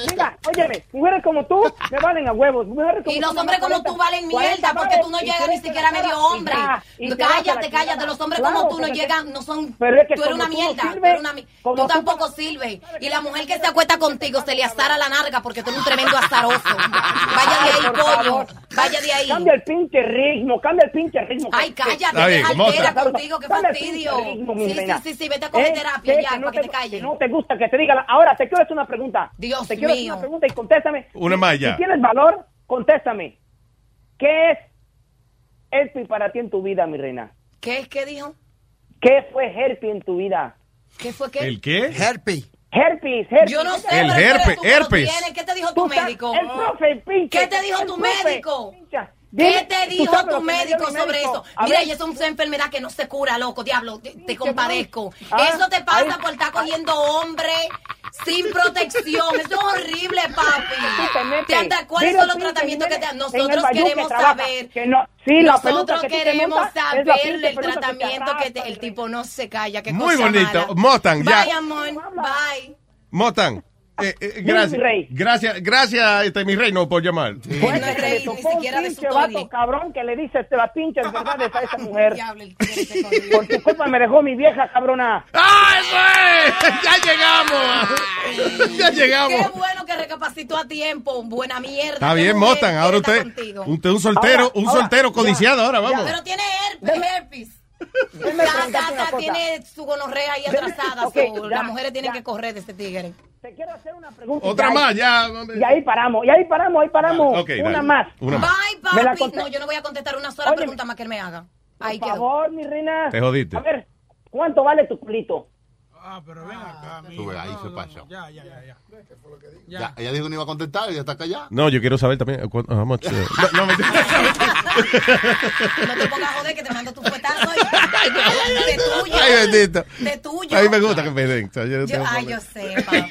Speaker 21: Mira, óyeme, mujeres como tú me valen a huevos. Mujeres como
Speaker 16: Y
Speaker 21: tú
Speaker 16: los
Speaker 21: me
Speaker 16: hombres como
Speaker 21: 40,
Speaker 16: tú valen
Speaker 21: 40
Speaker 16: mierda porque tú no
Speaker 21: varos, y
Speaker 16: llegas
Speaker 21: te
Speaker 16: ni
Speaker 21: vete a
Speaker 16: siquiera a
Speaker 21: la
Speaker 16: medio
Speaker 21: cara,
Speaker 16: hombre.
Speaker 21: y ya, y te vas a la
Speaker 16: Cállate,
Speaker 21: chingada.
Speaker 16: cállate. Los hombres
Speaker 21: Claro,
Speaker 16: como tú no
Speaker 21: pero es
Speaker 16: llegan, no son.
Speaker 21: pero es que
Speaker 16: Tú eres
Speaker 21: como
Speaker 16: una
Speaker 21: tú no
Speaker 16: mierda.
Speaker 21: sirves,
Speaker 16: tú eres una mi-
Speaker 21: como
Speaker 16: Tú
Speaker 21: tú
Speaker 16: tampoco sirves. Y la mujer que se acuesta contigo se le azara la narga porque tú eres un tremendo azaroso. Vaya de ahí,
Speaker 21: Por
Speaker 16: pollo.
Speaker 21: favor.
Speaker 16: Vaya de ahí.
Speaker 21: Cambia el pinche ritmo, cambia el pinche ritmo.
Speaker 16: Ay, cállate,
Speaker 21: Está
Speaker 16: qué
Speaker 21: bien,
Speaker 16: altera
Speaker 21: Mota.
Speaker 16: contigo, qué
Speaker 21: Cambia el pinche
Speaker 16: fastidio.
Speaker 21: ritmo, mi
Speaker 16: Sí, sí,
Speaker 21: reina.
Speaker 16: sí, sí, vete a coger
Speaker 21: Eh,
Speaker 16: terapia
Speaker 21: sé
Speaker 16: ya,
Speaker 21: que no
Speaker 16: para que te
Speaker 21: te-
Speaker 16: calles.
Speaker 21: No te gusta que te diga. la- Ahora te quiero hacer una pregunta.
Speaker 16: Dios
Speaker 21: Te quiero hacer
Speaker 16: mío.
Speaker 21: una pregunta y contéstame.
Speaker 17: Una más ya.
Speaker 21: Si tienes valor, contéstame. ¿Qué es Herpy para ti en tu vida, mi reina?
Speaker 16: ¿Qué es que dijo?
Speaker 21: ¿Qué fue Herpy en tu vida?
Speaker 16: ¿Qué fue qué?
Speaker 17: ¿El qué?
Speaker 21: Herpy. Herpes, herpes.
Speaker 16: Yo no sé,
Speaker 17: El
Speaker 16: pero espera,
Speaker 17: herpes,
Speaker 16: tú que lo
Speaker 17: herpes.
Speaker 16: tienes, ¿Qué te dijo tu médico?
Speaker 21: El profe, pinche.
Speaker 16: ¿Qué te dijo
Speaker 21: El
Speaker 16: tu
Speaker 21: profe,
Speaker 16: médico?
Speaker 21: Dime,
Speaker 16: ¿Qué te
Speaker 21: tú
Speaker 16: dijo
Speaker 21: sabes
Speaker 16: tu
Speaker 21: lo que me dio
Speaker 16: médico
Speaker 21: mi
Speaker 16: sobre eso?
Speaker 21: médico. A
Speaker 16: Mira,
Speaker 21: ver.
Speaker 16: y es una enfermedad que no se cura, loco, diablo, te, te compadezco.
Speaker 21: Ah,
Speaker 16: eso te pasa
Speaker 21: ay,
Speaker 16: por estar cogiendo hombre sin protección. Eso es horrible, papi. Te atacó, ¿cuáles
Speaker 21: Mira,
Speaker 16: son los
Speaker 21: sí,
Speaker 16: tratamientos que te dan?
Speaker 21: en el
Speaker 16: Nosotros
Speaker 21: bayou que
Speaker 16: queremos
Speaker 21: trabaja,
Speaker 16: saber.
Speaker 21: que no- sí, la
Speaker 16: Nosotros
Speaker 21: peluca que tú te
Speaker 16: queremos
Speaker 21: montas es la
Speaker 16: saber
Speaker 21: pinche
Speaker 16: el
Speaker 21: peluca que te
Speaker 16: tratamiento que, te- el tipo no se calla. Qué
Speaker 17: Muy
Speaker 16: cosa
Speaker 17: bonito.
Speaker 16: mala.
Speaker 17: Motan, ya.
Speaker 16: Bye, amor. Bye.
Speaker 17: Motan. eh, eh,
Speaker 16: Dime,
Speaker 17: gracias,
Speaker 16: Ah, mi rey.
Speaker 17: gracias, gracias, este, mi reino, por llamar.
Speaker 21: Fue que le tocó un pinche vato cabrón que le dice te la pinche verdad a esa mujer. Por tu culpa me dejó mi vieja cabrona.
Speaker 17: ¡Ah, eso es! (laughs) ¡Ya llegamos! (laughs) ¡Ya llegamos!
Speaker 16: Qué bueno que recapacitó a tiempo. Buena mierda.
Speaker 17: Está
Speaker 16: Qué
Speaker 17: bien,
Speaker 16: mujer
Speaker 17: Motan. Ahora
Speaker 16: está
Speaker 17: usted,
Speaker 16: contigo.
Speaker 17: usted un soltero, un soltero codiciado. ahora vamos.
Speaker 16: Pero tiene herpes. herpes. La
Speaker 21: preguntarte una
Speaker 16: gata
Speaker 21: cosa.
Speaker 16: tiene su gonorrea ahí atrasada.
Speaker 21: Ok,
Speaker 16: so,
Speaker 21: ya,
Speaker 16: las mujeres tienen que correr de este tigre.
Speaker 21: Te quiero hacer una pregunta.
Speaker 17: Otra
Speaker 21: Ya,
Speaker 17: más, ya.
Speaker 21: Y ahí paramos, y ahí paramos, ahí paramos.
Speaker 17: Ok,
Speaker 21: una
Speaker 17: dale.
Speaker 21: más.
Speaker 17: Una más.
Speaker 16: Bye,
Speaker 21: Me la
Speaker 16: papi.
Speaker 21: conté-
Speaker 16: No, yo no voy a contestar una sola pregunta más que él me haga. Ahí
Speaker 21: Por
Speaker 16: quedó.
Speaker 21: favor, mi reina.
Speaker 17: Te jodiste.
Speaker 21: A ver, ¿cuánto vale tu culito?
Speaker 6: Ah, Tú ves, ahí se pasa. Ya, ya, ya. Ya, ella dijo que no iba a contestar y ya está callada.
Speaker 17: No, yo quiero saber también. eh, cu- ah, vamos, eh, no, no, mentira.
Speaker 16: No te pongas a joder que te mando tu fuetazo ahí. de tuyo.
Speaker 17: (laughs) Ay, bendito.
Speaker 16: De tuyo.
Speaker 17: A mí me gusta que me den. o sea, yo no
Speaker 16: Yo-
Speaker 17: tengo
Speaker 16: ay,
Speaker 17: problema.
Speaker 16: yo sé, papá.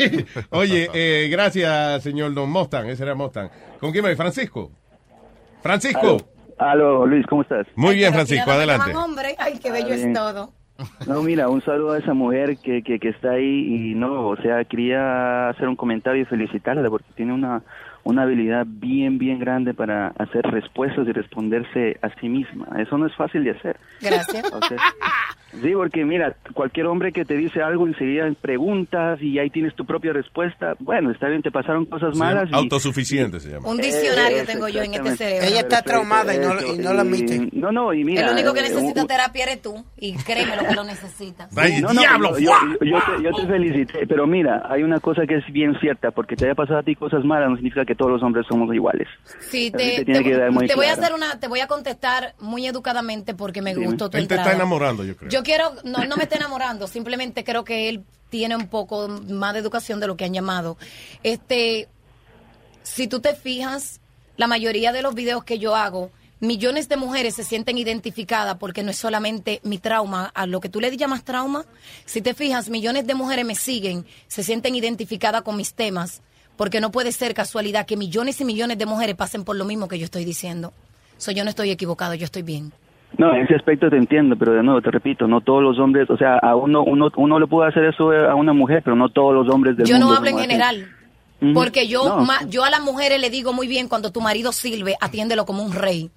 Speaker 17: (laughs) Oye, eh, gracias, señor Don Mostan. Ese era Mostan. ¿Con quién me voy? Francisco. Francisco.
Speaker 23: (laughs) Aló, Luis, ¿cómo estás?
Speaker 17: Muy bien, Francisco, adelante.
Speaker 16: hombre. Ay, qué bello es
Speaker 23: bien.
Speaker 16: todo.
Speaker 23: No, mira, un saludo a esa mujer que, que, que está ahí y no, o sea, quería hacer un comentario y felicitarla porque tiene una, una habilidad bien, bien grande para hacer respuestas y responderse a sí misma. Eso no es fácil de hacer.
Speaker 16: Gracias.
Speaker 23: Ok. Sí, porque mira, cualquier hombre que te dice algo enseguida preguntas y ahí tienes tu propia respuesta. Bueno, está bien, te pasaron cosas
Speaker 17: Se
Speaker 23: malas.
Speaker 17: llama
Speaker 23: y-
Speaker 17: Autosuficiente se llama.
Speaker 16: Un diccionario
Speaker 23: Eso,
Speaker 16: tengo yo en este
Speaker 23: exactamente.
Speaker 16: cerebro.
Speaker 23: Ella está Perfecto, traumada y no- eso, y no la y- admite. no, no, y mira,
Speaker 16: El único que
Speaker 23: eh,
Speaker 21: Uh,
Speaker 16: necesita
Speaker 23: un-
Speaker 16: terapia eres tú. Y créeme lo que lo necesitas.
Speaker 23: Sí, no, no, Yo, yo- yo te, yo te felicité, pero mira, hay una cosa que es bien cierta, porque te haya pasado a ti cosas malas no significa que todos los hombres somos iguales. Así
Speaker 16: Sí, te,
Speaker 23: te tiene
Speaker 16: te-
Speaker 23: que dar muy
Speaker 16: te voy a
Speaker 23: claro.
Speaker 16: hacer una, te voy a contestar muy educadamente porque me
Speaker 23: Dime.
Speaker 16: gustó tu
Speaker 17: Él te
Speaker 16: entrada.
Speaker 17: está enamorando, yo creo.
Speaker 16: Yo quiero, no, no me está enamorando, simplemente creo que él tiene un poco más de educación de lo que han llamado. Este, si tú te fijas, la mayoría de los videos que yo hago, millones de mujeres se sienten identificadas porque no es solamente mi trauma, a lo que tú le llamas trauma, si te fijas, millones de mujeres me siguen, se sienten identificadas con mis temas, porque no puede ser casualidad que millones y millones de mujeres pasen por lo mismo que yo estoy diciendo. So, yo no estoy equivocado, yo estoy bien.
Speaker 23: No, en ese aspecto te entiendo, pero de nuevo te repito, no todos los hombres, o sea, a uno uno uno le puede hacer eso a una mujer, pero no todos los hombres del
Speaker 16: Yo
Speaker 23: mundo.
Speaker 16: no hablo en
Speaker 23: somos así.
Speaker 16: general,
Speaker 23: Ujú.
Speaker 16: Porque yo,
Speaker 23: No.
Speaker 16: ma- yo a las mujeres le digo muy bien, cuando tu marido sirve, atiéndelo como un rey.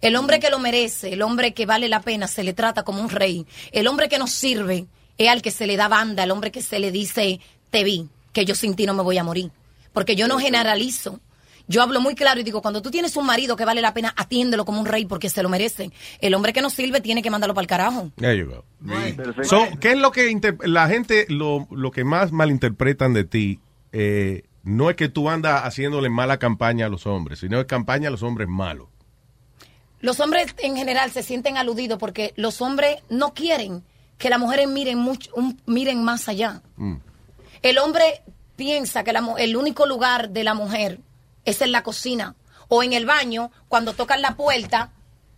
Speaker 16: El hombre que lo merece, el hombre que vale la pena, se le trata como un rey. El hombre que no sirve es al que se le da banda, el hombre que se le dice, te vi, que yo sin ti no me voy a morir. Porque yo no generalizo. Yo hablo muy claro y digo, cuando tú tienes un marido que vale la pena, atiéndelo como un rey porque se lo merece. El hombre que no sirve tiene que mandarlo para el carajo.
Speaker 17: There you go. So, ¿Qué es lo que inter- la gente, lo, lo que más malinterpretan de ti, eh, no es que tú andas haciéndole mala campaña a los hombres, sino es campaña a los hombres malos.
Speaker 16: Los hombres en general se sienten aludidos porque los hombres no quieren que las mujeres miren mucho, un- miren más allá.
Speaker 17: Mm.
Speaker 16: El hombre piensa que la mu- el único lugar de la mujer es en la cocina o en el baño cuando tocan la puerta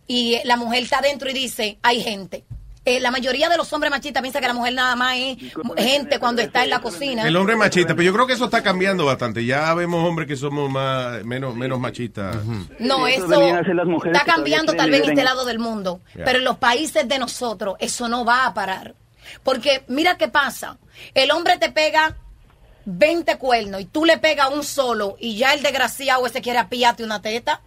Speaker 16: y eh, la mujer está adentro y dice, hay gente. Eh, la mayoría de los hombres machistas piensan que la mujer nada más es gente cuando está en la cocina.
Speaker 17: El hombre es machista, pero yo creo que eso está cambiando bastante. Ya vemos hombres que somos más menos menos machistas.
Speaker 16: No,
Speaker 23: Sí, eso
Speaker 16: eso,
Speaker 23: deberían hacer las mujeres
Speaker 16: está
Speaker 23: que todavía
Speaker 16: cambiando
Speaker 23: creen
Speaker 16: tal vez en
Speaker 23: vivir
Speaker 16: este
Speaker 23: en-
Speaker 16: lado del mundo,
Speaker 23: Ya.
Speaker 16: pero en los países de nosotros eso no va a parar. Porque mira qué pasa, el hombre te pega 20 cuernos y tú le pegas un solo y ya el desgraciado ese quiere apiarte una teta.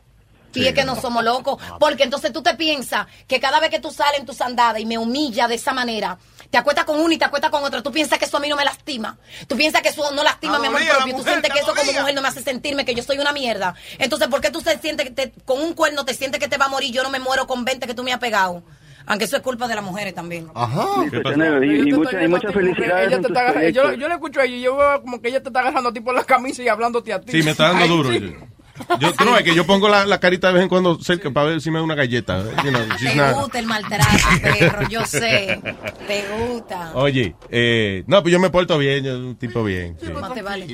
Speaker 16: Y
Speaker 10: Sí, Ah.
Speaker 16: es que no
Speaker 10: no.
Speaker 16: somos locos, porque entonces tú te piensas que cada vez que tú sales en tus andadas y me humilla de esa manera, te acuestas con una y te acuestas con otra, tú piensas que eso a mí no me lastima, tú piensas que eso no lastima mi amor
Speaker 10: Abolía la
Speaker 16: propio, tú
Speaker 10: Ah, mujer,
Speaker 16: sientes
Speaker 10: te
Speaker 16: que eso como
Speaker 10: abolía.
Speaker 16: mujer no me hace sentirme que yo soy una mierda. Entonces, ¿por qué tú se sientes que te- con un cuerno te sientes que te va a morir? Yo no me muero con 20 que tú me has pegado. Aunque eso es culpa de las mujeres también.
Speaker 23: Ajá.
Speaker 5: ¿Qué pasó?
Speaker 23: Y, y mucha- y muchas felicidades.
Speaker 5: Ella
Speaker 23: en
Speaker 5: te
Speaker 23: tus
Speaker 5: está agarra- yo,
Speaker 23: proyectos.
Speaker 5: yo le escucho a ella y yo veo como que ella te está agarrando tipo la camisa y hablándote a ti.
Speaker 17: Sí, me está dando
Speaker 5: Ay,
Speaker 17: duro.
Speaker 5: sí.
Speaker 17: Yo, yo- tú no ves que yo pongo la, la carita de vez en cuando cerca para ver si me da una galleta. You know, she's
Speaker 16: Te
Speaker 17: not-
Speaker 16: gusta el maltrato, perro, yo sé. Te gusta.
Speaker 17: Oye, eh, no, pues yo me porto bien, yo soy un tipo bien. sí.
Speaker 16: Más te vale.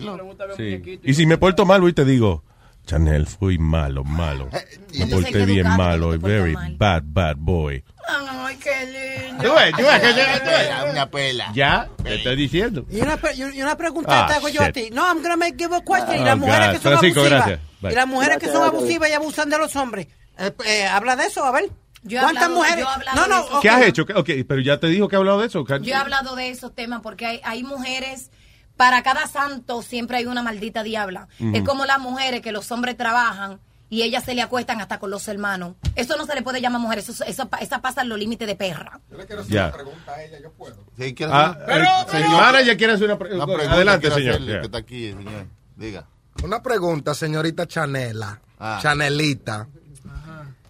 Speaker 17: Sí. Y si me porto mal, hoy te digo, Chanel, fui malo, malo. Me
Speaker 16: Entonces,
Speaker 17: porté
Speaker 16: hay que
Speaker 17: bien
Speaker 16: educarte
Speaker 17: malo, very bad, bad boy.
Speaker 16: Ay, qué lindo.
Speaker 17: Tú ves, tú ves que llega, tú ves.
Speaker 6: Una pela.
Speaker 17: Ya, te estoy diciendo.
Speaker 2: Y una, pre- y una- y una pregunta
Speaker 17: Ah,
Speaker 2: te hago yo a
Speaker 17: shit.
Speaker 2: ti. No, I'm gonna make give a question. y
Speaker 17: Oh,
Speaker 2: las mujeres
Speaker 17: God.
Speaker 2: que son
Speaker 17: Francisco,
Speaker 2: abusivas.
Speaker 17: gracias. Bye.
Speaker 2: Y las mujeres que son
Speaker 17: Gracias.
Speaker 2: abusivas y abusan de los hombres. Eh, eh, habla de eso, a ver.
Speaker 16: Yo he
Speaker 2: ¿Cuántas
Speaker 16: hablado-
Speaker 2: mujeres?
Speaker 16: yo he hablado
Speaker 2: no, no.
Speaker 16: de eso.
Speaker 17: ¿Qué
Speaker 2: ok.
Speaker 17: has hecho? ¿Qué- Ok, pero ya te dijo que ha hablado de eso.
Speaker 16: Yo he hablado de esos temas porque hay, hay mujeres, para cada santo siempre hay una maldita diabla.
Speaker 17: Ujú.
Speaker 16: Es como las mujeres que los hombres trabajan y ellas se le acuestan hasta con los hermanos. Eso no se le puede llamar mujer, eso, eso, esa pasa en los límites de perra.
Speaker 17: Ya.
Speaker 6: Sí, quiero
Speaker 17: Ah,
Speaker 6: hacer-
Speaker 17: eh, Señora, ya quiere hacer una pre-
Speaker 6: Una pregunta
Speaker 17: Adelante,
Speaker 6: quiero
Speaker 17: señor.
Speaker 6: hacerle,
Speaker 17: Ya.
Speaker 6: que está aquí, señor. Diga.
Speaker 26: Una pregunta, señorita Chanela.
Speaker 6: Ah.
Speaker 26: Chanelita.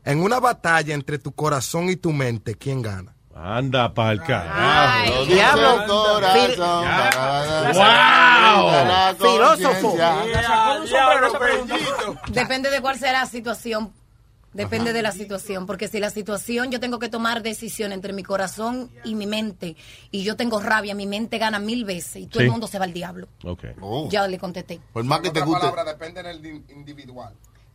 Speaker 26: En una batalla entre tu corazón y tu mente, ¿quién gana?
Speaker 17: Anda pa'l
Speaker 26: Ay,
Speaker 17: carajo.
Speaker 26: Lo dice diablo. el
Speaker 6: corazón.
Speaker 17: Ya.
Speaker 6: ¡Wow!
Speaker 16: Filósofo.
Speaker 3: Filósofo.
Speaker 16: Depende de cuál será la situación. Depende de la situación, porque si la situación yo tengo que tomar decisión entre mi corazón y mi mente, y yo tengo rabia, mi mente gana mil veces y todo el
Speaker 6: Sí.
Speaker 16: mundo se va al diablo.
Speaker 17: Ok.
Speaker 26: Oh.
Speaker 16: Ya le contesté.
Speaker 6: Oh. Por más que te guste.
Speaker 26: depende del individual.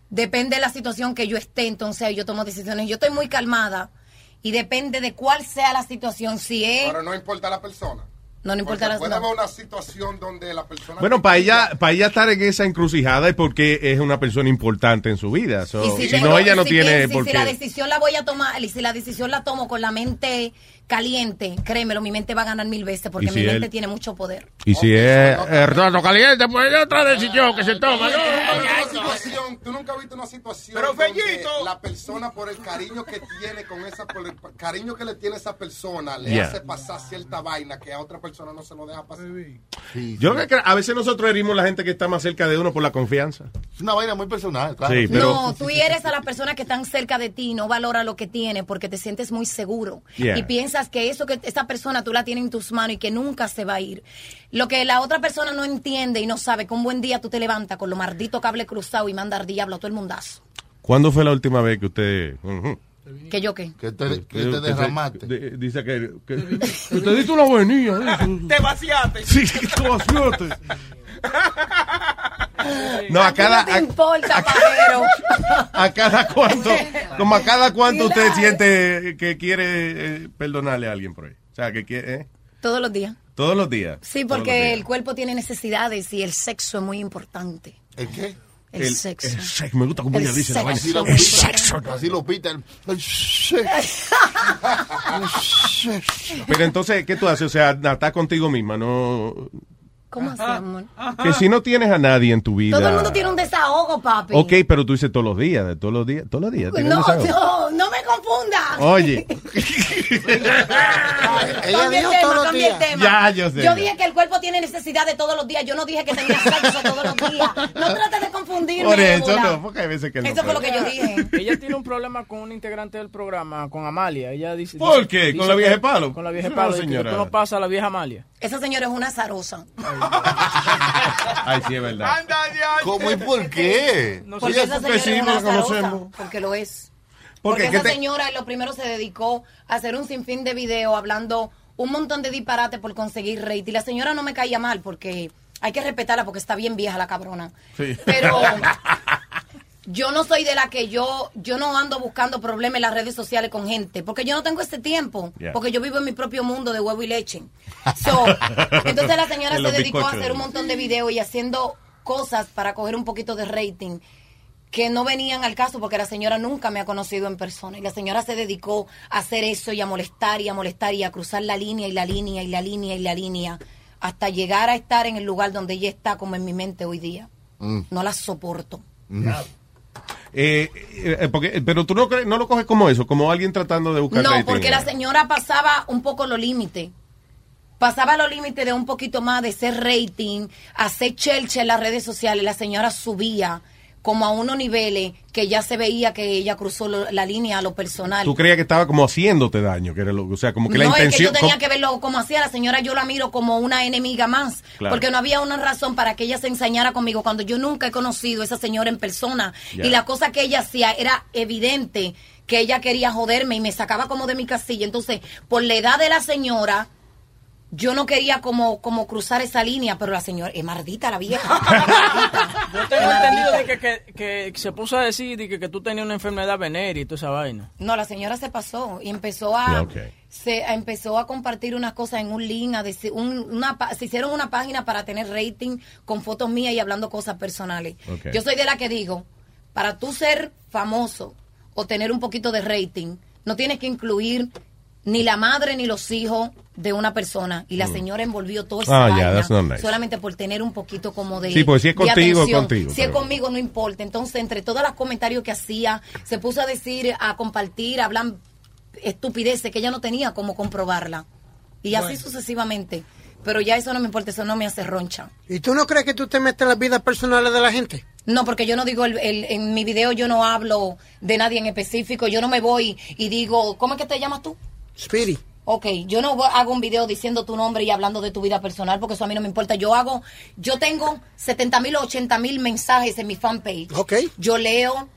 Speaker 16: Depende de la situación que yo esté, entonces ahí yo tomo decisiones. Yo estoy muy calmada y depende de cuál sea la situación, si es...
Speaker 26: Pero no importa la persona.
Speaker 16: No, no importa
Speaker 26: Porque
Speaker 16: la
Speaker 26: puede
Speaker 16: situación.
Speaker 26: haber una situación donde la persona...
Speaker 17: Bueno, para ella, para ella estar en esa encrucijada es porque es una persona importante en su vida. So,
Speaker 16: Y
Speaker 17: si
Speaker 16: tengo-
Speaker 17: no, ella
Speaker 16: y
Speaker 17: no
Speaker 16: si
Speaker 17: tiene
Speaker 16: pienso- y
Speaker 17: por
Speaker 16: si la
Speaker 17: qué.
Speaker 16: decisión la voy a tomar, y si la decisión la tomo con la mente caliente, créemelo, mi mente va a ganar mil veces porque
Speaker 17: Y si
Speaker 16: mi
Speaker 17: él-
Speaker 16: mente tiene mucho poder.
Speaker 17: Y si es Hernando Caliente, pues hay otra decisión que se toma, ¿no?
Speaker 26: situación, tú nunca has visto una situación donde la persona por el cariño que tiene con esa por el cariño que le tiene esa persona le
Speaker 17: Yeah.
Speaker 26: hace pasar cierta vaina que a otra persona no se lo deja pasar.
Speaker 17: Yo creo que a veces nosotros herimos la gente que está más cerca de uno por la confianza.
Speaker 6: Es una vaina muy personal, claro.
Speaker 17: Sí, pero-
Speaker 16: no, tú eres a las personas que están cerca de ti, no valora lo que tiene porque te sientes muy seguro
Speaker 17: Yeah.
Speaker 16: y piensas que eso que esa persona tú la tienes en tus manos y que nunca se va a ir. Lo que la otra persona no entiende y no sabe, que un buen día tú te levantas con lo maldito cable cruzado y manda al diablo a todo el mundazo.
Speaker 17: ¿Cuándo fue la última vez que usted... ujú,
Speaker 16: Que yo qué?
Speaker 6: Que te, que te
Speaker 17: usted-
Speaker 6: derramaste.
Speaker 17: de- dice que... que usted dice una buenilla. ¿eh?
Speaker 9: Te vaciaste.
Speaker 17: Sí, (laughs) te (laughs) vaciaste. No, a cada...
Speaker 16: ¿Qué no te
Speaker 17: a- (laughs)
Speaker 16: importa, pajero?
Speaker 17: a cada
Speaker 16: (laughs)
Speaker 17: cuánto, como a cada cuánto usted siente que quiere eh, perdonarle a alguien por ahí. O sea, que quiere, ¿eh?
Speaker 16: Todos los días.
Speaker 17: Todos los días.
Speaker 16: Sí,
Speaker 17: Todos los
Speaker 16: porque
Speaker 17: días.
Speaker 16: el cuerpo tiene necesidades y el sexo es muy importante.
Speaker 6: ¿El qué?
Speaker 16: El, sexo.
Speaker 17: el sexo, me gusta como
Speaker 16: El
Speaker 17: ella dice la
Speaker 6: Así
Speaker 17: vaina.
Speaker 6: lo
Speaker 17: El
Speaker 6: pita,
Speaker 17: sexo.
Speaker 6: Así lo pita. el- el sexo. El sexo.
Speaker 17: Pero entonces, ¿qué tú haces? O sea, estás contigo misma, no...
Speaker 16: ¿Cómo así, amor?
Speaker 17: Que si no tienes a nadie en tu vida...
Speaker 16: Ah. Todo el mundo tiene un desahogo, papi.
Speaker 17: Ok, pero tú dices todos los días, de todos los días, todos los días. tienes
Speaker 16: No,
Speaker 17: desahogo.
Speaker 16: no, no me confunda. (laughs)
Speaker 17: Oye,
Speaker 2: Ella
Speaker 16: Cambia el
Speaker 2: dijo
Speaker 16: tema,
Speaker 2: todos los
Speaker 16: cambia el
Speaker 2: días.
Speaker 16: tema.
Speaker 17: Ya, yo sé.
Speaker 16: Yo dije que el cuerpo tiene necesidad de todos los días. Yo no dije que tenía sexo todos los días. No trates de confundirme.
Speaker 17: por eso
Speaker 16: Débora.
Speaker 17: no, porque hay veces que no.
Speaker 16: (laughs) Eso fue lo que yo dije.
Speaker 5: (laughs) Ella tiene un problema con un integrante del programa, con Amalia. Ella dice, dice-
Speaker 17: ¿Por qué? ¿Con
Speaker 5: dice
Speaker 17: la vieja
Speaker 5: que-
Speaker 17: de palo?
Speaker 5: Con la vieja de
Speaker 17: No,
Speaker 5: palo. dice que
Speaker 17: señora.
Speaker 5: Tú no pasas a la vieja Amalia.
Speaker 16: Esa señora es una zarosa.
Speaker 17: Ay, sí, es verdad.
Speaker 6: ¿Cómo y por qué?
Speaker 17: No
Speaker 16: Porque
Speaker 17: sé,
Speaker 16: esa
Speaker 17: porque
Speaker 16: señora
Speaker 17: sí,
Speaker 16: es una
Speaker 17: porque lo
Speaker 16: azarosa,
Speaker 17: conocemos.
Speaker 16: Porque lo es.
Speaker 17: Porque
Speaker 16: Porque
Speaker 17: ¿qué
Speaker 16: esa
Speaker 17: te-
Speaker 16: señora lo primero se dedicó a hacer un sinfín de videos hablando un montón de disparates por conseguir rating. La señora no me caía mal porque hay que respetarla porque está bien vieja la cabrona.
Speaker 17: Sí. (laughs)
Speaker 16: Pero yo no soy de la que yo yo no ando buscando problemas en las redes sociales con gente porque yo no tengo este tiempo
Speaker 17: Yeah.
Speaker 16: porque yo vivo en mi propio mundo de huevo
Speaker 17: (laughs)
Speaker 16: y leche. So, entonces la
Speaker 17: En
Speaker 16: señora se
Speaker 17: los
Speaker 16: dedicó a
Speaker 17: bizcochos.
Speaker 16: hacer un montón de videos y haciendo cosas para coger un poquito de rating que no venían al caso porque la señora nunca me ha conocido en persona y la señora se dedicó a hacer eso y a molestar y a molestar y a cruzar la línea y la línea y la línea y la línea hasta llegar a estar en el lugar donde ella está como en mi mente hoy día.
Speaker 17: Mm.
Speaker 16: No la soporto.
Speaker 17: Eh, eh, porque, pero tú no, crees- no lo coges como eso, como alguien tratando de buscar
Speaker 16: No,
Speaker 17: rating. eh.
Speaker 16: porque la señora pasaba un poco los límites. Pasaba los límites de un poquito más de ser rating, hacer chelche en las redes sociales. La señora subía como a unos niveles que ya se veía que ella cruzó lo- la línea a lo personal.
Speaker 17: Tú creías que estaba como haciéndote daño, que era lo, o sea, como que la
Speaker 16: no, es que yo
Speaker 17: intención...
Speaker 16: tenía
Speaker 17: como-
Speaker 16: que verlo como hacía la señora, yo la miro como una enemiga más,
Speaker 17: Claro.
Speaker 16: porque no había una razón para que ella se ensañara conmigo cuando yo nunca he conocido a esa señora en persona
Speaker 17: Ya.
Speaker 16: y la cosa que ella hacía era evidente que ella quería joderme y me sacaba como de mi casilla. Entonces, por la edad de la señora, Yo no quería como, como cruzar esa línea, pero la señora, es mardita la vieja.
Speaker 17: (laughs)
Speaker 5: Yo tengo entendido de que, que- que se puso a decir de que, que tú tenías una enfermedad venérea y toda esa vaina.
Speaker 16: No, la señora se pasó y empezó a,
Speaker 5: Ah.
Speaker 16: se a- empezó a compartir unas cosas en un link, a decir, un- una, pa- se hicieron una página para tener rating con fotos mías y hablando cosas personales.
Speaker 19: Ok.
Speaker 16: Yo soy de la que digo, para tú ser famoso o tener un poquito de rating, no tienes que incluir ni la madre ni los hijos de una persona. Y la
Speaker 17: Mm.
Speaker 16: señora envolvió todo esa
Speaker 17: Ah, yeah,
Speaker 16: vaina
Speaker 17: that's not nice.
Speaker 16: solamente por tener un poquito como de
Speaker 17: Sí, pues, si es
Speaker 16: de
Speaker 17: contigo,
Speaker 16: atención.
Speaker 17: contigo,
Speaker 16: Si es
Speaker 17: pero-
Speaker 16: conmigo, no importa. Entonces, entre todos los comentarios que hacía, se puso a decir, a compartir, a hablar estupideces que ella no tenía como comprobarla. Y así
Speaker 2: Bueno.
Speaker 16: sucesivamente. Pero ya eso no me importa, eso no me hace roncha.
Speaker 2: ¿Y tú no crees que tú te metes en las vidas personales de la gente?
Speaker 16: No, porque yo no digo, el- el- en mi video yo no hablo de nadie en específico, yo no me voy y digo, ¿cómo es que te llamas tú?
Speaker 2: Speedy.
Speaker 16: Ok, yo no hago un video diciendo tu nombre y hablando de tu vida personal porque eso a mí no me importa. Yo hago, yo tengo 70 mil o 80 mil mensajes en mi fanpage.
Speaker 2: Ok.
Speaker 16: Yo leo,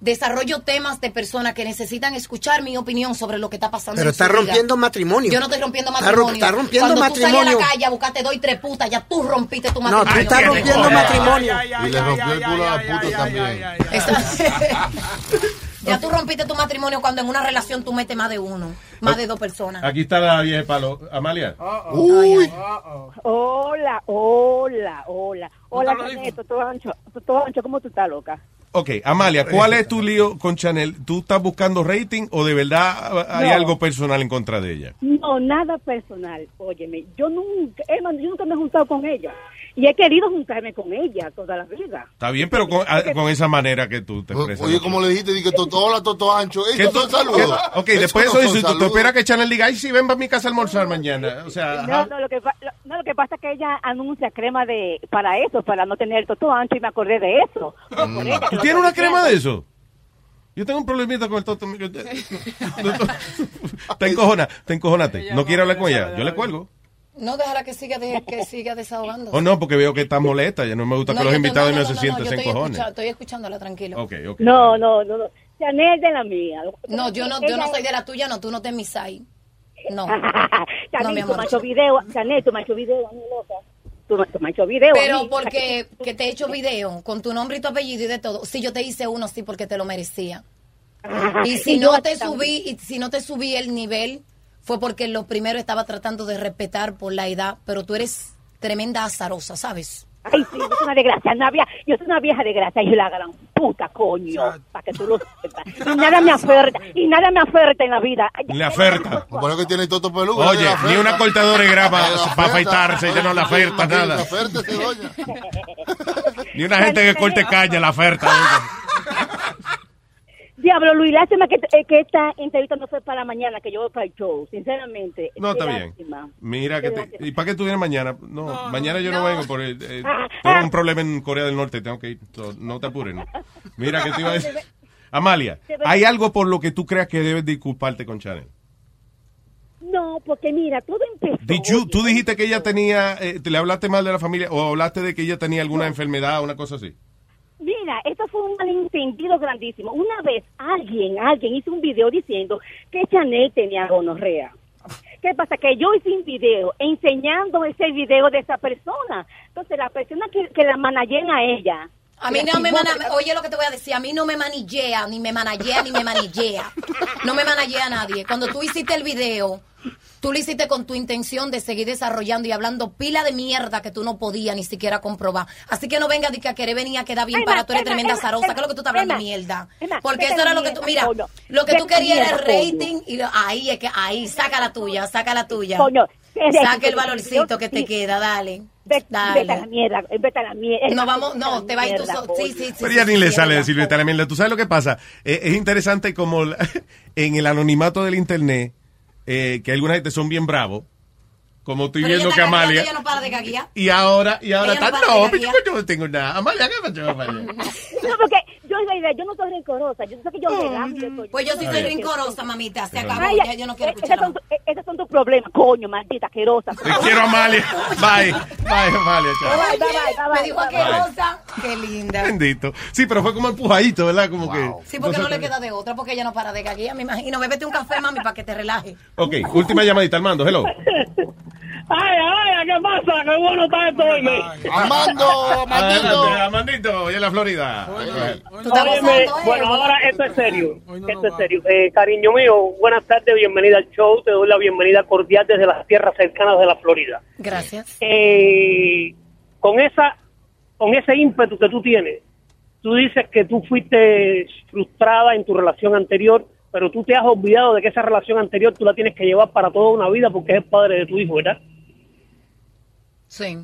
Speaker 16: desarrollo temas de personas que necesitan escuchar mi opinión sobre lo que está pasando.
Speaker 2: Pero
Speaker 16: en su
Speaker 2: está
Speaker 16: vida.
Speaker 2: rompiendo matrimonio.
Speaker 16: Yo no estoy rompiendo
Speaker 2: Está rom-
Speaker 16: matrimonio.
Speaker 2: está rompiendo
Speaker 16: Cuando tú salí a
Speaker 2: matrimonio.
Speaker 16: la calle a buscar, te doy tres putas, ya tú rompiste tu
Speaker 2: No,
Speaker 16: matrimonio.
Speaker 2: tú estás rompiendo matrimonio.
Speaker 6: Y le rompió el culo a la puta también.
Speaker 16: (laughs) Ya tú rompiste tu matrimonio cuando en una relación tú metes más de uno, más de dos personas.
Speaker 17: Aquí está la vieja de palo. Amalia.
Speaker 20: Uy. Hola, oh. hola, hola. Hola,
Speaker 30: lo
Speaker 20: Caneto, todo ancho, todo ancho, ¿cómo tú estás, loca?
Speaker 17: Ok, Amalia,
Speaker 6: Ah,
Speaker 17: ¿cuál
Speaker 6: eh,
Speaker 17: es tu lío con Chanel? ¿Tú estás buscando rating o de verdad hay
Speaker 20: No.
Speaker 17: algo personal en contra de ella?
Speaker 20: No, nada personal, óyeme, yo nunca, es más, yo nunca me he juntado con ella y he querido juntarme con ella toda la vida.
Speaker 17: Está bien, pero con, a- con esa manera que tú te expresas.
Speaker 6: Oye, como le dijiste, dije, Totola, Toto Ancho.
Speaker 17: Que
Speaker 6: Eso son
Speaker 17: tú-
Speaker 6: saludos.
Speaker 17: que- ok, después
Speaker 6: no
Speaker 17: de eso,
Speaker 6: son
Speaker 17: dices, tú, tú
Speaker 6: saludos.
Speaker 17: esperas que Chanel diga, ay, sí, ven para mi casa a almorzar mañana. O sea,
Speaker 20: No, no, lo que, pa- lo- no, lo que pasa es que ella anuncia crema de para eso, para no tener el toto ancho y me acordé de eso.
Speaker 17: ¿tú tienes una crema de eso? Yo tengo un problemita con el toto. Te encojona, te encojonate. No quiero hablar con ella. Yo le cuelgo.
Speaker 16: No, déjala que siga, de- que siga desahogando.
Speaker 17: O no, porque veo que está molesta. Ya no me gusta
Speaker 16: No,
Speaker 17: que los
Speaker 16: yo
Speaker 17: invitados
Speaker 16: no,
Speaker 17: no,
Speaker 16: no,
Speaker 17: se
Speaker 16: no,
Speaker 17: sienten, Oh.
Speaker 16: yo
Speaker 17: se
Speaker 16: estoy
Speaker 17: encojonen.
Speaker 16: escucha- Estoy escuchándola, tranquilo.
Speaker 17: Ok, ok.
Speaker 20: No, no, no, no. Chanel es de la mía.
Speaker 16: No, yo no, yo
Speaker 20: Ella
Speaker 16: no
Speaker 20: es-
Speaker 16: soy de la tuya, no, tú no te misai.
Speaker 20: (laughs)
Speaker 16: No. No, mi
Speaker 20: Chanel, tu
Speaker 16: amor.
Speaker 20: macho video, Chanel, tu macho video, mi loca. Tu, ma- tu macho video. a
Speaker 16: Pero
Speaker 20: mí.
Speaker 16: porque que te he hecho video con tu nombre y tu apellido y de todo. Sí, yo te hice uno, sí, porque te lo merecía. Y si
Speaker 20: Y yo
Speaker 16: no te
Speaker 20: también.
Speaker 16: subí, y si no te subí el nivel, fue porque lo primero estaba tratando de respetar por la edad, pero tú eres tremenda azarosa, ¿sabes?
Speaker 20: Ay, sí, es una desgracia. Una vieja, yo soy una vieja desgracia y la gran puta, coño. Para que tú lo sepas. Y
Speaker 17: (laughs)
Speaker 20: nada me oferta, y nada me oferta en la vida. Ay,
Speaker 17: La oferta.
Speaker 6: Bueno, que tiene Toto Peludo.
Speaker 17: Oye, ni una cortadora de grapa para afeitarse,
Speaker 6: oye,
Speaker 17: ya no la oferta, nada.
Speaker 6: doña.
Speaker 17: Ni una gente que corte calle la oferta.
Speaker 20: Ah, Diablo, Luis, lástima que, eh, que esta entrevista no fue para mañana, que yo voy para el show, sinceramente.
Speaker 17: No, está
Speaker 20: Qué
Speaker 17: bien.
Speaker 20: lástima.
Speaker 17: Mira, que te- ¿y para qué tú vienes mañana? No, mañana yo no, vengo por el- eh,
Speaker 20: Ah,
Speaker 17: tengo
Speaker 20: ah.
Speaker 17: un problema en Corea del Norte, tengo que ir. So, No te apures. no. Mira, que te iba a decir. Amalia, ¿hay algo por lo que tú creas que debes disculparte con Chanel?
Speaker 20: No, porque mira, todo empezó.
Speaker 17: Did you- ¿Tú dijiste que ella tenía, eh, te le hablaste mal de la familia o hablaste de que ella tenía alguna enfermedad o una cosa así?
Speaker 20: Mira, esto fue un malentendido grandísimo. Una vez alguien, alguien hizo un video diciendo que Chanel tenía gonorrea. ¿Qué pasa? Que yo hice un video enseñando ese video de esa persona. Entonces, la persona que, que la managera a ella.
Speaker 16: A mí
Speaker 20: la
Speaker 16: no me
Speaker 20: timó-
Speaker 16: mana- oye lo que te voy a decir, a mí no me manillea, ni me manillea, ni me manillea. No me manillea a nadie. Cuando tú hiciste el video, tú lo hiciste con tu intención de seguir desarrollando y hablando pila de mierda que tú no podías ni siquiera comprobar. Así que no vengas de que a querer venir a quedar bien
Speaker 20: Emma,
Speaker 16: para tú eres
Speaker 20: Emma,
Speaker 16: tremenda
Speaker 20: Emma,
Speaker 16: zarosa.
Speaker 20: Emma,
Speaker 16: ¿Qué es lo que tú estás hablando
Speaker 20: Emma,
Speaker 16: mierda?
Speaker 20: Emma,
Speaker 16: Porque
Speaker 20: vete
Speaker 16: eso era lo que
Speaker 20: mierda,
Speaker 16: tú, mira,
Speaker 20: coño.
Speaker 16: lo que tú
Speaker 20: Vete
Speaker 16: querías era
Speaker 20: mierda,
Speaker 16: el
Speaker 20: coño.
Speaker 16: rating y lo- ahí es que ahí, saca la tuya, saca la tuya.
Speaker 20: Coño, eres-
Speaker 16: saca el valorcito que te
Speaker 20: Sí.
Speaker 16: queda, dale.
Speaker 20: Vete a la
Speaker 16: Dale.
Speaker 20: mierda, eh, vete a la mierda.
Speaker 16: No vamos, no, te va a ir tú
Speaker 20: Mierda,
Speaker 16: so- Sí, sí, sí.
Speaker 17: Pero
Speaker 16: sí,
Speaker 17: ya
Speaker 16: sí,
Speaker 17: ni le
Speaker 16: sí,
Speaker 17: sale
Speaker 16: es
Speaker 17: decirle tal mierda. ¿Tú sabes lo que pasa? Eh, es interesante como la- (laughs) en el anonimato del internet, eh, que alguna gente son bien bravos, como estoy
Speaker 16: Pero
Speaker 17: viendo
Speaker 16: ella
Speaker 17: que
Speaker 16: está gagueando,
Speaker 17: Amalia...
Speaker 16: ella no para de gaguear.
Speaker 17: Y ahora, y ahora
Speaker 16: Ella no
Speaker 17: está,
Speaker 16: para de
Speaker 17: no,
Speaker 16: gaguear.
Speaker 17: picho, yo no tengo nada. Amalia, ¿qué pasó, Amalia?
Speaker 20: No, porque yo, mira, yo no soy rencorosa. Yo sé que yo me relajo, yo soy-
Speaker 16: Pues yo sí
Speaker 17: Está
Speaker 16: soy
Speaker 17: bien.
Speaker 16: rincorosa, mamita. Se
Speaker 17: Está
Speaker 16: acabó.
Speaker 20: Ay,
Speaker 16: ya yo no quiero
Speaker 20: eh,
Speaker 16: escuchar.
Speaker 20: esos son, eh, esos son tus problemas, coño, maldita asquerosa.
Speaker 17: Te quiero, Amalia. Bye, bye, Amalia, chao.
Speaker 20: Bye, bye, bye, bye,
Speaker 16: me dijo
Speaker 20: bye, bye.
Speaker 16: aquerosa. Qué linda.
Speaker 17: Bendito. Sí, pero fue como empujadito, ¿verdad? Como que...
Speaker 16: Sí, porque no le
Speaker 17: Entonces-
Speaker 16: queda de otra, porque ella no para
Speaker 20: (laughs)
Speaker 16: de gaguear, me imagino. Bébete un café, mami, para que te relaje.
Speaker 17: Ok, última llamadita, Armando, hello.
Speaker 21: ¡Ay, ay! ¿Qué pasa? ¡Qué bueno está esto oíme.
Speaker 3: Amando, Amandito. Amandito, hoy en la Florida.
Speaker 21: Óyeme,
Speaker 16: ¿eh?
Speaker 21: bueno, ahora esto es serio. Esto es serio. Eh, cariño mío, buenas tardes, bienvenida al show. Te doy la bienvenida cordial desde las tierras cercanas de la Florida.
Speaker 16: Gracias.
Speaker 21: Eh, con esa con ese ímpetu que tú tienes, tú dices que tú fuiste frustrada en tu relación anterior, pero tú te has olvidado de que esa relación anterior tú la tienes que llevar para toda una vida porque es el padre de tu hijo, ¿verdad?
Speaker 16: Sí.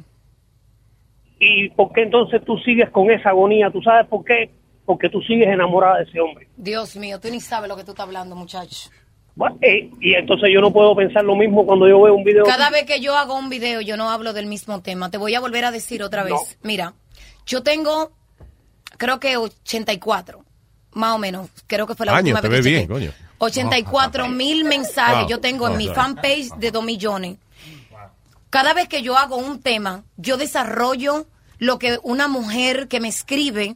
Speaker 21: ¿Y por qué entonces tú sigues con esa agonía? ¿Tú sabes por qué? Porque tú sigues enamorada de ese hombre.
Speaker 16: Dios mío, tú ni sabes lo que tú estás hablando, muchacho.
Speaker 21: Bueno, eh, y entonces yo no puedo pensar lo mismo cuando yo veo un video.
Speaker 16: Cada vez que yo hago un video, yo no hablo del mismo tema. Te voy a volver a decir otra vez.
Speaker 21: No.
Speaker 16: Mira, yo tengo, creo que 84, más o menos. Creo que fue la
Speaker 3: Año,
Speaker 16: última
Speaker 3: te
Speaker 16: vez
Speaker 3: ve
Speaker 16: que
Speaker 3: bien,
Speaker 16: chequeé.
Speaker 3: coño.
Speaker 16: 84 mil mensajes
Speaker 3: Wow.
Speaker 16: yo tengo en
Speaker 3: Wow.
Speaker 16: mi fanpage de 2 millones. Cada vez que yo hago un tema, yo desarrollo lo que una mujer que me escribe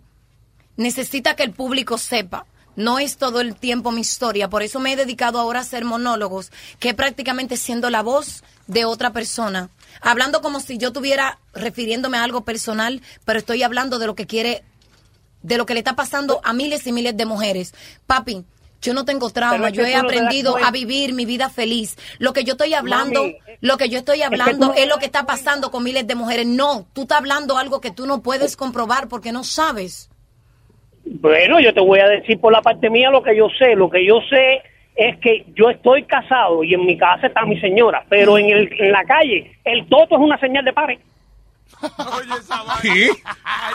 Speaker 16: necesita que el público sepa. No es todo el tiempo mi historia, por eso me he dedicado ahora a hacer monólogos, que prácticamente siendo la voz de otra persona, hablando como si yo estuviera refiriéndome a algo personal, pero estoy hablando de lo que quiere de lo que le está pasando a miles y miles de mujeres. Papi, yo no tengo
Speaker 21: Pero
Speaker 16: trauma,
Speaker 21: es que
Speaker 16: yo he
Speaker 21: tú no te das
Speaker 16: aprendido
Speaker 21: cuenta.
Speaker 16: a vivir mi vida feliz. Lo que yo estoy hablando,
Speaker 21: Mami,
Speaker 16: lo que yo estoy
Speaker 21: es que tú
Speaker 16: hablando
Speaker 21: no
Speaker 16: es,
Speaker 21: te
Speaker 16: lo que está pasando con miles de mujeres. No, tú estás hablando algo que tú no puedes comprobar porque no sabes.
Speaker 21: Bueno, yo te voy a decir por la parte mía lo que yo sé. Lo que yo sé es que yo estoy casado y en mi casa está mi señora, pero en, el, en la calle el toto es una señal de pare.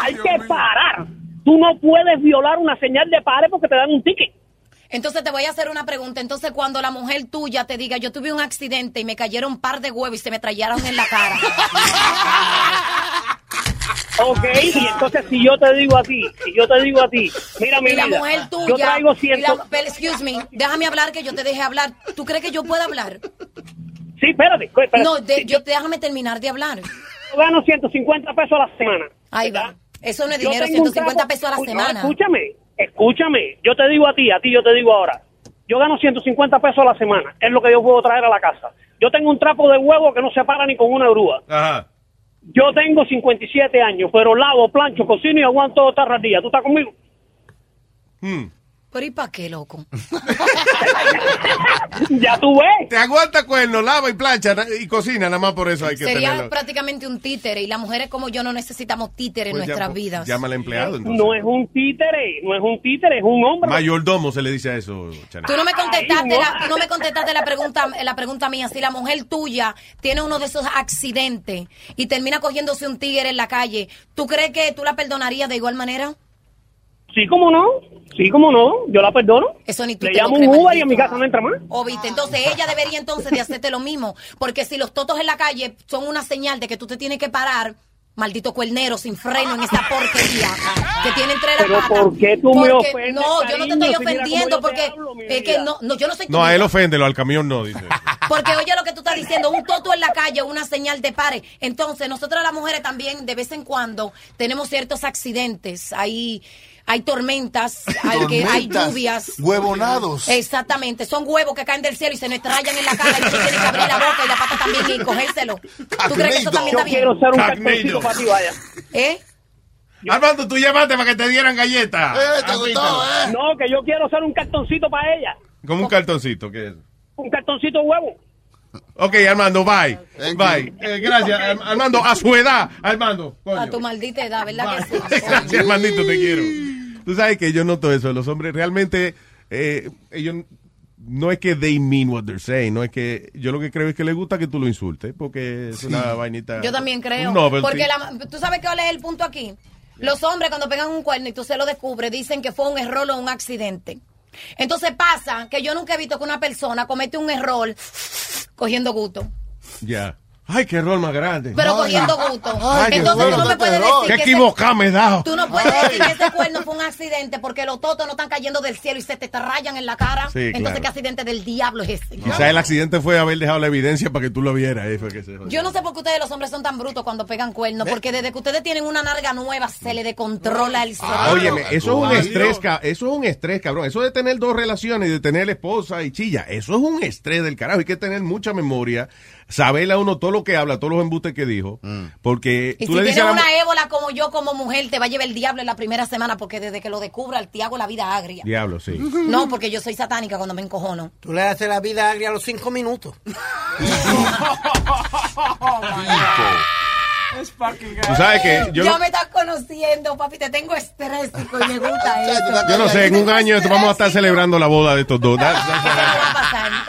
Speaker 21: Hay que parar. Tú no puedes violar una señal de pare porque te dan un ticket.
Speaker 16: Entonces te voy a hacer una pregunta. Entonces cuando la mujer tuya te diga, yo tuve un accidente y me cayeron un par de huevos y se me trallaron en la cara.
Speaker 21: Ok, y entonces si yo te digo a ti, si yo te digo a ti, (laughs) mira mi
Speaker 16: y la
Speaker 21: vida,
Speaker 16: mujer tuya.
Speaker 21: yo traigo
Speaker 16: y la-
Speaker 21: 100...
Speaker 16: pero, excuse me, déjame hablar que yo te dejé hablar. ¿Tú crees que yo pueda hablar?
Speaker 21: Sí, espérate, pues, espérate.
Speaker 16: No, de- yo, déjame terminar de hablar.
Speaker 21: Yo gano 150 pesos a la semana.
Speaker 16: Ahí va. Eso no es
Speaker 21: Yo
Speaker 16: dinero,
Speaker 21: tengo un
Speaker 16: 150
Speaker 21: trapo-
Speaker 16: pesos a la
Speaker 21: Uy, no,
Speaker 16: semana.
Speaker 21: escúchame, escúchame. Yo te digo a ti, a ti yo te digo ahora. Yo gano 150 pesos a la semana. Es lo que yo puedo traer a la casa. Yo tengo un trapo de huevo que no se para ni con una grúa. Yo tengo 57 años, pero lavo, plancho, cocino y aguanto otra ratilla. ¿Tú estás conmigo?
Speaker 16: Pero ¿y para qué, loco?
Speaker 21: (laughs) ya tú ves.
Speaker 3: Te aguanta cuerno, lava y plancha na- y cocina, nada más por eso hay que
Speaker 16: Sería
Speaker 3: tenerlo.
Speaker 16: prácticamente un títere y las mujeres como yo no necesitamos títere
Speaker 3: Pues ya,
Speaker 16: en nuestras
Speaker 3: pues,
Speaker 16: vidas.
Speaker 3: Llama al empleado. entonces.
Speaker 21: No es un títere, no es un títere, es un hombre.
Speaker 17: Mayordomo se le dice a eso, Chanel.
Speaker 16: Tú no me contestaste,
Speaker 21: Ay,
Speaker 16: la, tú no me contestaste la pregunta, la pregunta mía. Si la mujer tuya tiene uno de esos accidentes y termina cogiéndose un tigre en la calle, ¿tú crees que tú la perdonarías de igual manera?
Speaker 21: Sí, cómo no. Sí, cómo no. Yo la perdono.
Speaker 16: Eso ni tú
Speaker 21: Le
Speaker 16: te lo
Speaker 21: llamo un
Speaker 16: crees,
Speaker 21: Uber y
Speaker 16: maldito.
Speaker 21: en mi casa no entra más.
Speaker 16: O viste, entonces ella debería entonces de hacerte lo mismo, porque si los totos en la calle son una señal de que tú te tienes que parar, maldito cuernero sin freno en esa porquería que tiene entre las
Speaker 21: Pero
Speaker 16: patas.
Speaker 21: ¿por qué tú me
Speaker 16: Porque-
Speaker 21: ofendes,
Speaker 16: No, yo no te
Speaker 21: cariño? Si
Speaker 16: estoy
Speaker 21: mira cómo
Speaker 16: ofendiendo
Speaker 21: yo te
Speaker 16: porque
Speaker 21: hablo, mi
Speaker 16: es que
Speaker 21: vida.
Speaker 16: no, no, yo no soy tu
Speaker 17: No, a él
Speaker 16: amiga.
Speaker 17: oféndelo, al camión no,
Speaker 16: (laughs)
Speaker 17: dice.
Speaker 16: Porque oye lo que tú estás diciendo, un toto en la calle, una señal de pare. Entonces, nosotras las mujeres también de vez en cuando tenemos ciertos accidentes. Hay, hay tormentas, hay, que, hay
Speaker 6: Tormentas,
Speaker 16: lluvias.
Speaker 6: huevonados.
Speaker 16: Exactamente, son huevos que caen del cielo y se nos trayan en la cara y tú tienes que abrir la boca y la pata también y cogérselo. ¿Tú crees que eso también está
Speaker 21: Yo
Speaker 16: bien?
Speaker 21: quiero ser un
Speaker 17: Cagnido.
Speaker 21: cartoncito para ti, vaya.
Speaker 16: ¿Eh?
Speaker 17: Armando, tú llamaste para que te dieran galletas.
Speaker 21: No, que yo quiero ser un cartoncito para ella.
Speaker 17: Como un cartoncito, ¿qué es?
Speaker 21: Un cartoncito de huevo.
Speaker 17: Ok, Armando, bye. Bye. Eh, gracias, Ar- Armando, a su edad. Armando,
Speaker 16: A
Speaker 17: coño.
Speaker 16: tu maldita edad, ¿verdad que sí?
Speaker 17: Gracias, Armandito, te quiero. Tú sabes que yo noto eso. Los hombres realmente, eh, ellos no es que they mean what they're saying, no es que yo lo que creo es que les gusta que tú lo insultes, porque es una vainita.
Speaker 16: Yo también creo.
Speaker 17: un novelty.
Speaker 16: Porque la- tú sabes cuál es el punto aquí. Los hombres cuando pegan un cuerno y tú se lo descubres, dicen que fue un error o un accidente. Entonces pasa que yo nunca he visto que una persona comete un error cogiendo gusto.
Speaker 17: Ya. Ay, qué error más grande.
Speaker 16: Pero
Speaker 17: Ay.
Speaker 16: cogiendo gusto.
Speaker 17: Ay, qué
Speaker 16: Entonces tú
Speaker 17: bueno,
Speaker 16: no me
Speaker 17: qué
Speaker 16: puedes
Speaker 17: error.
Speaker 16: decir
Speaker 17: Qué
Speaker 16: que ese-
Speaker 17: equivocado me he dado.
Speaker 16: Tú no puedes decir que ese cuerno fue un accidente porque los totos no están cayendo del cielo y se te rayan en la cara.
Speaker 17: Sí,
Speaker 16: Entonces,
Speaker 17: claro.
Speaker 16: ¿qué accidente del diablo es ese?
Speaker 17: Quizás el accidente fue haber dejado la evidencia para que tú lo vieras. eh, fue que se jodió.
Speaker 16: Yo no sé por qué ustedes los hombres son tan brutos cuando pegan cuernos, porque desde que ustedes tienen una narga nueva se le descontrola el cerebro.
Speaker 17: Ah, Óyeme, eso es un
Speaker 16: Ay,
Speaker 17: estrés, ca- eso es un estrés, cabrón. Eso de tener dos relaciones y de tener esposa y chilla, eso es un estrés del carajo. Hay que tener mucha memoria, saberle a uno todo lo que habla, todos los embustes que dijo, porque
Speaker 16: Y
Speaker 17: tú
Speaker 16: si
Speaker 17: le dices
Speaker 16: tienes
Speaker 17: a la
Speaker 16: una ébola como yo, como mujer, te va a llevar el diablo en la primera semana porque desde que lo descubra, el te hago la
Speaker 17: (laughs)
Speaker 16: vida agria.
Speaker 17: Diablo, sí.
Speaker 16: No, porque yo soy satánica cuando me
Speaker 17: (laughs)
Speaker 16: encojono.
Speaker 2: Tú le haces la vida agria a los cinco minutos.
Speaker 16: (laughs)
Speaker 14: Es fucking
Speaker 17: Oh, Tú sabes que yo,
Speaker 16: ya
Speaker 17: no-
Speaker 16: me estás conociendo, papi, te tengo estrésico y
Speaker 17: (laughs)
Speaker 16: me gusta eso.
Speaker 17: yo no sé, en un año esto vamos a estar celebrando la boda de estos dos. That- that's-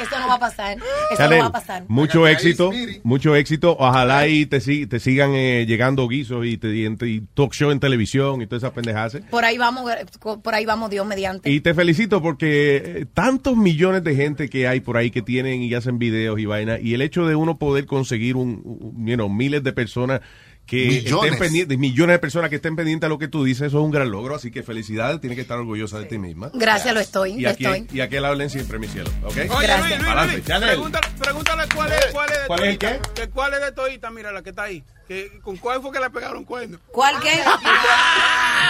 Speaker 16: Eso no va a pasar, eso no
Speaker 17: Chanel,
Speaker 16: va a pasar.
Speaker 17: mucho éxito, mucho éxito. Ojalá y te, si- te sigan eh, llegando guisos y, te, y en- y talk show en televisión y todas esas pendejadas.
Speaker 16: Por ahí vamos, eh, co- por ahí vamos, Dios mediante.
Speaker 17: Y te felicito porque eh, tantos millones de gente que hay por ahí que tienen y hacen videos y vaina y el hecho de uno poder conseguir un, un- you know, miles de personas que
Speaker 6: Millones.
Speaker 17: estén pendientes, millones de personas que estén pendientes a lo que tú dices, eso es un gran logro, así que felicidades, tienes que estar orgullosa de ti misma.
Speaker 16: Gracias, lo estoy,
Speaker 17: Y
Speaker 16: lo
Speaker 17: aquí,
Speaker 16: estoy.
Speaker 17: y aquí la hablen siempre, mi cielo, ¿ok?
Speaker 14: Gracias. Luis, Luis,
Speaker 17: Adelante,
Speaker 14: Luis,
Speaker 17: Chanel.
Speaker 14: pregúntale, pregúntale cuál es, cuál es de
Speaker 17: ¿Cuál es el
Speaker 14: Toita, que cuál es de Toita, mira la que está ahí. Que, ¿Con cuál fue que le pegaron cuerno?
Speaker 16: ¿Cuál
Speaker 17: (laughs)
Speaker 16: qué?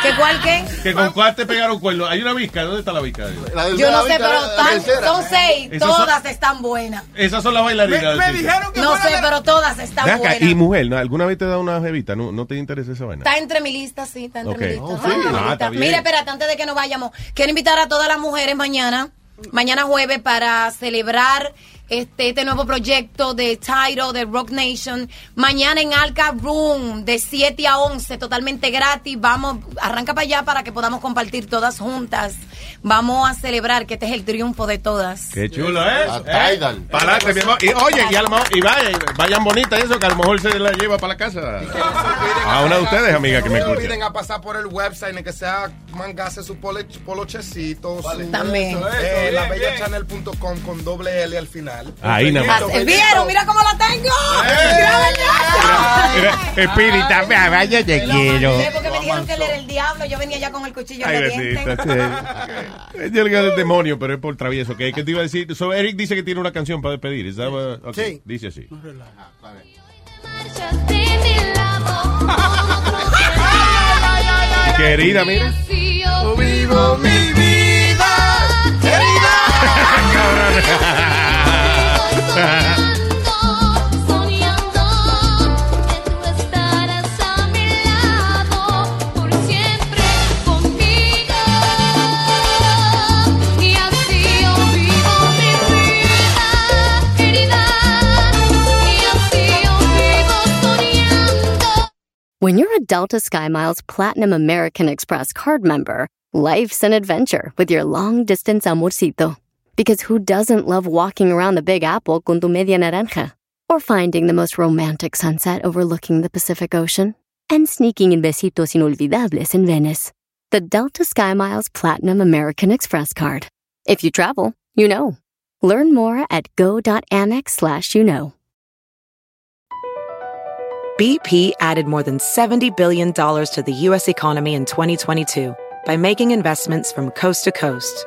Speaker 16: ¿Qué cuál qué?
Speaker 17: Que con cuál te pegaron cuerno. Hay una visca, ¿dónde está la visca?
Speaker 16: Yo no sé, pero tan- son seis,
Speaker 17: Esas son-
Speaker 16: todas están buenas.
Speaker 17: Esas son las bailarinas. del circo.
Speaker 16: No sé, pero todas están
Speaker 17: Ven acá,
Speaker 16: buenas.
Speaker 17: y mujer, ¿no? ¿alguna vez te da una jevita? ¿No, no te interesa esa vaina?
Speaker 16: Está entre mi lista, sí, está entre
Speaker 17: Ok.
Speaker 16: mi lista.
Speaker 17: Oh, sí.
Speaker 16: Está entre mi
Speaker 17: Ah,
Speaker 16: lista.
Speaker 17: está bien.
Speaker 16: Mira, espérate, antes de que nos vayamos, quiero invitar a todas las mujeres mañana, mañana jueves, para celebrar este, este nuevo proyecto de Tyro, de Rock Nation. Mañana en Alca Room, de 7 a 11, totalmente gratis. Vamos, arranca para allá para que podamos compartir todas juntas. Vamos a celebrar que este es el triunfo de todas.
Speaker 17: Qué chulo, ¿eh?
Speaker 6: A
Speaker 17: ¿Eh?
Speaker 6: Tidal.
Speaker 17: Para adelante, mi amor. Y oye, y, a lo mejor- y vaya, y vayan bonitas eso, que a lo mejor se la lleva para la casa. A una de ustedes, amiga, que me
Speaker 26: No se
Speaker 17: escucha.
Speaker 26: olviden a pasar por el website en que sea mangase su pole- polochecito. su-
Speaker 16: También.
Speaker 26: eso, eh, labellachannel.com con doble L al final. Eh.
Speaker 17: Ahí nada más.
Speaker 16: El vieron, mira cómo la tengo.
Speaker 17: Eh.
Speaker 16: Grábenla.
Speaker 17: Espírita, vaya, te (laughs) quiero.
Speaker 16: Sí, porque Ah, me dijeron que él era el diablo. Yo venía ya con el cuchillo en
Speaker 17: Ay,
Speaker 16: los dientes.
Speaker 17: bendita sea. Es el del demonio, pero es por travieso. ¿Qué, ¿Qué te iba a decir? So, Eric dice que tiene una canción para despedir. ¿is that what- ok,
Speaker 3: Sí.
Speaker 17: Dice así. Querida, mira.
Speaker 3: Yo vivo mi vida,
Speaker 17: (laughs) Cabrón.
Speaker 3: estarás a mi lado por siempre conmigo. Y así yo vivo mi vida, querida. Y así yo vivo soñando.
Speaker 31: When you're a Delta SkyMiles Platinum American Express card member, life's an adventure with your long distance amorcito. Because who doesn't love walking around the Big Apple con tu media naranja? Or finding the most romantic sunset overlooking the Pacific Ocean? And sneaking in besitos inolvidables in Venice. The Delta SkyMiles Platinum American Express card. If you travel, you know. Learn more at go.amex slash you know.
Speaker 32: BP added more than $70 billion to the U.S. economy in 2022 by making investments from coast to coast.